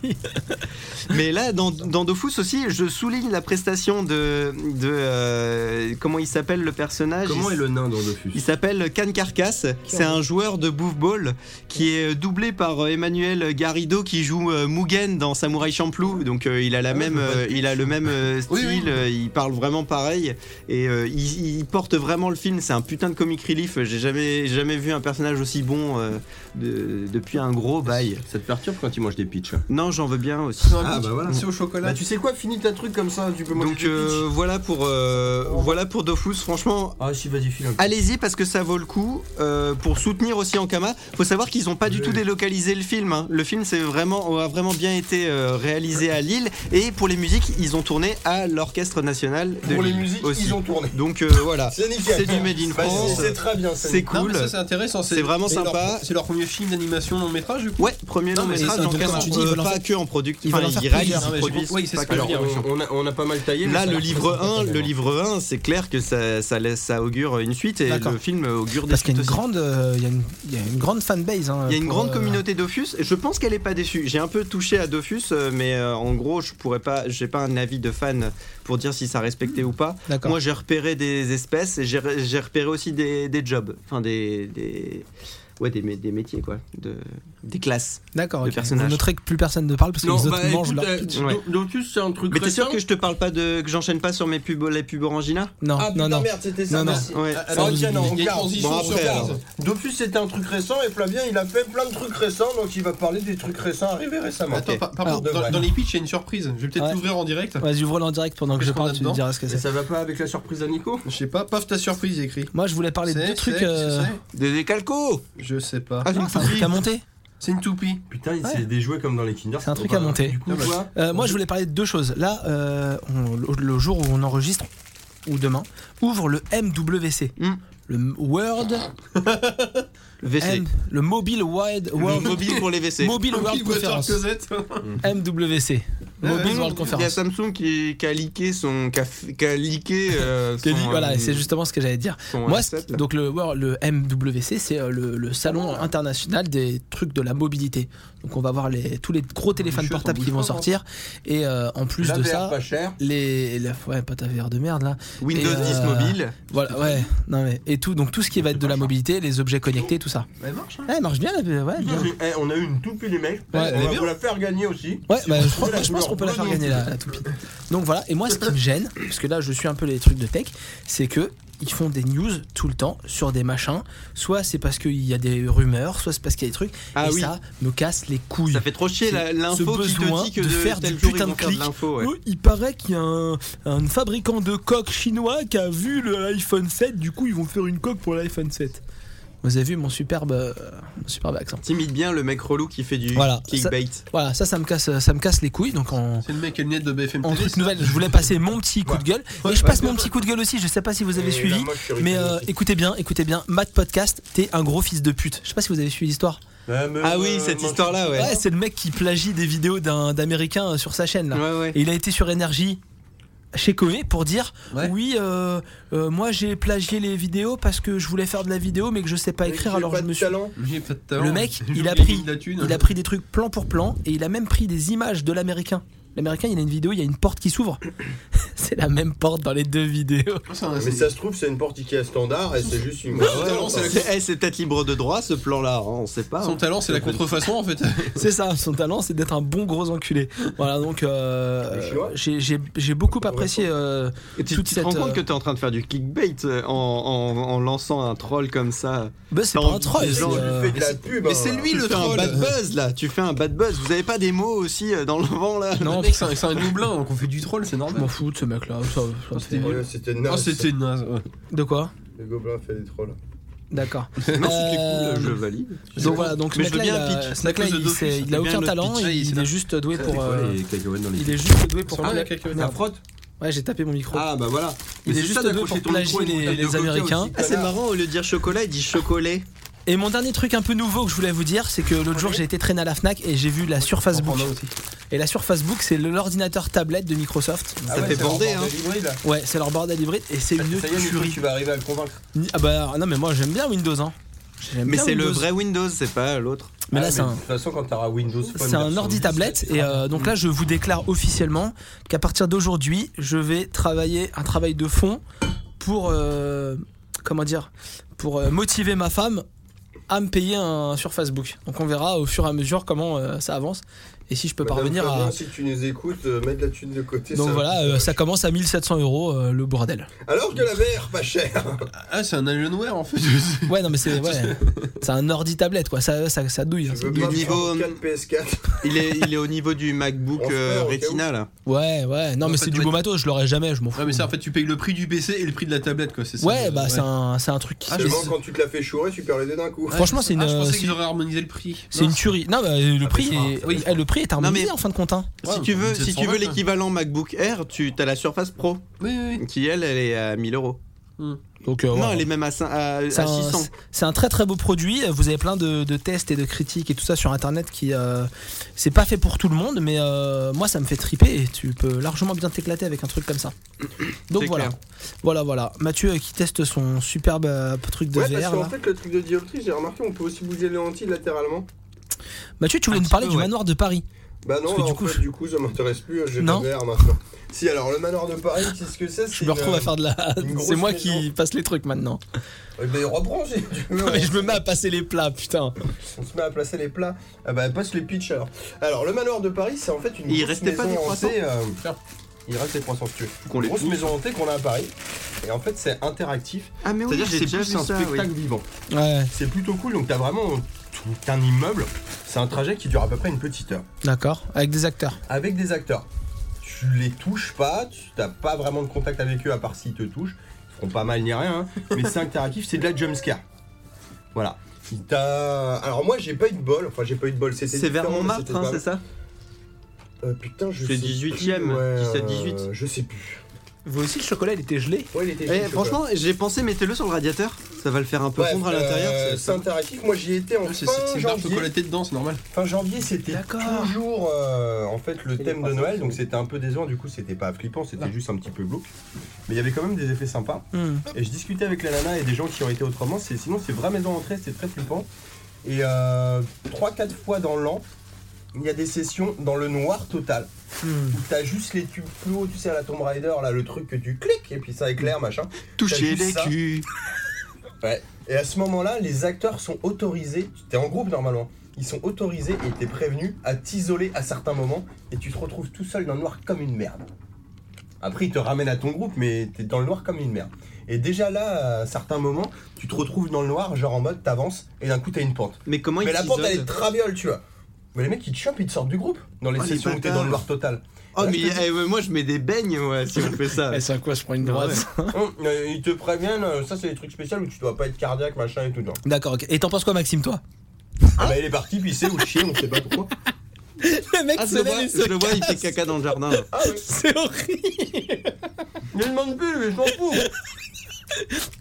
Speaker 2: Mais là, dans, dans Dofus aussi, je souligne la prestation de. de euh, comment il s'appelle le personnage
Speaker 4: Comment
Speaker 2: Il-
Speaker 4: est le nain dans Dofus
Speaker 2: Il s'appelle Can Carcass. C'est un joueur de bouve Ball, qui est euh, doublé par Emmanuel Garrido, qui joue euh, Mugen dans Samouraï Champloo. Donc euh,
Speaker 16: Ah
Speaker 2: il a la même, euh, il a le même euh, style,
Speaker 16: Oui, oui.
Speaker 2: euh, il parle vraiment pareil et euh, il, il porte vraiment le film. C'est un putain de comic relief. J'ai jamais, jamais vu un personnage aussi bon euh, de- depuis un gros bail.
Speaker 17: Ça te perturbe quand tu manges des pitchs
Speaker 2: Non, j'en veux bien aussi.
Speaker 17: Ah, bah voilà.
Speaker 4: C'est au chocolat. hein Mmh. tu sais quoi, finis ta truc comme ça, tu peux manger
Speaker 2: Donc
Speaker 4: des
Speaker 2: euh,
Speaker 4: pitchs.
Speaker 2: voilà pour euh, voilà pour Dofus. Franchement,
Speaker 4: Ah si, vas-y, file un peu.
Speaker 2: allez-y parce que ça vaut le coup euh, pour soutenir aussi Ankama. Faut savoir qu'ils ont pas du tout délocalisé le film. hein. Le film c'est vraiment a vraiment bien été euh, réalisé à Lille et pour les musiques ils ont tourné à l'orchestre national. De
Speaker 4: Pour les
Speaker 2: Lille
Speaker 4: musiques,
Speaker 2: aussi.
Speaker 4: ils ont tourné.
Speaker 2: Donc euh, voilà,
Speaker 4: C'est nickel.
Speaker 2: c'est du made in
Speaker 4: Vas-y,
Speaker 2: France.
Speaker 4: C'est très bien, ça.
Speaker 2: C'est
Speaker 5: Non, mais
Speaker 2: cool.
Speaker 5: ça, c'est intéressant.
Speaker 2: C'est vraiment
Speaker 5: leur-
Speaker 2: sympa.
Speaker 5: C'est leur premier film d'animation long métrage, du coup
Speaker 2: Ouais, premier
Speaker 5: Non,
Speaker 2: long
Speaker 5: mais
Speaker 2: métrage.
Speaker 5: c'est-
Speaker 2: en
Speaker 5: donc,
Speaker 2: tout cas,
Speaker 5: quand tu dis,
Speaker 2: euh,
Speaker 5: ils veulent en
Speaker 2: pas
Speaker 5: faire-
Speaker 2: que en product,
Speaker 5: ils veulent
Speaker 2: enfin,
Speaker 5: en faire
Speaker 2: ils réalisent,
Speaker 5: plusieurs. Non, mais
Speaker 2: ils
Speaker 5: j'ai
Speaker 2: produisent.
Speaker 5: compris, c'est
Speaker 2: pas
Speaker 5: ce que
Speaker 2: que
Speaker 5: je veux
Speaker 2: leur-
Speaker 5: dire, oui.
Speaker 17: On a, on a pas mal taillé. mais
Speaker 2: Là,
Speaker 17: ça
Speaker 2: le
Speaker 17: représente
Speaker 2: livre
Speaker 17: pas
Speaker 2: 1, le
Speaker 17: tellement.
Speaker 2: livre 1, c'est clair que ça, ça, laisse, ça augure une suite et
Speaker 3: D'accord.
Speaker 2: le film augure des
Speaker 3: Parce qu'il y a
Speaker 2: suites
Speaker 3: une
Speaker 2: aussi.
Speaker 3: grande, euh, il y a une- il y a une grande fanbase. hein,
Speaker 2: Il y a une
Speaker 3: pour,
Speaker 2: grande
Speaker 3: euh,
Speaker 2: communauté Dofus. Je pense qu'elle est pas déçue. J'ai un peu touché à Dofus, euh, mais euh, en gros, je pourrais pas. J'ai pas un avis de fan pour dire si ça respectait ou pas.
Speaker 3: D'accord.
Speaker 2: Moi, j'ai repéré des espèces et j'ai re- j'ai repéré aussi des, des jobs, enfin des, des ouais des, mé- des métiers quoi, de, des classes.
Speaker 3: D'accord.
Speaker 2: de
Speaker 3: ok. Vous
Speaker 2: personnages.
Speaker 3: noterez que plus personne ne parle parce que
Speaker 17: Non,
Speaker 3: les autres
Speaker 17: bah
Speaker 3: mangent
Speaker 17: écoute,
Speaker 3: leur
Speaker 17: euh,
Speaker 3: pitch.
Speaker 2: Ouais.
Speaker 17: Do- Dofus, c'est un truc
Speaker 2: Mais t'es sûr
Speaker 17: récent
Speaker 2: que je te parle pas de que j'enchaîne pas sur mes pubs les pubs Orangina
Speaker 3: Non,
Speaker 4: Ah
Speaker 3: non,
Speaker 4: putain,
Speaker 3: non.
Speaker 4: merde, c'était
Speaker 3: Non,
Speaker 4: ça.
Speaker 3: non.
Speaker 4: merci.
Speaker 2: Ouais.
Speaker 4: Ah, Alors,
Speaker 3: Sans
Speaker 4: tiens, non,
Speaker 3: visibilité.
Speaker 4: on
Speaker 5: Il y a une
Speaker 4: garde.
Speaker 5: transition
Speaker 2: Bon,
Speaker 5: sur
Speaker 2: après,
Speaker 5: Cars.
Speaker 2: alors.
Speaker 4: Dofus, c'était un truc récent et Flavien, il a fait plein de trucs récents, donc il va parler des trucs récents arrivés récemment.
Speaker 5: Attends, par, par
Speaker 3: Alors,
Speaker 5: contre,
Speaker 4: de
Speaker 5: dans,
Speaker 4: vrai.
Speaker 5: dans les pitchs, il y a une surprise. Je vais peut-être
Speaker 3: Ouais.
Speaker 5: l'ouvrir en direct.
Speaker 3: Vas-y, ouvre-le en direct pendant que
Speaker 5: Qu'est-ce
Speaker 3: je
Speaker 5: qu'on a
Speaker 3: parle, tu
Speaker 5: dedans
Speaker 3: me diras ce que
Speaker 4: Mais
Speaker 3: c'est.
Speaker 4: ça va pas avec la surprise à Nico
Speaker 5: Je sais pas, paf ta surprise, il y a écrit.
Speaker 3: Moi, je voulais parler de
Speaker 5: C'est-
Speaker 3: deux trucs.
Speaker 5: c'est-
Speaker 3: euh,
Speaker 5: c'est-
Speaker 2: Des, des calcos
Speaker 5: Je sais pas.
Speaker 2: Ah, c'est une
Speaker 3: C'est un truc à monter.
Speaker 5: C'est une toupie.
Speaker 4: Putain, il
Speaker 3: Ouais.
Speaker 4: s'est déjoué comme dans les Kinder.
Speaker 3: C'est un truc
Speaker 4: trop
Speaker 3: à
Speaker 4: pas-
Speaker 3: monter.
Speaker 4: Du coup,
Speaker 5: Ah bah,
Speaker 4: quoi
Speaker 3: Euh, moi, je voulais parler de deux choses. Là, euh, on- le- le jour où on enregistre, ou demain, ouvre le MWC.
Speaker 2: Mm.
Speaker 3: Le World,
Speaker 2: Le WC.
Speaker 3: M- le Mobile Wide World,
Speaker 2: Le mobile pour les WC.
Speaker 3: Mobile World Conference,
Speaker 5: Cosette.
Speaker 3: MWC, Mobile World
Speaker 2: Il y a
Speaker 3: Conference.
Speaker 2: Samsung qui, qui a leaké son. qui a, f- qui a leaké, euh,
Speaker 3: Que
Speaker 2: son,
Speaker 3: dit-
Speaker 2: euh,
Speaker 3: voilà, c'est justement ce que j'allais dire.
Speaker 2: son
Speaker 3: Moi,
Speaker 2: asset,
Speaker 3: ce-
Speaker 2: là.
Speaker 3: donc le, World- le MWC, c'est euh, le, le salon international des trucs de la mobilité. Donc on va voir les, tous les gros téléphones
Speaker 5: choses, on
Speaker 3: portables
Speaker 5: bouge
Speaker 3: qui vont
Speaker 5: pas, hein.
Speaker 3: sortir. Et euh, en plus
Speaker 4: La
Speaker 3: de
Speaker 4: VR
Speaker 3: ça,
Speaker 4: pas cher.
Speaker 3: les, la, ouais, pas ta VR de merde là.
Speaker 2: Windows
Speaker 3: Et,
Speaker 2: 10
Speaker 3: euh,
Speaker 2: mobile.
Speaker 3: Voilà, ouais, non mais et tout, donc tout ce qui va être de la mobilité, les objets connectés, tout ça.
Speaker 4: Bah,
Speaker 5: Elle marche, hein
Speaker 3: Ouais, elle marche bien, la ouais, bien.
Speaker 4: Eh, on a eu une toupie, les mecs.
Speaker 3: Ouais,
Speaker 4: on
Speaker 3: elle est
Speaker 4: va
Speaker 5: bien.
Speaker 4: vous la faire gagner aussi.
Speaker 3: Ouais,
Speaker 4: Si
Speaker 3: bah,
Speaker 4: vous
Speaker 3: je, crois-
Speaker 4: trouvez la
Speaker 3: je pense
Speaker 4: couleur
Speaker 3: qu'on peut la faire
Speaker 4: bleue,
Speaker 3: gagner la, la toupie. Donc voilà, et moi ce qui me gêne, parce que là je suis un peu les trucs de tech, c'est que ils font des news tout le temps sur des machins. Soit c'est parce qu'il y a des rumeurs, soit c'est parce qu'il y a des trucs.
Speaker 2: Ah
Speaker 3: et
Speaker 2: oui.
Speaker 3: ça me casse les couilles.
Speaker 2: Ça fait trop chier la-
Speaker 3: C'est
Speaker 2: l'info
Speaker 3: ce
Speaker 2: qui te
Speaker 3: besoin
Speaker 2: dit que
Speaker 3: de
Speaker 2: de
Speaker 3: faire
Speaker 2: tel
Speaker 3: du
Speaker 2: jour, ils
Speaker 3: putain
Speaker 2: vont
Speaker 3: de
Speaker 2: faire
Speaker 3: clics.
Speaker 2: l'info, ouais.
Speaker 3: Oh, Il paraît qu'il y a un, un fabricant de coques chinois qui a vu l'iPhone 7, du coup ils vont faire une coque pour l'iPhone 7. Vous avez vu mon superbe, euh, mon superbe accent.
Speaker 2: Timide bien le mec relou qui fait du
Speaker 3: Voilà,
Speaker 2: clickbait.
Speaker 3: Voilà, ça, ça me casse, ça me casse les couilles. Donc en,
Speaker 5: C'est le mec qui a le net de BFM
Speaker 3: en
Speaker 5: TV,
Speaker 3: truc
Speaker 5: ça.
Speaker 3: nouvelle, je voulais passer mon petit
Speaker 4: Bah,
Speaker 3: coup de gueule.
Speaker 5: Ouais,
Speaker 3: Et je passe
Speaker 5: ouais.
Speaker 3: mon petit coup de gueule aussi. Je sais pas si vous avez
Speaker 4: Et
Speaker 3: suivi,
Speaker 4: la moche sur
Speaker 3: mais
Speaker 4: Italie
Speaker 3: euh,
Speaker 4: aussi.
Speaker 3: écoutez bien, écoutez bien. Matt Podcast, t'es un gros fils de pute. Je sais pas si vous avez suivi l'histoire.
Speaker 4: Ah, mais
Speaker 2: Ah
Speaker 4: ouais,
Speaker 2: oui, cette
Speaker 4: moi,
Speaker 2: histoire-là, ouais.
Speaker 3: Ouais, c'est le mec qui plagie des vidéos d'un d'américain euh, sur sa chaîne là.
Speaker 2: Ouais, ouais.
Speaker 3: Et il a été sur énergie chez Koé pour dire
Speaker 4: Ouais.
Speaker 3: oui euh, euh, moi j'ai plagié les vidéos parce que je voulais faire de la vidéo mais que je sais pas
Speaker 4: j'ai
Speaker 3: écrire
Speaker 4: pas
Speaker 3: alors je
Speaker 4: de
Speaker 3: me suis
Speaker 4: talent.
Speaker 5: J'ai pas de talent.
Speaker 3: Le mec,
Speaker 5: J'ai
Speaker 3: il a
Speaker 5: oublié
Speaker 3: pris-
Speaker 5: de la thune.
Speaker 3: Il a pris des trucs plan pour plan et il a même pris des images de l'américain. L'américain, il a une vidéo, il y a une porte qui s'ouvre. c'est la même porte dans les deux vidéos.
Speaker 5: Ah, c'est un-
Speaker 4: Mais ça se trouve, c'est une porte Ikea standard et c'est juste une.
Speaker 5: Bah ouais, non, c'est la-
Speaker 2: C'est eh, c'est peut-être libre de droit ce plan-là, hein, on sait pas.
Speaker 5: Son
Speaker 2: hein.
Speaker 5: talent, c'est la contrefaçon en fait.
Speaker 3: C'est ça, son talent, c'est d'être un bon gros enculé. Voilà, donc
Speaker 2: Ah,
Speaker 3: euh,
Speaker 4: Le chinois
Speaker 3: j'ai- j'ai j'ai beaucoup apprécié euh,
Speaker 2: Et tu tu
Speaker 3: toute
Speaker 2: te
Speaker 3: cette.
Speaker 2: rends compte
Speaker 3: euh,
Speaker 2: que t'es en train de faire du clickbait euh, en, en- en lançant un troll comme ça.
Speaker 3: bah, c'est
Speaker 2: t'as
Speaker 3: pas un
Speaker 2: envie
Speaker 3: troll.
Speaker 2: des
Speaker 3: c'est,
Speaker 2: gens, tu
Speaker 3: euh,
Speaker 4: Mais de la pub.
Speaker 2: Mais
Speaker 4: hein.
Speaker 2: c'est lui
Speaker 5: Tu
Speaker 2: le
Speaker 5: fais un
Speaker 2: troll.
Speaker 5: bad
Speaker 2: buzz là, tu fais un bad buzz. Vous avez pas des mots aussi euh, dans le vent là
Speaker 3: Non,
Speaker 5: Le mec, c'est un- c'est un gobelin, donc on fait du troll, c'est
Speaker 3: je
Speaker 5: normal.
Speaker 3: m'en fous de ce mec-là. ça- ça me fait-
Speaker 5: C'était-
Speaker 4: Ouais, C'était
Speaker 5: Ah,
Speaker 4: naze.
Speaker 5: c'était naze. ouais.
Speaker 3: De quoi
Speaker 4: Le gobelin fait des trolls.
Speaker 3: D'accord.
Speaker 2: Non, c'était
Speaker 3: Euh,
Speaker 2: cool, je valide.
Speaker 3: Donc voilà, donc ce
Speaker 2: Mais je veux
Speaker 3: mec-là, il
Speaker 2: bien un
Speaker 3: a-
Speaker 2: pitch.
Speaker 3: ce mec-là,
Speaker 2: C'est à cause de
Speaker 3: il
Speaker 2: Dofus,
Speaker 3: s'est- il
Speaker 2: c'est bien
Speaker 3: a aucun
Speaker 2: le
Speaker 3: talent,
Speaker 2: pitch. Ah, il s'est
Speaker 3: il
Speaker 2: là.
Speaker 3: est juste doué pour. euh,
Speaker 17: cacahuètes dans les
Speaker 3: Il est juste doué pour.
Speaker 5: Ah,
Speaker 3: pla-
Speaker 5: la cacahuète.
Speaker 3: Merde.
Speaker 17: frotte
Speaker 3: Ouais, j'ai tapé mon micro.
Speaker 17: Ah bah voilà.
Speaker 3: Il
Speaker 17: Mais
Speaker 3: est
Speaker 17: c'est
Speaker 3: juste
Speaker 17: ça
Speaker 3: deux
Speaker 17: d'accrocher
Speaker 3: pour
Speaker 17: ton micro
Speaker 3: plagier
Speaker 17: et une
Speaker 3: les-
Speaker 17: bouteille
Speaker 3: les
Speaker 17: de coca
Speaker 3: Américains.
Speaker 17: aussi.
Speaker 2: Ah, c'est marrant, au lieu de dire chocolat, il dit chocolat.
Speaker 3: Et mon dernier truc un peu nouveau que je voulais vous dire, c'est que l'autre jour j'ai été traîner à la Fnac et j'ai vu la Surface Book. Et la Surface Book, c'est le- l'ordinateur tablette de Microsoft.
Speaker 4: Ah
Speaker 2: Ça fait bander, hein.
Speaker 3: Ouais, c'est leur bordel hybride et c'est une
Speaker 4: Ça y est, Nico,
Speaker 3: tuerie.
Speaker 4: tu vas arriver à le convaincre.
Speaker 3: Ni- Ah bah non, mais moi j'aime bien Windows, hein. J'aime
Speaker 2: Mais
Speaker 3: bien
Speaker 2: c'est le
Speaker 3: Windows.
Speaker 2: vrai Windows, c'est pas l'autre.
Speaker 3: Mais là,
Speaker 4: Ah,
Speaker 3: c'est
Speaker 4: De
Speaker 3: un.
Speaker 4: toute façon, quand t'auras Windows Phone.
Speaker 3: C'est un
Speaker 4: version
Speaker 3: ordi
Speaker 4: 10,
Speaker 3: tablette et euh, donc là je vous déclare officiellement qu'à partir d'aujourd'hui je vais travailler un travail de fond pour euh, comment dire pour euh, motiver ma femme à me payer un sur Facebook. Donc on verra au fur et à mesure comment euh, ça avance. Et si je peux
Speaker 1: Madame
Speaker 3: parvenir
Speaker 1: Fabien,
Speaker 3: à.
Speaker 1: Si tu nous écoutes, euh, mets de la thune de côté.
Speaker 3: Donc
Speaker 1: ça-
Speaker 3: voilà, euh, ça commence à 1700 euros euh, le bordel.
Speaker 1: Alors que la VR, pas cher.
Speaker 5: Ah, c'est un Alienware en fait.
Speaker 3: Ouais, non, mais c'est ouais, c'est un ordi tablette quoi, ça, ça, ça douille. hein, ça douille.
Speaker 2: Le niveau,
Speaker 1: 4 PS4.
Speaker 2: il est, il est au niveau du MacBook
Speaker 1: On se
Speaker 2: euh,
Speaker 1: perd au cas
Speaker 2: Retina
Speaker 1: où.
Speaker 2: là.
Speaker 3: Ouais, ouais, non,
Speaker 5: En
Speaker 3: mais
Speaker 5: fait,
Speaker 3: c'est du
Speaker 5: ouais.
Speaker 3: beau matos, je l'aurais jamais, je m'en fous.
Speaker 5: Ouais, mais ça en fait, tu payes le prix du PC et le prix de la tablette quoi, c'est ça
Speaker 3: Ouais,
Speaker 5: euh,
Speaker 3: bah c'est un, c'est un truc qui.
Speaker 5: Ah,
Speaker 3: c'est-
Speaker 1: Seulement quand tu te la fais chourer, tu perds les deux d'un coup.
Speaker 3: Franchement, c'est une.
Speaker 5: Ah, je
Speaker 3: euh,
Speaker 5: pensais
Speaker 3: c'est-
Speaker 5: qu'ils auraient harmonisé le prix.
Speaker 3: c'est une
Speaker 5: Mince.
Speaker 3: tuerie. Non, bah, le, prix
Speaker 5: bah,
Speaker 3: est,
Speaker 5: oui.
Speaker 3: eh, le prix est harmonisé
Speaker 2: mais-
Speaker 3: en fin de compte. hein.
Speaker 2: si
Speaker 5: Ouais,
Speaker 2: tu veux, si tu
Speaker 5: 1720,
Speaker 2: veux
Speaker 5: quoi.
Speaker 2: l'équivalent MacBook Air, tu as la Surface Pro
Speaker 5: Oui, oui, oui.
Speaker 2: qui elle, elle est à 1000 euros.
Speaker 3: Donc,
Speaker 1: Oh,
Speaker 3: euh,
Speaker 2: Non,
Speaker 3: ouais.
Speaker 2: elle est même à, cin- à- à
Speaker 3: C'est un,
Speaker 2: 600.
Speaker 3: c'est- c'est un très très beau produit. Vous avez plein de, de tests et de critiques et tout ça sur internet qui. euh, c'est pas fait pour tout le monde, mais euh, moi ça me fait triper et tu peux largement bien t'éclater avec un truc comme ça. Donc
Speaker 2: C'est
Speaker 3: voilà.
Speaker 2: clair.
Speaker 3: Voilà, voilà. Mathieu euh, qui teste son superbe euh, truc de
Speaker 1: ouais,
Speaker 3: VR.
Speaker 1: parce qu'en
Speaker 3: là.
Speaker 1: fait, le truc de dioptrie, j'ai remarqué, on peut aussi bouger les lentilles latéralement.
Speaker 3: Mathieu, tu voulais
Speaker 2: un
Speaker 3: nous parler
Speaker 2: petit
Speaker 3: du
Speaker 2: peu, ouais.
Speaker 3: manoir de Paris.
Speaker 1: Bah non,
Speaker 3: Parce que
Speaker 1: là,
Speaker 3: du
Speaker 1: en
Speaker 3: coup,
Speaker 1: fait,
Speaker 3: je-
Speaker 1: du coup, ça m'intéresse plus, hein, j'ai
Speaker 3: Non.
Speaker 1: pas VR maintenant. Si, alors le manoir de Paris, c'est ce que c'est
Speaker 3: Je me retrouve à faire de la.
Speaker 1: une grosse
Speaker 3: C'est moi
Speaker 1: maison.
Speaker 3: qui passe les trucs maintenant.
Speaker 1: Mais reprends si tu veux.
Speaker 3: Non, mais je me mets à passer les plats, putain.
Speaker 1: On se met à placer les plats. Ah bah passe les pitchs alors. Alors le manoir de Paris c'est en fait une
Speaker 2: Il
Speaker 1: grosse
Speaker 2: restait pas
Speaker 1: maison
Speaker 2: des
Speaker 1: hantée, euh, Il reste les 300 si tu veux.
Speaker 2: Qu'on les
Speaker 1: grosse
Speaker 2: pousse.
Speaker 1: maison hantée qu'on a à Paris. Et en fait c'est interactif.
Speaker 2: Ah mais oui,
Speaker 1: C'est-à-dire que
Speaker 2: j'ai
Speaker 1: c'est
Speaker 2: déjà
Speaker 1: plus
Speaker 2: vu
Speaker 1: un
Speaker 2: ça. oui.
Speaker 1: spectacle vivant.
Speaker 3: Ouais,
Speaker 1: C'est plutôt cool donc t'as vraiment tout un immeuble. C'est un trajet qui dure à peu près une petite heure.
Speaker 3: d'accord. Avec des acteurs.
Speaker 1: Avec des acteurs. Tu les touches pas, tu t'as pas vraiment de contact avec eux à part s'ils te touchent. Ils feront pas mal ni rien. hein. Mais c'est interactif, c'est de la jumpscare. Voilà. T'as- Alors moi j'ai pas eu de bol, enfin j'ai pas eu de bol, c'était
Speaker 2: C'est vers
Speaker 1: différent, mais c'était
Speaker 2: Montmartre,
Speaker 1: pas
Speaker 2: hein,
Speaker 1: mal.
Speaker 2: c'est ça
Speaker 1: Euh, putain, je
Speaker 2: C'est
Speaker 1: sais
Speaker 2: 18e,
Speaker 1: plus, ouais, euh,
Speaker 2: 17-18.
Speaker 1: je sais plus.
Speaker 3: Vous aussi, le chocolat, il était gelé.
Speaker 1: Ouais, il était
Speaker 2: Eh,
Speaker 1: chaud,
Speaker 2: franchement,
Speaker 1: quoi.
Speaker 2: j'ai pensé mettez-le sur le radiateur, ça va le faire un peu
Speaker 1: Bref,
Speaker 2: fondre à l'intérieur.
Speaker 1: euh,
Speaker 2: c'est-
Speaker 1: c'est interactif. Moi, j'y étais en
Speaker 5: Ouais, C'est
Speaker 1: fin
Speaker 5: c'est une barre
Speaker 1: janvier.
Speaker 5: chocolatée dedans, c'est normal.
Speaker 1: Fin janvier, c'était toujours euh, en fait le thème de Noël, donc c'était un peu décevant. Du coup, c'était pas flippant, c'était juste un petit peu glauque. Mais il y avait quand même des effets sympas.
Speaker 3: Hmm.
Speaker 1: Et je discutais avec la nana et des gens qui ont été autrement. C'est, sinon, c'est vraiment maison entrée, c'était très flippant. Et 3-4 fois dans l'an, il y a des sessions dans le noir total. Où t'as juste les tubes plus hauts, tu sais, à la Tomb Raider, là, le truc que tu cliques et puis ça éclaire, machin.
Speaker 2: Toucher
Speaker 1: T'as vu
Speaker 2: les
Speaker 1: ça
Speaker 2: culs.
Speaker 1: Ouais. Et à ce moment-là, les acteurs sont autorisés, t'es en groupe normalement, ils sont autorisés et t'es prévenu à t'isoler à certains moments et tu te retrouves tout seul dans le noir comme une merde. Après, ils te ramènent à ton groupe, mais t'es dans le noir comme une merde. Et déjà là, à certains moments, tu te retrouves dans le noir, genre en mode t'avances et d'un coup t'as une pente.
Speaker 2: Mais comment
Speaker 1: mais
Speaker 2: il
Speaker 1: la pente elle est
Speaker 2: s'isole
Speaker 1: traviole, tu vois. Mais les mecs ils te chopent, ils te sortent du groupe dans les
Speaker 2: Oh, les
Speaker 1: sessions où t'es dans le noir total.
Speaker 2: Oh
Speaker 1: Là,
Speaker 2: mais
Speaker 1: je te
Speaker 2: eh, ouais, moi je mets des beignes ouais, si on fait ça.
Speaker 3: Eh, c'est à quoi je prends une droite
Speaker 1: Hum, euh, Ils te préviennent, euh, ça c'est des trucs spéciaux où tu dois pas être cardiaque, machin et tout. genre.
Speaker 3: D'accord, ok. Et t'en penses quoi, Maxime, toi
Speaker 1: Ah bah il est parti, puis il sait où chier, on sait pas pourquoi.
Speaker 3: Le mec
Speaker 2: Ah,
Speaker 3: se
Speaker 2: je le
Speaker 3: lève
Speaker 2: vois,
Speaker 3: et se
Speaker 2: je le vois, il fait caca dans le jardin. là.
Speaker 1: Ah ouais.
Speaker 3: C'est horrible.
Speaker 1: Ne demande plus, mais je m'en fous.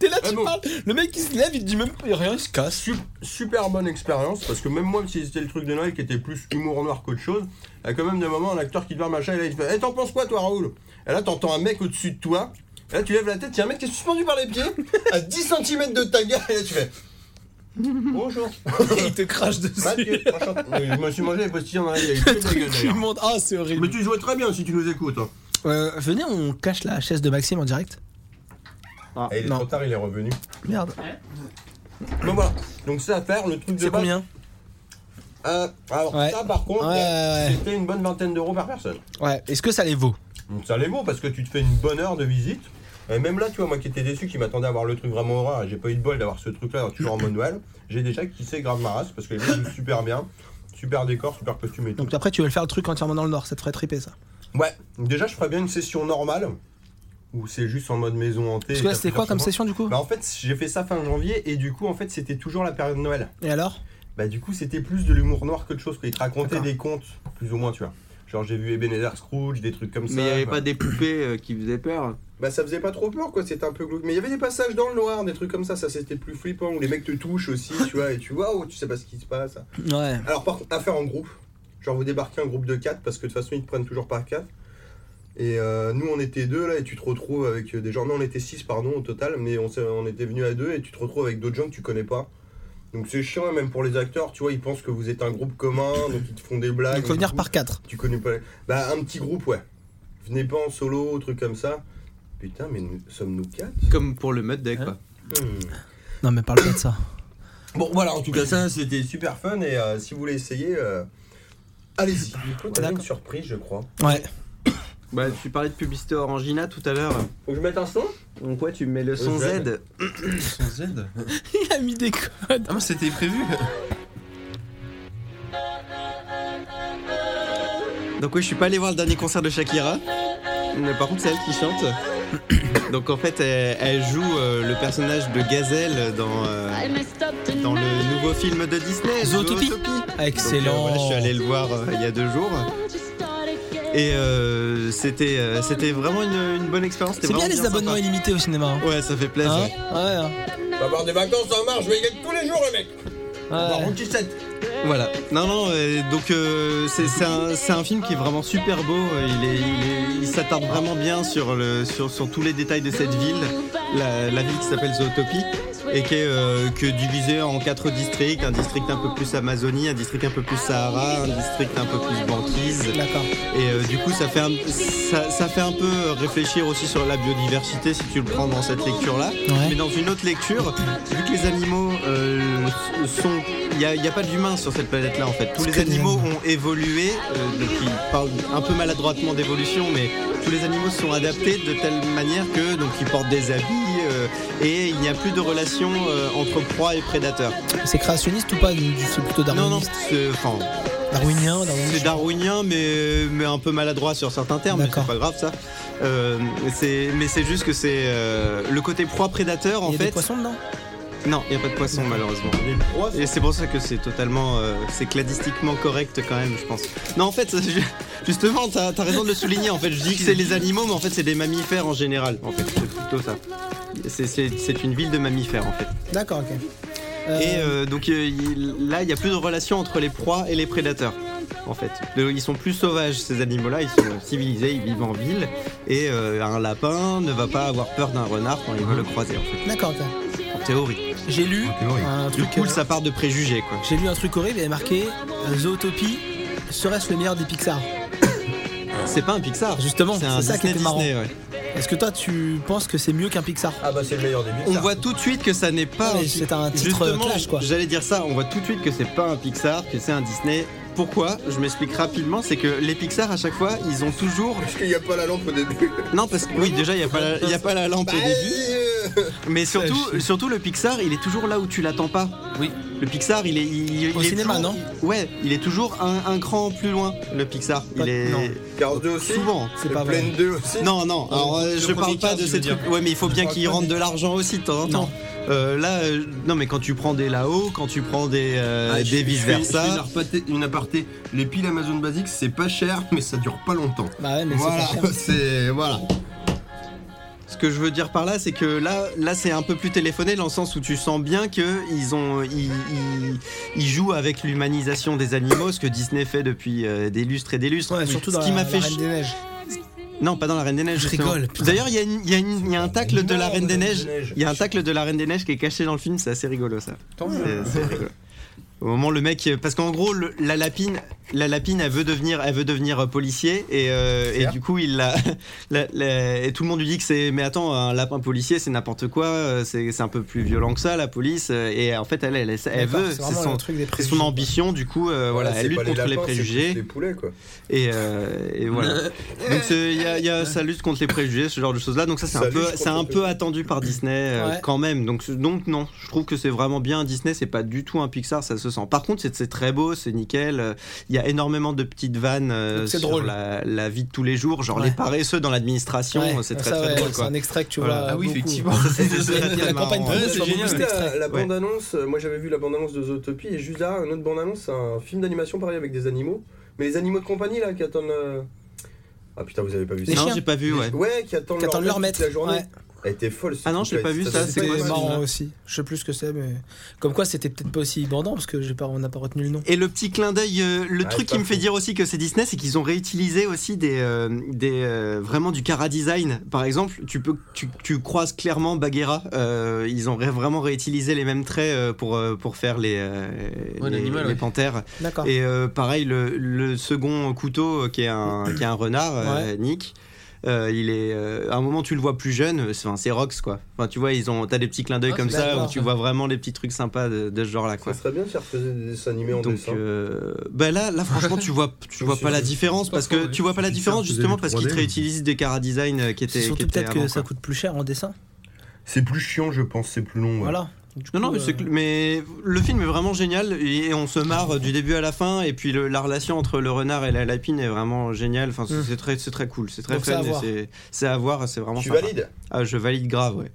Speaker 3: T'es là,
Speaker 1: Ah
Speaker 3: tu
Speaker 1: bon.
Speaker 3: parles. Le mec, il se lève, il te dit même rien, il se casse.
Speaker 1: Sup- super bonne expérience, parce que même moi, si c'était le truc de Noël qui était plus humour noir qu'autre chose, il y a quand même des moments, un acteur qui te parle machin, et là il te fait Eh, t'en penses quoi, toi, Raoul Et là, t'entends un mec au-dessus de toi, et là, tu lèves la tête, il y a un mec qui est suspendu par les pieds, à 10 cm de ta gueule, et là, tu fais Bonjour,
Speaker 3: Et il te crache dessus.
Speaker 1: Mathieu, enchanté. Oui, Je me suis mangé les postillons dans la gueule, il y a eu
Speaker 3: Le
Speaker 1: que de la
Speaker 3: truc
Speaker 1: gueule,
Speaker 3: du
Speaker 1: d'ailleurs.
Speaker 3: monde. Ah, c'est horrible.
Speaker 1: Mais tu jouais très bien si tu nous écoutes. hein.
Speaker 3: Euh, venez, on cache la chaise de Maxime en direct.
Speaker 1: Ah, il est
Speaker 3: non.
Speaker 1: trop tard, il est revenu.
Speaker 3: Merde.
Speaker 1: Donc voilà, donc ça à faire, le truc de
Speaker 3: C'est
Speaker 1: base.
Speaker 3: combien
Speaker 1: Euh, Alors,
Speaker 3: Ouais.
Speaker 1: ça, par contre,
Speaker 3: Ouais, ouais, ouais.
Speaker 1: c'était une bonne vingtaine d'euros par personne.
Speaker 3: Ouais. Est-ce que ça les vaut
Speaker 1: Donc ça les vaut parce que tu te fais une bonne heure de visite. Et même là, tu vois, moi qui étais déçu, qui m'attendait à voir le truc vraiment horreur, et j'ai pas eu de bol d'avoir ce truc-là, toujours en mode Noël, j'ai déjà quitté grave ma race parce que les gens jouent super bien, super décor, super costume et tout.
Speaker 3: Donc après, tu veux le faire le truc entièrement dans le nord, ça te ferait triper ça.
Speaker 1: Ouais, donc déjà, je ferais bien une session normale où c'est juste en mode maison hantée.
Speaker 3: Parce
Speaker 1: et
Speaker 3: que là,
Speaker 1: t'as
Speaker 3: c'était quoi
Speaker 1: plusieurs
Speaker 3: comme
Speaker 1: chemins.
Speaker 3: session du coup
Speaker 1: Bah, en fait, j'ai fait ça fin janvier et du coup, en fait, c'était toujours la période de Noël.
Speaker 3: Et alors
Speaker 1: Bah du coup c'était plus de l'humour noir que de choses, qu'ils te racontaient
Speaker 3: D'accord.
Speaker 1: des contes, plus ou moins tu vois. Genre j'ai vu Ebenezer Scrooge, des trucs comme ça.
Speaker 2: Mais il n'y avait
Speaker 1: bah.
Speaker 2: pas des poupées euh, qui faisaient peur.
Speaker 1: Bah ça faisait pas trop peur quoi, c'était un peu glauque. Mais il y avait des passages dans le noir, des trucs comme ça, ça c'était plus flippant, où les mecs te touchent aussi, tu vois, et tu vois, oh, tu sais pas ce qui se passe.
Speaker 3: Ouais.
Speaker 1: Alors par contre, à faire en groupe. Genre vous débarquez un groupe de 4 parce que de toute façon ils te prennent toujours par 4. Et euh, nous on était deux là et tu te retrouves avec euh, des gens. Non on était 6 pardon au total mais on, s'est- on était venus à deux et tu te retrouves avec d'autres gens que tu connais pas. Donc c'est chiant même pour les acteurs, tu vois, ils pensent que vous êtes un groupe commun, donc ils te font des blagues.
Speaker 3: Il faut venir
Speaker 1: Du coup,
Speaker 3: par 4.
Speaker 1: Tu connais pas. les- Bah un petit groupe ouais. Venez pas en solo, truc comme ça. Putain mais nous- sommes-nous Hmm. 4
Speaker 2: Comme pour le mud deck quoi.
Speaker 3: Non, mais parle pas de ça.
Speaker 4: Bon, voilà, en tout cas, ça, c'était super fun. Et euh, si vous voulez essayer, euh, allez-y.
Speaker 3: Ah,
Speaker 4: Du coup, t'avais une surprise, je crois.
Speaker 15: Ouais.
Speaker 2: Bah, tu parlais de Publicité Orangina tout à l'heure.
Speaker 4: Faut que je mette un son
Speaker 2: Donc, ouais, tu mets le son Z.
Speaker 5: Z. Le son Z
Speaker 15: Il a mis des codes.
Speaker 5: Ah, moi, c'était prévu.
Speaker 2: Donc, oui, je suis pas allé voir le dernier concert de Shakira. Mais par contre, c'est elle qui chante. Donc, en fait, elle, elle joue euh, le personnage de Gazelle dans, euh, dans le nouveau film de Disney,
Speaker 15: Zootopie. Excellent.
Speaker 2: Donc, euh, voilà, je suis allé le voir il y a deux jours. Et euh, c'était euh, c'était vraiment une, une bonne expérience.
Speaker 15: C'est bien les abonnements
Speaker 2: sympa.
Speaker 15: illimités au cinéma. hein.
Speaker 2: Ouais, ça fait plaisir.
Speaker 15: Hein Ouais, hein.
Speaker 4: On va avoir des vacances en mars, je vais y aller tous les jours, le mec. On va
Speaker 15: Ouais.
Speaker 4: voir Rocky 7.
Speaker 2: Voilà. Non, non, euh, donc euh, c'est c'est un, c'est un film qui est vraiment super beau. Euh, Il est- il est- il s'attarde vraiment bien sur, le, sur, sur tous les détails de cette ville, la, la ville qui s'appelle Zootopie, et qui est, euh, que divisée en quatre districts un district un peu plus Amazonie, un district un peu plus Sahara, un district un peu plus banquise.
Speaker 15: D'accord.
Speaker 2: Et euh, du coup, ça fait, un, ça, ça fait un peu réfléchir aussi sur la biodiversité si tu le prends dans cette lecture-là. Mais dans une autre lecture, vu que les animaux euh, sont. Il n'y a, il y a pas d'humains sur cette planète-là en fait. Tous les animaux ont évolué, euh, donc ils parlent un peu maladroitement d'évolution, mais tous les animaux se sont adaptés de telle manière que donc ils portent des habits euh, et il n'y a plus de relation euh, entre proie et prédateur.
Speaker 15: C'est créationniste ou pas du- C'est plutôt
Speaker 2: Non, non,
Speaker 15: darwiniste.
Speaker 2: c'est- enfin,
Speaker 15: Darwinien,
Speaker 2: c'est
Speaker 15: darwiniste.
Speaker 2: darwinien, mais, mais un peu maladroit sur certains termes, mais c'est pas grave ça. Euh, c'est- mais c'est juste que c'est euh, le côté proie-prédateur en
Speaker 15: Il y a
Speaker 2: fait.
Speaker 15: des poissons dedans
Speaker 2: Non, il n'y a pas de poisson malheureusement. Et c'est pour ça que c'est totalement. euh, c'est cladistiquement correct quand même, je pense. Non, en fait, ça, je- justement, t'as as raison de le souligner. En fait, je dis que c'est les animaux, mais en fait, c'est des mammifères en général. En fait, c'est plutôt ça. C'est- C'est c'est une ville de mammifères en fait.
Speaker 15: D'accord, ok. Euh,
Speaker 2: Et euh, donc euh, il- là, il n'y a plus de relation entre les proies et les prédateurs. En fait, De- ils sont plus sauvages ces animaux-là, ils sont civilisés, ils vivent en ville. Et euh, un lapin ne va pas avoir peur d'un renard quand il va le croiser, en fait.
Speaker 15: D'accord, ok.
Speaker 2: En théorie.
Speaker 15: J'ai lu un
Speaker 2: Du
Speaker 15: truc. euh,
Speaker 2: coup, ça part de préjugés, quoi.
Speaker 15: J'ai lu un truc horrible, il y avait marqué euh, Zootopie, serait-ce le meilleur des Pixar
Speaker 2: C'est pas un Pixar.
Speaker 15: Justement,
Speaker 2: c'est un
Speaker 15: ça qui
Speaker 2: Disney
Speaker 15: était marrant.
Speaker 2: Disney, ouais.
Speaker 15: Est-ce que toi tu penses que c'est mieux qu'un Pixar
Speaker 4: Ah bah c'est le meilleur des
Speaker 2: On voit tout de suite que ça n'est pas.
Speaker 15: Ouais,
Speaker 2: un-
Speaker 15: c'est un titre, euh,
Speaker 2: Justement,
Speaker 15: clash, quoi.
Speaker 2: J'allais dire ça. On voit tout de suite que c'est pas un Pixar, que c'est un Disney. Pourquoi Je m'explique rapidement. C'est que les Pixar à chaque fois, ils ont toujours.
Speaker 4: Parce qu'il n'y a pas la lampe au début.
Speaker 2: Non, parce que oui, déjà il y a pas la- il y a pas la lampe au début.
Speaker 4: euh,
Speaker 2: Mais surtout, surtout le Pixar, il est toujours là où tu l'attends pas.
Speaker 15: Oui.
Speaker 2: Le Pixar, il est. Il, il-
Speaker 15: Au
Speaker 2: il est
Speaker 15: cinéma,
Speaker 2: toujours-
Speaker 15: non
Speaker 2: Ouais, il est toujours un, un cran plus loin, le Pixar. Il
Speaker 15: Pas-
Speaker 2: est.
Speaker 15: non.
Speaker 4: Cars 2 aussi.
Speaker 2: Souvent.
Speaker 15: C'est pas vrai.
Speaker 4: Pleine 2 aussi.
Speaker 2: Non, non, alors euh,
Speaker 5: le
Speaker 2: je parle
Speaker 5: premier
Speaker 2: pas
Speaker 5: Cars,
Speaker 2: de
Speaker 5: tu
Speaker 2: ces
Speaker 5: veux dire.
Speaker 2: trucs. Ouais, mais il faut bien
Speaker 4: crois
Speaker 2: qu'il
Speaker 4: pas,
Speaker 2: rentre de l'argent aussi de temps en temps. Euh, là, euh, non, mais quand tu prends des là-haut, quand tu prends des, euh,
Speaker 4: Ah, je-
Speaker 2: des
Speaker 4: je- je fais Une,
Speaker 2: vice-versa.
Speaker 4: aparté, une aparté. Les piles Amazon Basics, c'est pas cher, mais ça dure pas longtemps.
Speaker 2: Euh,
Speaker 15: Bah ouais, mais
Speaker 4: Voilà,
Speaker 15: c'est pas cher.
Speaker 4: c'est. Voilà.
Speaker 2: Ce que je veux dire par là, c'est que là, là c'est un peu plus téléphoné dans le sens où tu sens bien qu'ils ont, ils, ils- ils jouent avec l'humanisation des animaux, ce que Disney fait depuis euh, des lustres et des lustres.
Speaker 15: Ouais, surtout
Speaker 2: ce
Speaker 15: dans
Speaker 2: qui
Speaker 15: la,
Speaker 2: m'a
Speaker 15: la
Speaker 2: fait
Speaker 15: Reine
Speaker 2: ch-
Speaker 15: des Neiges.
Speaker 2: Non, pas dans la Reine des Neiges.
Speaker 15: Je
Speaker 2: justement.
Speaker 15: rigole, putain.
Speaker 2: D'ailleurs, il y, a une- il y a une- il y a un tacle de la
Speaker 4: énorme,
Speaker 2: Reine des Neiges. Il y a un tacle de la Reine des Neiges qui est caché dans le film. C'est assez rigolo ça. C'est- c'est rigolo. Au moment le mec, parce qu'en gros le- la lapine, la lapine, elle veut devenir, elle veut devenir euh, policier et, euh, et du coup il la, la- la- et tout le monde lui dit que c'est, mais attends, un lapin policier c'est n'importe quoi, euh, c'est c'est un peu plus violent que ça la police euh, et en fait elle, elle, elle, elle
Speaker 15: D'accord,
Speaker 2: veut,
Speaker 15: c'est
Speaker 2: Eh ben, c'est
Speaker 15: vraiment
Speaker 2: son,
Speaker 15: le truc des
Speaker 2: c'est
Speaker 15: préjugés.
Speaker 2: son ambition du coup, euh, voilà,
Speaker 4: c'est
Speaker 2: elle lutte
Speaker 4: pas
Speaker 2: contre les
Speaker 4: lapins, c'est
Speaker 2: préjugés
Speaker 4: plus Les poulets, quoi.
Speaker 2: et, euh, et voilà. Donc c'est- il y a, il y a ça lutte contre les préjugés, ce genre de choses là. Donc ça c'est
Speaker 4: Ça
Speaker 2: un peu,
Speaker 4: lutte contre
Speaker 2: c'est un
Speaker 4: les
Speaker 2: peu attendu par Disney euh,
Speaker 15: Ouais.
Speaker 2: quand même. Donc ce- donc non, je trouve que c'est vraiment bien un Disney. C'est pas du tout un Pixar, ça se sent. Par contre c'est c'est très beau, c'est nickel. Euh, Il y a énormément de petites vannes euh,
Speaker 15: Donc, c'est
Speaker 2: sur
Speaker 15: drôle.
Speaker 2: la, la vie de tous les jours, genre
Speaker 15: Ouais.
Speaker 2: les paresseux dans l'administration.
Speaker 15: Ouais, Ah,
Speaker 2: C'est
Speaker 15: ça,
Speaker 2: très très
Speaker 15: ouais,
Speaker 2: drôle
Speaker 15: C'est
Speaker 2: quoi.
Speaker 15: un extrait que tu
Speaker 2: Voilà.
Speaker 15: vois.
Speaker 5: Ah oui,
Speaker 15: beaucoup.
Speaker 5: effectivement.
Speaker 2: très, très
Speaker 15: la
Speaker 2: marrant. hein.
Speaker 15: campagne
Speaker 2: Ouais,
Speaker 15: promo
Speaker 5: c'est
Speaker 15: sur
Speaker 5: génial.
Speaker 15: beaucoup d'extraits.
Speaker 4: La, la
Speaker 2: Ouais.
Speaker 4: bande-annonce, euh, moi j'avais vu la bande-annonce de Zootopie et juste là, un autre bande-annonce, c'est un film d'animation pareil avec des animaux. Mais les animaux de compagnie là qui attendent. euh, Ah putain, vous avez pas vu
Speaker 15: Les
Speaker 4: ça
Speaker 2: non
Speaker 15: chiens.
Speaker 2: j'ai pas vu. Ouais.
Speaker 4: Ouais, qui attendent,
Speaker 15: Qui attendent leur
Speaker 4: maître
Speaker 15: maître.
Speaker 4: toute la journée.
Speaker 15: Ouais.
Speaker 4: Elle était folle. cette
Speaker 2: Ah non, je l'ai
Speaker 4: petite
Speaker 2: pas vu,
Speaker 4: fête.
Speaker 2: ça, c'est
Speaker 15: C'était
Speaker 2: quoi, ce
Speaker 15: marrant
Speaker 2: film-là
Speaker 15: aussi. Je sais plus ce que c'est, mais comme quoi c'était peut-être pas aussi bandant parce que j'ai pas, on n'a pas retenu le nom.
Speaker 2: Et le petit clin d'œil, euh, le
Speaker 4: Ah,
Speaker 2: truc
Speaker 4: c'est
Speaker 2: qui
Speaker 4: pas
Speaker 2: me fait
Speaker 4: fou.
Speaker 2: dire aussi que c'est Disney, c'est qu'ils ont réutilisé aussi des, euh, des euh, vraiment du Cara design. Par exemple, tu peux, tu, tu croises clairement Bagheera. euh, ils ont ré- vraiment réutilisé les mêmes traits euh, pour euh, pour faire les euh,
Speaker 5: Ouais,
Speaker 2: les,
Speaker 5: l'animal,
Speaker 2: les
Speaker 5: ouais. Ah.
Speaker 2: panthères.
Speaker 15: D'accord.
Speaker 2: Et euh, pareil, le, le second couteau euh, qui est un qui est un renard, euh, Nick. euh, il est, euh, à un moment, tu le vois plus jeune, euh, c'est enfin, Rox, quoi. Enfin, tu vois, ils ont, t'as des petits clins d'œil
Speaker 4: Ah,
Speaker 2: comme
Speaker 4: c'est
Speaker 2: ça,
Speaker 4: d'accord.
Speaker 2: où tu vois vraiment des petits trucs sympas de, de ce genre-là, quoi.
Speaker 4: Ça serait bien de faire faisait des dessins animés en
Speaker 2: Donc,
Speaker 4: dessin.
Speaker 2: euh, bah là, là, franchement, tu vois, tu vois
Speaker 4: c'est-
Speaker 2: pas la
Speaker 4: c'est-
Speaker 2: différence
Speaker 4: c'est pas
Speaker 2: parce
Speaker 4: faux,
Speaker 2: que
Speaker 4: ouais.
Speaker 2: tu vois pas la
Speaker 4: Pixar
Speaker 2: différence
Speaker 4: faisait
Speaker 2: justement
Speaker 4: du
Speaker 2: parce qu'ils te
Speaker 4: 3D,
Speaker 2: réutilisent des chara-design euh, qui étaient. qui
Speaker 3: Surtout
Speaker 2: étaient
Speaker 3: peut-être que
Speaker 2: avant,
Speaker 3: ça
Speaker 2: quoi.
Speaker 3: coûte plus cher en dessin.
Speaker 4: C'est plus chiant, je pense, c'est plus long. ouais.
Speaker 3: Voilà. Du
Speaker 2: Non, non,
Speaker 3: coup,
Speaker 2: mais,
Speaker 3: euh,
Speaker 2: c'est cl- mais le film est vraiment génial et on se marre du début à la fin. Et puis le- la relation entre le renard et la lapine est vraiment géniale. Enfin, c'est
Speaker 3: Mm.
Speaker 2: c'est très, c'est très cool, c'est très
Speaker 3: Donc, c'est
Speaker 2: fun.
Speaker 3: à
Speaker 2: et
Speaker 3: voir.
Speaker 2: c'est- C'est à voir, c'est vraiment
Speaker 4: Tu
Speaker 2: sympa.
Speaker 4: valides
Speaker 2: Ah, je valide grave, ouais.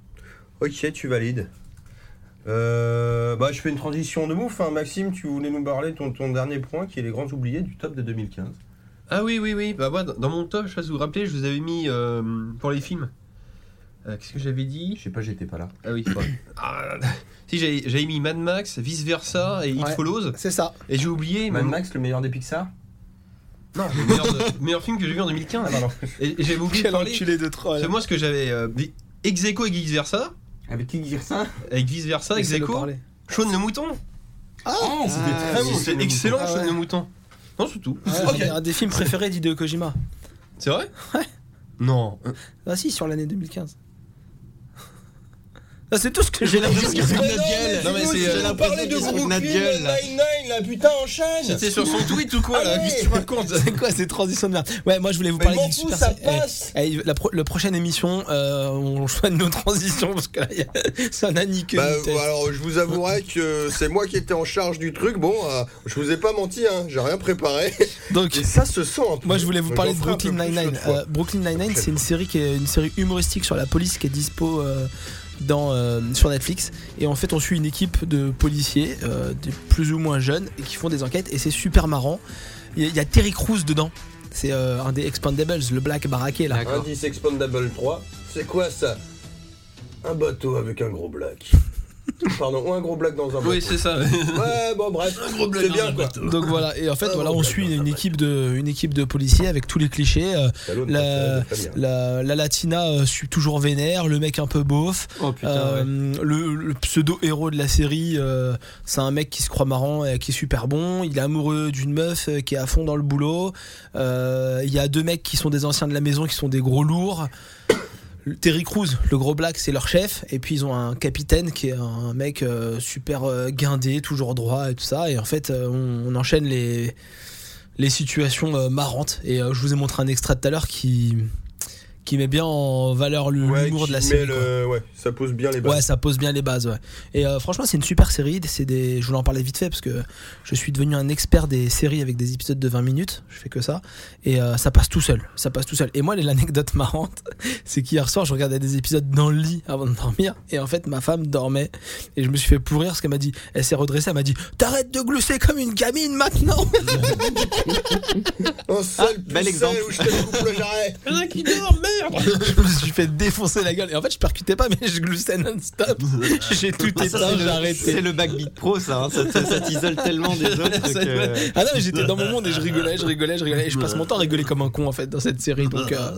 Speaker 4: Ok, tu valides. Euh, bah, je fais une transition de mouf. hein. Maxime, tu voulais nous parler de ton, ton dernier point qui est les grands oubliés du top de 2015.
Speaker 5: Ah oui, oui, oui. Bah, moi, dans- dans mon top, je sais pas si vous vous rappelez, je vous avais mis euh, pour les films. Euh, Qu'est-ce que j'avais dit Je
Speaker 4: sais pas, j'étais pas là.
Speaker 5: Ah oui, ouais. Ah, là, là. Si, j'avais j'avais mis Mad Max, Vice Versa et It
Speaker 4: Ouais,
Speaker 5: Follows.
Speaker 3: C'est ça.
Speaker 5: Et j'ai oublié.
Speaker 4: Mad
Speaker 5: mon-
Speaker 4: Max, le meilleur des Pixar
Speaker 5: Non, le meilleur, de- meilleur film que j'ai vu en 2015. Et, et j'avais oublié de parler.
Speaker 3: de
Speaker 5: C'est moi ce que j'avais. Euh, vi- ex aequo et vice versa.
Speaker 4: Avec qui dire ça
Speaker 5: Avec vice versa, ex
Speaker 3: Laissez-le
Speaker 5: aequo.
Speaker 3: parler.
Speaker 5: Shaun le mouton.
Speaker 3: Ah,
Speaker 5: c'était
Speaker 3: très bon, Shaun
Speaker 5: Oh, C'est
Speaker 3: le
Speaker 5: excellent,
Speaker 3: Mouton.
Speaker 5: Shaun
Speaker 3: Ah ouais.
Speaker 5: le mouton. Non, c'est tout.
Speaker 3: Ouais,
Speaker 5: Ok.
Speaker 3: Un des films préférés d'Hideo Kojima.
Speaker 5: C'est vrai Non.
Speaker 3: Ah si, sur l'année 2015. Ah, c'est tout ce que
Speaker 2: J'ai
Speaker 3: j'ai
Speaker 2: l'impression que c'est
Speaker 3: Mais
Speaker 2: une
Speaker 3: non,
Speaker 2: gueule.
Speaker 3: mais
Speaker 2: Non, mais
Speaker 3: nous
Speaker 2: c'est,
Speaker 3: aussi,
Speaker 2: euh,
Speaker 3: on
Speaker 2: la
Speaker 3: parlait
Speaker 2: présidente
Speaker 3: de
Speaker 2: de
Speaker 3: Brooklyn,
Speaker 2: notre gueule, là.
Speaker 3: Nine-Nine, là, putain, enchaîne
Speaker 5: C'était sur son tweet ou quoi, là
Speaker 3: Allez.
Speaker 5: Qu'est-ce que tu racontes
Speaker 3: C'est quoi ces transitions de merde Ouais, moi je voulais vous
Speaker 5: Mais
Speaker 3: parler
Speaker 5: m'en
Speaker 3: d'une
Speaker 5: fous,
Speaker 3: super
Speaker 5: ça
Speaker 3: eh,
Speaker 5: passe.
Speaker 3: eh, la, pro- la prochaine émission, euh, on choisit nos transitions parce que là, y a- ça n'a ni que
Speaker 1: Bah,
Speaker 4: euh,
Speaker 3: ni tête.
Speaker 1: alors, je vous avouerai que c'est moi qui étais en charge du truc. Bon, euh, je vous ai pas menti, hein, j'ai rien préparé.
Speaker 3: Donc,
Speaker 1: Et ça se sent un peu.
Speaker 3: Moi, je voulais vous
Speaker 1: J'en
Speaker 3: parler de
Speaker 1: ferai un peu
Speaker 3: Brooklyn
Speaker 1: plus
Speaker 3: Nine-Nine.
Speaker 1: l'autre fois.
Speaker 3: Euh, Brooklyn Nine-Nine, c'est une série qui est une série humoristique sur la police qui est dispo euh, dans, euh, sur Netflix. Et en fait, on suit une équipe de policiers, euh, des plus ou moins jeunes, et qui font des enquêtes. Et c'est super marrant. Il y, a- il y a Terry Crews dedans. C'est euh, un des Expandables, le Black Baraqué là.
Speaker 4: Eh.
Speaker 1: Indice Expandable 3, c'est quoi ça
Speaker 3: euh,
Speaker 1: Un bateau avec un gros black. Pardon, ou un gros black dans un bateau.
Speaker 5: Oui, c'est ça.
Speaker 1: Ouais, bon, bref, c'est bien quoi.
Speaker 3: Donc voilà, et en fait, voilà, on suit une équipe, de, une équipe de policiers avec tous les clichés. euh,
Speaker 1: Salaud de
Speaker 3: la,
Speaker 1: préféré de
Speaker 3: la, la latina euh, suit toujours vénère, le mec un peu beauf. Euh, le, le pseudo-héros de la série, euh, c'est un mec qui se croit marrant et qui est super bon. Il est amoureux d'une meuf euh, qui est à fond dans le boulot. Euh, Il y a deux mecs qui sont des anciens de la maison qui sont des gros lourds. Le- Terry Crews, le gros black, c'est leur chef. Et puis ils ont un capitaine qui est un mec euh, super euh, guindé, toujours droit et tout ça. Et en fait, euh, on, on enchaîne les, les situations euh, marrantes. Et euh, je vous ai montré un extrait tout à l'heure qui, qui met bien en valeur le-
Speaker 1: Ouais,
Speaker 3: l'humour
Speaker 1: qui
Speaker 3: de la
Speaker 1: met
Speaker 3: série. quoi.
Speaker 1: le- Ouais, ça pose bien les bases.
Speaker 3: Ouais, ça pose bien les bases. Ouais. Et euh, franchement, c'est une super série. C'est des... Je voulais en parler vite fait parce que je suis devenu un expert des séries avec des épisodes de 20 minutes. Je fais que ça. Et euh, ça passe tout seul. Ça passe tout seul. Et moi, l'anecdote marrante, c'est qu'hier soir, je regardais des épisodes dans le lit avant de dormir. Et en fait, ma femme dormait. Et je me suis fait pourrir parce qu'elle m'a dit elle s'est redressée. Elle m'a dit T'arrêtes de glousser comme une gamine maintenant
Speaker 1: Un seul
Speaker 3: bel exemple.
Speaker 1: où je te coupe le jarret.
Speaker 3: qui dort, merde Je me suis fait défoncer la gueule. Et en fait, je percutais pas, mais je gloussais non-stop. J'ai tout
Speaker 2: Ah, ça,
Speaker 3: éteint,
Speaker 2: c'est
Speaker 3: j'ai
Speaker 2: le-
Speaker 3: arrêté.
Speaker 2: C'est le backbeat pro, ça. hein. Ça, ça- ça t'isole tellement des autres
Speaker 3: Ça, ouais.
Speaker 2: que.
Speaker 3: Ah non, mais j'étais dans mon monde et je rigolais, je rigolais, je rigolais. Et je passe mon temps à rigoler comme un con en fait dans cette série. Donc, euh,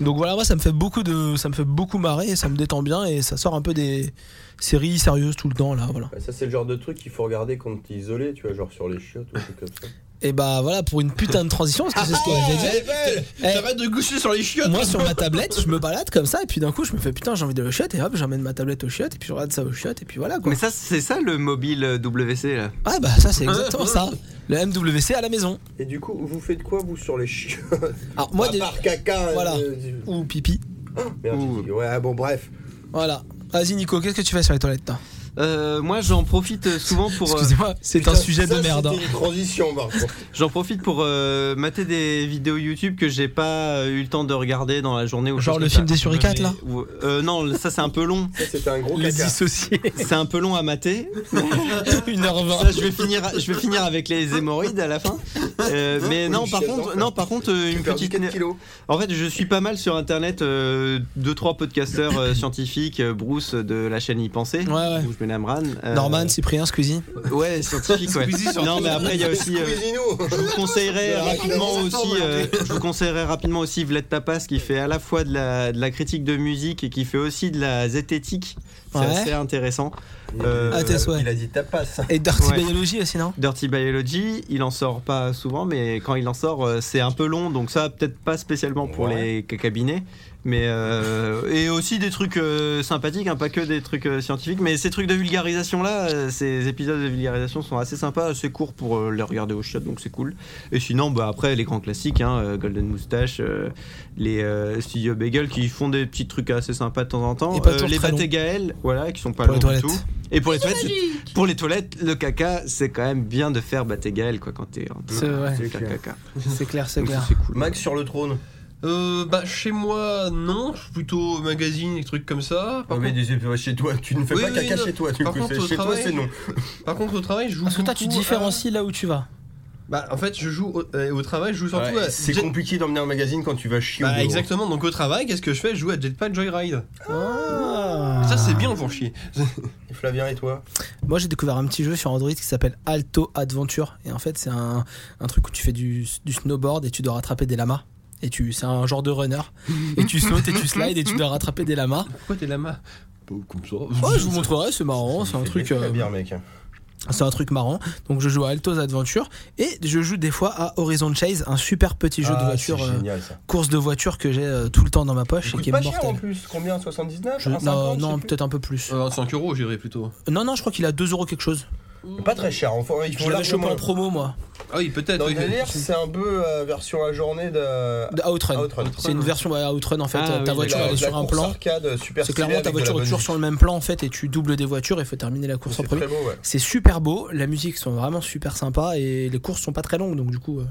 Speaker 3: donc voilà, moi ça me fait beaucoup de, ça me fait beaucoup marrer, ça me détend bien et ça sort un peu des séries sérieuses tout le temps là. Voilà.
Speaker 4: Bah, Ça, c'est le genre de truc qu'il faut regarder quand t'es isolé, tu vois, genre sur les chiottes ou des trucs comme ça.
Speaker 3: Et bah voilà pour une putain de transition parce que c'est ce qu'on avait dit.
Speaker 5: Ah,
Speaker 3: Eh,
Speaker 5: T'arrêtes de goucher sur les chiottes
Speaker 3: Moi sur ma tablette, je me balade comme ça et puis d'un coup je me fais putain j'ai envie de le chiotte et hop j'emmène ma tablette au chiotte et puis je regarde ça au chiotte et puis voilà quoi.
Speaker 2: Mais ça, c'est ça le mobile euh, WC là.
Speaker 3: Ah bah ça c'est exactement ça. Le MWC à la maison.
Speaker 1: Et du coup, vous faites quoi, vous, sur les chiottes
Speaker 3: Alors moi
Speaker 1: À
Speaker 3: des-
Speaker 1: part caca.
Speaker 3: Voilà.
Speaker 1: euh, du-
Speaker 3: ou pipi.
Speaker 1: Merde, j'ai dit- Ouais, bon, bref.
Speaker 3: Voilà. Vas-y Nico, qu'est-ce que tu fais sur les toilettes toi
Speaker 2: Euh, moi, j'en profite souvent pour. euh,
Speaker 3: Excusez-moi, c'est un
Speaker 1: Putain,
Speaker 3: sujet
Speaker 1: ça,
Speaker 3: de merde. hein.
Speaker 1: C'était une transition, par contre.
Speaker 2: J'en profite pour euh, mater des vidéos YouTube que j'ai pas euh, eu le temps de regarder dans la journée. Ou
Speaker 3: Genre
Speaker 2: choses
Speaker 3: le
Speaker 2: comme
Speaker 3: film
Speaker 2: ça.
Speaker 3: des suricates,
Speaker 2: Mais-
Speaker 3: là
Speaker 2: ou- euh, Non, ça c'est un peu long.
Speaker 1: Ça, C'était un gros
Speaker 3: Les
Speaker 1: caca.
Speaker 3: dissociés.
Speaker 2: C'est un peu long à mater.
Speaker 3: 1h20.
Speaker 2: Ça, je vais finir, je vais finir avec les hémorroïdes à la fin. Euh, mais
Speaker 1: Oui,
Speaker 2: non,
Speaker 1: je
Speaker 2: par
Speaker 1: suis dedans,
Speaker 2: contre,
Speaker 1: quoi.
Speaker 2: non, par contre, euh, une
Speaker 1: perdu
Speaker 2: petite.
Speaker 1: 4 kilos.
Speaker 2: En fait, je suis pas mal sur internet. euh, deux trois podcasteurs euh, scientifiques, euh, Bruce euh, de la chaîne Y Penser,
Speaker 3: Ouais, ouais.
Speaker 2: où je mets Namran. euh,
Speaker 3: Norman, Cyprien, Squeezie.
Speaker 2: Ouais, scientifique, ouais.
Speaker 5: Squeezie sur
Speaker 2: Non, mais après, il y a aussi. euh,
Speaker 1: Cuisine-nous.
Speaker 2: je vous conseillerais
Speaker 1: Le
Speaker 2: rapidement
Speaker 1: raconte.
Speaker 2: aussi, euh, je vous conseillerais rapidement aussi Vlad Tapas qui fait à la fois de la, de la critique de musique et qui fait aussi de la zététique. C'est
Speaker 3: Ouais.
Speaker 2: assez intéressant. Euh,
Speaker 3: Ah, t'es souhaits.
Speaker 4: Il a dit tapas.
Speaker 3: Et Dirty
Speaker 2: Ouais.
Speaker 3: Biology aussi, non
Speaker 2: Dirty Biology, il en sort pas souvent, mais quand il en sort, euh, c'est un peu long, donc ça peut-être pas spécialement pour les ca- cabinets, mais euh, et aussi des trucs euh, sympathiques, hein, pas que des trucs euh, scientifiques, mais ces trucs de vulgarisation là, euh, ces épisodes de vulgarisation sont assez sympas, assez courts pour euh, les regarder au chiottes, donc c'est cool. Et sinon, bah après les grands classiques, hein, euh, Golden Moustache, euh, les euh, Studio Bagel qui font des petits trucs assez sympas de temps en temps,
Speaker 3: Et pas
Speaker 2: Euh,
Speaker 3: toujours
Speaker 2: les
Speaker 3: très
Speaker 2: Bat et
Speaker 3: longs.
Speaker 2: Gaël, voilà, qui sont pas
Speaker 3: Pour les
Speaker 2: longs du
Speaker 3: toilettes.
Speaker 2: tout. Et pour les toilettes, pour les toilettes, le caca, c'est quand même bien de faire Batégal quoi quand t'es en
Speaker 3: C'est vrai.
Speaker 2: C'est clair, caca.
Speaker 3: C'est clair, c'est
Speaker 2: Donc ça,
Speaker 3: clair.
Speaker 2: c'est cool.
Speaker 4: Max sur le trône.
Speaker 5: Euh, bah chez moi non, je suis plutôt magazine et trucs comme ça. Par
Speaker 4: mais chez toi, tu ne fais
Speaker 5: Oui,
Speaker 4: pas
Speaker 5: oui,
Speaker 4: caca
Speaker 5: non.
Speaker 4: chez toi. Du
Speaker 5: Par
Speaker 4: coup,
Speaker 5: contre,
Speaker 4: c'est-
Speaker 5: au
Speaker 4: chez toi,
Speaker 5: travail-
Speaker 4: c'est non.
Speaker 5: Par contre au travail, je joue
Speaker 3: Parce que toi, tu
Speaker 5: beaucoup à-
Speaker 2: ah.
Speaker 3: différencies là où tu vas.
Speaker 5: Bah en fait, je joue au, euh, au travail, je joue surtout
Speaker 4: Ouais,
Speaker 5: à
Speaker 4: c'est
Speaker 5: Jet-
Speaker 4: compliqué d'emmener un magazine quand tu vas chier. au
Speaker 5: Bah
Speaker 4: bureau.
Speaker 5: exactement, donc au travail, qu'est-ce que je fais Je joue à Jetpack Joyride.
Speaker 3: Ah.
Speaker 5: Ça c'est bien pour chier.
Speaker 4: Et Flavien et toi
Speaker 3: Moi, j'ai découvert un petit jeu sur Android qui s'appelle Alto Adventure. Et en fait, c'est un, un truc où tu fais du, du snowboard et tu dois rattraper des lamas. Et tu, c'est un genre de runner. Et tu sautes et tu slides et tu dois rattraper des lamas.
Speaker 5: Pourquoi t'es lama Comme ça.
Speaker 3: Oh, je vous montrerai, c'est marrant, c'est un truc. euh,
Speaker 4: bien, mec.
Speaker 3: C'est un truc marrant. Donc je joue à Alto's Adventure et je joue des fois à Horizon Chase, un super petit jeu de
Speaker 4: Ah,
Speaker 3: voiture,
Speaker 4: c'est
Speaker 3: euh,
Speaker 4: génial, ça.
Speaker 3: course de voiture que j'ai euh, tout le temps dans ma poche et
Speaker 4: Coûte
Speaker 3: qui est
Speaker 4: pas cher en
Speaker 3: mortel.
Speaker 4: plus. Combien 79
Speaker 3: Je-
Speaker 4: 1,50,
Speaker 3: non,
Speaker 4: je sais
Speaker 3: non
Speaker 4: plus.
Speaker 3: peut-être un peu plus.
Speaker 5: Euh, 5 euros, j'irais plutôt.
Speaker 3: Non, non, je crois qu'il a 2 euros quelque chose.
Speaker 4: Pas très cher. Enfin, ils
Speaker 3: Je
Speaker 4: font
Speaker 3: l'avais chopé
Speaker 4: largement.
Speaker 3: en promo, moi.
Speaker 5: Ah oui, peut-être.
Speaker 4: Dans le
Speaker 5: oui.
Speaker 4: délire, c'est un peu euh, version à journée de.
Speaker 3: De Outrun.
Speaker 4: Outrun.
Speaker 3: C'est une version bah, Outrun en fait.
Speaker 2: Ah,
Speaker 3: Euh, ta
Speaker 2: oui,
Speaker 3: voiture
Speaker 4: La-
Speaker 3: elle est
Speaker 4: la
Speaker 3: sur un
Speaker 4: course
Speaker 3: plan.
Speaker 4: arcade euh, super
Speaker 3: C'est clairement
Speaker 4: stylée
Speaker 3: ta
Speaker 4: avec de la
Speaker 3: voiture est toujours
Speaker 4: bungee.
Speaker 3: sur le même plan en fait et tu doubles des voitures et il faut terminer la course en
Speaker 4: C'est
Speaker 3: premier.
Speaker 4: très beau, ouais.
Speaker 3: C'est super beau, la musique sont vraiment super sympa et les courses sont pas très longues donc du coup euh,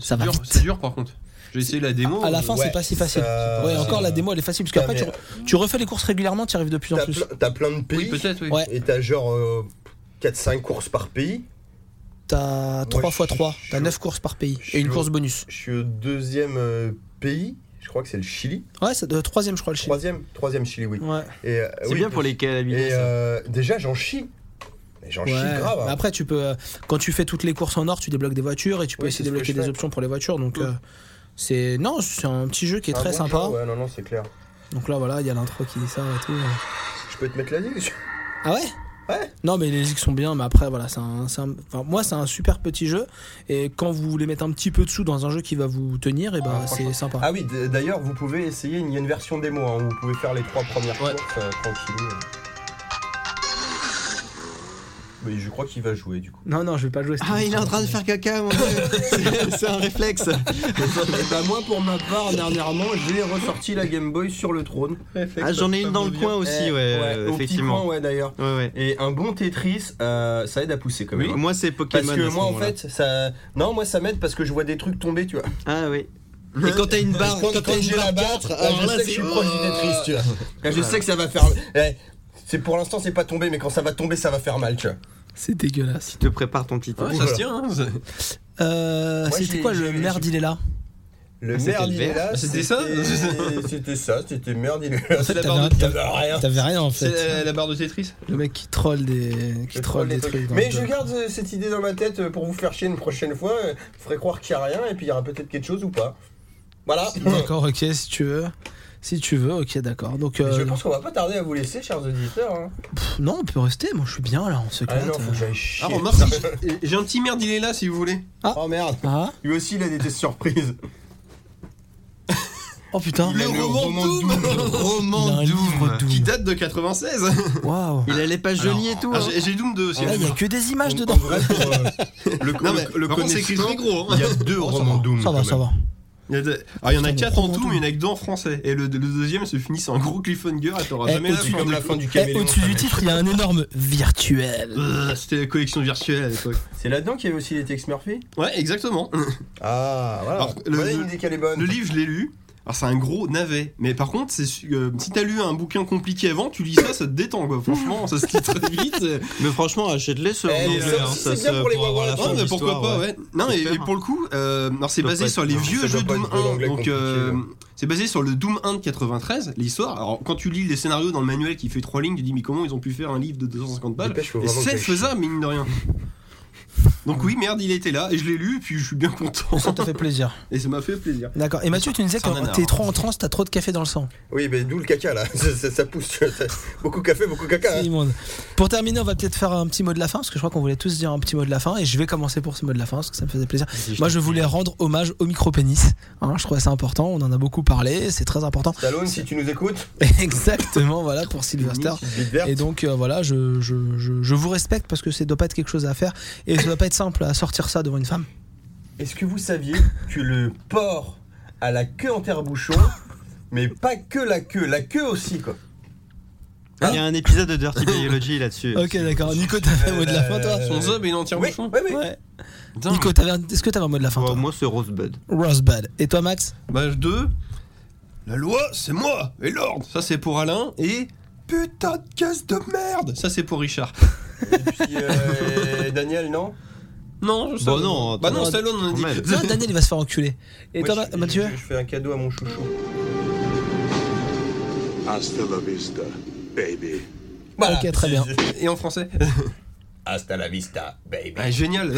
Speaker 5: C'est
Speaker 3: ça va
Speaker 5: dur,
Speaker 3: vite.
Speaker 5: C'est dur par contre. J'ai essayé la démo.
Speaker 3: À la fin,
Speaker 4: Oh, Ouais,
Speaker 3: c'est pas si facile.
Speaker 4: ça-
Speaker 3: Ouais, encore la démo, elle est facile parce qu'après, tu,
Speaker 4: Putain,
Speaker 3: tu refais les courses régulièrement, tu arrives de plus en
Speaker 4: T'as
Speaker 3: plus.
Speaker 4: plein- T'as plein de
Speaker 5: Oui,
Speaker 4: pays.
Speaker 5: euh, peut-être, oui.
Speaker 3: Ouais,
Speaker 4: et t'as genre 4-5 courses par pays.
Speaker 3: t'as 3 x 3, t'as 9 courses par pays
Speaker 4: je
Speaker 3: et une
Speaker 4: suis
Speaker 3: course
Speaker 4: au-
Speaker 3: bonus.
Speaker 4: Je suis au deuxième euh, pays. Je crois que c'est le Chili.
Speaker 3: Ouais, c'est le troisième, je crois, le chiffre.
Speaker 4: Troisième, troisième Chili, oui.
Speaker 3: Ouais,
Speaker 4: Et, euh,
Speaker 2: C'est
Speaker 4: oui,
Speaker 2: bien pour les cabinets.
Speaker 4: Et
Speaker 2: ça.
Speaker 4: euh, déjà, j'en chie. Mais j'en
Speaker 3: ouais.
Speaker 4: chie grave. hein.
Speaker 3: Mais Après, tu peux, euh, quand tu fais toutes les courses en or, tu débloques des voitures et tu peux
Speaker 4: Oui, c'est
Speaker 3: essayer
Speaker 4: ce
Speaker 3: de
Speaker 4: que
Speaker 3: débloquer
Speaker 4: je
Speaker 3: des
Speaker 4: fais.
Speaker 3: options pour les voitures. Donc,
Speaker 4: Mm.
Speaker 3: euh, c'est non, c'est un petit jeu qui est
Speaker 4: Un
Speaker 3: très
Speaker 4: Ah bon
Speaker 3: sympa.
Speaker 4: jeu, Ouais, non, non, c'est clair.
Speaker 3: Donc là, voilà, il y a l'intro qui dit ça et tout. euh.
Speaker 4: Je peux te mettre la ligue
Speaker 3: Ah ouais
Speaker 4: Ouais.
Speaker 3: Non, mais les ligues sont bien, mais après, voilà, c'est un, c'est un- enfin, moi, c'est un super petit jeu. Et quand vous voulez mettre un petit peu de sous dans un jeu qui va vous tenir, et bah,
Speaker 4: Ah, franchement.
Speaker 3: c'est sympa.
Speaker 4: Ah oui, d- d'ailleurs, vous pouvez essayer. Il y a une version démo. hein, où vous pouvez faire les trois premières
Speaker 5: Ouais.
Speaker 4: courses euh, tranquillou, euh. Mais je crois qu'il va jouer du coup.
Speaker 3: Non, non, je vais pas jouer.
Speaker 2: Ah, il est en train de faire caca, mon dieu. C'est- C'est un réflexe.
Speaker 4: bah moi pour ma part dernièrement j'ai ressorti la Game Boy sur le trône.
Speaker 2: Ah, j'en ai une dans le coin aussi, ouais, euh,
Speaker 4: Eh, au petit coin
Speaker 2: effectivement.
Speaker 4: ouais d'ailleurs.
Speaker 2: Ouais, ouais.
Speaker 4: Et un bon Tetris, euh, ça aide à pousser quand même.
Speaker 2: Moi, c'est Pokémon.
Speaker 4: Parce
Speaker 2: à
Speaker 4: que
Speaker 2: ce
Speaker 4: moi en
Speaker 2: moment-là.
Speaker 4: fait ça non moi ça m'aide parce que je vois des trucs tomber tu vois.
Speaker 2: Ah oui. Et quand t'as une barre,
Speaker 4: quand
Speaker 2: quand t'as une
Speaker 4: j'ai
Speaker 2: barre
Speaker 4: la barre,
Speaker 2: 4,
Speaker 4: euh,
Speaker 2: alors
Speaker 4: je
Speaker 2: là,
Speaker 4: sais que
Speaker 2: c'est-
Speaker 4: je suis proche du
Speaker 1: hein.
Speaker 4: Tetris tu vois. Là, je sais que ça va faire Eh, c'est pour l'instant c'est pas tombé mais quand ça va tomber ça va faire mal tu vois.
Speaker 3: C'est dégueulasse.
Speaker 2: Tu te prépares ton petit temps.
Speaker 5: Ouais, ça se tient. hein, ça-
Speaker 3: Euh,
Speaker 4: Moi,
Speaker 3: C'était
Speaker 4: j'ai-
Speaker 3: quoi le
Speaker 4: j'ai-
Speaker 3: merde,
Speaker 4: j'ai-
Speaker 3: il est là
Speaker 4: Le
Speaker 2: Ah, c'était
Speaker 4: merde
Speaker 2: le
Speaker 4: il est
Speaker 2: vert.
Speaker 4: là.
Speaker 5: Ah, c'était ça
Speaker 4: C'était ça, c'était merde il est là.
Speaker 5: C'est la
Speaker 3: t'avais
Speaker 5: barre
Speaker 3: un-
Speaker 5: de-
Speaker 4: Ça va rien.
Speaker 3: T'avais rien en
Speaker 5: c'est
Speaker 3: fait.
Speaker 5: la- la barre de Tetris.
Speaker 3: Le mec qui troll des, qui
Speaker 4: Je
Speaker 3: troll
Speaker 4: troll
Speaker 3: des
Speaker 4: les
Speaker 3: trucs.
Speaker 4: trucs.
Speaker 3: dans le
Speaker 4: Mais je
Speaker 3: jeu.
Speaker 4: garde euh, cette idée dans ma tête euh, pour vous faire chier une prochaine fois. euh, Vous ferez croire qu'il n'y a rien et puis il y aura peut-être quelque chose ou pas. Voilà.
Speaker 3: D'accord, ok, si tu veux. Si tu veux, ok, d'accord. Donc, euh,
Speaker 4: Je pense qu'on va pas tarder à vous laisser, chers auditeurs. hein.
Speaker 3: pff, non, on peut rester. Moi, je suis bien là, on se euh.
Speaker 4: Ah
Speaker 3: clate.
Speaker 4: non, faut que j'aille chier.
Speaker 5: Ah, remarque, si- j'ai un petit merde, il est là si vous voulez.
Speaker 4: Oh merde.
Speaker 3: Ah.
Speaker 4: Lui aussi, il a des tests surprises.
Speaker 3: Oh putain.
Speaker 5: Le roman Doom
Speaker 3: Il a
Speaker 5: Roman
Speaker 3: un livre Ah,
Speaker 5: Qui
Speaker 3: Doom.
Speaker 5: date de 96
Speaker 3: Waouh.
Speaker 2: Il allait pas joli et tout.
Speaker 5: Ah,
Speaker 2: hein.
Speaker 5: j'ai- J'ai Doom 2 aussi.
Speaker 3: Là, il y a que des images
Speaker 4: En-
Speaker 3: dedans.
Speaker 4: en vrai, pour, euh, le
Speaker 5: Non, mais
Speaker 4: le- le
Speaker 5: par contre, c'est écrit
Speaker 4: connaissant,
Speaker 5: très gros. hein.
Speaker 4: il y a deux romans Doom.
Speaker 3: Oh, Ça va,
Speaker 4: quand
Speaker 3: ça
Speaker 4: même.
Speaker 3: va.
Speaker 5: Il y, a de- Alors, il y en a
Speaker 3: Putain,
Speaker 5: 4 en
Speaker 3: mais
Speaker 5: tout,
Speaker 3: Roman
Speaker 5: mais il y en a que 2 en français. Et le, le deuxième se finit en gros cliffhanger. Et t'auras
Speaker 3: Eh,
Speaker 5: jamais la
Speaker 3: au-dessus
Speaker 5: fin.
Speaker 4: Comme
Speaker 5: de-
Speaker 4: la fin du
Speaker 3: Eh,
Speaker 4: caméléon.
Speaker 3: Au-dessus du titre, il y a un énorme virtuel.
Speaker 5: Euh, C'était la collection virtuelle à l'époque.
Speaker 4: C'est là-dedans qu'il y avait aussi les textes Murphy
Speaker 5: Ouais, exactement.
Speaker 4: Ah, voilà.
Speaker 5: Alors, le-
Speaker 4: voilà
Speaker 5: le-
Speaker 4: une idée qu'elle est bonne.
Speaker 5: Le livre, je l'ai lu. Alors, c'est un gros navet. Mais par contre, c'est su- euh, si t'as lu un bouquin compliqué avant, tu lis ça, ça te détend, quoi. Franchement, ça se lit très vite.
Speaker 2: Mais franchement, achète-les ce
Speaker 4: Eh,
Speaker 2: anglais,
Speaker 4: ça-
Speaker 2: hein,
Speaker 4: c'est
Speaker 2: ça se-
Speaker 4: bien pour les
Speaker 2: pour avoir
Speaker 4: Wawa,
Speaker 2: la
Speaker 4: non,
Speaker 2: fin
Speaker 5: Non,
Speaker 2: de
Speaker 5: Oh, mais pourquoi
Speaker 2: l'histoire,
Speaker 5: pas,
Speaker 2: ouais.
Speaker 5: ouais. Non, et,
Speaker 2: J'espère.
Speaker 5: et pour le coup, euh, alors c'est
Speaker 2: doit
Speaker 5: basé
Speaker 2: pas
Speaker 5: sur
Speaker 2: être-
Speaker 5: les
Speaker 2: non,
Speaker 5: vieux
Speaker 4: ça
Speaker 5: jeux
Speaker 4: doit pas
Speaker 5: Doom
Speaker 4: être de
Speaker 5: 1.
Speaker 4: l'anglais
Speaker 5: Donc,
Speaker 4: compliqué,
Speaker 5: euh,
Speaker 4: ouais.
Speaker 5: c'est basé sur le Doom 1 de 93, l'histoire. Alors, quand tu lis les scénarios dans le manuel qui fait 3 lignes, tu dis, mais comment ils ont pu faire un livre de 250 balles
Speaker 4: Dépêche, faut
Speaker 5: Et
Speaker 4: vraiment que
Speaker 5: c'est
Speaker 4: j'aille
Speaker 5: faisable, mine de rien. Donc oui, merde, il était là et je l'ai lu, et puis je suis bien content.
Speaker 3: Ça t'a fait plaisir.
Speaker 5: Et ça m'a fait plaisir.
Speaker 3: D'accord. Et Mathieu, tu nous disais
Speaker 5: C'est un
Speaker 3: que
Speaker 5: nanar.
Speaker 3: t'es trop en transe, t'as trop de café dans le sang.
Speaker 4: Oui, mais d'où le caca là ça, ça- ça pousse. tu vois, ça- beaucoup de café, beaucoup de caca. hein.
Speaker 3: C'est immonde. Pour terminer, on va peut-être faire un petit mot de la fin, parce que je crois qu'on voulait tous dire un petit mot de la fin, et je vais commencer pour ce mot de la fin, parce que ça me faisait plaisir. Moi, je voulais rendre hommage au micro-pénis. hein, je trouvais ça important, on en a beaucoup parlé, c'est très important.
Speaker 4: Stallone, si tu nous écoutes,
Speaker 3: Exactement, voilà, pour Sylvester. Et donc, euh, voilà, je, je- je- je vous respecte, parce que ça doit pas être quelque chose à faire, et ça doit pas être simple à sortir ça devant une femme.
Speaker 4: est-ce que vous saviez que le porc a la queue en terre-bouchon, mais pas que la queue, la queue aussi quoi
Speaker 2: hein. Il y a un épisode de Dirty Biology là-dessus.
Speaker 3: Ok, d'accord. Nico, t'as fait un mot de la fin, toi
Speaker 4: Euh,
Speaker 5: Son zob est une entière
Speaker 4: Oui,
Speaker 5: bouchon.
Speaker 4: oui, oui.
Speaker 3: Ouais. Nico, t'avais un- est-ce que t'avais un mot de la fin, toi
Speaker 2: Oh, Moi, c'est Rosebud.
Speaker 3: Rosebud. Et toi, Max
Speaker 5: Bah 2, la loi c'est moi et l'ordre. Ça c'est pour Alain et putain de caisse de merde. Ça c'est pour Richard.
Speaker 4: Puis, euh, Daniel, non
Speaker 5: Non, je sais
Speaker 2: Bon,
Speaker 5: pas.
Speaker 2: non,
Speaker 5: Bah non,
Speaker 2: attends.
Speaker 5: Stallone on a dit.
Speaker 2: Quand même.
Speaker 3: Non, Daniel, il va se faire enculer. Et
Speaker 4: Moi,
Speaker 3: toi,
Speaker 4: je-
Speaker 3: Ma- Mathieu
Speaker 4: je, je fais un cadeau à mon chouchou.
Speaker 18: Hasta la vista, baby.
Speaker 3: Ok, très bien.
Speaker 5: Et en français
Speaker 4: Hasta la vista, baby.
Speaker 5: Ah, Génial.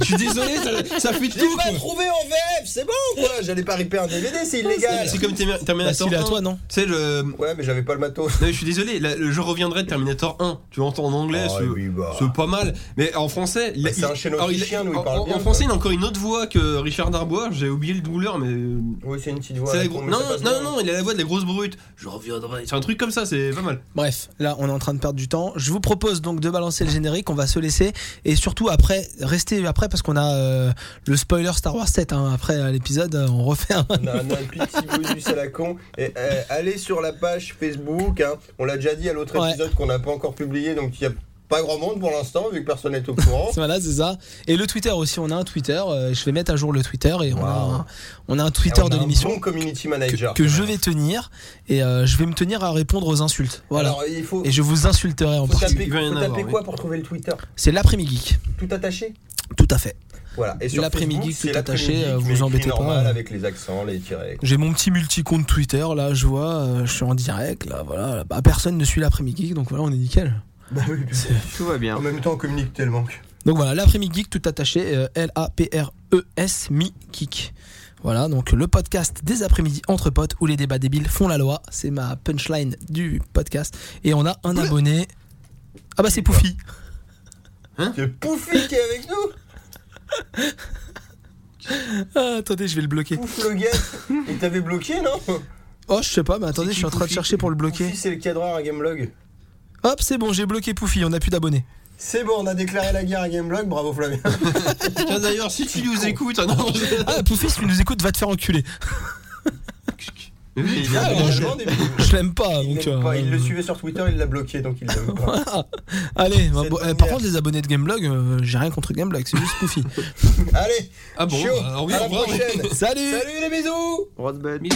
Speaker 5: Je suis désolé, ça, ça fuit
Speaker 4: Bah, J'ai
Speaker 5: tout.
Speaker 4: pas
Speaker 5: quoi.
Speaker 4: trouvé en VF, c'est bon quoi J'allais pas ripper un DVD, c'est illégal
Speaker 5: C'est comme Termi-
Speaker 3: Bah,
Speaker 5: Terminator
Speaker 3: s'il est à
Speaker 5: 1.
Speaker 3: toi, non
Speaker 5: Tu sais, le... non,
Speaker 4: Ouais, mais j'avais pas le matos.
Speaker 5: mais je suis désolé, la- le- je reviendrai de Terminator 1. Tu l'entends en anglais,
Speaker 4: Ah
Speaker 5: c'est-
Speaker 4: oui, bah.
Speaker 5: c'est pas mal. Mais en français, il-
Speaker 4: c'est
Speaker 5: il-
Speaker 4: un chêne
Speaker 5: alors, il-
Speaker 4: autrichien, nous, il
Speaker 5: en-
Speaker 4: parle
Speaker 5: en-
Speaker 4: bien,
Speaker 5: En
Speaker 4: quoi.
Speaker 5: français, il a encore une autre voix que Richard Darbois. J'ai oublié le douleur, mais euh,
Speaker 4: Oui, c'est une petite voix.
Speaker 5: C'est la
Speaker 4: là,
Speaker 5: gro-
Speaker 4: mais
Speaker 5: Non,
Speaker 4: ça passe
Speaker 5: non,
Speaker 4: bien.
Speaker 5: non, il a la voix de la grosse brute. Je reviendrai. C'est un truc comme ça, c'est pas mal.
Speaker 3: Bref, là on est en train de perdre du temps. Je vous propose donc de balancer le générique, on va se laisser et surtout après, restez après parce qu'on a euh, le spoiler Star Wars 7 hein. après euh, l'épisode, euh, on refait un...
Speaker 4: On a un, un petit bonus à la con. Et, euh, allez sur la page Facebook. hein. On l'a déjà dit à l'autre
Speaker 3: Ouais.
Speaker 4: épisode qu'on n'a pas encore publié, donc il n'y a pas grand monde pour l'instant, vu que personne n'est au courant.
Speaker 3: Voilà, c'est ça. Et le Twitter aussi, on a un Twitter, euh, je vais mettre à jour le Twitter et on, a un, on a un Twitter
Speaker 4: On a
Speaker 3: de
Speaker 4: un
Speaker 3: l'émission
Speaker 4: bon community
Speaker 3: que,
Speaker 4: manager.
Speaker 3: que je vais tenir et euh, je vais me tenir à répondre aux insultes. Voilà.
Speaker 4: Alors, il faut,
Speaker 3: et je vous insulterai en
Speaker 4: faut
Speaker 3: partie.
Speaker 4: taper,
Speaker 5: Il va y en
Speaker 4: faut
Speaker 5: avoir,
Speaker 4: taper
Speaker 5: oui.
Speaker 4: quoi pour trouver le Twitter
Speaker 3: C'est l'après-midi geek.
Speaker 4: Tout attaché
Speaker 3: Tout à fait.
Speaker 4: Voilà. Et sur
Speaker 3: L'après-midi,
Speaker 4: Facebook,
Speaker 3: tout
Speaker 4: c'est
Speaker 3: attaché,
Speaker 4: l'après-midi,
Speaker 3: euh, vous
Speaker 4: mais écrit
Speaker 3: embêtez pas,
Speaker 4: normal
Speaker 3: euh.
Speaker 4: Avec les accents, les tirets.
Speaker 3: J'ai mon petit multi-compte Twitter, là, je vois, euh, je suis en direct, là, voilà. Bah, personne ne suit l'après-midi, geek, donc voilà, on est nickel.
Speaker 4: Bah
Speaker 2: Tout va bien.
Speaker 4: En même temps, on communique tellement. que-
Speaker 3: Donc voilà, l'après-midi geek, tout attaché, euh, L-A-P-R-E-S, mi geek. Voilà, donc le podcast des après-midi entre potes où les débats débiles font la loi. C'est ma punchline du podcast. Et on a un abonné. Ah bah c'est Poufi.
Speaker 4: C'est Poufy qui est avec nous
Speaker 3: Ah, attendez, je vais le bloquer.
Speaker 4: Pouf le gars Il t'avait bloqué, non
Speaker 3: Oh, je sais pas, mais attendez,
Speaker 4: qui,
Speaker 3: je suis en train de
Speaker 4: Poufi
Speaker 3: chercher pour le bloquer.
Speaker 4: Poufy, c'est le cadreur à Gameblog.
Speaker 3: Hop, c'est bon, j'ai bloqué Poufi, on a plus d'abonnés.
Speaker 4: C'est bon, on a déclaré la guerre à Gameblog, bravo Flavien.
Speaker 5: Tiens, D'ailleurs, si tu nous écoutes, ah non, je-
Speaker 3: Ah, Poufi, si tu nous écoutes, va te faire enculer.
Speaker 5: Mais oui,
Speaker 4: Il a
Speaker 3: Ah,
Speaker 4: vraiment
Speaker 3: je-
Speaker 4: des-
Speaker 3: Je l'aime pas,
Speaker 4: il
Speaker 3: donc.
Speaker 4: l'aime pas,
Speaker 3: euh,
Speaker 4: il le suivait sur Twitter, il l'a bloqué, donc il l'aime pas.
Speaker 3: Voilà. Allez, bah,
Speaker 4: Cette
Speaker 3: bon, euh,
Speaker 4: manière.
Speaker 3: par contre, les abonnés de Gameblog, euh, j'ai rien contre Gameblog, c'est juste Poufy.
Speaker 4: Allez,
Speaker 5: Ah bon,
Speaker 4: ciao,
Speaker 5: alors oui,
Speaker 4: à
Speaker 5: au
Speaker 4: la
Speaker 5: revoir.
Speaker 4: prochaine.
Speaker 3: Salut
Speaker 4: Salut les bisous
Speaker 2: Rosebud.